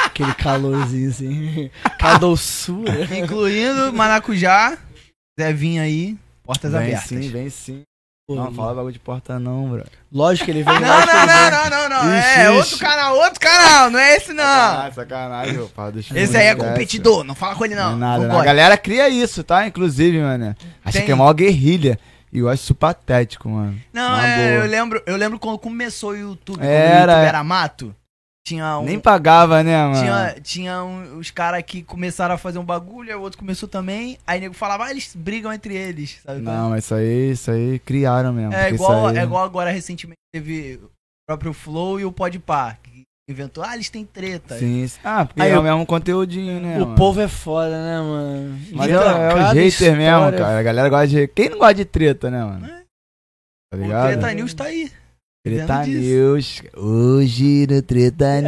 Speaker 2: Aquele calorzinho assim. [laughs] Aquela doçura.
Speaker 1: Incluindo maracujá, Zevinho aí, portas
Speaker 3: Vem
Speaker 1: abertas.
Speaker 3: sim, vem sim. Não, fala bagulho de porta não, bro.
Speaker 2: Lógico que ele
Speaker 1: Não,
Speaker 2: veio.
Speaker 1: não, não, não, não, não. é
Speaker 2: Ixi, ixi.
Speaker 1: outro canal, outro canal. Não é esse, não.
Speaker 3: Sacanagem, sacanagem, ô, fala do
Speaker 1: Esse aí é
Speaker 3: esquece.
Speaker 1: competidor. Não fala com ele,
Speaker 3: Não,
Speaker 1: não.
Speaker 3: é nada,
Speaker 1: não
Speaker 3: não. A
Speaker 1: pode.
Speaker 3: galera cria isso, tá? Inclusive, mano. Acha
Speaker 1: Tem.
Speaker 3: que é maior guerrilha. E eu acho isso patético, mano.
Speaker 1: Não,
Speaker 3: Uma
Speaker 1: é,
Speaker 3: boa.
Speaker 1: eu lembro, eu lembro quando começou o YouTube, quando o
Speaker 3: Era.
Speaker 1: YouTube era mato. Tinha um,
Speaker 3: Nem pagava, né, mano?
Speaker 1: tinha, tinha um- os caras que começaram a fazer um bagulho, aí o outro começou também. Aí nego falava, ah, eles brigam entre eles, sabe?
Speaker 3: Não, mas isso aí, isso aí criaram mesmo.
Speaker 1: É
Speaker 3: porque
Speaker 1: igual,
Speaker 3: isso aí-
Speaker 1: é igual agora recentemente teve o próprio Flow e o Podpah, que inventou, ah, eles têm treta.
Speaker 3: Sim, sim. Ah, porque
Speaker 2: Aí
Speaker 3: é
Speaker 2: eu-
Speaker 3: o mesmo conteúdinho, né?
Speaker 2: O
Speaker 3: mano?
Speaker 2: povo é foda, né, mano?
Speaker 3: Mas
Speaker 2: Então,
Speaker 3: é, é o
Speaker 2: cada
Speaker 3: hater
Speaker 2: história- é
Speaker 3: mesmo, cara. A galera gosta de. Quem não gosta de treta, né, mano?
Speaker 1: É.
Speaker 3: Tá
Speaker 1: o
Speaker 3: ligado?
Speaker 1: Treta News tá aí.
Speaker 3: Treta
Speaker 1: vivendo
Speaker 3: News. Hoje no
Speaker 1: [laughs]
Speaker 3: Treta
Speaker 2: Ah.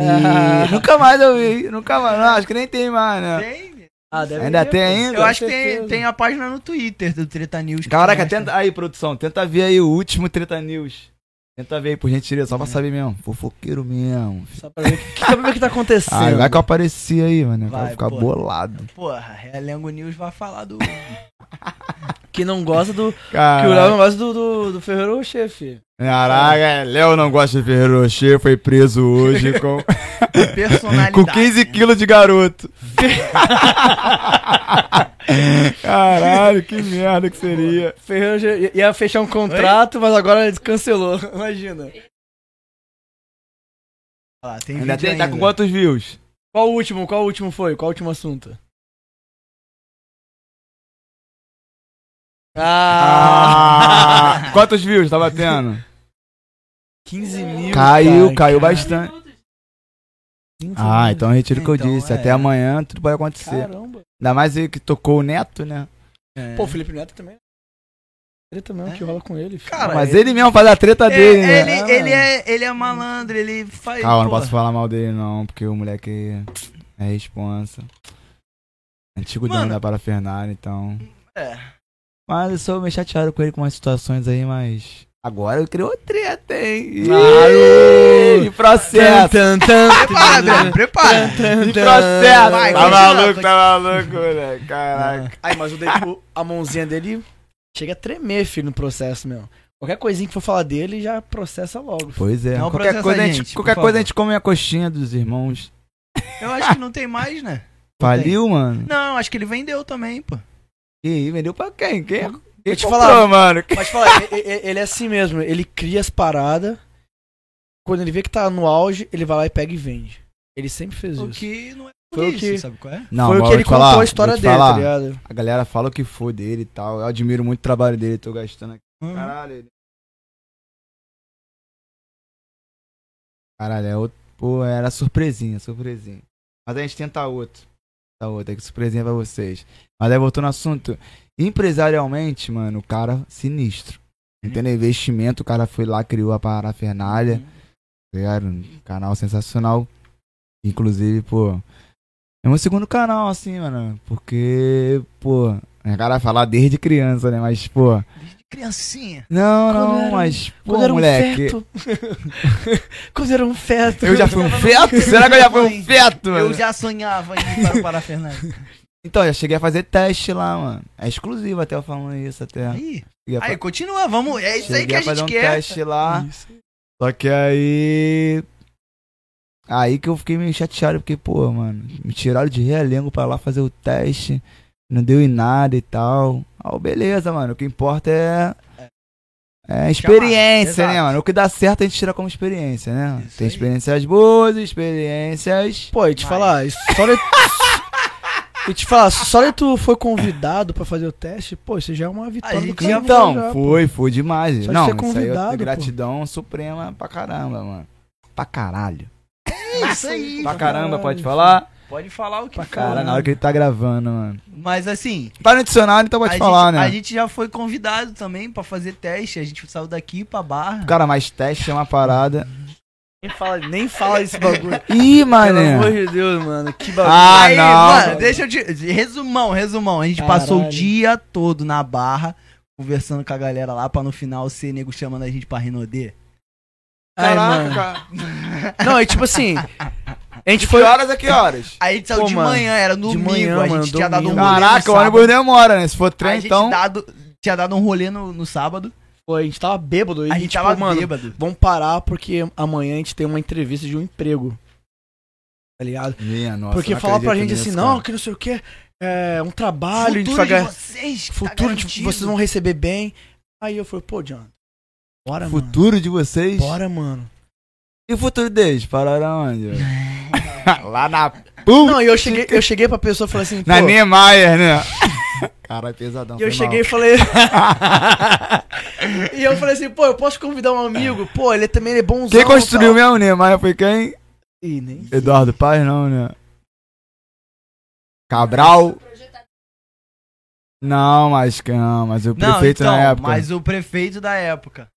Speaker 3: News. Nunca mais eu vi. Nunca mais. Não, acho que nem tem mais, né?
Speaker 1: Tem.
Speaker 2: Ah, deve
Speaker 3: Ainda
Speaker 2: ter,
Speaker 3: tem
Speaker 2: pô.
Speaker 3: ainda?
Speaker 1: Eu acho que tem,
Speaker 2: certeza.
Speaker 1: tem a página no Twitter do Treta News. que
Speaker 3: Caraca,
Speaker 1: mostra.
Speaker 3: tenta. Aí, produção, tenta ver aí o último Treta News. Tenta ver aí, por gentileza, só pra saber mesmo. Fofoqueiro mesmo.
Speaker 2: Só pra ver o que, [laughs] só pra ver o que tá acontecendo.
Speaker 3: Ah, vai que eu apareci aí, mano. Eu
Speaker 1: Vai,
Speaker 3: quero ficar
Speaker 1: pô.
Speaker 3: bolado.
Speaker 1: Porra, Realengo News vai falar do.
Speaker 2: [laughs] Que não gosta do. Que o Léo
Speaker 3: Caraca,
Speaker 2: não gosta do, do, do Ferreiro Rocher, filho.
Speaker 3: Caraca, Léo não gosta de Ferreiro Rocher, foi preso
Speaker 1: [laughs]
Speaker 3: hoje com,
Speaker 1: personalidade. né?
Speaker 3: com 15 quilos
Speaker 1: [laughs]
Speaker 3: de garoto. Caralho, que merda que seria.
Speaker 2: Ferreiro Rocher ia- ia fechar um contrato, mas agora ele cancelou. Imagina.
Speaker 1: Olha lá, tem
Speaker 3: Ainda
Speaker 1: vídeo
Speaker 3: tem, tá com
Speaker 1: ainda.
Speaker 3: quantos views?
Speaker 2: Qual o último? Qual o último foi? Qual o último assunto? Ah!
Speaker 3: [laughs] Ah, quantos views tá batendo?
Speaker 2: 15 mil.
Speaker 3: Caiu,
Speaker 2: cara,
Speaker 3: caiu
Speaker 2: cara.
Speaker 3: bastante.
Speaker 2: 15
Speaker 3: Ah,
Speaker 2: mil.
Speaker 3: então eu retiro o que eu
Speaker 1: Então,
Speaker 3: disse.
Speaker 1: é.
Speaker 3: Até amanhã tudo pode acontecer.
Speaker 2: Caramba.
Speaker 3: Ainda mais aí que tocou o Neto, né?
Speaker 1: É.
Speaker 2: Pô, o Felipe Neto também. Treta mesmo
Speaker 3: É.
Speaker 2: que rola com ele. filho.
Speaker 1: Cara,
Speaker 3: Mas ele mesmo faz a treta
Speaker 1: É,
Speaker 3: dele, né?
Speaker 1: ele,
Speaker 3: Ah,
Speaker 1: ele, é, ele é malandro, ele faz.
Speaker 3: Calma, não
Speaker 1: porra.
Speaker 3: posso falar mal dele não, porque o moleque é responsa. Antigo
Speaker 1: Mano.
Speaker 3: dono da parafernália, então...
Speaker 1: É.
Speaker 3: Mas eu sou meio chateado com ele com umas situações aí, mas... Agora ele criou treta, hein?
Speaker 2: Claro!
Speaker 3: E processo!
Speaker 2: Tan, tan, tan, [laughs]
Speaker 1: Prepara,
Speaker 3: né?
Speaker 1: Adriano, prepara.
Speaker 2: tan,
Speaker 3: E
Speaker 2: tan.
Speaker 3: processo!
Speaker 1: Vai,
Speaker 3: tá
Speaker 1: continua,
Speaker 3: maluco,
Speaker 1: continua.
Speaker 3: tá maluco, moleque. Caraca.
Speaker 2: Ai, mas o dele- o- a mãozinha dele chega a tremer, filho, no processo mesmo. Qualquer coisinha que for falar dele, já processa logo.
Speaker 3: Pois é.
Speaker 1: Não processa
Speaker 3: qualquer coisa,
Speaker 1: a
Speaker 3: a
Speaker 1: gente,
Speaker 3: gente,
Speaker 1: por
Speaker 3: qualquer
Speaker 1: favor.
Speaker 3: coisa a gente come a coxinha dos irmãos.
Speaker 1: Eu acho que não tem mais, né? Não tem.
Speaker 3: Faliu, mano?
Speaker 1: Não, acho que ele vendeu também, pô.
Speaker 3: E aí, vendeu pra quem? Quem? Quem
Speaker 2: Vou te
Speaker 3: comprou,
Speaker 2: falar.
Speaker 3: mano?
Speaker 2: Mas fala, e- e- ele é assim mesmo, ele cria as paradas. Quando ele vê que tá no auge, ele vai lá e pega e vende. Ele sempre fez
Speaker 1: O
Speaker 2: isso.
Speaker 1: que não é por
Speaker 2: Foi o
Speaker 1: isso,
Speaker 2: que-
Speaker 1: sabe qual é?
Speaker 3: Não,
Speaker 2: Foi o
Speaker 3: mas
Speaker 2: que
Speaker 3: vou
Speaker 2: ele
Speaker 3: te
Speaker 2: contou
Speaker 3: falar,
Speaker 2: a história
Speaker 3: vou te
Speaker 2: dele,
Speaker 3: falar.
Speaker 2: tá ligado?
Speaker 3: A galera fala o que for dele e tal. Eu admiro muito o trabalho dele, tô gastando aqui.
Speaker 1: Uhum.
Speaker 3: Caralho. ele- Caralho, é outro. Pô, era surpresinha, surpresinha. Mas a gente tenta outro. Tenta outro, é que surpresinha pra vocês. Mas aí voltando ao assunto. Empresarialmente, mano, o cara sinistro. Entendeu? Investimento, o cara foi lá, criou a parafernália. Era um canal sensacional. Inclusive, pô. É meu segundo canal, assim, mano. Porque, pô. A cara falar desde criança, né? Mas, pô.
Speaker 1: Desde criancinha.
Speaker 3: Não,
Speaker 2: Quando
Speaker 3: não,
Speaker 2: era um-
Speaker 3: mas. Pô,
Speaker 2: Quando era um
Speaker 3: moleque.
Speaker 2: feto. [laughs] Quando era um feto.
Speaker 3: eu já fui um feto? Será que eu já fui um feto, mano?
Speaker 1: Eu já sonhava em ir para o
Speaker 3: [laughs]
Speaker 1: Parafernália.
Speaker 3: Então, já cheguei a fazer teste lá, mano. É exclusivo até eu falando isso, até.
Speaker 1: Aí,
Speaker 3: Cheguei a fa-
Speaker 1: aí, continua, vamos. É isso aí que
Speaker 3: É. cheguei
Speaker 1: a
Speaker 3: a fazer
Speaker 1: gente
Speaker 3: um
Speaker 1: quer.
Speaker 3: teste lá. Só que aí. Aí que eu fiquei meio chateado, porque, pô, mano, me tiraram de realengo pra lá fazer o teste. Não deu em nada e tal. Ah, beleza, mano. O que importa é. É a experiência,
Speaker 1: Exato.
Speaker 3: né, mano? O que dá certo a gente tira como experiência, né?
Speaker 1: Isso
Speaker 3: Tem
Speaker 1: aí.
Speaker 3: experiências boas, experiências.
Speaker 2: [laughs] Pô, e te
Speaker 1: Mas-
Speaker 2: falar, isso- só de... [laughs] E te falar, só de tu foi convidado pra fazer o teste, pô, isso já é uma vitória
Speaker 1: A
Speaker 2: do
Speaker 1: gente
Speaker 2: cara.
Speaker 1: já
Speaker 3: Então,
Speaker 2: já, pô.
Speaker 3: foi, foi demais.
Speaker 2: Só de
Speaker 3: Não,
Speaker 2: ser
Speaker 3: isso aí eu
Speaker 2: convidado,
Speaker 3: tenho
Speaker 2: pô.
Speaker 3: gratidão suprema pra caramba, mano. Pra caralho.
Speaker 1: É isso aí.
Speaker 3: Pra caramba, pode
Speaker 2: caralho,
Speaker 3: falar?
Speaker 1: Pode falar o que
Speaker 2: Pra
Speaker 1: for.
Speaker 3: Cara, na hora que ele tá gravando, mano.
Speaker 1: Mas assim,
Speaker 3: Tá no dicionário, então
Speaker 1: a,
Speaker 3: pode falar,
Speaker 1: gente,
Speaker 3: né?
Speaker 1: a gente já foi convidado também pra fazer teste. A gente saiu daqui pra barra.
Speaker 3: Cara, mas teste é uma
Speaker 2: [laughs]
Speaker 3: parada.
Speaker 2: Nem fala, nem fala
Speaker 3: [laughs]
Speaker 2: esse bagulho.
Speaker 3: Ih,
Speaker 2: Pelo amor
Speaker 3: mané.
Speaker 2: de Deus, mano, que bagulho.
Speaker 3: Ah,
Speaker 1: aí,
Speaker 3: não.
Speaker 1: mano, deixa eu te. Resumão, resumão. A gente passou o
Speaker 2: Caralho.
Speaker 1: dia todo na barra, conversando com a galera lá, pra no final ser nego chamando a gente pra Renaudet.
Speaker 2: Ai, mano.
Speaker 3: cara.
Speaker 2: Não, e tipo assim, a gente
Speaker 3: Que
Speaker 2: foi...
Speaker 3: horas é que horas?
Speaker 1: Aí a gente saiu
Speaker 2: Pô,
Speaker 1: de
Speaker 2: mano,
Speaker 1: manhã, era no
Speaker 2: de
Speaker 1: domingo.
Speaker 2: manhã,
Speaker 1: a gente
Speaker 2: mano,
Speaker 1: tinha dado um
Speaker 2: domingo.
Speaker 1: rolê.
Speaker 3: Caraca,
Speaker 1: no
Speaker 3: o
Speaker 1: sábado.
Speaker 3: ônibus demora, né? Se for
Speaker 1: A
Speaker 3: trem,
Speaker 1: gente
Speaker 3: então.
Speaker 1: dado- tinha dado um rolê no, no sábado.
Speaker 2: Pô, a gente tava bêbado. E tipo,
Speaker 1: A gente tava
Speaker 2: mano,
Speaker 1: bêbado.
Speaker 2: vamos parar porque amanhã a gente tem uma entrevista de um emprego. Tá ligado?
Speaker 3: Minha nossa,
Speaker 2: porque
Speaker 3: não
Speaker 2: falar pra
Speaker 3: acredito
Speaker 2: gente assim,
Speaker 3: nisso,
Speaker 2: não,
Speaker 3: cara.
Speaker 2: que não sei o quê, é um trabalho, a gente
Speaker 1: Futuro
Speaker 2: vai
Speaker 1: de
Speaker 2: ganhar-
Speaker 1: vocês, tá
Speaker 2: futuro de-
Speaker 1: garantido.
Speaker 2: vocês vão receber bem. Aí eu falei, pô, John, bora, mano.
Speaker 3: Futuro de vocês?
Speaker 2: Bora, mano.
Speaker 3: E o futuro deles? Pararam onde?
Speaker 2: [laughs]
Speaker 4: Lá na.
Speaker 2: Não, e eu cheguei, eu cheguei pra pessoa e falei assim, pô,
Speaker 3: Na Niemeyer, né?
Speaker 2: [laughs]
Speaker 3: Caralho, pesadão.
Speaker 2: E eu
Speaker 3: foi
Speaker 2: cheguei
Speaker 3: [laughs] mal.
Speaker 2: e falei. [laughs] e eu falei assim, pô, eu posso convidar um amigo? Pô, ele também ele é bonzão.
Speaker 3: Quem construiu
Speaker 2: tal.
Speaker 3: mesmo o Niemeyer foi quem?
Speaker 2: Ih, nem-
Speaker 3: Eduardo Paz, não, né? Cabral? Não, mas, não, mas o
Speaker 1: é Não,
Speaker 3: prefeito
Speaker 1: então,
Speaker 3: na época.
Speaker 1: mas o prefeito da época.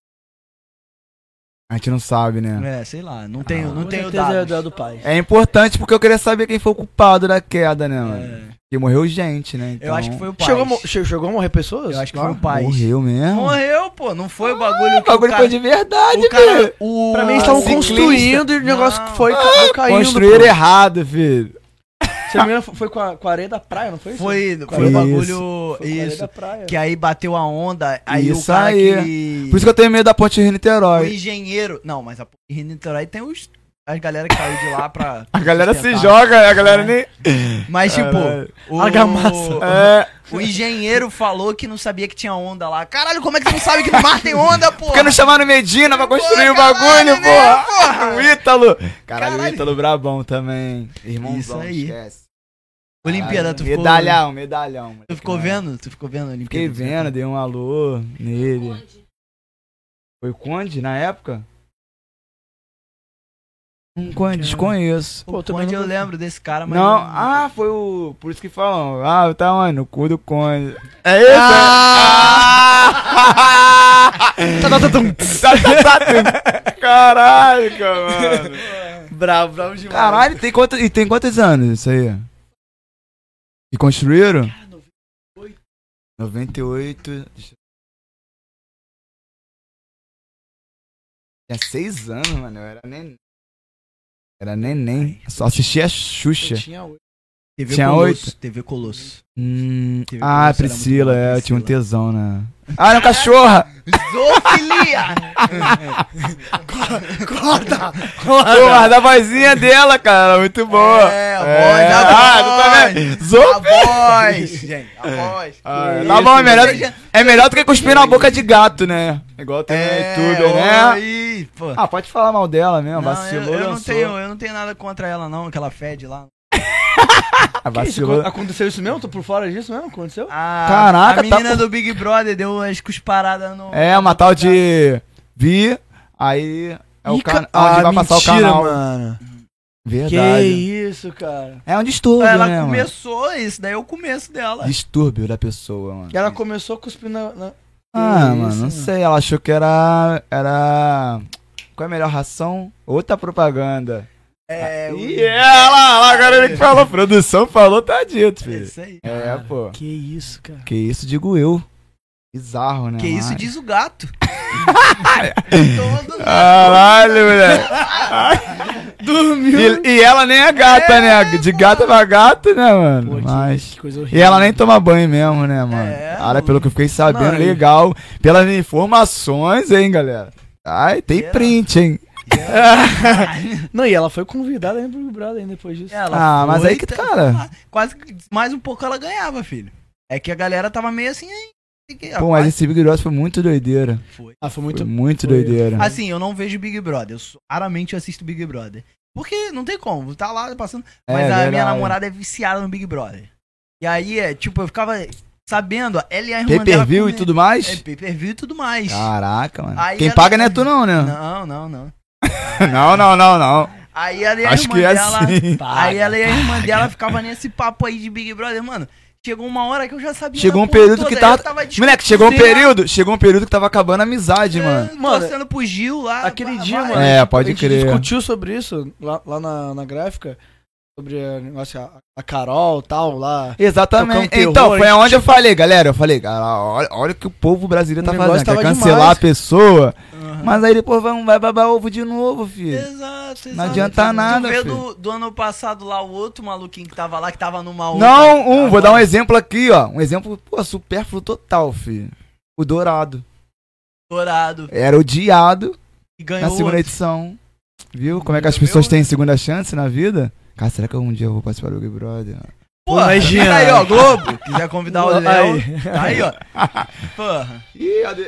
Speaker 3: A gente não sabe, né?
Speaker 1: É, sei lá, não tenho,
Speaker 3: Ah,
Speaker 1: não
Speaker 2: Com
Speaker 1: tenho
Speaker 2: certeza é
Speaker 1: dados.
Speaker 2: do- é do pai.
Speaker 3: É importante porque eu queria saber quem foi o culpado da queda, né, mano?
Speaker 1: É,
Speaker 3: Porque morreu gente, né?
Speaker 1: Eu acho que foi o pai.
Speaker 2: Chegou, a mo- che- chegou a morrer pessoas?
Speaker 1: Eu acho que
Speaker 2: Lá?
Speaker 1: foi um o pai.
Speaker 3: Morreu mesmo?
Speaker 1: Morreu, pô, não
Speaker 2: Ah,
Speaker 1: foi o bagulho
Speaker 3: O
Speaker 1: que o
Speaker 3: bagulho
Speaker 1: cara...
Speaker 3: foi de verdade,
Speaker 1: o cara
Speaker 3: velho.
Speaker 1: o...
Speaker 2: Pra mim, eles estavam
Speaker 3: ciclista.
Speaker 2: construindo e o negócio que
Speaker 1: Não.
Speaker 3: [laughs]
Speaker 2: foi acabou caindo.
Speaker 3: Construíram
Speaker 2: pô.
Speaker 3: errado, filho.
Speaker 2: Se não me engano, foi com a, com a areia da praia, não foi isso?
Speaker 1: Foi, foi
Speaker 3: Isso.
Speaker 1: o bagulho...
Speaker 2: Foi com a areia
Speaker 1: Isso.
Speaker 2: da praia.
Speaker 3: é
Speaker 1: Que aí bateu a onda, aí
Speaker 3: Isso
Speaker 1: o cara
Speaker 3: aí.
Speaker 1: que...
Speaker 3: Por isso que eu tenho medo da ponte
Speaker 1: O
Speaker 3: Rio-Niterói.
Speaker 1: engenheiro... Não, mas a porra de Niterói tem os... As galera que saiu de lá pra...
Speaker 3: A galera se
Speaker 1: sustentar.
Speaker 3: joga, a galera nem...
Speaker 1: Mas, É. tipo...
Speaker 3: Caralho.
Speaker 1: O...
Speaker 2: Argamassa.
Speaker 3: É,
Speaker 1: O engenheiro falou que não sabia que tinha onda lá. Caralho, como é que você não sabe que no mar tem onda, pô?
Speaker 3: porque não chamaram Medina pra construir o bagulho,
Speaker 1: caralho, né,
Speaker 3: porra. [laughs] O Ítalo. Caralho, o
Speaker 1: Caralho.
Speaker 3: Ítalo Brabão também.
Speaker 1: Isso
Speaker 3: Irmãozão,
Speaker 1: aí.
Speaker 3: esquece.
Speaker 1: Olimpíada, tu
Speaker 3: medalhão,
Speaker 1: ficou...
Speaker 3: Medalhão, medalhão. moleque,
Speaker 1: Tu ficou
Speaker 3: né?
Speaker 1: vendo? Tu ficou vendo a Olimpíada?
Speaker 3: Fiquei vendo, dei um alô nele. Foi o Conde na época? Um Conde, desconheço.
Speaker 2: Pô, eu também
Speaker 1: Onde eu
Speaker 2: não-
Speaker 1: lembro desse cara, mas...
Speaker 3: Não,
Speaker 1: eu-
Speaker 3: ah, foi o. Por isso que falam. Ah, tá onde? No cu do Conde. É isso?
Speaker 1: Ah,
Speaker 3: [laughs]
Speaker 2: Tá, tá, tá, tum.
Speaker 3: Caralho, cara, mano.
Speaker 2: Bravo, bravo demais.
Speaker 3: Caralho, tem quanto, e tem quantos anos isso aí? E construíram? 98. deixa eu- Tinha seis anos, mano. Eu era neném. Era neném. Só assistia a
Speaker 2: Eu
Speaker 3: Xuxa.
Speaker 2: tinha oito.
Speaker 1: TV
Speaker 3: Tinha
Speaker 1: Colosso.
Speaker 3: oito?
Speaker 1: TV Colosso.
Speaker 3: Hum,
Speaker 1: Teve
Speaker 3: ah,
Speaker 1: como isso, era
Speaker 3: Priscila,
Speaker 1: muito bom,
Speaker 3: é, eu tinha um
Speaker 1: Priscila.
Speaker 3: tesão, né? Ah, era um cachorra!
Speaker 1: Zoofilia!
Speaker 2: Corta!
Speaker 3: Pô, mas da vozinha dela, cara, muito boa.
Speaker 1: É, a
Speaker 3: É,
Speaker 1: voz,
Speaker 3: ah, tu
Speaker 1: a
Speaker 3: tá
Speaker 1: voz.
Speaker 3: vendo? Zo-
Speaker 1: A voz, gente, a voz.
Speaker 3: Ah,
Speaker 2: Que
Speaker 3: tá
Speaker 2: isso,
Speaker 3: bom, é melhor,
Speaker 1: mano.
Speaker 3: é melhor do que cuspir na boca de gato, né? Igual tem no YouTube, né?
Speaker 1: É, Aí, pô.
Speaker 3: Ah, pode falar mal dela mesmo,
Speaker 1: Não, eu,
Speaker 3: vacilou,
Speaker 1: eu não
Speaker 3: lançou.
Speaker 1: tenho, eu não tenho nada contra ela não, aquela fed lá.
Speaker 3: Ah,
Speaker 2: Que isso?
Speaker 3: vacilou.
Speaker 2: Aconteceu isso mesmo? Tô por fora disso mesmo? Aconteceu?
Speaker 1: A,
Speaker 3: Caraca,
Speaker 1: a menina
Speaker 3: tá-
Speaker 1: do Big Brother deu umas cusparadas no
Speaker 3: É, uma tal de Vi, aí é o
Speaker 2: Ih,
Speaker 3: canal
Speaker 2: ca-
Speaker 3: onde
Speaker 2: Ah,
Speaker 3: vai passar o
Speaker 2: mentira,
Speaker 3: canal.
Speaker 2: mano. Que
Speaker 3: Verdade.
Speaker 2: isso, cara.
Speaker 3: É um distúrbio,
Speaker 1: Ela
Speaker 3: né, mano?
Speaker 1: começou isso, daí é o começo dela.
Speaker 3: Distúrbio da pessoa, mano.
Speaker 2: E ela começou a cuspir na. na-
Speaker 3: Ah,
Speaker 2: Que
Speaker 3: mano,
Speaker 2: isso,
Speaker 3: não sei. Ela achou que era. Era. Qual é a melhor ração? Outra propaganda. Ah,
Speaker 1: É, o-
Speaker 3: E ela, lá, agora ele que falou. Produção falou, tá dito,
Speaker 1: é
Speaker 3: filho.
Speaker 1: isso aí.
Speaker 3: É, pô.
Speaker 2: Que isso, cara.
Speaker 3: Que isso, digo eu. Bizarro, né?
Speaker 1: Que isso
Speaker 3: mano?
Speaker 1: diz o
Speaker 3: [laughs]
Speaker 1: gato. Todo
Speaker 3: Ah, Caralho, moleque.
Speaker 1: [laughs]
Speaker 2: Dormiu.
Speaker 3: E, e ela nem é gata, né? De gata pra gato, né, mano? Mas.
Speaker 2: coisa
Speaker 3: E ela nem toma banho mesmo, né, mano?
Speaker 1: É,
Speaker 3: Cara, pelo que eu fiquei sabendo,
Speaker 2: Não, e-
Speaker 3: legal. Pelas informações, hein, galera. Ai, tem
Speaker 1: Geral.
Speaker 3: print, hein?
Speaker 2: Não, e ela foi convidada ainda pro Big Brother ainda depois disso.
Speaker 1: Ela
Speaker 3: ah, mas
Speaker 1: foi,
Speaker 3: aí que,
Speaker 1: tá-
Speaker 3: cara.
Speaker 1: Quase que mais um pouco ela ganhava, filho. É que a galera tava meio assim, hein? tem que-
Speaker 3: Pô, mas esse Big Brother foi muito doideira.
Speaker 1: foi.
Speaker 2: Ah, foi
Speaker 3: Foi
Speaker 2: muito.
Speaker 3: muito
Speaker 2: foi-
Speaker 3: doideira.
Speaker 1: Assim, eu não vejo Big Brother. Eu sou- raramente assisto Big Brother. Porque não tem como, tá lá passando.
Speaker 3: É,
Speaker 1: Mas a minha
Speaker 3: verdade.
Speaker 1: namorada é viciada no Big Brother. E aí, é, tipo, eu ficava sabendo, ó, ela e a irmã
Speaker 3: Pay per view
Speaker 1: dela
Speaker 3: e
Speaker 1: com-
Speaker 3: tudo
Speaker 1: É,
Speaker 3: mais? Ah.
Speaker 1: pay per view e tudo mais.
Speaker 3: Caraca, mano.
Speaker 1: Aí
Speaker 3: Quem
Speaker 1: era-
Speaker 3: paga não é tu, não, [laughs] né?
Speaker 1: Não, não, não.
Speaker 3: Não, não, não, não.
Speaker 1: Aí ela e a
Speaker 3: Acho
Speaker 1: irmã
Speaker 3: que é
Speaker 1: dela.
Speaker 3: assim.
Speaker 1: Aí ela e a irmã dela ficavam nesse papo aí de Big Brother, mano. Chegou uma hora que eu já sabia.
Speaker 3: Chegou
Speaker 1: da
Speaker 3: um
Speaker 1: porra
Speaker 3: período que
Speaker 1: aí
Speaker 3: tava-
Speaker 1: eu tava
Speaker 3: Moleque, chegou um
Speaker 1: discutindo,
Speaker 3: período. Chegou um período que tava acabando a amizade,
Speaker 1: é,
Speaker 3: mano.
Speaker 2: Mano,
Speaker 1: Torcendo pro Gil lá.
Speaker 2: Aquele
Speaker 1: blá,
Speaker 2: dia,
Speaker 1: blá.
Speaker 2: mano.
Speaker 3: É,
Speaker 2: a gente-
Speaker 3: pode
Speaker 2: a gente
Speaker 3: crer.
Speaker 2: discutiu sobre isso lá, lá na, na gráfica. Sobre a, negócio, a, a Carol e tal, lá.
Speaker 3: Exatamente.
Speaker 2: Tocando terror,
Speaker 3: então, foi
Speaker 2: hein?
Speaker 3: onde eu falei, galera. Eu falei, cara, olha, olha o que o povo brasileiro
Speaker 2: O
Speaker 3: tá fazendo.
Speaker 2: negócio
Speaker 3: Quer
Speaker 2: tava
Speaker 3: cancelar
Speaker 2: demais.
Speaker 3: a pessoa.
Speaker 1: Aham.
Speaker 3: Mas aí depois vai, vai babar ovo de novo, filho.
Speaker 1: Exato, exato.
Speaker 3: É. Não adianta
Speaker 1: Tu
Speaker 3: nada,
Speaker 1: vê
Speaker 3: filho.
Speaker 1: do, do ano passado lá o outro maluquinho que tava lá, que tava numa outra.
Speaker 3: Não, um,
Speaker 2: tá
Speaker 3: vou dar um
Speaker 1: exemplo.
Speaker 3: exemplo aqui, ó. Um exemplo, pô, supérfluo total, filho. O Dourado.
Speaker 1: Dourado.
Speaker 3: Era odiado
Speaker 1: E
Speaker 3: na
Speaker 1: ganhou
Speaker 3: segunda
Speaker 1: outro.
Speaker 3: edição. Viu como é que as pessoas têm segunda chance na vida? Cara, será que um dia eu vou participar do Big Brother?
Speaker 1: Pô,
Speaker 2: Imagina.
Speaker 1: tá aí, ó, Globo. Quiser convidar o Léo,
Speaker 2: Aí.
Speaker 1: tá aí, ó. Porra.
Speaker 3: [laughs] Ih, ade...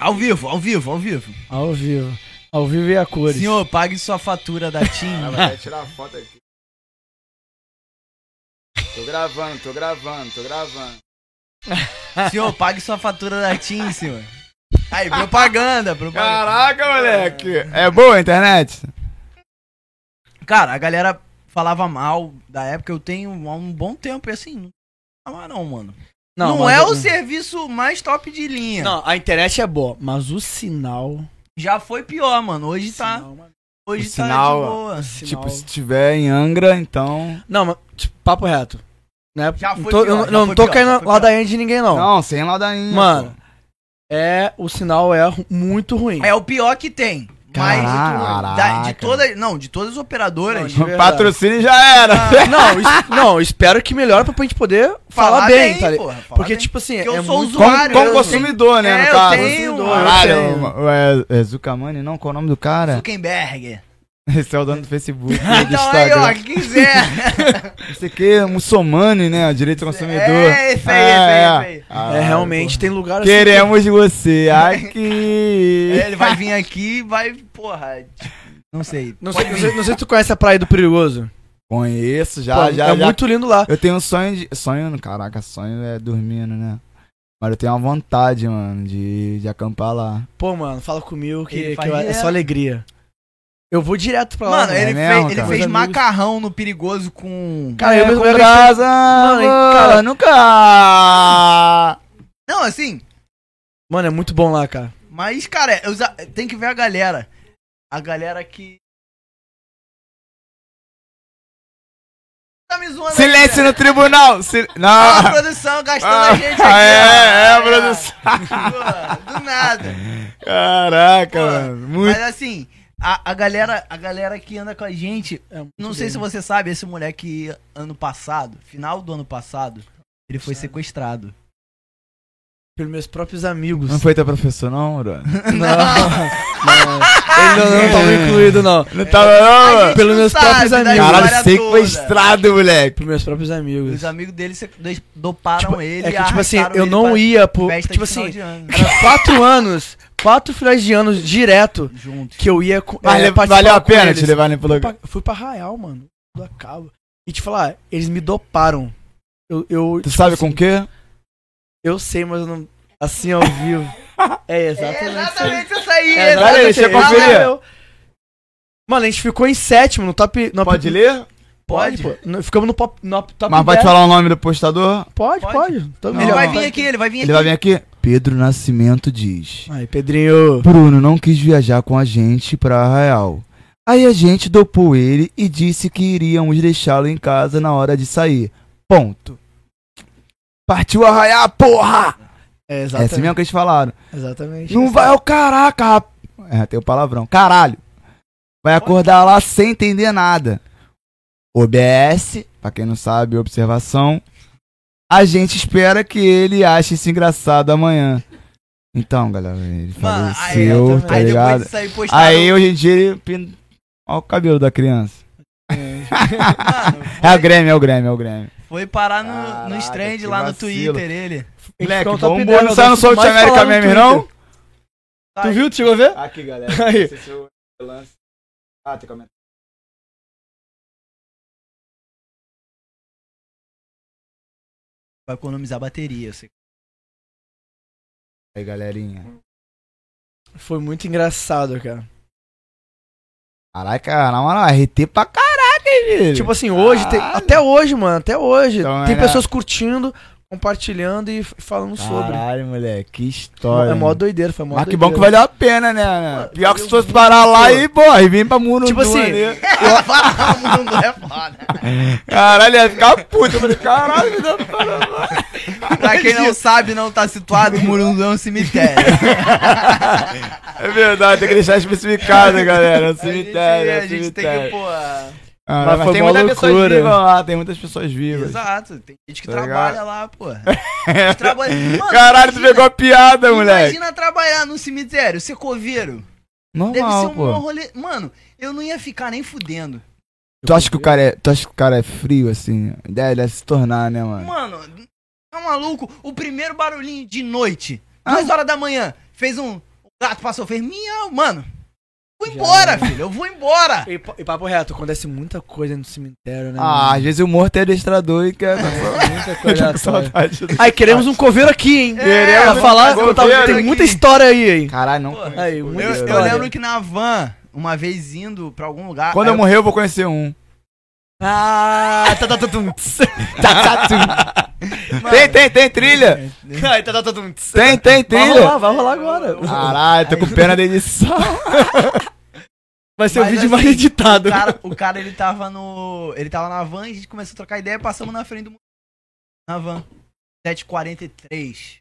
Speaker 1: Ao vivo, ao vivo, ao vivo.
Speaker 2: Ao vivo. Ao vivo e a cores.
Speaker 1: Senhor, pague sua fatura da
Speaker 3: [laughs]
Speaker 1: TIM. né?
Speaker 3: vai tirar a foto aqui. Tô gravando, tô gravando, tô gravando.
Speaker 1: senhor, pague sua fatura da TIM, senhor. Aí, propaganda, propaganda.
Speaker 3: Caraca, moleque! É boa a internet?
Speaker 1: Cara, a galera falava mal da época, eu tenho há um bom tempo, e assim, não falava mal não, mano. Não,
Speaker 2: mas
Speaker 1: é
Speaker 2: eu-
Speaker 1: o serviço mais top de linha.
Speaker 2: Não, a internet é boa, mas o sinal.
Speaker 1: Já foi pior, mano. Hoje tá,
Speaker 2: Sinal, mano,
Speaker 1: hoje tá
Speaker 3: sinal,
Speaker 1: de boa.
Speaker 2: sinal-
Speaker 3: Tipo, se tiver em Angra, então.
Speaker 2: Não, mas, tipo, papo reto. Né?
Speaker 1: Já
Speaker 2: Não
Speaker 1: foi
Speaker 2: tô-
Speaker 1: pior,
Speaker 2: eu
Speaker 1: já
Speaker 2: não,
Speaker 1: foi
Speaker 2: não tô
Speaker 1: pior, já
Speaker 2: caindo
Speaker 1: foi
Speaker 2: lá da end de ninguém, não.
Speaker 3: Não, sem ladainha.
Speaker 2: Mano,
Speaker 3: pô.
Speaker 2: é, o sinal é ru- muito ruim.
Speaker 1: É o pior que tem. Mas
Speaker 3: Caraca.
Speaker 1: da- de todas, não, de todas as operadoras, [laughs]
Speaker 2: Não, de- verdade.
Speaker 3: patrocínio já era.
Speaker 2: [laughs] não, es- não, espero que melhore pra gente poder [laughs] falar, bem, tá ligado?
Speaker 1: porra, fala
Speaker 2: Porque,
Speaker 1: bem.
Speaker 2: tipo assim,
Speaker 1: Porque eu
Speaker 2: é
Speaker 1: sou
Speaker 2: muito...
Speaker 1: usuário. Claro,
Speaker 3: como como
Speaker 1: eu
Speaker 3: consumidor, né,
Speaker 1: É, eu
Speaker 3: no
Speaker 1: um
Speaker 3: caso.
Speaker 1: tenho,
Speaker 3: Consumidor,
Speaker 1: mano.
Speaker 3: Caralho,
Speaker 2: Eu tenho.
Speaker 3: mano. é, é Zucamani, não? Qual é o nome do cara?
Speaker 1: Zuckerberg.
Speaker 3: Esse é o dono
Speaker 1: [laughs]
Speaker 3: do Facebook, do
Speaker 1: Então aí,
Speaker 3: Instagram.
Speaker 1: ó, quem quiser.
Speaker 3: Não sei o que, muçulmane, né? Direito ao consumidor.
Speaker 1: É, esse aí,
Speaker 3: É,
Speaker 1: esse aí, esse aí.
Speaker 3: Ah,
Speaker 2: É, realmente, tem lugar assim...
Speaker 3: Queremos você aqui.
Speaker 1: É, Ele vai vir aqui e vai, porra. tipo, Não sei.
Speaker 2: Não
Speaker 1: Pode
Speaker 2: sei, não,
Speaker 1: vir.
Speaker 2: sei, não sei se tu conhece a Praia do Perigoso.
Speaker 3: Conheço, já,
Speaker 2: Pô,
Speaker 3: já,
Speaker 2: é
Speaker 3: já.
Speaker 2: muito lindo lá.
Speaker 3: Eu tenho um sonho de... Sonho, não, caraca, sonho é dormindo, né? Mas eu tenho uma vontade, mano, de, de acampar lá.
Speaker 2: Pô, mano, fala comigo que,
Speaker 1: Ele
Speaker 2: que
Speaker 1: faz
Speaker 2: eu- é
Speaker 1: direto.
Speaker 2: só alegria. Eu vou direto pra lá.
Speaker 1: Mano, ele, fez-
Speaker 3: é mesmo,
Speaker 1: ele
Speaker 3: cara?
Speaker 1: fez
Speaker 2: Meus amigos-
Speaker 1: macarrão no perigoso com.
Speaker 2: Cara, eu
Speaker 3: é,
Speaker 2: mesmo-
Speaker 3: com
Speaker 2: eu-
Speaker 3: brasa,
Speaker 2: Mano,
Speaker 3: mano,
Speaker 2: cara-
Speaker 3: nunca...
Speaker 1: Não, assim.
Speaker 2: Mano, é muito bom lá, cara.
Speaker 1: Mas, cara, eu já- tem que ver a galera. A galera que. Tá me zoando. aí,
Speaker 3: Silêncio
Speaker 1: cara.
Speaker 3: no tribunal! sil-
Speaker 1: Ó, a
Speaker 3: Não!
Speaker 1: produção gastando a gente aqui.
Speaker 3: [laughs] é, é,
Speaker 1: ó.
Speaker 3: produção.
Speaker 1: Pô, do nada.
Speaker 3: Caraca,
Speaker 1: Pô,
Speaker 3: mano. Muito...
Speaker 1: Mas assim, a, a galera, a galera que anda com a gente,
Speaker 2: É muito
Speaker 1: não sei
Speaker 2: bom.
Speaker 1: se você sabe, esse moleque ano passado, final do ano passado, ele foi sequestrado.
Speaker 2: Pelos meus próprios amigos.
Speaker 3: Não foi teu professor, não, bro?
Speaker 2: [laughs] Não, não.
Speaker 1: Ah,
Speaker 2: Ele não, não
Speaker 1: é.
Speaker 2: tava incluído, não.
Speaker 3: Não [laughs] tava,
Speaker 1: [laughs]
Speaker 3: não,
Speaker 1: A
Speaker 3: mano?
Speaker 1: gente
Speaker 2: Pelos
Speaker 1: não
Speaker 2: meus
Speaker 1: sabe
Speaker 2: próprios
Speaker 1: da
Speaker 2: amigos.
Speaker 1: história
Speaker 3: Caralho,
Speaker 1: toda.
Speaker 3: sequestrado, moleque.
Speaker 2: Pelos meus próprios amigos.
Speaker 1: Os amigos dele se- des- doparam
Speaker 2: Tipo,
Speaker 1: ele.
Speaker 2: é que, tipo assim,
Speaker 1: arrastaram
Speaker 2: eu
Speaker 1: ele
Speaker 2: não
Speaker 1: pra
Speaker 2: ia por.
Speaker 1: festa
Speaker 2: Tipo
Speaker 1: de final
Speaker 2: assim,
Speaker 1: de ano.
Speaker 2: [laughs] era quatro anos, quatro finais de anos direto
Speaker 1: Juntos.
Speaker 2: que eu ia. co- eu
Speaker 3: Vale,
Speaker 2: ia participar
Speaker 3: valeu a
Speaker 2: É, com
Speaker 3: pena
Speaker 2: eles.
Speaker 3: te levar no lugar.
Speaker 2: Pra- Eu fui pra Arraial, mano. Tudo acaba. E te falar, eles me doparam. Eu. eu
Speaker 3: Tu
Speaker 2: tipo
Speaker 3: sabe
Speaker 2: assim,
Speaker 3: com o quê?
Speaker 2: Eu sei, mas eu não. Assim ao
Speaker 1: [laughs]
Speaker 2: vivo. É exatamente.
Speaker 1: É
Speaker 2: isso aí.
Speaker 1: exatamente essa aí.
Speaker 2: É,
Speaker 3: Pera aí, deixa eu
Speaker 2: exatamente.
Speaker 3: conferir.
Speaker 2: Ah, eu- Mano, a gente ficou em sétimo no top. No
Speaker 3: Pode ler?
Speaker 2: Pode, pô. No- Ficamos no, pop, no top
Speaker 3: Mas pode
Speaker 2: 10.
Speaker 3: falar o nome do postador?
Speaker 2: Pode,
Speaker 1: Pode.
Speaker 2: pode. Todo
Speaker 3: Não,
Speaker 1: Ele
Speaker 2: mundo
Speaker 1: vai
Speaker 3: não.
Speaker 1: vir aqui, ele vai vir
Speaker 3: Ele
Speaker 1: aqui.
Speaker 3: vai vir aqui. Pedro Nascimento diz:
Speaker 2: Aí, Pedrinho.
Speaker 3: Bruno não quis viajar com a gente pra Arraial. Aí a gente dopou ele e disse que iríamos deixá-lo em casa na hora de sair. Ponto. Partiu Arraial, porra!
Speaker 2: É,
Speaker 3: É assim mesmo que eles falaram.
Speaker 2: Exatamente.
Speaker 3: Não vai ao caraca! rap- É, tem o palavrão. Caralho! Vai acordar lá sem entender nada. OBS, pra quem não sabe, observação. A gente espera que ele ache isso engraçado amanhã. Então, galera, ele
Speaker 1: Mano, aí,
Speaker 3: faleceu,
Speaker 2: exatamente.
Speaker 3: tá
Speaker 1: aí depois
Speaker 3: ligado?
Speaker 1: disso aí postaram.
Speaker 3: Aí hoje em dia ele. pin- Olha o cabelo da criança.
Speaker 1: mano,
Speaker 2: [laughs]
Speaker 3: É o Grêmio, é o Grêmio, é o Grêmio.
Speaker 1: foi parar no,
Speaker 3: Caraca,
Speaker 1: nos trend
Speaker 3: que
Speaker 1: lá no
Speaker 3: vacilo.
Speaker 1: Twitter ele.
Speaker 2: A gente
Speaker 3: Moleque,
Speaker 2: ficou no top
Speaker 3: bombou,
Speaker 2: 10,
Speaker 3: não
Speaker 2: eu
Speaker 3: saiu no Tá.
Speaker 2: gosto
Speaker 3: South
Speaker 2: mais de
Speaker 3: America
Speaker 2: falar no
Speaker 3: mesmo,
Speaker 2: Twitter.
Speaker 3: não?
Speaker 2: Tu viu? Tu chegou a ver?
Speaker 3: Aqui, [laughs] galera.
Speaker 2: Aí.
Speaker 3: esse é seu lance. Ah, tem comentário.
Speaker 1: Vai economizar bateria. eu sei.
Speaker 3: Aí, galerinha.
Speaker 2: Foi muito engraçado, cara.
Speaker 3: Caraca, na moral, RT pra caraca, hein, filho?
Speaker 2: Tipo assim, hoje, tem- até hoje, mano, até hoje.
Speaker 3: Então,
Speaker 2: tem
Speaker 3: era-
Speaker 2: pessoas curtindo, compartilhando e f- falando sobre.
Speaker 3: Caralho, moleque, que história.
Speaker 2: é mó doideira, foi mó
Speaker 3: Mas que
Speaker 2: doideira.
Speaker 3: bom que valeu a pena, né? né?
Speaker 2: Mano,
Speaker 3: Pior que
Speaker 2: eu
Speaker 3: se fosse
Speaker 2: vi-
Speaker 3: parar lá
Speaker 2: pô.
Speaker 3: e, pô, e vim pra Murundu
Speaker 2: Tipo assim,
Speaker 3: ali.
Speaker 1: Todo mundo é foda.
Speaker 3: Caralho, ia ficar puto. Eu falei, caralho, me dá
Speaker 1: Pra quem não sabe, não tá situado, Murundu é um
Speaker 3: [laughs]
Speaker 1: cemitério.
Speaker 3: É verdade, tem que deixar especificado, galera. É um cemitério,
Speaker 1: a
Speaker 3: é um
Speaker 1: gente, a gente tem que,
Speaker 3: cemitério.
Speaker 1: pô.
Speaker 3: Ah,
Speaker 4: Mas
Speaker 3: mas
Speaker 4: foi
Speaker 3: tem
Speaker 4: mó
Speaker 3: muitas pessoas
Speaker 4: loucura.
Speaker 3: vivas lá, tem muitas pessoas vivas.
Speaker 1: Exato. Tem gente que
Speaker 3: Tá
Speaker 1: trabalha lá,
Speaker 3: [laughs]
Speaker 1: pô. Gente trabalha- Mano,
Speaker 3: Caralho, tu
Speaker 1: imagina-
Speaker 3: pegou a piada, moleque.
Speaker 1: Imagina trabalhar num cemitério, ser coveiro. Deve ser
Speaker 3: Normal,
Speaker 1: um
Speaker 3: pô.
Speaker 1: rolê. Mmano, eu não ia ficar nem fudendo.
Speaker 3: Tu acha, que o cara é, tu acha que o cara é frio, assim? Deve, deve se tornar, né, mano?
Speaker 1: Mano, tá maluco? O primeiro barulhinho de noite,
Speaker 3: Ah.
Speaker 1: duas horas da manhã, fez um. O gato passou, fez miau, mano. Vou embora, filho. Eu vou
Speaker 3: [laughs]
Speaker 1: embora.
Speaker 2: E, pa- e papo reto, acontece muita coisa no cemitério, né?
Speaker 3: Ah, às vezes o morto é adestrador e [laughs] quer...
Speaker 2: mano? muita coisa.
Speaker 3: Tá com
Speaker 2: aleatória.
Speaker 3: saudade do-
Speaker 2: Aí, queremos um coveiro aqui, hein?
Speaker 3: Queremos
Speaker 2: Pra
Speaker 3: um
Speaker 2: falar,
Speaker 3: coveiro
Speaker 2: contar- tem
Speaker 3: aqui.
Speaker 2: muita história aí, hein?
Speaker 3: Caralho, não.
Speaker 1: Pô,
Speaker 3: conheço
Speaker 2: aí,
Speaker 3: o
Speaker 1: Eu,
Speaker 2: muita
Speaker 3: Coveiro.
Speaker 1: eu
Speaker 2: história.
Speaker 1: lembro que na van, uma vez indo pra algum lugar.
Speaker 3: Quando
Speaker 1: aí
Speaker 3: eu morrer, eu vou conhecer
Speaker 1: [laughs]
Speaker 3: um.
Speaker 2: Ah, tá, tá, tá, tum, tss.
Speaker 1: Tá,
Speaker 3: Tem, tem, tem trilha.
Speaker 2: Ai, tá, tá, tá, tum, tss.
Speaker 3: Tem,
Speaker 1: é
Speaker 3: tem
Speaker 2: Vai
Speaker 3: trilha.
Speaker 2: rolar, vai rolar agora.
Speaker 3: Ah, Caralho, tô com pena da edição.
Speaker 2: Vai ser
Speaker 1: [laughs]
Speaker 2: o
Speaker 1: Mas
Speaker 2: vídeo
Speaker 1: assim,
Speaker 2: mais editado.
Speaker 1: O
Speaker 3: [laughs]
Speaker 1: cara, o cara, ele tava no. Ele tava na van e a gente começou a trocar ideia, passamos na frente do. Na van. 7h43.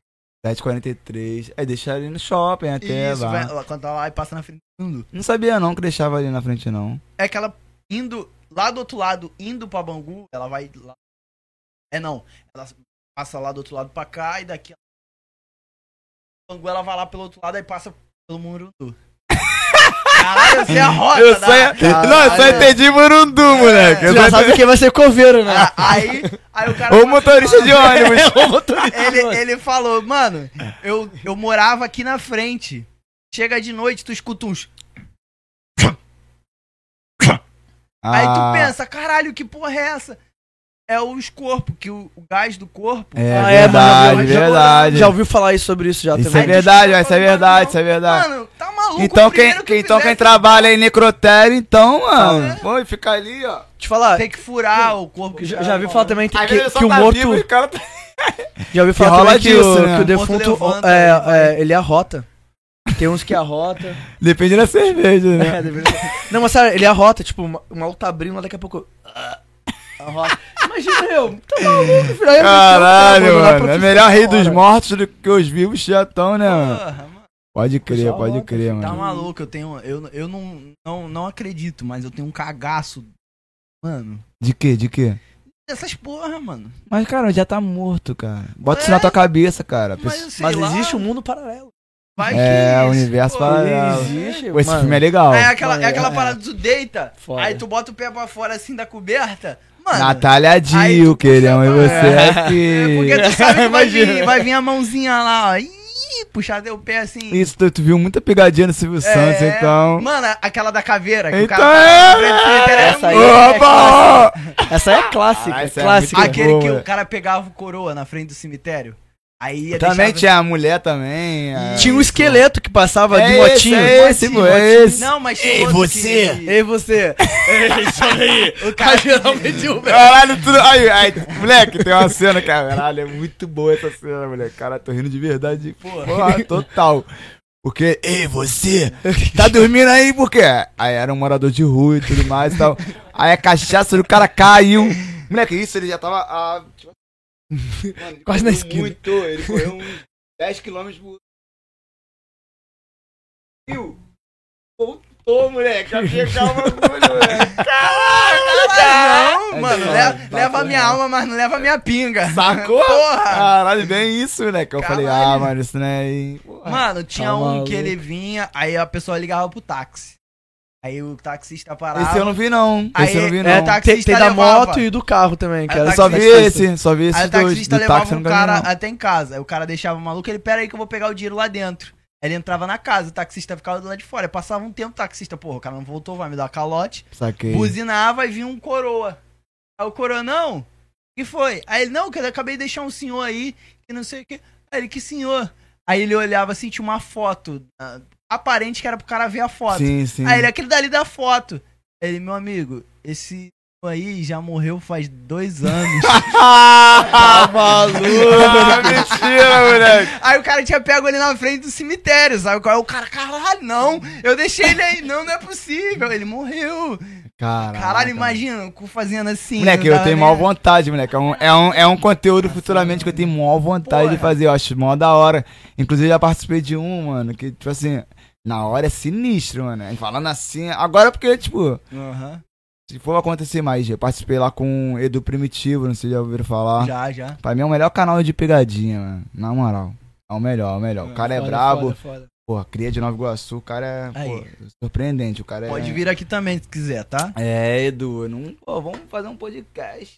Speaker 3: 7h43. Aí deixaram ele É, no shopping até
Speaker 1: Isso,
Speaker 3: lá.
Speaker 1: vai, ela- quando tá lá e passa na frente do mundo.
Speaker 3: Não sabia não que deixava ali na frente, não.
Speaker 1: É aquela indo lá do outro lado, indo pra Bangu, ela vai lá. É não, ela passa lá do outro lado pra cá e daqui a Bangu ela vai lá pelo outro lado e passa pelo Murundu. Caralho, você é a rota
Speaker 3: Eu
Speaker 1: da-
Speaker 3: só, não, eu só
Speaker 2: Caralho.
Speaker 3: entendi Burundu,
Speaker 1: É,
Speaker 3: moleque. Eu
Speaker 2: Tu
Speaker 3: só
Speaker 2: já sabe
Speaker 3: entendi-
Speaker 2: quem vai ser coveiro, né?
Speaker 1: Ah, Aí, aí É, o cara
Speaker 3: O
Speaker 1: passou
Speaker 3: motorista
Speaker 1: [laughs]
Speaker 3: de ônibus.
Speaker 1: ele, ele falou, mano, eu, eu morava aqui na frente. Chega de noite, tu escuta uns.
Speaker 3: Ah.
Speaker 1: Aí tu pensa, caralho, que porra é essa? É os corpos, que o, o gás do corpo.
Speaker 3: É
Speaker 2: Ah,
Speaker 3: verdade,
Speaker 2: mano, já-
Speaker 3: Ah, verdade.
Speaker 2: Já ouviu falar isso sobre isso já
Speaker 3: Isso é
Speaker 2: também.
Speaker 1: Aí tu
Speaker 3: verdade,
Speaker 1: escuta
Speaker 3: ó, isso é
Speaker 1: todo
Speaker 3: verdade,
Speaker 1: barulhão.
Speaker 3: isso é verdade.
Speaker 1: Mano, tá maluco. o
Speaker 3: Então quem,
Speaker 1: primeiro que
Speaker 3: quem, então
Speaker 1: fizer é Tá
Speaker 3: quem trabalha em necrotério, então, mano. Pô, e fica ali, ó.
Speaker 2: Deixa eu falar.
Speaker 1: Tem que furar o corpo.
Speaker 2: Já, já ouvi falar também que,
Speaker 3: Aí
Speaker 2: que,
Speaker 3: ele só
Speaker 2: que o
Speaker 3: tá
Speaker 2: morto.
Speaker 3: vivo e o cara tá...
Speaker 2: Já ouvi falar
Speaker 3: rola
Speaker 2: também que,
Speaker 3: disso, né?
Speaker 2: o, que o
Speaker 1: O morto
Speaker 2: defunto
Speaker 1: levanta,
Speaker 2: é,
Speaker 1: ele vai.
Speaker 2: é, ele arrota. Tem uns que é arrota.
Speaker 3: Depende da cerveja, né?
Speaker 2: É, deve- Não, mas sério, ele arrota, tipo, uma- o maluco tá abrindo, mas daqui a pouco. ah, Arrota. Imagina eu, tá maluco, filho. Aí eu- eu- eu-
Speaker 3: Caralho,
Speaker 2: eu- eu- eu- eu- eu- eu- eu- eu- eu-
Speaker 1: né?
Speaker 3: mano.
Speaker 2: eu-
Speaker 3: É
Speaker 2: eu-
Speaker 3: melhor rir dos
Speaker 2: fora.
Speaker 3: mortos do que os vivos já estão, né, mano?
Speaker 1: Porra, mano,
Speaker 3: Pode crer,
Speaker 2: Pessoal
Speaker 3: pode
Speaker 2: louco,
Speaker 3: crer,
Speaker 1: tá
Speaker 3: mano.
Speaker 1: maluco, eu tenho. Eu, eu não, não, não acredito, mas eu tenho um cagaço. Mano.
Speaker 3: De quê? De quê?
Speaker 1: Essas porra, mano.
Speaker 3: Mas, cara, já tá morto, cara. Bota isso
Speaker 1: É?
Speaker 3: na tua cabeça, cara. Pessoa-
Speaker 1: Mas, sei
Speaker 2: Mas
Speaker 1: lá,
Speaker 2: existe um mundo paralelo.
Speaker 1: vai que
Speaker 3: É, o
Speaker 1: isso,
Speaker 3: universo
Speaker 1: pô.
Speaker 3: paralelo.
Speaker 2: Existe,
Speaker 3: Pô, Esse
Speaker 2: mano.
Speaker 3: filme é legal.
Speaker 1: É aquela, é aquela
Speaker 2: É.
Speaker 1: parada, tu deita,
Speaker 2: Foda.
Speaker 1: aí tu bota o pé pra fora assim da coberta. Mano,
Speaker 3: Ah, Natália
Speaker 1: Aí tu puxa
Speaker 3: Dio, queremos
Speaker 1: a-
Speaker 3: você
Speaker 1: [laughs] é porque
Speaker 3: [laughs] aqui.
Speaker 1: tu sabe que vai vir,
Speaker 2: Imagina.
Speaker 1: vai vir a mãozinha lá, ó. Ih, puxar teu pé assim.
Speaker 3: Isso, tu, tu viu muita pegadinha no Silvio Santos,
Speaker 1: É,
Speaker 3: então.
Speaker 1: Mano, aquela da caveira que
Speaker 3: Então
Speaker 1: o cara. tá
Speaker 3: é!
Speaker 2: Essa aí
Speaker 1: né?
Speaker 2: é
Speaker 3: Opa!
Speaker 2: Essa aí é clássica,
Speaker 3: Caralho, essa é
Speaker 2: clássica.
Speaker 3: muito
Speaker 1: Aquele que
Speaker 3: boa.
Speaker 1: o cara pegava o coroa na frente do cemitério. Aí ia
Speaker 3: Também
Speaker 1: deixava-
Speaker 3: tinha Então a mulher também. a-
Speaker 2: Tinha um esqueleto que passava de
Speaker 3: É esse,
Speaker 2: motinho.
Speaker 3: é esse, pô, é esse.
Speaker 1: Não, mas tinha outro que-
Speaker 2: Ei, você! [laughs] Ei, sobe aí! O cara geralmente o
Speaker 3: Caralho, tudo. Aí, aí, moleque, tem uma cena, cara. Caralho, é muito boa essa cena, moleque. Cara, tô rindo de verdade. Porra, total. Porque, ei, você, tá dormindo aí por quê? Aí era um morador de rua e tudo mais e tal. Aí a cachaça do cara caiu. Moleque, isso ele já tava. ah, tipo, mano, ele
Speaker 2: Quase na
Speaker 3: correu
Speaker 2: esquina.
Speaker 3: Muito, ele correu uns 10 km por. Viu? Voltou, moleque. Já pegar o
Speaker 1: [laughs]
Speaker 3: bagulho, moleque. Caralho, cara!
Speaker 1: Não, mano,
Speaker 3: É,
Speaker 1: leva,
Speaker 3: tá
Speaker 1: leva a minha
Speaker 3: correndo.
Speaker 1: alma, mas não leva a minha pinga.
Speaker 3: Sacou?
Speaker 1: Porra!
Speaker 3: Caralho, bem isso, moleque. Eu
Speaker 1: Caralho.
Speaker 3: falei, ah, mano, isso não é. aí. Porra.
Speaker 1: Mano, tinha
Speaker 2: Tá
Speaker 1: um
Speaker 2: maluco.
Speaker 1: que ele vinha, aí a pessoa ligava pro táxi. Aí o taxista parava.
Speaker 3: Esse é eu não vi, não.
Speaker 1: Aí,
Speaker 3: esse eu não vi,
Speaker 1: é,
Speaker 3: não.
Speaker 2: É,
Speaker 1: tá-
Speaker 2: tem,
Speaker 1: taxista
Speaker 2: tem da
Speaker 1: levava.
Speaker 2: moto e do carro também,
Speaker 3: Eu
Speaker 2: cara.
Speaker 1: taxista-
Speaker 3: só vi esse, só vi
Speaker 1: Aí o
Speaker 3: esse do,
Speaker 1: taxista
Speaker 3: do
Speaker 1: levava
Speaker 3: táxi. eu
Speaker 1: um
Speaker 3: não vi,
Speaker 1: cara
Speaker 3: não.
Speaker 1: até em casa. Aí o cara deixava o maluco, ele, pera aí que eu vou pegar o dinheiro lá dentro. Aí Ele entrava na casa, o taxista ficava do lado de fora. Aí Passava um tempo, o taxista, porra, o cara não voltou, vai me dar calote.
Speaker 3: Saquei.
Speaker 1: Buzinava e vinha um coroa. Aí o coroa, não, o que foi? Aí ele, não, que eu acabei de deixar um senhor aí, que não sei o que. Aí ele, que senhor? Aí ele olhava assim, tinha uma foto, ah, aparente que era pro cara ver a foto.
Speaker 3: Sim, sim.
Speaker 1: Aí
Speaker 3: [laughs]
Speaker 1: ele, aquele dali da foto. Ele, meu amigo, esse aí já morreu faz dois anos.
Speaker 3: Ah, maluco! mentira, moleque!
Speaker 1: aí o cara tinha pego ele na frente do cemitério, sabe? qual é? O cara, caralho, não, eu deixei ele aí, não, não é possível. Ele morreu.
Speaker 3: Caralho, né?
Speaker 1: Caralho, imagina, o cu fazendo assim.
Speaker 3: Moleque,
Speaker 1: não
Speaker 3: eu
Speaker 1: dava
Speaker 3: tenho
Speaker 1: nem-
Speaker 3: maior vontade, moleque. É um, é um, é um conteúdo futuramente que eu tenho maior vontade de
Speaker 1: Porra.
Speaker 3: fazer. Eu acho mó da hora. Inclusive, já participei de um, mano, que, tipo assim, na hora é sinistro, mano. Falando assim, agora porque, é tipo,
Speaker 1: Aham.
Speaker 3: Se for acontecer mais, eu participei lá com Edu Primitivo, não sei se já ouviram falar.
Speaker 2: Já, já.
Speaker 3: Pra mim é o melhor canal de pegadinha, mano. Na moral. É o melhor, é o melhor. O cara é
Speaker 2: Foda,
Speaker 3: brabo.
Speaker 2: foda, foda.
Speaker 3: Porra, cria de Nova Iguaçu, o cara é
Speaker 1: Aí.
Speaker 3: pô, surpreendente. O cara
Speaker 1: Pode
Speaker 3: é.
Speaker 1: vir aqui também se quiser, tá?
Speaker 3: É, Edu, eu não... pô, vamos fazer um podcast.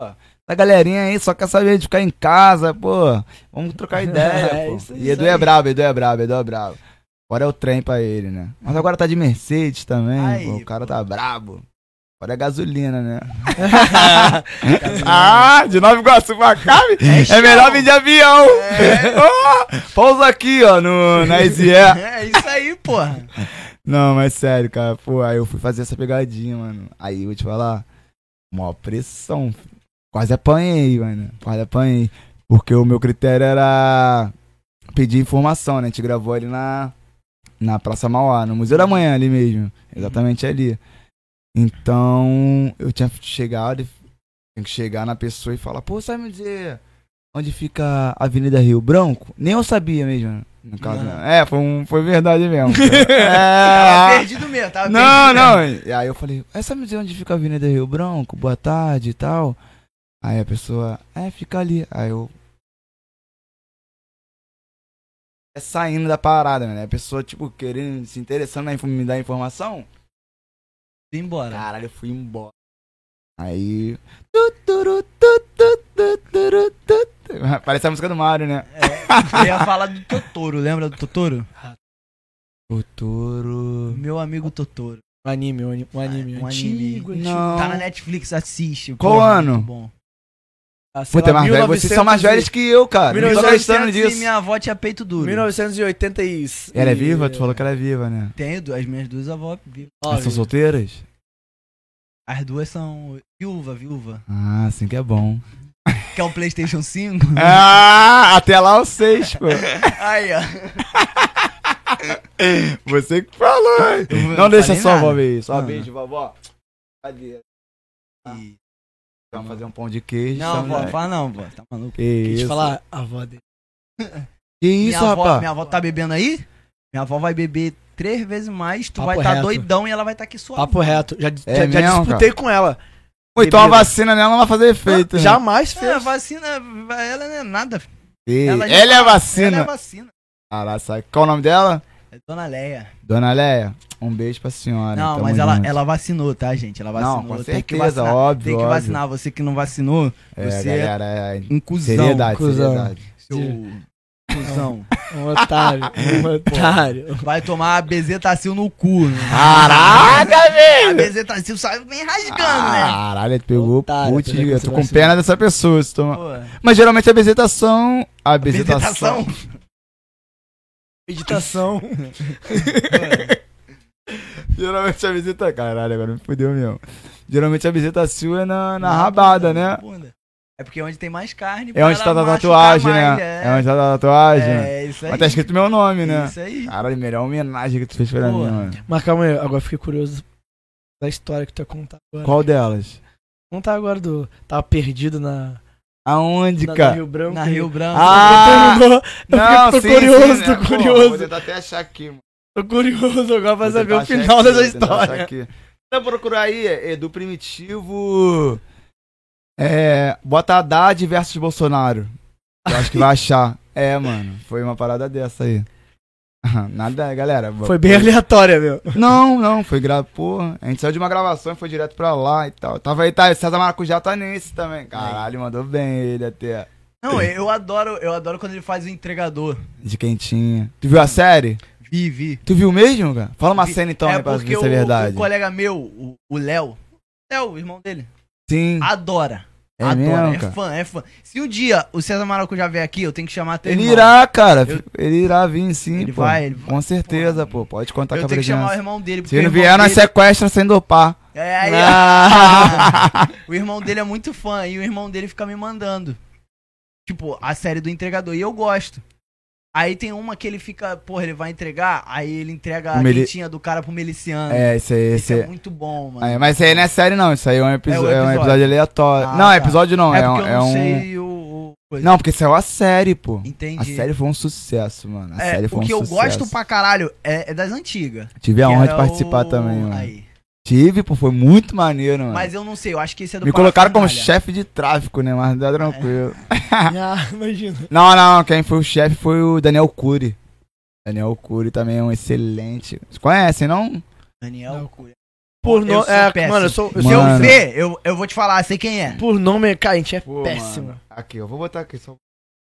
Speaker 3: Ó, essa galerinha aí só quer saber de ficar em casa, pô. Vamos trocar
Speaker 2: [laughs]
Speaker 3: ideia.
Speaker 2: É,
Speaker 3: pô.
Speaker 2: isso-
Speaker 3: e
Speaker 2: isso
Speaker 3: Edu
Speaker 2: aí.
Speaker 3: é brabo, Edu é brabo, Edu é brabo. Agora é o trem pra ele, né? Mas agora tá de Mercedes também,
Speaker 1: Aí,
Speaker 3: pô, o
Speaker 1: pô.
Speaker 3: cara tá brabo. Agora é gasolina,
Speaker 2: [laughs]
Speaker 3: né? [laughs]
Speaker 4: Ah, de Nova Iguaçu pra cá, é, melhor vir de avião. [laughs]
Speaker 3: Pousa É. aqui, ó, no, na EasyAir.
Speaker 1: É isso aí, porra.
Speaker 3: Não, mas sério, cara. Pô, aí eu fui fazer essa pegadinha, mano. Aí eu vou te falar, mó pressão. filho. Quase apanhei, mano. Quase apanhei. Porque o meu critério era pedir informação, né? A gente gravou ali na, na Praça Mauá, no Museu da Manhã ali mesmo. Exatamente ali. Então, eu tinha chegado, e- tinha que chegar na pessoa e falar, pô, sabe me dizer onde fica a Avenida Rio Branco? Nem eu sabia mesmo, no caso.
Speaker 1: Não.
Speaker 3: né? É, foi, um- foi verdade mesmo.
Speaker 1: Tava
Speaker 3: é...
Speaker 1: perdido mesmo, tava
Speaker 3: Não,
Speaker 1: perdido mesmo.
Speaker 3: não. E aí eu falei, é, sabe me dizer onde fica a Avenida Rio Branco? Boa tarde e tal. Aí a pessoa, é, fica ali. Aí eu. É saindo da parada, né? A pessoa, tipo, querendo, se interessando na, info- me dar informação.
Speaker 1: Vim embora.
Speaker 3: Caralho, eu fui embora. Aí. É. tu, turu, tu, tu, tu, turu, tu, tu. [laughs] Parece a música do Mario, né?
Speaker 1: É, Eu ia falar do Totoro, lembra do Totoro?
Speaker 3: O touro.
Speaker 1: Meu amigo Totoro.
Speaker 2: [laughs] Um anime, um ani- um anime.
Speaker 1: Um anime.
Speaker 2: antigo,
Speaker 3: Não.
Speaker 1: Tá na Netflix, assiste.
Speaker 3: Qual
Speaker 1: porra,
Speaker 3: ano?
Speaker 1: muito bom.
Speaker 2: Ah, sei
Speaker 3: Puta, é
Speaker 2: lá,
Speaker 3: mais velho. Vocês são mais
Speaker 2: 1900
Speaker 3: velhos que eu, cara. Não tô
Speaker 2: 1900
Speaker 3: gostando
Speaker 1: e
Speaker 3: disso.
Speaker 1: assim, minha avó tinha peito duro.
Speaker 2: 1986.
Speaker 3: Ela é viva? Tu falou que ela é viva, né?
Speaker 1: Tenho duas, as minhas duas avós vivas.
Speaker 2: Ó,
Speaker 3: Elas são solteiras?
Speaker 1: As duas são viúva, viúva.
Speaker 3: Ah, assim que é bom.
Speaker 1: Quer um Playstation 5?
Speaker 3: Ah, até lá eu sei, pô.
Speaker 1: [laughs] Aí, ó.
Speaker 3: Você que falou.
Speaker 1: Eu
Speaker 3: Não deixa
Speaker 1: falei
Speaker 3: só,
Speaker 1: nada.
Speaker 3: vovó, ver. Só
Speaker 1: Não,
Speaker 3: beijo, vovó. Cadê?
Speaker 1: E-
Speaker 3: Vamos fazer um pão de queijo.
Speaker 1: Não,
Speaker 3: sabe,
Speaker 1: avó,
Speaker 3: né?
Speaker 1: fala não, vó. Tá maluco.
Speaker 3: Que
Speaker 2: Deixa eu
Speaker 3: isso.
Speaker 2: falar a avó dele.
Speaker 3: Que isso,
Speaker 1: minha, avó,
Speaker 3: rapaz?
Speaker 1: minha avó tá bebendo aí? Minha avó vai beber três vezes mais, tu
Speaker 2: Papo
Speaker 1: vai tá
Speaker 2: reto.
Speaker 1: doidão e ela vai tá aqui suave.
Speaker 2: Papo reto. Já, já- já,
Speaker 3: É mesmo,
Speaker 2: disputei com ela.
Speaker 3: Pô, então a
Speaker 2: Bebida.
Speaker 3: vacina nela não vai fazer efeito. né?
Speaker 2: Jamais fez.
Speaker 1: É, a vacina, ela não é nada. filho. [laughs]
Speaker 3: Ei,
Speaker 1: Ela
Speaker 3: Ela,
Speaker 1: já-
Speaker 3: é
Speaker 1: Ela é
Speaker 3: vacina.
Speaker 1: vacina.
Speaker 3: Caralho, sabe qual o nome dela?
Speaker 1: É Dona Leia.
Speaker 3: Dona Leia. Um beijo pra senhora.
Speaker 1: não,
Speaker 3: tamo
Speaker 1: mas ela,
Speaker 3: junto.
Speaker 1: ela vacinou, tá, gente? Ela vacinou.
Speaker 3: Não, com
Speaker 1: tem que
Speaker 3: certeza,
Speaker 1: vacinar.
Speaker 3: óbvio.
Speaker 1: Tem que
Speaker 3: óbvio.
Speaker 1: vacinar. Você que não vacinou,
Speaker 3: É,
Speaker 1: você é
Speaker 3: galera, é.
Speaker 1: um cuzão.
Speaker 3: Seriedade,
Speaker 2: cuzão.
Speaker 3: seriedade.
Speaker 1: Seu cuzão.
Speaker 2: Um otário.
Speaker 3: [laughs]
Speaker 2: Um otário.
Speaker 1: Vai tomar bezetacil no cu. Né?
Speaker 3: Caraca,
Speaker 1: A
Speaker 3: velho!
Speaker 1: bezetacil saiu bem rasgando, né?
Speaker 3: Caralho, tu pegou
Speaker 2: Otário,
Speaker 3: putz,
Speaker 2: tu já
Speaker 3: eu tô
Speaker 2: conseguiu
Speaker 3: com pena dessa pessoa. se toma-
Speaker 1: Pô,
Speaker 3: Mas geralmente a visitação. A visitação.
Speaker 1: bezetação.
Speaker 2: Meditação.
Speaker 3: [laughs] Geralmente a visita. Caralho, agora me fudeu mesmo. Geralmente a visitação é na, na rabada, né?
Speaker 1: Bunda. É porque onde tem mais carne.
Speaker 3: É onde
Speaker 1: pra
Speaker 3: tá
Speaker 1: ela
Speaker 3: a
Speaker 1: machucar
Speaker 3: tatuagem,
Speaker 1: mais,
Speaker 3: né?
Speaker 1: É,
Speaker 3: É onde tá a tatuagem.
Speaker 1: É, isso aí.
Speaker 3: Mas tá escrito meu nome, né?
Speaker 1: Isso aí.
Speaker 3: Caralho, melhor homenagem que tu fez pra
Speaker 1: Pô.
Speaker 3: mim, mano.
Speaker 2: Mas calma aí, agora fiquei curioso da história que tu ia contar agora.
Speaker 3: Qual delas?
Speaker 2: Contar agora do. Tava perdido na,
Speaker 3: Aonde,
Speaker 2: na na
Speaker 3: cara?
Speaker 2: Rio Branco.
Speaker 1: Na Rio Branco.
Speaker 3: Ah!
Speaker 2: Terminou.
Speaker 3: Não,
Speaker 2: tô
Speaker 3: sim,
Speaker 2: curioso,
Speaker 3: sim,
Speaker 2: tô
Speaker 3: né? Pô,
Speaker 2: curioso.
Speaker 3: vou tentar até achar aqui, mano.
Speaker 2: Tô curioso agora pra
Speaker 3: Vou
Speaker 2: saber
Speaker 3: tentar
Speaker 2: o
Speaker 3: achar
Speaker 2: final
Speaker 3: aqui,
Speaker 2: dessa
Speaker 3: vou tentar achar
Speaker 2: história.
Speaker 3: aqui. Tenta procurar aí, Edu Primitivo. É. Bota Haddad versus Bolsonaro. Eu acho que vai [laughs] achar. É, mano. Foi uma parada dessa aí. [laughs] Nada, galera.
Speaker 2: Foi bem aleatória, meu.
Speaker 3: [laughs] Não, não, foi gra... Porra, a gente saiu de uma gravação e foi direto pra lá e tal. Tava aí, tá, César Maracujá tá nesse também. Caralho, mandou bem ele até.
Speaker 1: Não, eu adoro, eu adoro quando ele faz o entregador.
Speaker 3: De quentinha. Tu viu a série?
Speaker 1: Vive.
Speaker 3: Tu viu mesmo, cara? Fala uma
Speaker 1: Vi-
Speaker 3: cena então
Speaker 1: é
Speaker 3: aí pra
Speaker 1: porque
Speaker 3: ver
Speaker 1: o,
Speaker 3: se é verdade.
Speaker 1: o colega meu, o- o Léo. Léo, o irmão dele.
Speaker 3: Sim,
Speaker 1: Adora.
Speaker 3: é
Speaker 1: adora.
Speaker 3: mesmo,
Speaker 1: é
Speaker 3: cara.
Speaker 1: fã, é fã. Se um dia o César Maracujá vier aqui, eu tenho que chamar teu
Speaker 3: Ele
Speaker 1: irmão.
Speaker 3: irá, cara.
Speaker 1: Eu-
Speaker 3: Ele irá vir sim,
Speaker 1: Ele
Speaker 3: pô.
Speaker 1: vai, ele vai.
Speaker 3: Com certeza, pô. Pode contar Tá com
Speaker 1: eu
Speaker 3: a
Speaker 1: tenho que chamar o
Speaker 3: presença.
Speaker 1: irmão dele.
Speaker 3: Se
Speaker 1: porque
Speaker 3: ele
Speaker 1: o irmão
Speaker 3: vier, nós
Speaker 1: dele...
Speaker 3: sequestra sem dopar.
Speaker 1: É, aí, ó.
Speaker 3: Ah!
Speaker 1: O irmão dele é muito fã e o irmão dele fica me mandando. Tipo, a série do entregador. E eu gosto. Aí tem uma que ele fica, porra, ele vai entregar, aí ele entrega
Speaker 3: O
Speaker 1: a
Speaker 3: meli-
Speaker 1: quentinha do cara pro miliciano.
Speaker 3: [laughs] É, isso aí,
Speaker 1: Isso
Speaker 3: esse
Speaker 1: é
Speaker 3: aí.
Speaker 1: muito bom, mano.
Speaker 3: É, mas isso aí não é série, não. Isso aí é um, episo-
Speaker 1: É o
Speaker 3: é um
Speaker 1: episódio.
Speaker 3: episódio aleatório.
Speaker 1: Ah,
Speaker 3: não, é
Speaker 1: tá.
Speaker 3: episódio não. É,
Speaker 1: É porque
Speaker 3: um-
Speaker 1: eu
Speaker 3: é
Speaker 1: não
Speaker 3: um.
Speaker 1: sei o. o coisa.
Speaker 3: Não, porque saiu a série, pô.
Speaker 1: Entendi.
Speaker 3: A série foi um sucesso, mano. A
Speaker 1: É,
Speaker 3: série
Speaker 1: o
Speaker 3: foi um
Speaker 1: que eu
Speaker 3: sucesso.
Speaker 1: gosto pra caralho é, é das antigas.
Speaker 3: Tive a
Speaker 1: que
Speaker 3: honra
Speaker 1: era
Speaker 3: de participar
Speaker 1: o-
Speaker 3: também, mano.
Speaker 1: Aí.
Speaker 3: Tive, pô, foi muito maneiro, mano.
Speaker 1: Mas eu não sei, eu acho que esse é do
Speaker 3: Me colocaram como
Speaker 1: Parafernália.
Speaker 3: chefe de tráfico, né? Mas dá tranquilo.
Speaker 2: Ah, imagina.
Speaker 3: Não, não, quem foi o chefe foi o Daniel Cury. Daniel Cury também é um excelente. Vocês conhecem, não?
Speaker 1: Daniel
Speaker 2: Não.
Speaker 1: Cury.
Speaker 2: Por
Speaker 1: Eu
Speaker 2: nome.
Speaker 1: sou
Speaker 2: É,
Speaker 1: péssimo.
Speaker 2: mano, eu sou. Eu
Speaker 1: Se
Speaker 2: sou
Speaker 1: eu
Speaker 3: Mano.
Speaker 1: ver, eu, eu vou te falar, sei quem é.
Speaker 2: por nome, cara, a gente é péssimo.
Speaker 3: Péssimo. Aqui, eu vou botar aqui, só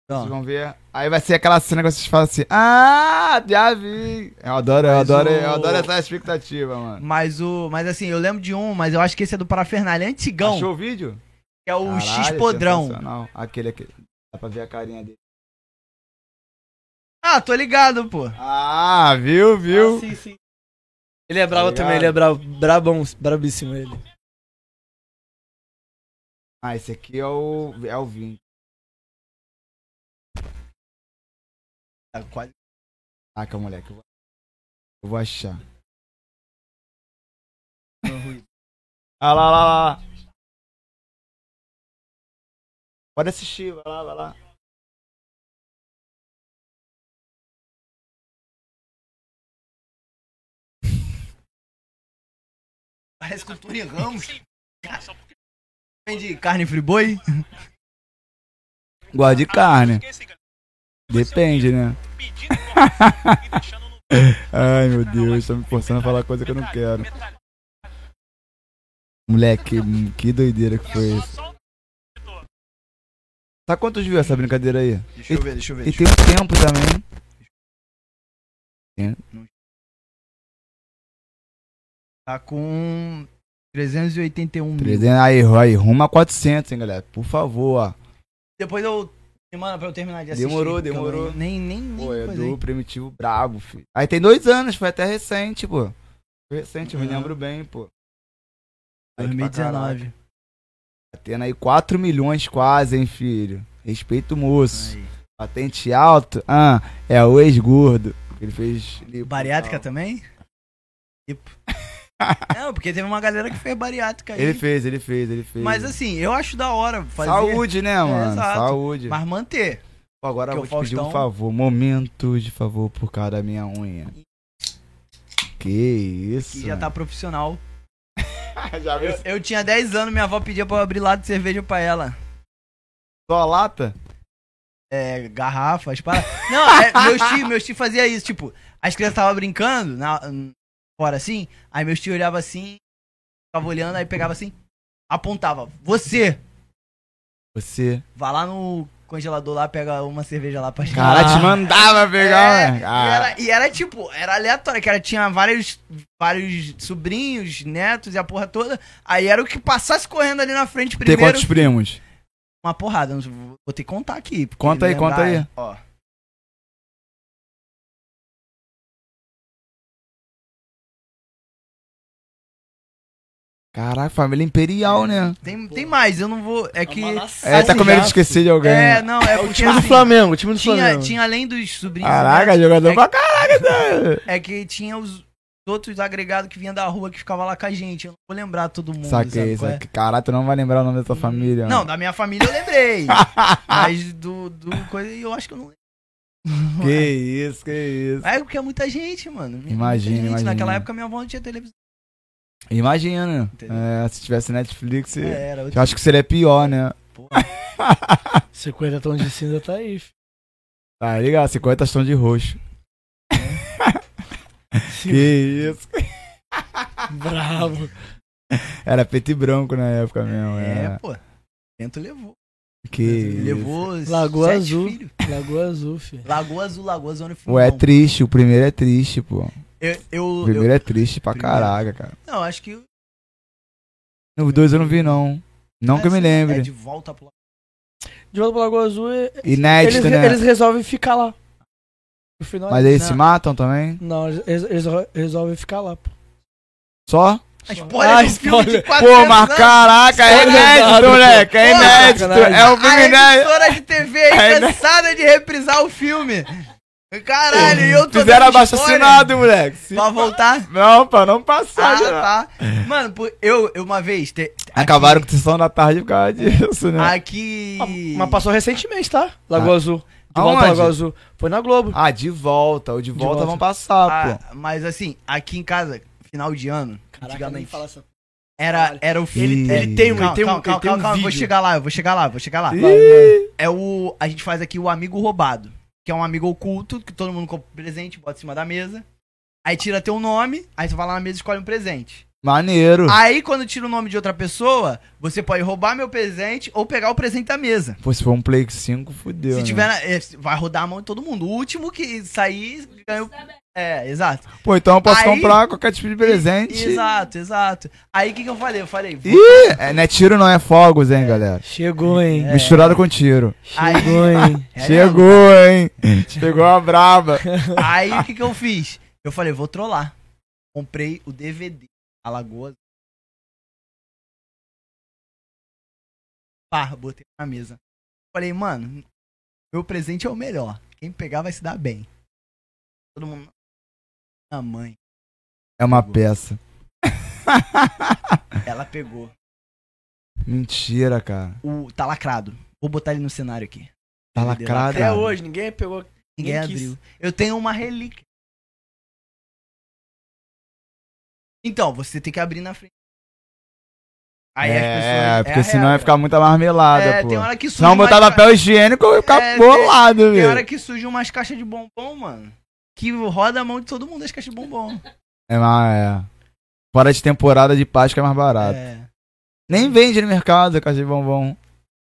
Speaker 3: vocês
Speaker 1: Não.
Speaker 3: vão ver. Aí vai ser aquela cena que vocês falam assim, ah, já vi. Eu adoro, eu
Speaker 1: Mas
Speaker 3: adoro,
Speaker 1: o-
Speaker 3: eu adoro essa expectativa, mano.
Speaker 1: Mas o. Mas assim, eu lembro de um, mas eu acho que esse é do Parafernália antigão,
Speaker 3: Achou o vídeo?
Speaker 1: que é o X
Speaker 3: Caralho,
Speaker 1: Podrão.
Speaker 3: sensacional. Aquele, aquele. Dá pra ver a carinha dele.
Speaker 1: Ah, tô ligado, pô.
Speaker 3: Ah, viu, viu?
Speaker 2: sim, sim. Ele é brabo
Speaker 3: Tá
Speaker 2: também, ele é brabo, brabão, brabíssimo ele.
Speaker 3: Ah, esse aqui é o, é o vinho.
Speaker 1: Ah, quase.
Speaker 3: Caraca, Ah, moleque. Eu vou, eu vou achar. Ah lá, lá, lá, lá. Pode assistir, vai lá, vai lá.
Speaker 1: Parece com o Tony Ramos. [laughs] Vende carne friboi?
Speaker 3: Gosto de carne. Depende, né? [laughs] Ai, meu Deus, tá me forçando a falar coisa que eu não quero. Moleque, hum, que doideira que foi isso. um Tá quantos viu essa brincadeira aí?
Speaker 1: Deixa eu ver, deixa eu ver.
Speaker 3: E
Speaker 1: Deixa
Speaker 3: tem o tempo também.
Speaker 1: eu- Tá com 381 mil.
Speaker 3: 300, aí, aí, rumo a 400, hein, galera. Por favor, ó.
Speaker 1: Depois eu. Semana pra eu terminar de assistir.
Speaker 3: Demorou,
Speaker 1: porque eu
Speaker 3: demorou.
Speaker 1: não- Nem, nem, nem.
Speaker 3: Pô, é
Speaker 1: coisei.
Speaker 3: Edu, primitivo brabo, filho. Aí tem dois anos, foi até recente, pô. Foi recente, eu me
Speaker 1: Aham.
Speaker 3: lembro bem, pô. Aí que pra caralho.
Speaker 1: 2019.
Speaker 3: Batendo aí 4 milhões quase, hein, filho. Respeito o moço. Patente alto, ah, é o ex-gordo. Ele fez... lipo,
Speaker 1: Bariátrica
Speaker 3: tal.
Speaker 1: também? Tipo. [laughs] Não, porque teve uma galera que fez bariátrica aí.
Speaker 3: Ele fez, ele fez, ele fez.
Speaker 1: Mas assim, eu acho da hora fazer.
Speaker 3: Saúde, né, mano?
Speaker 1: exato.
Speaker 3: Saúde.
Speaker 1: Mas manter.
Speaker 3: Pô, agora eu
Speaker 1: Porque
Speaker 3: vou te
Speaker 1: o
Speaker 3: pedir um
Speaker 1: Faustão-
Speaker 3: favor. Momento de favor por causa da minha unha. Que isso.
Speaker 1: Que
Speaker 3: [laughs]
Speaker 1: já tá profissional.
Speaker 3: já viu?
Speaker 1: Eu tinha 10 anos, minha avó pedia pra eu abrir lata de cerveja pra ela.
Speaker 3: Só a lata?
Speaker 1: É, garrafas, para. Não, é, meus tios meus tio fazia isso, tipo, as crianças estavam brincando na, fora assim, aí meus tios olhavam assim, ficava olhando, aí pegava assim, apontava, você,
Speaker 3: Você...
Speaker 1: vai lá no congelador lá, pega uma cerveja lá pra gente.
Speaker 3: Caralho, te mandava
Speaker 1: É,
Speaker 3: pegar, né?
Speaker 1: e,
Speaker 3: Ah,
Speaker 1: era, e era, tipo, era aleatório, que era, tinha vários, vários sobrinhos, netos e a porra toda. Aí era o que passasse correndo ali na frente
Speaker 3: tem
Speaker 1: primeiro.
Speaker 3: quantos primos?
Speaker 1: Uma porrada, não sei, vou vou ter que contar aqui. porque
Speaker 3: Conta aí,
Speaker 1: lembrar- é,
Speaker 3: conta aí.
Speaker 1: Ó.
Speaker 3: Caraca, família imperial, né?
Speaker 1: Tem, tem mais, eu não vou. É que.
Speaker 3: É, tá com medo de esquecer de alguém.
Speaker 1: É,
Speaker 3: né?
Speaker 1: não, é porque.
Speaker 2: O time do
Speaker 1: assim,
Speaker 2: Flamengo, o time do
Speaker 1: Tinha,
Speaker 2: Flamengo.
Speaker 1: tinha além dos sobrinhos.
Speaker 3: Caraca,
Speaker 1: netos,
Speaker 3: jogador
Speaker 1: é,
Speaker 3: pra caraca, né?
Speaker 1: é que tinha os outros agregados que vinham da rua que ficavam lá com a gente. Eu não vou lembrar todo mundo.
Speaker 3: Saquei,
Speaker 1: sabe qual é?
Speaker 3: saquei. Caralho, tu não vai lembrar o nome da tua família.
Speaker 1: Não,
Speaker 3: mano.
Speaker 1: da minha família eu
Speaker 3: [laughs]
Speaker 1: lembrei. mas do, do coisa eu acho que eu não
Speaker 3: Que isso, que isso.
Speaker 1: É porque é muita gente, mano. Muita
Speaker 3: Imagina,
Speaker 1: gente.
Speaker 3: imagina.
Speaker 1: Naquela época minha avó não tinha televisão.
Speaker 3: Imagina.
Speaker 1: Entendeu?
Speaker 3: É, se tivesse Netflix,
Speaker 1: É,
Speaker 3: eu
Speaker 1: era outro
Speaker 3: acho que seria pior, né?
Speaker 1: tipo,
Speaker 2: 50 tons de cinza tá aí. fi.
Speaker 3: Tá ligado? 50 tons de roxo. Que isso.
Speaker 2: Bravo.
Speaker 3: Era preto e branco na época mesmo.
Speaker 1: É,
Speaker 3: É.
Speaker 1: pô. Bento levou.
Speaker 3: Que isso.
Speaker 1: levou s-
Speaker 2: Lagoa
Speaker 1: sete
Speaker 2: Azul.
Speaker 1: filhos.
Speaker 2: Lagoa Azul, filho.
Speaker 1: Lagoa Azul, Lagoa Zona
Speaker 3: Pô, é triste, o primeiro é triste, pô.
Speaker 1: Eu,
Speaker 3: O
Speaker 1: eu, eu-
Speaker 3: primeiro é triste pra
Speaker 1: Primeiro.
Speaker 3: caraca, cara.
Speaker 1: Não, acho que.
Speaker 3: Os dois eu não vi, não. Não que eu me
Speaker 1: assim,
Speaker 3: lembre.
Speaker 1: É de volta pro
Speaker 2: De volta pro Lagoa Azul, e- eles,
Speaker 3: Inédito, né?
Speaker 2: eles resolvem ficar lá. No final, é
Speaker 3: Mas eles se
Speaker 1: Não.
Speaker 3: matam também?
Speaker 2: Não, eles, eles ro- resolvem ficar lá, pô.
Speaker 3: Só?
Speaker 1: Ah, spoiler
Speaker 2: Ah,
Speaker 1: do filme de
Speaker 2: spoiler.
Speaker 1: 400
Speaker 3: Pô, mas
Speaker 1: anos. né?
Speaker 3: caraca, é
Speaker 2: Só
Speaker 3: inédito,
Speaker 2: lembrado,
Speaker 3: moleque. É
Speaker 1: pô.
Speaker 3: inédito.
Speaker 2: Sacanagem.
Speaker 3: É o
Speaker 1: A
Speaker 3: filme inédito.
Speaker 1: Ah, emissora de TV
Speaker 3: [laughs]
Speaker 1: é
Speaker 3: né?
Speaker 1: cansada de reprisar o filme. Caralho, e eu tô
Speaker 3: Fizeram
Speaker 1: dando
Speaker 3: abaixo
Speaker 1: spoiler.
Speaker 3: assinado, moleque. Se-
Speaker 1: Pra voltar?
Speaker 3: Não, pra não passar. já.
Speaker 1: Ah, tá. Mano, pô, eu, eu uma vez. te-
Speaker 3: Acabaram com a sessão da tarde por causa disso, né?
Speaker 1: Aqui.
Speaker 2: Ah,
Speaker 3: Ah,
Speaker 2: Mas passou recentemente, tá? Lagoa Azul. De volta
Speaker 3: Aonde?
Speaker 2: ao Lagoa Azul. Foi na Globo.
Speaker 3: Ah, de volta. O de volta
Speaker 2: volta.
Speaker 3: vão passar, pô.
Speaker 1: Ah, mas assim, aqui em casa final de ano,
Speaker 2: Caraca, nem
Speaker 1: antigamente.
Speaker 2: fala essa.
Speaker 1: Era, era o
Speaker 3: Ele- ele
Speaker 2: tem um-
Speaker 1: calma,
Speaker 2: tem um-
Speaker 1: calma, calma,
Speaker 2: ele tem um
Speaker 1: calma, eu vou
Speaker 2: vídeo.
Speaker 1: chegar lá, eu vou chegar lá, eu vou chegar lá.
Speaker 2: Vai, vai.
Speaker 1: É o. A gente faz aqui o amigo roubado. Que é um amigo oculto, que todo mundo compra um presente, bota em cima da mesa. Aí tira teu nome, aí tu vai lá na mesa e escolhe um presente.
Speaker 3: Maneiro.
Speaker 1: Aí, quando tira o nome de outra pessoa, você pode roubar meu presente ou pegar o presente da mesa.
Speaker 3: Pô, se for um Play 5, fudeu.
Speaker 1: Se
Speaker 3: né?
Speaker 1: tiver. na- é, vai rodar a mão de todo mundo. O último que sair ganha o. É, exato.
Speaker 3: Pô, então eu posso
Speaker 1: Aí-
Speaker 3: comprar qualquer tipo de presente.
Speaker 1: Exato, exato. Aí o que, que eu falei? Eu falei.
Speaker 3: Ih, é, não é tiro, não é fogos, hein, galera.
Speaker 2: Chegou, hein?
Speaker 3: Misturado com tiro.
Speaker 1: Aí-
Speaker 2: Chegou, hein?
Speaker 1: É,
Speaker 3: Chegou, hein?
Speaker 1: [laughs]
Speaker 3: Chegou a braba.
Speaker 1: Aí o que, que eu fiz? Eu falei, vou trollar. Comprei o DVD Alagoas. Pá, botei na mesa. Falei, mano, meu presente é o melhor. Quem pegar vai se dar bem. Todo mundo. A mãe,
Speaker 3: É uma peça.
Speaker 1: ela pegou.
Speaker 3: Mentira, cara.
Speaker 1: O, tá lacrado. Vou botar ele no cenário aqui.
Speaker 3: Tá
Speaker 1: DVD
Speaker 3: lacrado.
Speaker 2: Até hoje, ninguém pegou.
Speaker 1: Ninguém
Speaker 2: Ninguém quis.
Speaker 1: abriu. Eu tenho uma relíquia. Então, você tem que abrir na frente. Aí as pessoas-
Speaker 3: é,
Speaker 1: a
Speaker 3: porque senão
Speaker 1: regra.
Speaker 3: ia ficar muita marmelada,
Speaker 1: É,
Speaker 3: pô.
Speaker 1: tem hora que
Speaker 3: Se não
Speaker 1: umas
Speaker 3: botar
Speaker 1: ca-
Speaker 3: papel higiênico, eu ia ficar
Speaker 1: É, tem-
Speaker 3: bolado,
Speaker 1: Tem
Speaker 3: velho.
Speaker 1: hora que surge umas caixas de bombom, mano. Que roda a mão de todo mundo as caixas de bombom.
Speaker 3: É, mas é. Fora de temporada de Páscoa é mais barato.
Speaker 1: É.
Speaker 3: Nem vende no mercado, caixa de bombom.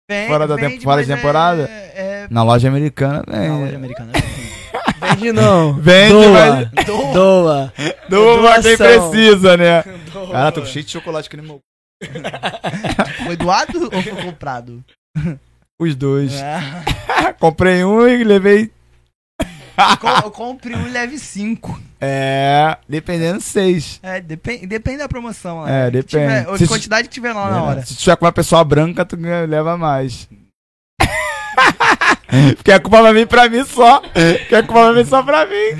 Speaker 1: É. Vem,
Speaker 3: Fora da
Speaker 1: vende,
Speaker 3: tem- fora
Speaker 1: mas
Speaker 3: de temporada?
Speaker 1: É, é,
Speaker 3: Na loja americana, vende.
Speaker 1: na loja americana.
Speaker 3: [laughs]
Speaker 2: Vende não.
Speaker 3: Vende,
Speaker 2: Doa.
Speaker 1: Doa.
Speaker 2: Doa.
Speaker 3: Doa pra quem
Speaker 2: Doação.
Speaker 1: [laughs]
Speaker 3: precisa, né?
Speaker 2: Doa.
Speaker 3: Cara, tô cheio de chocolate aqui no meu.
Speaker 1: Foi doado ou foi comprado?
Speaker 3: Os dois.
Speaker 1: É.
Speaker 3: Comprei um e levei.
Speaker 1: Com- eu compre um e leve
Speaker 3: [laughs]
Speaker 1: cinco.
Speaker 3: É. Dependendo, seis.
Speaker 1: É, depen- depende da promoção. né?
Speaker 3: É,
Speaker 1: Que tiver-
Speaker 3: depende.
Speaker 1: a
Speaker 3: Se,
Speaker 1: quantidade que tiver lá na hora.
Speaker 3: se tiver com uma pessoa branca, tu ganha- leva mais. [laughs] Porque a culpa vai vir pra mim só. Porque a culpa vai vir só pra
Speaker 1: [laughs]
Speaker 3: mim.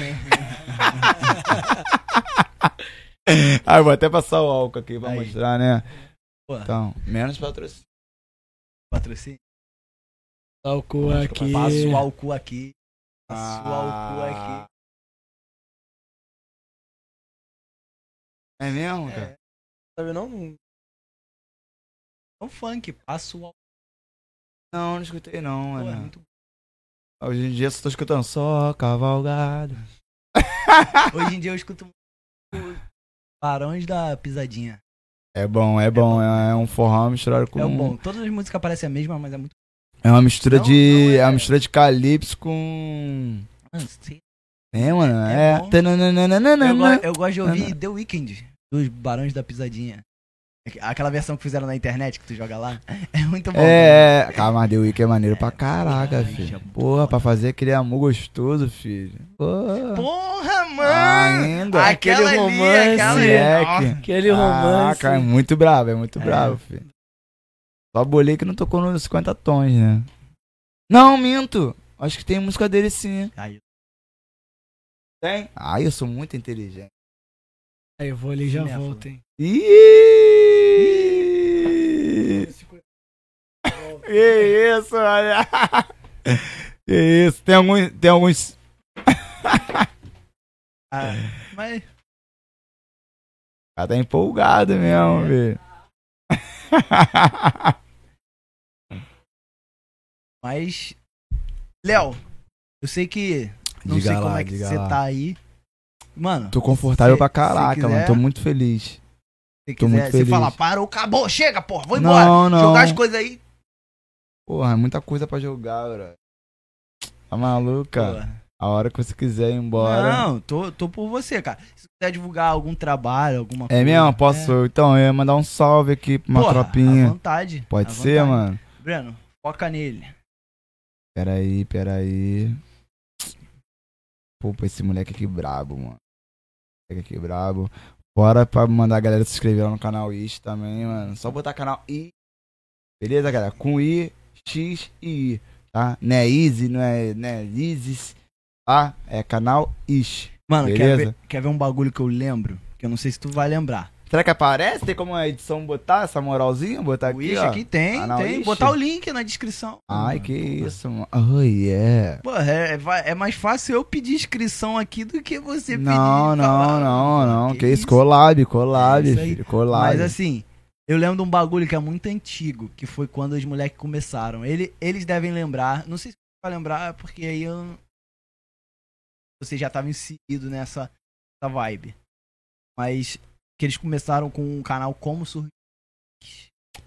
Speaker 3: ah, eu vou até passar o álcool aqui pra
Speaker 1: Aí.
Speaker 3: mostrar, né?
Speaker 1: Pô.
Speaker 3: Então, menos patrocínio.
Speaker 1: Patrocínio.
Speaker 2: Dá o cu aqui.
Speaker 1: Pra suar o cu aqui. Pra
Speaker 3: Ah.
Speaker 1: suar o cu aqui.
Speaker 3: É mesmo, cara?
Speaker 2: É. Sabe não?
Speaker 1: É um funk. Passa o
Speaker 3: Não, não escutei não,
Speaker 1: Pô, é
Speaker 3: mano.
Speaker 1: muito-
Speaker 3: Hoje em dia só tô escutando só cavalgado.
Speaker 1: Hoje em dia eu
Speaker 3: [laughs]
Speaker 1: escuto muito Barões da Pisadinha.
Speaker 3: É bom, é bom. É, é um forró misturado com.
Speaker 1: né? É o bom. Todas as músicas parecem a mesma, mas é muito.
Speaker 3: É uma mistura
Speaker 1: Não,
Speaker 3: de.
Speaker 1: não é.
Speaker 3: é. uma mistura de calypso com.
Speaker 1: Mano, sei-
Speaker 3: É, mano.
Speaker 1: É
Speaker 3: É.
Speaker 1: bom. É Eu,
Speaker 3: Tananana.
Speaker 1: go- eu gosto de ouvir The Weeknd, dos Barões da Pisadinha. Aquela versão que fizeram na internet que tu joga lá. [laughs] É muito bom.
Speaker 3: É, é. Cara, mas The Week é maneiro pra caraca,
Speaker 1: Ai,
Speaker 3: filho.
Speaker 1: é muito
Speaker 3: Porra,
Speaker 1: bom.
Speaker 3: pra fazer aquele amor gostoso, filho. Porra.
Speaker 1: Porra, mano!
Speaker 3: Ainda.
Speaker 1: aquela
Speaker 3: é
Speaker 2: aquele
Speaker 1: ali,
Speaker 2: romance,
Speaker 1: aquela ali.
Speaker 3: Moleque.
Speaker 2: Aquele romance.
Speaker 3: Caraca, é muito bravo, é muito
Speaker 1: É.
Speaker 3: bravo, filho. Só bolei que não tocou nos 50 tons, né? Não, minto. Acho que tem música dele sim.
Speaker 1: Aí,
Speaker 3: Tem? Ai, eu sou muito inteligente.
Speaker 2: Aí eu vou ali e já
Speaker 1: Cinéfilo.
Speaker 2: volto, hein.
Speaker 3: Ih! Que isso, [laughs] olha. Que isso. Tem alguns. Tem alguns.
Speaker 1: ah, mas
Speaker 3: O cara tá empolgado mesmo,
Speaker 1: É.
Speaker 3: velho.
Speaker 1: Mas. Léo, eu sei que. [laughs] Não
Speaker 3: Diga
Speaker 1: sei
Speaker 3: lá,
Speaker 1: como é que
Speaker 3: diga
Speaker 1: você
Speaker 3: lá.
Speaker 1: tá aí. Mano,
Speaker 3: Tô confortável
Speaker 1: Se-
Speaker 3: pra
Speaker 1: se
Speaker 3: caraca, mano.
Speaker 1: quiser-
Speaker 3: Tô muito feliz.
Speaker 1: se
Speaker 3: tô muito
Speaker 1: quiser, você
Speaker 3: feliz.
Speaker 1: fala, parou, acabou, chega, porra, vou embora.
Speaker 3: Não, não.
Speaker 1: Jogar as coisas aí.
Speaker 3: Porra, é muita coisa pra jogar, bro. Tá maluca?
Speaker 1: Porra.
Speaker 3: A hora que você quiser ir embora.
Speaker 1: Não, tô, tô por você, cara. Se quiser divulgar algum trabalho, alguma
Speaker 3: É mesmo? Posso? Então, eu ia mandar um salve aqui pra uma
Speaker 1: Porra,
Speaker 3: tropinha.
Speaker 1: À vontade.
Speaker 3: Pode
Speaker 1: à
Speaker 3: ser,
Speaker 1: vontade.
Speaker 3: mano?
Speaker 1: Breno, foca nele.
Speaker 3: Peraí, peraí. Pô, pô, esse moleque aqui brabo, mano. Moleque aqui brabo. Bora pra mandar a galera se inscrever lá no canal Is também, mano. Só botar canal I. Beleza, galera? Com I, X e I, tá? Não é Easy, não é, não é Isis, tá? É canal Is.
Speaker 1: Mano, quer
Speaker 3: Beleza.
Speaker 1: ver, quer ver um bagulho que eu lembro? Que eu não sei se tu vai lembrar.
Speaker 3: Será que aparece? Tem como a edição botar essa moralzinha? Botar
Speaker 1: O
Speaker 3: aqui,
Speaker 1: Wish
Speaker 3: ó?
Speaker 1: aqui tem,
Speaker 3: Ah, não,
Speaker 1: tem.
Speaker 3: Wish.
Speaker 1: Botar o link na descrição.
Speaker 3: Ai, que isso, mano. Oh, yeah.
Speaker 1: Pô, é, é vai- é mais fácil eu pedir inscrição aqui do que você pedir.
Speaker 3: Não, não,
Speaker 1: falar.
Speaker 3: não, não.
Speaker 1: Que
Speaker 3: Que isso,
Speaker 1: isso?
Speaker 3: collab, collab,
Speaker 1: É isso aí.
Speaker 3: filho, collab.
Speaker 1: Mas assim, eu lembro de um bagulho que é muito antigo, que foi quando os moleques começaram. Ele, eles devem lembrar, não sei se vai lembrar, porque aí eu... você já estava inserido nessa, nessa vibe. Mas que eles começaram com um canal Como Surgiu.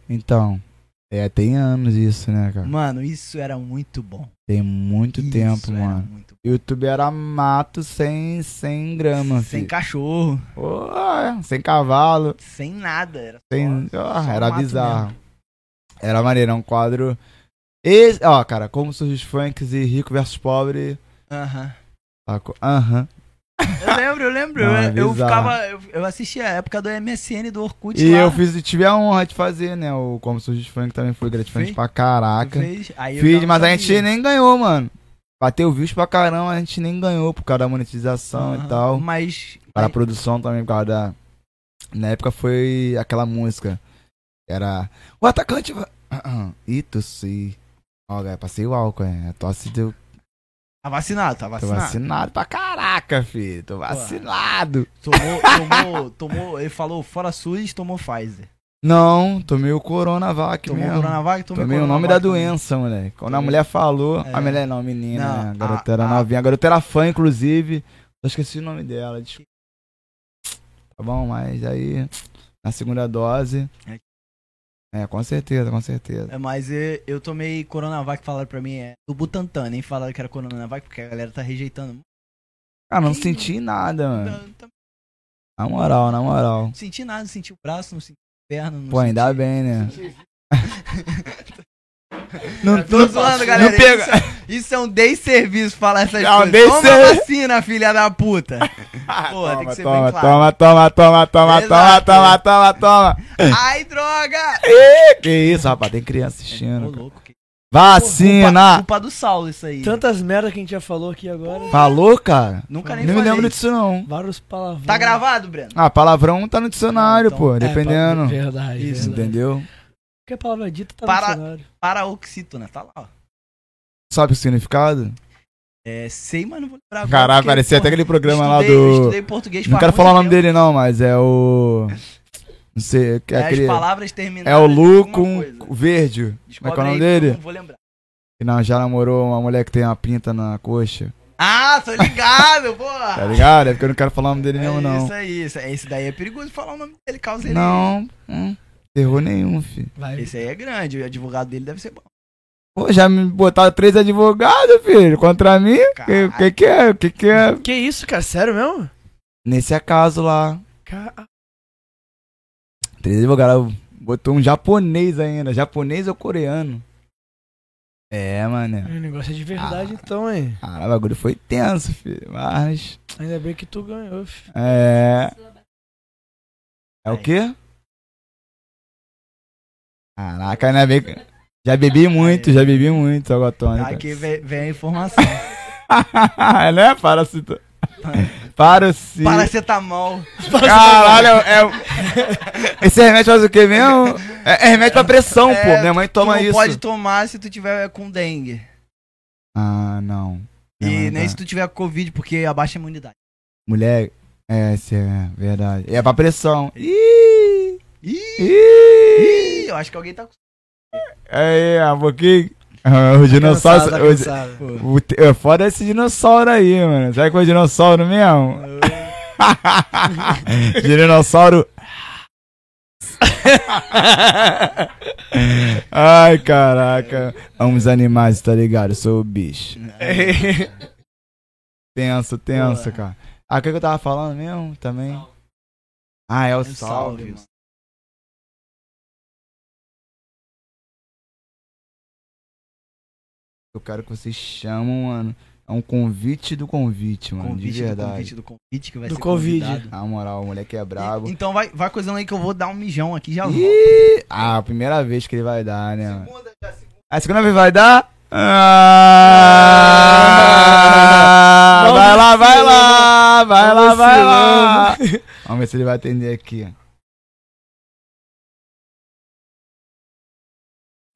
Speaker 3: Então, é, tem anos isso, né, cara?
Speaker 1: Mano, isso era muito bom.
Speaker 3: Tem muito
Speaker 1: Isso é.
Speaker 3: tempo,
Speaker 1: era
Speaker 3: mano.
Speaker 1: muito
Speaker 3: YouTube era mato sem, sem
Speaker 1: bom.
Speaker 3: grama,
Speaker 1: Sem
Speaker 3: filho.
Speaker 1: cachorro,
Speaker 3: Ô, é, sem cavalo,
Speaker 1: sem nada. Era só-
Speaker 3: sem...
Speaker 1: só um
Speaker 3: ó, era
Speaker 1: mato
Speaker 3: bizarro.
Speaker 1: mesmo.
Speaker 3: Era maneiro, é um quadro... Esse, ó, cara, como surge os funks e rico versus pobre...
Speaker 1: Aham.
Speaker 3: sacou? Aham.
Speaker 1: Eu lembro, eu lembro.
Speaker 3: Não, é
Speaker 1: eu, eu
Speaker 3: bizarro.
Speaker 1: ficava. Eu, eu assistia a época do MSN do Orkut
Speaker 3: E
Speaker 1: lá. né?
Speaker 3: eu fiz, tive a honra de fazer, né? O Como Surge os Funk também foi gratificante
Speaker 1: Fez?
Speaker 3: pra caraca.
Speaker 1: Fez, aí eu
Speaker 3: Fiz,
Speaker 1: não
Speaker 3: mas a
Speaker 1: sabia.
Speaker 3: gente nem ganhou, mano. Bateu views pra caramba, a gente nem ganhou por causa da monetização
Speaker 1: Aham,
Speaker 3: e tal.
Speaker 1: Mas.
Speaker 3: Para a produção também, por causa da. Na época foi aquela música. Era. O atacante. va- Ih, tossi. Ó, galera, passei o álcool, é. A tosse deu.
Speaker 1: Tá vacinado, tá
Speaker 3: Tô
Speaker 1: vacinado.
Speaker 3: vacinado pra caraca, filho. Tô vacinado.
Speaker 1: Tomou, tomou, tomou. Ele falou fora SUS, tomou Pfizer.
Speaker 3: Não, tomei o Coronavac
Speaker 1: Tomou
Speaker 3: mesmo.
Speaker 1: Coronavac, tomou
Speaker 3: Tomei o nome da
Speaker 1: Coronavac também.
Speaker 3: doença, moleque. Quando a
Speaker 1: Tomei.
Speaker 3: mulher falou.
Speaker 1: É.
Speaker 3: A mulher não, a menina.
Speaker 1: Não, Ah, a-
Speaker 3: né? a garota era
Speaker 1: a-
Speaker 3: novinha. A garota era fã, inclusive. Eu esqueci o nome dela, desculpa. Tá bom, mas aí. Na segunda dose. É, com certeza, com certeza.
Speaker 1: É, mas eu, eu tomei Coronavac, falaram pra mim, é do Butantan, nem falaram que era Coronavac, porque a galera tá rejeitando.
Speaker 3: Cara, não
Speaker 1: Que-
Speaker 3: senti nada, mano.
Speaker 1: Não, não
Speaker 3: Na moral, na moral.
Speaker 1: senti nada, não senti o braço, não senti a perna, não
Speaker 3: Pô,
Speaker 1: senti...
Speaker 3: ainda bem,
Speaker 1: [laughs]
Speaker 3: né?
Speaker 1: Não tô zoando, galera.
Speaker 3: Não pega.
Speaker 1: Isso,
Speaker 3: [laughs]
Speaker 1: é- isso é um desserviço falar essas
Speaker 3: É um
Speaker 1: coisas. Toma
Speaker 3: desserviço.
Speaker 1: vacina, filha da puta. Pô, tem que ser bem
Speaker 3: toma,
Speaker 1: claro.
Speaker 3: toma, toma, toma, toma, toma,
Speaker 1: Exato.
Speaker 3: toma, toma, toma.
Speaker 1: Ai, droga!
Speaker 3: Que isso, rapaz? Tem criança
Speaker 1: Ô,
Speaker 3: assistindo. cara.
Speaker 1: louco, que... Culpa,
Speaker 3: Vacina!
Speaker 1: culpa do Saulo isso aí.
Speaker 2: Tantas merdas que a gente já falou aqui agora.
Speaker 3: Falou, cara?
Speaker 1: Nunca nem
Speaker 3: Não me
Speaker 1: falei.
Speaker 3: lembro disso, não.
Speaker 2: Vários palavrões.
Speaker 1: Tá gravado, Breno?
Speaker 3: Ah, palavrão tá no dicionário,
Speaker 1: Não, então,
Speaker 3: pô,
Speaker 2: É,
Speaker 3: dependendo.
Speaker 2: pa- Verdade.
Speaker 1: Isso, né?
Speaker 2: Isso, verdade.
Speaker 3: entendeu?
Speaker 2: Qualquer palavra dita tá
Speaker 1: Para-
Speaker 2: no dicionário.
Speaker 1: Para oxítona, tá lá, ó.
Speaker 3: Sabe o significado?
Speaker 1: É, sei, mas não vou lembrar agora.
Speaker 3: Caralho,
Speaker 1: porque,
Speaker 3: parecia
Speaker 1: porra,
Speaker 3: até aquele programa lá
Speaker 1: estudei- eu
Speaker 3: do.
Speaker 1: Estudei português
Speaker 3: Não
Speaker 1: faz
Speaker 3: quero
Speaker 1: muito
Speaker 3: falar o nome
Speaker 1: tempo.
Speaker 3: dele, não, mas é o. Não sei, é
Speaker 1: É,
Speaker 3: aquele.
Speaker 1: As palavras terminadas.
Speaker 3: É o Lu
Speaker 1: em alguma
Speaker 3: com
Speaker 1: coisa.
Speaker 3: o verde. Como é que é o
Speaker 1: Descobre aí
Speaker 3: nome
Speaker 1: que eu
Speaker 3: dele?
Speaker 1: Não vou lembrar.
Speaker 3: Que não, já namorou uma mulher que tem uma pinta na coxa.
Speaker 1: Ah, tô ligado, porra.
Speaker 3: Tá ligado? É porque eu não quero falar o nome dele
Speaker 1: É
Speaker 3: mesmo, não.
Speaker 1: Isso aí, isso aí. Esse daí é perigoso falar o nome dele, causa ele.
Speaker 3: Não, hum, errou nenhum, filho.
Speaker 2: Vai.
Speaker 1: Esse aí é grande, o advogado dele deve ser bom.
Speaker 3: Pô, já me botaram três advogados, filho, contra mim?
Speaker 1: Caralho.
Speaker 3: Que, que que é? O que que é?
Speaker 2: Que isso, cara? Sério mesmo?
Speaker 3: Nesse acaso lá,
Speaker 2: Ca-
Speaker 3: Três advogados. Botou um japonês ainda. Japonês ou coreano? É,
Speaker 2: O
Speaker 3: mano.
Speaker 2: negócio é de verdade
Speaker 3: Ah.
Speaker 2: então, hein?
Speaker 3: Caralho, o bagulho foi tenso, filho. Mas.
Speaker 2: Ainda bem que tu ganhou, filho.
Speaker 3: É. É o quê? Caraca, ainda bem. que- Já bebi muito, já bebi muito água tônica.
Speaker 1: tá Aqui vem, vem a informação.
Speaker 3: [laughs] né? Para se. Para se.
Speaker 1: Paracetamol.
Speaker 3: Caralho, é. é- tá [laughs] Esse remédio faz o quê mesmo? É, é remédio pra pressão,
Speaker 1: É,
Speaker 3: pô. Minha mãe toma
Speaker 1: tu não
Speaker 3: isso.
Speaker 1: pode tomar se tu tiver com dengue.
Speaker 3: Ah, não. Minha
Speaker 1: E
Speaker 3: mãe
Speaker 1: nem
Speaker 3: tá-
Speaker 1: se tu tiver Covid, porque abaixa a imunidade.
Speaker 3: Mulher, é, isso é verdade. É pra pressão. Ih!
Speaker 1: Ih,
Speaker 3: Ih!
Speaker 1: ih, eu acho que alguém tá com.
Speaker 3: Aí, a boquinha. Ah, O dinossauro.
Speaker 2: Cansado, tá
Speaker 3: o-
Speaker 2: cansado.
Speaker 3: o te- é foda esse dinossauro aí, mano. Será que foi dinossauro mesmo? [laughs] dinossauro. Ai, caraca. Amo os animais, tá ligado? Eu sou o bicho. tenso, tenso,
Speaker 1: Boa.
Speaker 3: cara. Ah, o que que eu tava falando mesmo também? Ah, é o
Speaker 1: Salve,
Speaker 3: salve.
Speaker 1: mano.
Speaker 3: Eu quero que vocês chamam, mano. É um convite do convite, mano.
Speaker 1: Convite
Speaker 3: de
Speaker 1: do
Speaker 3: verdade.
Speaker 1: convite do convite que vai
Speaker 2: Do
Speaker 1: ser
Speaker 2: Covid.
Speaker 1: convidado.
Speaker 3: Na moral, o moleque é brabo.
Speaker 1: E- Então vai, vai coisando aí que eu vou dar um mijão aqui já volto.
Speaker 3: Ih, ah, a primeira vez que ele vai dar, né? mano?
Speaker 1: já, segunda.
Speaker 3: A segunda vez vai dar? Ah,
Speaker 2: Não
Speaker 3: vai lá, vai
Speaker 2: vacilamos.
Speaker 3: lá, vai
Speaker 2: Não
Speaker 3: [laughs] lá, vai lá. Vamos ver se ele vai atender aqui.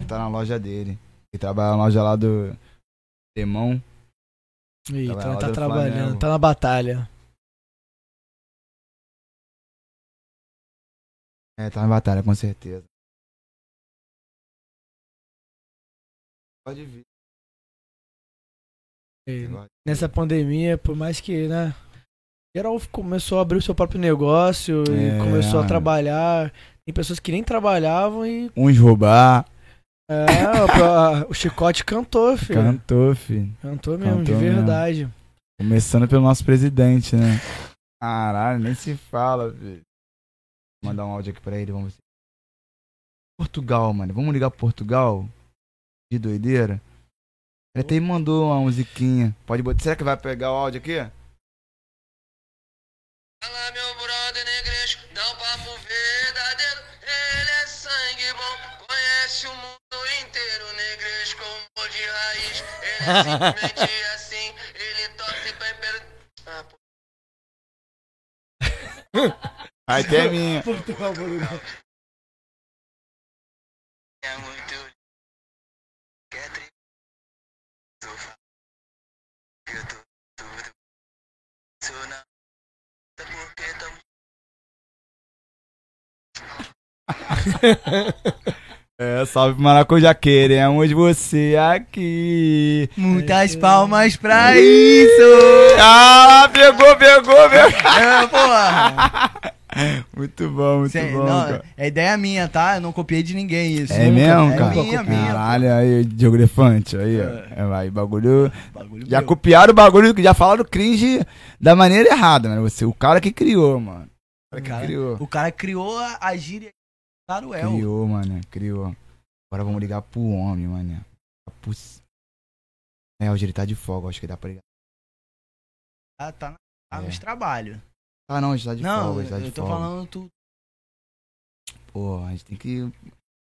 Speaker 3: tá na loja dele. Ele trabalha na loja lá do Demão.
Speaker 2: Ih,
Speaker 3: Ela é
Speaker 2: tá,
Speaker 3: lá
Speaker 2: tá
Speaker 3: do
Speaker 2: trabalhando,
Speaker 3: Flamengo.
Speaker 2: tá na batalha.
Speaker 3: É, tá na batalha, com certeza. Pode vir.
Speaker 2: E
Speaker 3: negócio.
Speaker 2: nessa pandemia, por mais que, né? Geral começou a abrir o seu próprio negócio
Speaker 3: É,
Speaker 2: e começou a
Speaker 3: mano.
Speaker 2: trabalhar. Tem pessoas que nem trabalhavam e.
Speaker 3: Uns roubar,
Speaker 2: É, a- a- o Chicote cantou, filho.
Speaker 3: cantou, filho.
Speaker 2: Cantou mesmo, de
Speaker 3: Cantou mesmo.
Speaker 2: verdade.
Speaker 3: Começando pelo nosso presidente, né? Caralho, nem se fala, filho. Vou mandar um áudio aqui pra ele, vamos ver. Portugal, mano. Vamos ligar pro Portugal? De doideira. Ele até me mandou uma musiquinha. Pode botar. Será que vai pegar o áudio aqui?
Speaker 6: Fala meu brother negresco, dá um papo verdadeiro, ele é sangue bom, conhece o mundo inteiro, negresco, amor de raiz, ele é simplesmente assim, ele torce pra império... Ah, pô.
Speaker 3: Aí tem a minha.
Speaker 6: é muito... Quer tri... Sou fa- eu tô tudo, sou na... porque tamo...
Speaker 3: É, salve Maracujá, queremos você aqui.
Speaker 1: Muitas
Speaker 2: É.
Speaker 1: palmas pra É isso!
Speaker 3: Ah, pegou, pegou, pegou.
Speaker 1: É, porra!
Speaker 3: Muito bom, muito
Speaker 1: Cê-
Speaker 3: bom,
Speaker 1: não,
Speaker 3: cara.
Speaker 1: é ideia minha, tá? Eu não copiei de ninguém isso.
Speaker 3: É
Speaker 1: Nunca.
Speaker 3: mesmo,
Speaker 1: é
Speaker 3: cara?
Speaker 1: Minha, É. minha.
Speaker 3: Caralho, aí, Diogo Elefante, aí, ó. Aí, bagulho...
Speaker 1: Bagulho
Speaker 3: Já
Speaker 1: meu.
Speaker 3: copiaram o bagulho, já falaram cringe da maneira errada, mano. Você, o cara que criou, mano. O cara que
Speaker 1: Cara,
Speaker 3: criou.
Speaker 1: O cara criou a, a gíria Saruel.
Speaker 3: Criou, mano, criou. Agora vamos ligar pro homem, mano. Tá Pus- É, hoje ele tá de folga, acho que dá pra ligar.
Speaker 1: Tá, tá, na- tá
Speaker 3: É.
Speaker 1: nos trabalhos.
Speaker 3: Ah, não, hoje tá de
Speaker 1: Não,
Speaker 3: folga, hoje tá
Speaker 1: eu,
Speaker 3: de
Speaker 1: eu tô
Speaker 3: folga.
Speaker 1: falando tu.
Speaker 3: Pô, a gente tem que.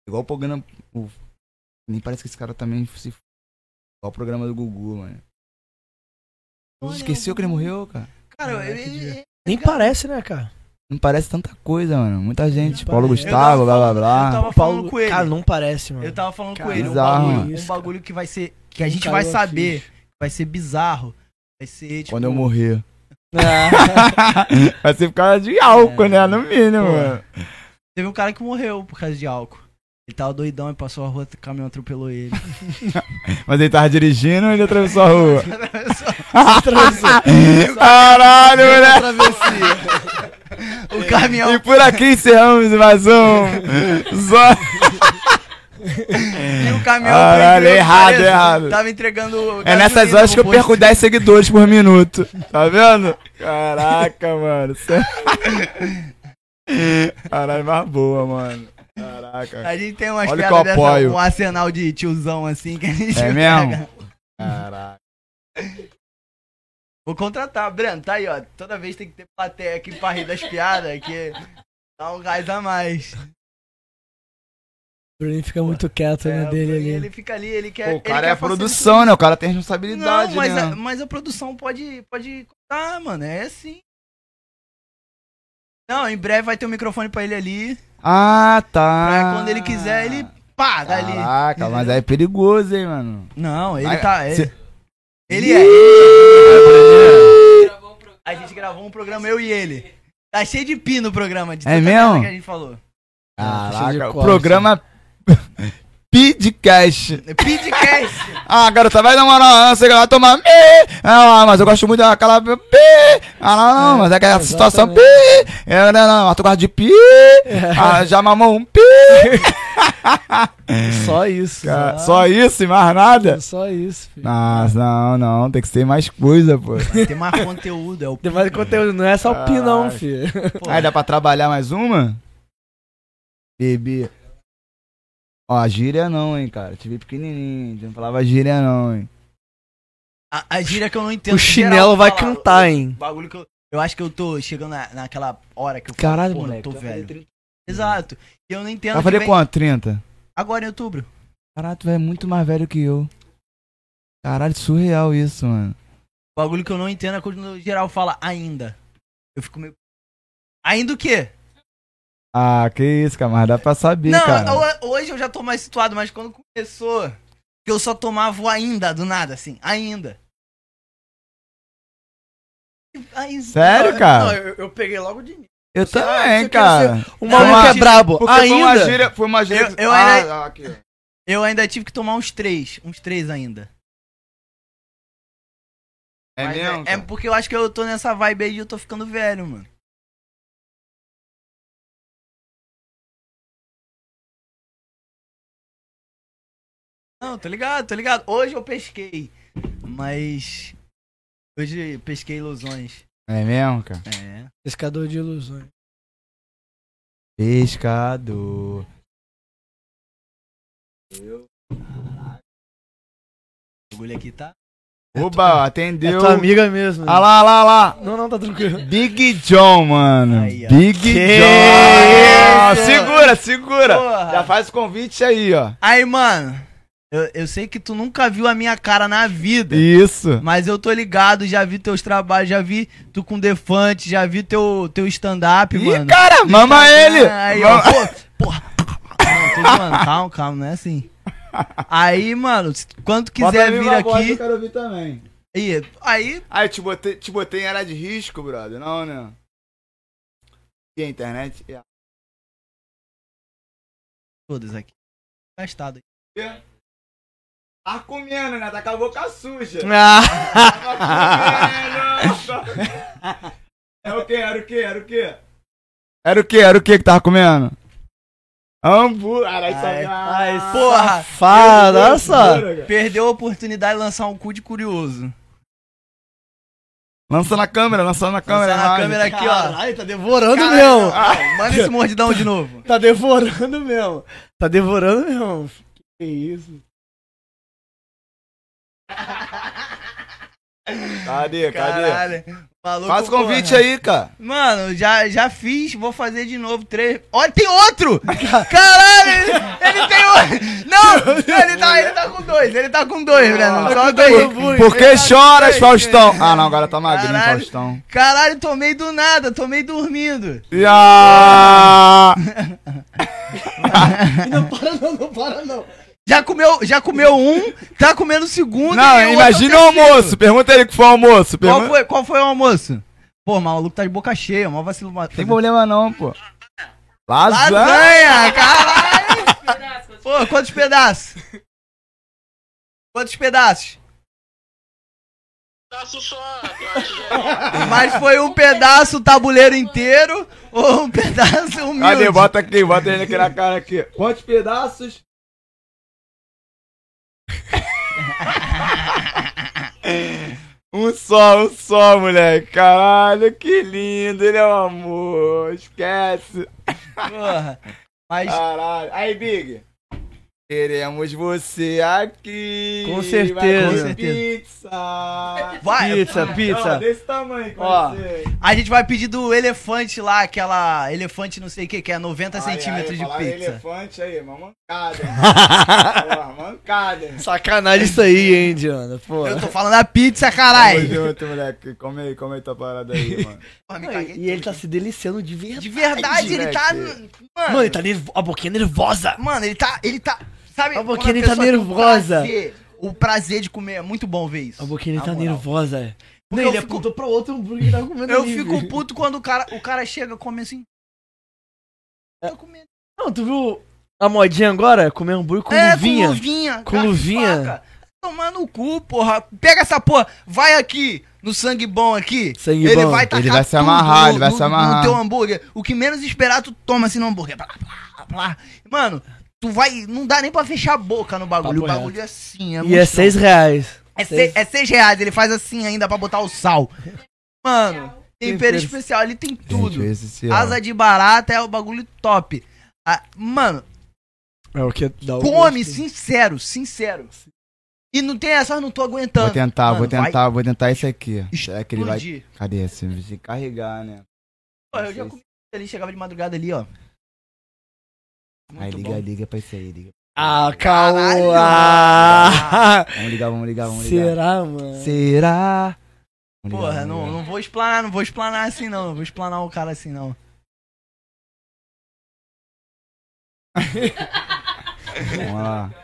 Speaker 3: Igual o programa. o- Nem parece que esse cara também se. f- Igual o programa do Gugu, mano.
Speaker 1: Olha,
Speaker 3: Esqueceu que ele morreu, cara.
Speaker 1: Cara, eu,
Speaker 2: Caraca,
Speaker 1: eu-
Speaker 2: é que dia.
Speaker 1: eu-
Speaker 2: Nem parece, né, cara?
Speaker 3: Não parece tanta coisa, mano. Muita gente.
Speaker 2: Não
Speaker 3: Paulo
Speaker 2: parece.
Speaker 3: Gustavo,
Speaker 1: Eu
Speaker 3: blá
Speaker 1: tava
Speaker 3: blá blá.
Speaker 1: eu tava falando com ele.
Speaker 2: Cara, não parece, mano. um
Speaker 1: Eu tava falando com
Speaker 2: Cara,
Speaker 1: ele. Um
Speaker 3: bizarro,
Speaker 1: bagulho,
Speaker 2: mano.
Speaker 1: um
Speaker 2: Isso,
Speaker 1: bagulho que vai ser. Que a
Speaker 3: Um
Speaker 2: Quem
Speaker 1: gente vai
Speaker 2: caiu a
Speaker 1: saber. Vai ser bizarro. Vai ser tipo.
Speaker 3: Quando eu morrer.
Speaker 2: [laughs] ficha.
Speaker 3: Vai ser por causa de álcool,
Speaker 1: É.
Speaker 3: né? No mínimo,
Speaker 1: Pô.
Speaker 3: mano.
Speaker 1: Teve um cara que morreu por causa de álcool. Ele tava doidão e passou a rua, o caminhão atropelou
Speaker 3: [laughs]
Speaker 1: ele.
Speaker 3: Mas ele tava dirigindo e ele atravessou a rua. [laughs]
Speaker 2: Atravessou.
Speaker 3: Caralho, moleque.
Speaker 1: [laughs] o caminhão.
Speaker 3: né? E por aqui encerramos mais um. Só...
Speaker 1: E o caminhão.
Speaker 3: Caralho,
Speaker 1: foi
Speaker 3: errado,
Speaker 1: preso.
Speaker 3: errado.
Speaker 1: Tava entregando.
Speaker 3: É nessas
Speaker 1: gasolina
Speaker 3: horas que eu
Speaker 1: pro
Speaker 3: perco
Speaker 1: posto.
Speaker 3: 10 seguidores por minuto. Tá vendo? Caraca, mano. cê- Caralho, mais boa, mano. Caraca.
Speaker 1: A gente tem umas
Speaker 3: Olha que
Speaker 1: piadas
Speaker 3: eu
Speaker 1: dessa,
Speaker 3: apoio.
Speaker 1: um arsenal de tiozão assim que a gente.
Speaker 3: É mesmo? Caraca.
Speaker 1: Vou contratar, Breno, tá aí, ó. Toda vez tem que ter plateia aqui pra rir das piadas, que dá um gás a mais.
Speaker 2: O Bruninho fica muito quieto, né,
Speaker 1: É,
Speaker 2: dele ali.
Speaker 1: ele fica ali, ele quer.
Speaker 3: Pô,
Speaker 1: ele
Speaker 3: o cara
Speaker 1: quer
Speaker 3: é a produção, né? O cara tem responsabilidade,
Speaker 1: Não, mas, é-
Speaker 3: né?
Speaker 1: a, mas a produção pode. pode contar, mano. É assim. Não, em breve vai ter um microfone pra ele ali.
Speaker 3: Ah, tá.
Speaker 1: Pra É, quando ele quiser, ele pá, dá ali.
Speaker 3: Caraca, mas aí é perigoso, hein, mano.
Speaker 1: Não, ele
Speaker 3: Vai,
Speaker 1: tá. Ele,
Speaker 3: cê-
Speaker 1: ele é. ele. A gente gravou um programa, eu e ele. Tá cheio de pi no programa de
Speaker 3: É
Speaker 1: tanta
Speaker 3: mesmo?
Speaker 1: merda que a gente falou.
Speaker 2: Precisa É, de
Speaker 3: Caraca, o
Speaker 2: corte. né?
Speaker 3: programa [laughs] Pidcast.
Speaker 1: Pidcast!
Speaker 3: Ah, garota, vai na moral, ah, você vai tomar. Ê, Ah, mas eu gosto muito daquela. Pi. Ah, não, não, mas é aquela situação. Pi. É, não, não, mas tu gosta de pi.
Speaker 2: É.
Speaker 3: Ah, já mamou
Speaker 2: [laughs]
Speaker 3: um pi.
Speaker 2: Só isso.
Speaker 3: Cara, É, Só isso e mais nada?
Speaker 2: É Só isso, filho.
Speaker 3: Ah, não, não, tem que ser mais coisa, pô.
Speaker 1: Tem mais
Speaker 3: [laughs]
Speaker 1: conteúdo, é o
Speaker 2: Tem mais conteúdo, não é só o pi, não,
Speaker 3: Caraca.
Speaker 2: filho.
Speaker 1: pô.
Speaker 3: Aí dá pra trabalhar mais uma? Bebê. Ó, a gíria não, hein, cara. Te vi pequenininho, tu não falava gíria não, hein.
Speaker 1: A, a gíria que eu não entendo.
Speaker 2: O chinelo
Speaker 1: geral
Speaker 2: vai
Speaker 1: fala,
Speaker 2: cantar,
Speaker 1: o-
Speaker 2: hein.
Speaker 1: o Bagulho que eu, eu acho que eu tô chegando na, naquela hora que eu falo,
Speaker 2: Caralho,
Speaker 1: pô,
Speaker 2: moleque. tá
Speaker 1: eu tô velho.
Speaker 2: um.
Speaker 1: Exato. E eu não entendo.
Speaker 3: Vai
Speaker 1: que
Speaker 3: fazer
Speaker 1: vem
Speaker 3: quanto? 30?
Speaker 1: Agora em outubro.
Speaker 3: Caralho, tu é muito mais velho que eu. Caralho, surreal isso, mano.
Speaker 1: O bagulho que eu não entendo é quando o geral fala ainda. Eu fico meio. Ainda o quê?
Speaker 3: Ah, que isso, cara, mas dá pra saber,
Speaker 1: não,
Speaker 3: cara.
Speaker 1: ho- hoje eu já tô mais situado, mas quando começou, que eu só tomava o ainda, do nada, assim, ainda. Aí-
Speaker 3: Sério, cara?
Speaker 2: Não, eu, eu peguei logo de início.
Speaker 3: eu
Speaker 2: sei lá,
Speaker 3: também,
Speaker 2: eu quero
Speaker 3: cara.
Speaker 2: O
Speaker 1: Não,
Speaker 2: maluco é
Speaker 1: mas-
Speaker 2: brabo.
Speaker 3: Porque foi uma
Speaker 2: Ainda.
Speaker 3: gíria. Foi uma gíria.
Speaker 1: Eu- eu
Speaker 3: ah,
Speaker 1: ainda-
Speaker 3: ah, aqui, ó.
Speaker 1: Eu ainda tive que tomar uns três, uns três ainda.
Speaker 3: É
Speaker 1: Mas
Speaker 3: mesmo?
Speaker 1: É, é porque eu acho que eu tô nessa vibe aí de eu tô ficando velho, mano. Não, tô ligado, tô ligado. Hoje eu pesquei, mas. Hoje eu pesquei ilusões.
Speaker 3: É mesmo, cara?
Speaker 1: É.
Speaker 2: Pescador de ilusões.
Speaker 3: Pescador.
Speaker 1: O bagulho aqui tá.
Speaker 3: Oba,
Speaker 2: É
Speaker 3: atendeu.
Speaker 2: tua amiga mesmo. né?
Speaker 3: Ah lá, lá, lá.
Speaker 2: Não, não, tá tranquilo.
Speaker 3: Big John, mano.
Speaker 1: Aí, ó.
Speaker 3: Big John. Ah,
Speaker 1: isso?
Speaker 3: Segura, segura.
Speaker 1: Porra.
Speaker 3: Já faz o convite aí, ó.
Speaker 1: Aí, mano, eu, eu sei que tu nunca viu a minha cara na vida.
Speaker 3: Isso.
Speaker 1: Mas eu tô ligado, já vi teus trabalhos, já vi tu com Defante, já vi teu, teu stand-up,
Speaker 3: Ih,
Speaker 1: mano.
Speaker 3: cara, mama ele.
Speaker 1: Aí, ó,
Speaker 3: Mama-
Speaker 1: pô, porra. Não, tô zoando, calma, calma, não é assim. Aí, mano, se- quando
Speaker 3: Bota
Speaker 1: quiser
Speaker 3: a
Speaker 1: vir
Speaker 3: minha voz,
Speaker 1: aqui.
Speaker 3: Eu quero ouvir também.
Speaker 1: Aí, aí,
Speaker 3: Ah, eu te botei, te botei em área de risco, brother. Não, né? E a internet? E a-
Speaker 1: todas aqui. Gastado.
Speaker 3: Tá comendo, né? Tá com a boca suja.
Speaker 2: Ah,
Speaker 3: Era É o que? Era o que? Era o que? Era o que? Era o que que tava comendo? Hambúrguer. é
Speaker 1: Ai,
Speaker 3: Ai,
Speaker 2: Ah,
Speaker 1: Porra,
Speaker 2: safado, olha só.
Speaker 1: perdeu a oportunidade de lançar um cu de curioso.
Speaker 3: Lança na câmera, lança na câmera.
Speaker 1: Lançar na
Speaker 3: imagem.
Speaker 1: câmera aqui, ó.
Speaker 2: Caralho, tá devorando
Speaker 1: Caralho,
Speaker 2: mesmo.
Speaker 1: não, Manda esse mordidão de novo.
Speaker 2: Tá devorando mesmo. Tá devorando mesmo. Que isso.
Speaker 3: Cadê? Cadê?
Speaker 1: Caralho. Maluco,
Speaker 3: Faz o
Speaker 1: porra.
Speaker 3: convite aí, cara.
Speaker 1: Mano, já, já fiz, vou fazer de novo três. Olha, tem outro! Caralho! Ele, ele tem outro! Não! Ele tá, ele tá com dois, ele tá com tá dois, Breno. Só dois.
Speaker 3: Por que choras, Faustão? Ah, não, agora tá magrinho,
Speaker 1: Caralho.
Speaker 3: Faustão.
Speaker 1: Caralho, tomei do nada, tomei dormindo.
Speaker 3: Ya!
Speaker 2: Não para não, não para não.
Speaker 1: Já comeu, já comeu um, tá comendo o segundo.
Speaker 3: Não,
Speaker 1: e outro
Speaker 3: imagina o
Speaker 1: terceiro.
Speaker 3: almoço. Pergunta ele que foi o almoço.
Speaker 1: Qual
Speaker 3: Pergunta...
Speaker 1: foi, qual foi o almoço? Pô, mas o maluco tá de boca cheia, mó vacilo.
Speaker 3: Tem problema não, pô. Lasanha.
Speaker 1: Lasanha, caralho! Pô, quantos pedaços? Quantos pedaços?
Speaker 6: Pedaço só, Piote. [laughs]
Speaker 1: Mas foi um pedaço o tabuleiro inteiro ou um pedaço humilde?
Speaker 3: Cadê? Bota aqui, bota ele aqui na cara aqui. Quantos pedaços? [laughs] um só, um só, moleque. Caralho, que lindo. Ele é um amor. Esquece.
Speaker 1: Porra. Mas
Speaker 3: Caralho. Aí, Big. Queremos você aqui.
Speaker 2: Com certeza.
Speaker 3: Vai
Speaker 2: Com
Speaker 3: comer
Speaker 2: certeza.
Speaker 3: Pizza.
Speaker 1: vai,
Speaker 2: Pizza,
Speaker 3: Ó,
Speaker 2: pizza.
Speaker 3: desse tamanho,
Speaker 2: Ó.
Speaker 3: você.
Speaker 1: a gente vai pedir do elefante lá, aquela elefante não sei o que, que é 90 centímetros
Speaker 3: aí,
Speaker 1: de
Speaker 3: falaram
Speaker 1: pizza.
Speaker 3: elefante aí, uma mancada. [laughs] hein? Porra, mancada. hein?
Speaker 2: Sacanagem isso aí, hein, Diana. Pô.
Speaker 1: Eu tô falando da pizza,
Speaker 3: Tamo
Speaker 1: caralho.
Speaker 3: junto, moleque. Come aí, come aí tua parada aí, [laughs] mano.
Speaker 1: Porra, me
Speaker 2: Não,
Speaker 1: caguei.
Speaker 2: E ele tá se deliciando de verdade.
Speaker 1: De verdade, ele tá.
Speaker 2: Mano,
Speaker 1: Mano,
Speaker 2: ele tá nervo... a boquinha nervosa.
Speaker 1: mano, ele tá. Ele tá. Sabe?
Speaker 2: A
Speaker 1: quando
Speaker 2: boquinha
Speaker 1: pessoa
Speaker 2: tá
Speaker 1: tem um
Speaker 2: nervosa.
Speaker 1: prazer, O prazer de comer é muito bom ver isso.
Speaker 2: A boquinha ele
Speaker 1: Na
Speaker 2: tá
Speaker 1: moral.
Speaker 2: nervosa.
Speaker 1: Porque
Speaker 2: Não,
Speaker 1: eu
Speaker 2: ele
Speaker 1: fico-
Speaker 2: apontou pra outro hambúrguer que tava comendo
Speaker 1: Eu
Speaker 2: ali,
Speaker 1: fico
Speaker 2: velho.
Speaker 1: puto quando o cara, o cara chega e come assim.
Speaker 2: É.
Speaker 1: Tô comendo.
Speaker 2: Não, tu viu a modinha agora? Comer hambúrguer com luvinha.
Speaker 1: É, com luvinha.
Speaker 2: Com
Speaker 1: garfo e
Speaker 2: luvinha.
Speaker 1: faca. Tomar no cu, porra. Pega essa porra. Vai aqui no sangue bom aqui.
Speaker 2: Sangue
Speaker 1: ele
Speaker 2: bom.
Speaker 1: vai tacar
Speaker 3: Ele vai se
Speaker 1: tudo
Speaker 3: amarrar,
Speaker 1: no-
Speaker 3: ele vai
Speaker 1: no-
Speaker 3: se amarrar.
Speaker 1: No teu hambúrguer. O que menos esperar, tu toma assim no hambúrguer. Blá, blá, blá. Mano, tu vai. Não dá nem pra fechar a boca no bagulho.
Speaker 2: Papo
Speaker 1: o bagulho é assim. É
Speaker 2: E é
Speaker 1: monstrão.
Speaker 2: seis reais.
Speaker 1: É, se- é seis reais. Ele faz assim ainda pra botar o sal. Mano, tempero
Speaker 2: Tempero.
Speaker 1: especial. Ele tem tudo.
Speaker 3: Gente, esse se ama.
Speaker 1: Asa de barata é o bagulho top. Ah, mano,
Speaker 2: É o que dá o
Speaker 1: come,
Speaker 2: gosto.
Speaker 1: sincero, sincero. E não tem essa, eu não tô aguentando.
Speaker 3: Vou tentar,
Speaker 1: Mano,
Speaker 3: vou tentar,
Speaker 1: vai
Speaker 3: vou tentar esse aqui. Será que ele vai.
Speaker 1: explodir.
Speaker 3: Cadê esse? Vai se carregar, né?
Speaker 1: Pô, eu já comi ali, chegava de madrugada ali, ó.
Speaker 3: Aí
Speaker 1: Muito
Speaker 3: liga,
Speaker 1: bom.
Speaker 3: liga pra isso aí, liga.
Speaker 2: Ah,
Speaker 1: Caralho,
Speaker 2: calma.
Speaker 3: Vamos ligar, vamos ligar, vamos ligar.
Speaker 2: Será, mano?
Speaker 3: Será? Vamos ligar,
Speaker 1: Porra,
Speaker 3: vamos
Speaker 1: não,
Speaker 3: ligar.
Speaker 1: não vou explanar, não vou explanar assim não, não vou explanar o cara assim não.
Speaker 3: Vamos lá.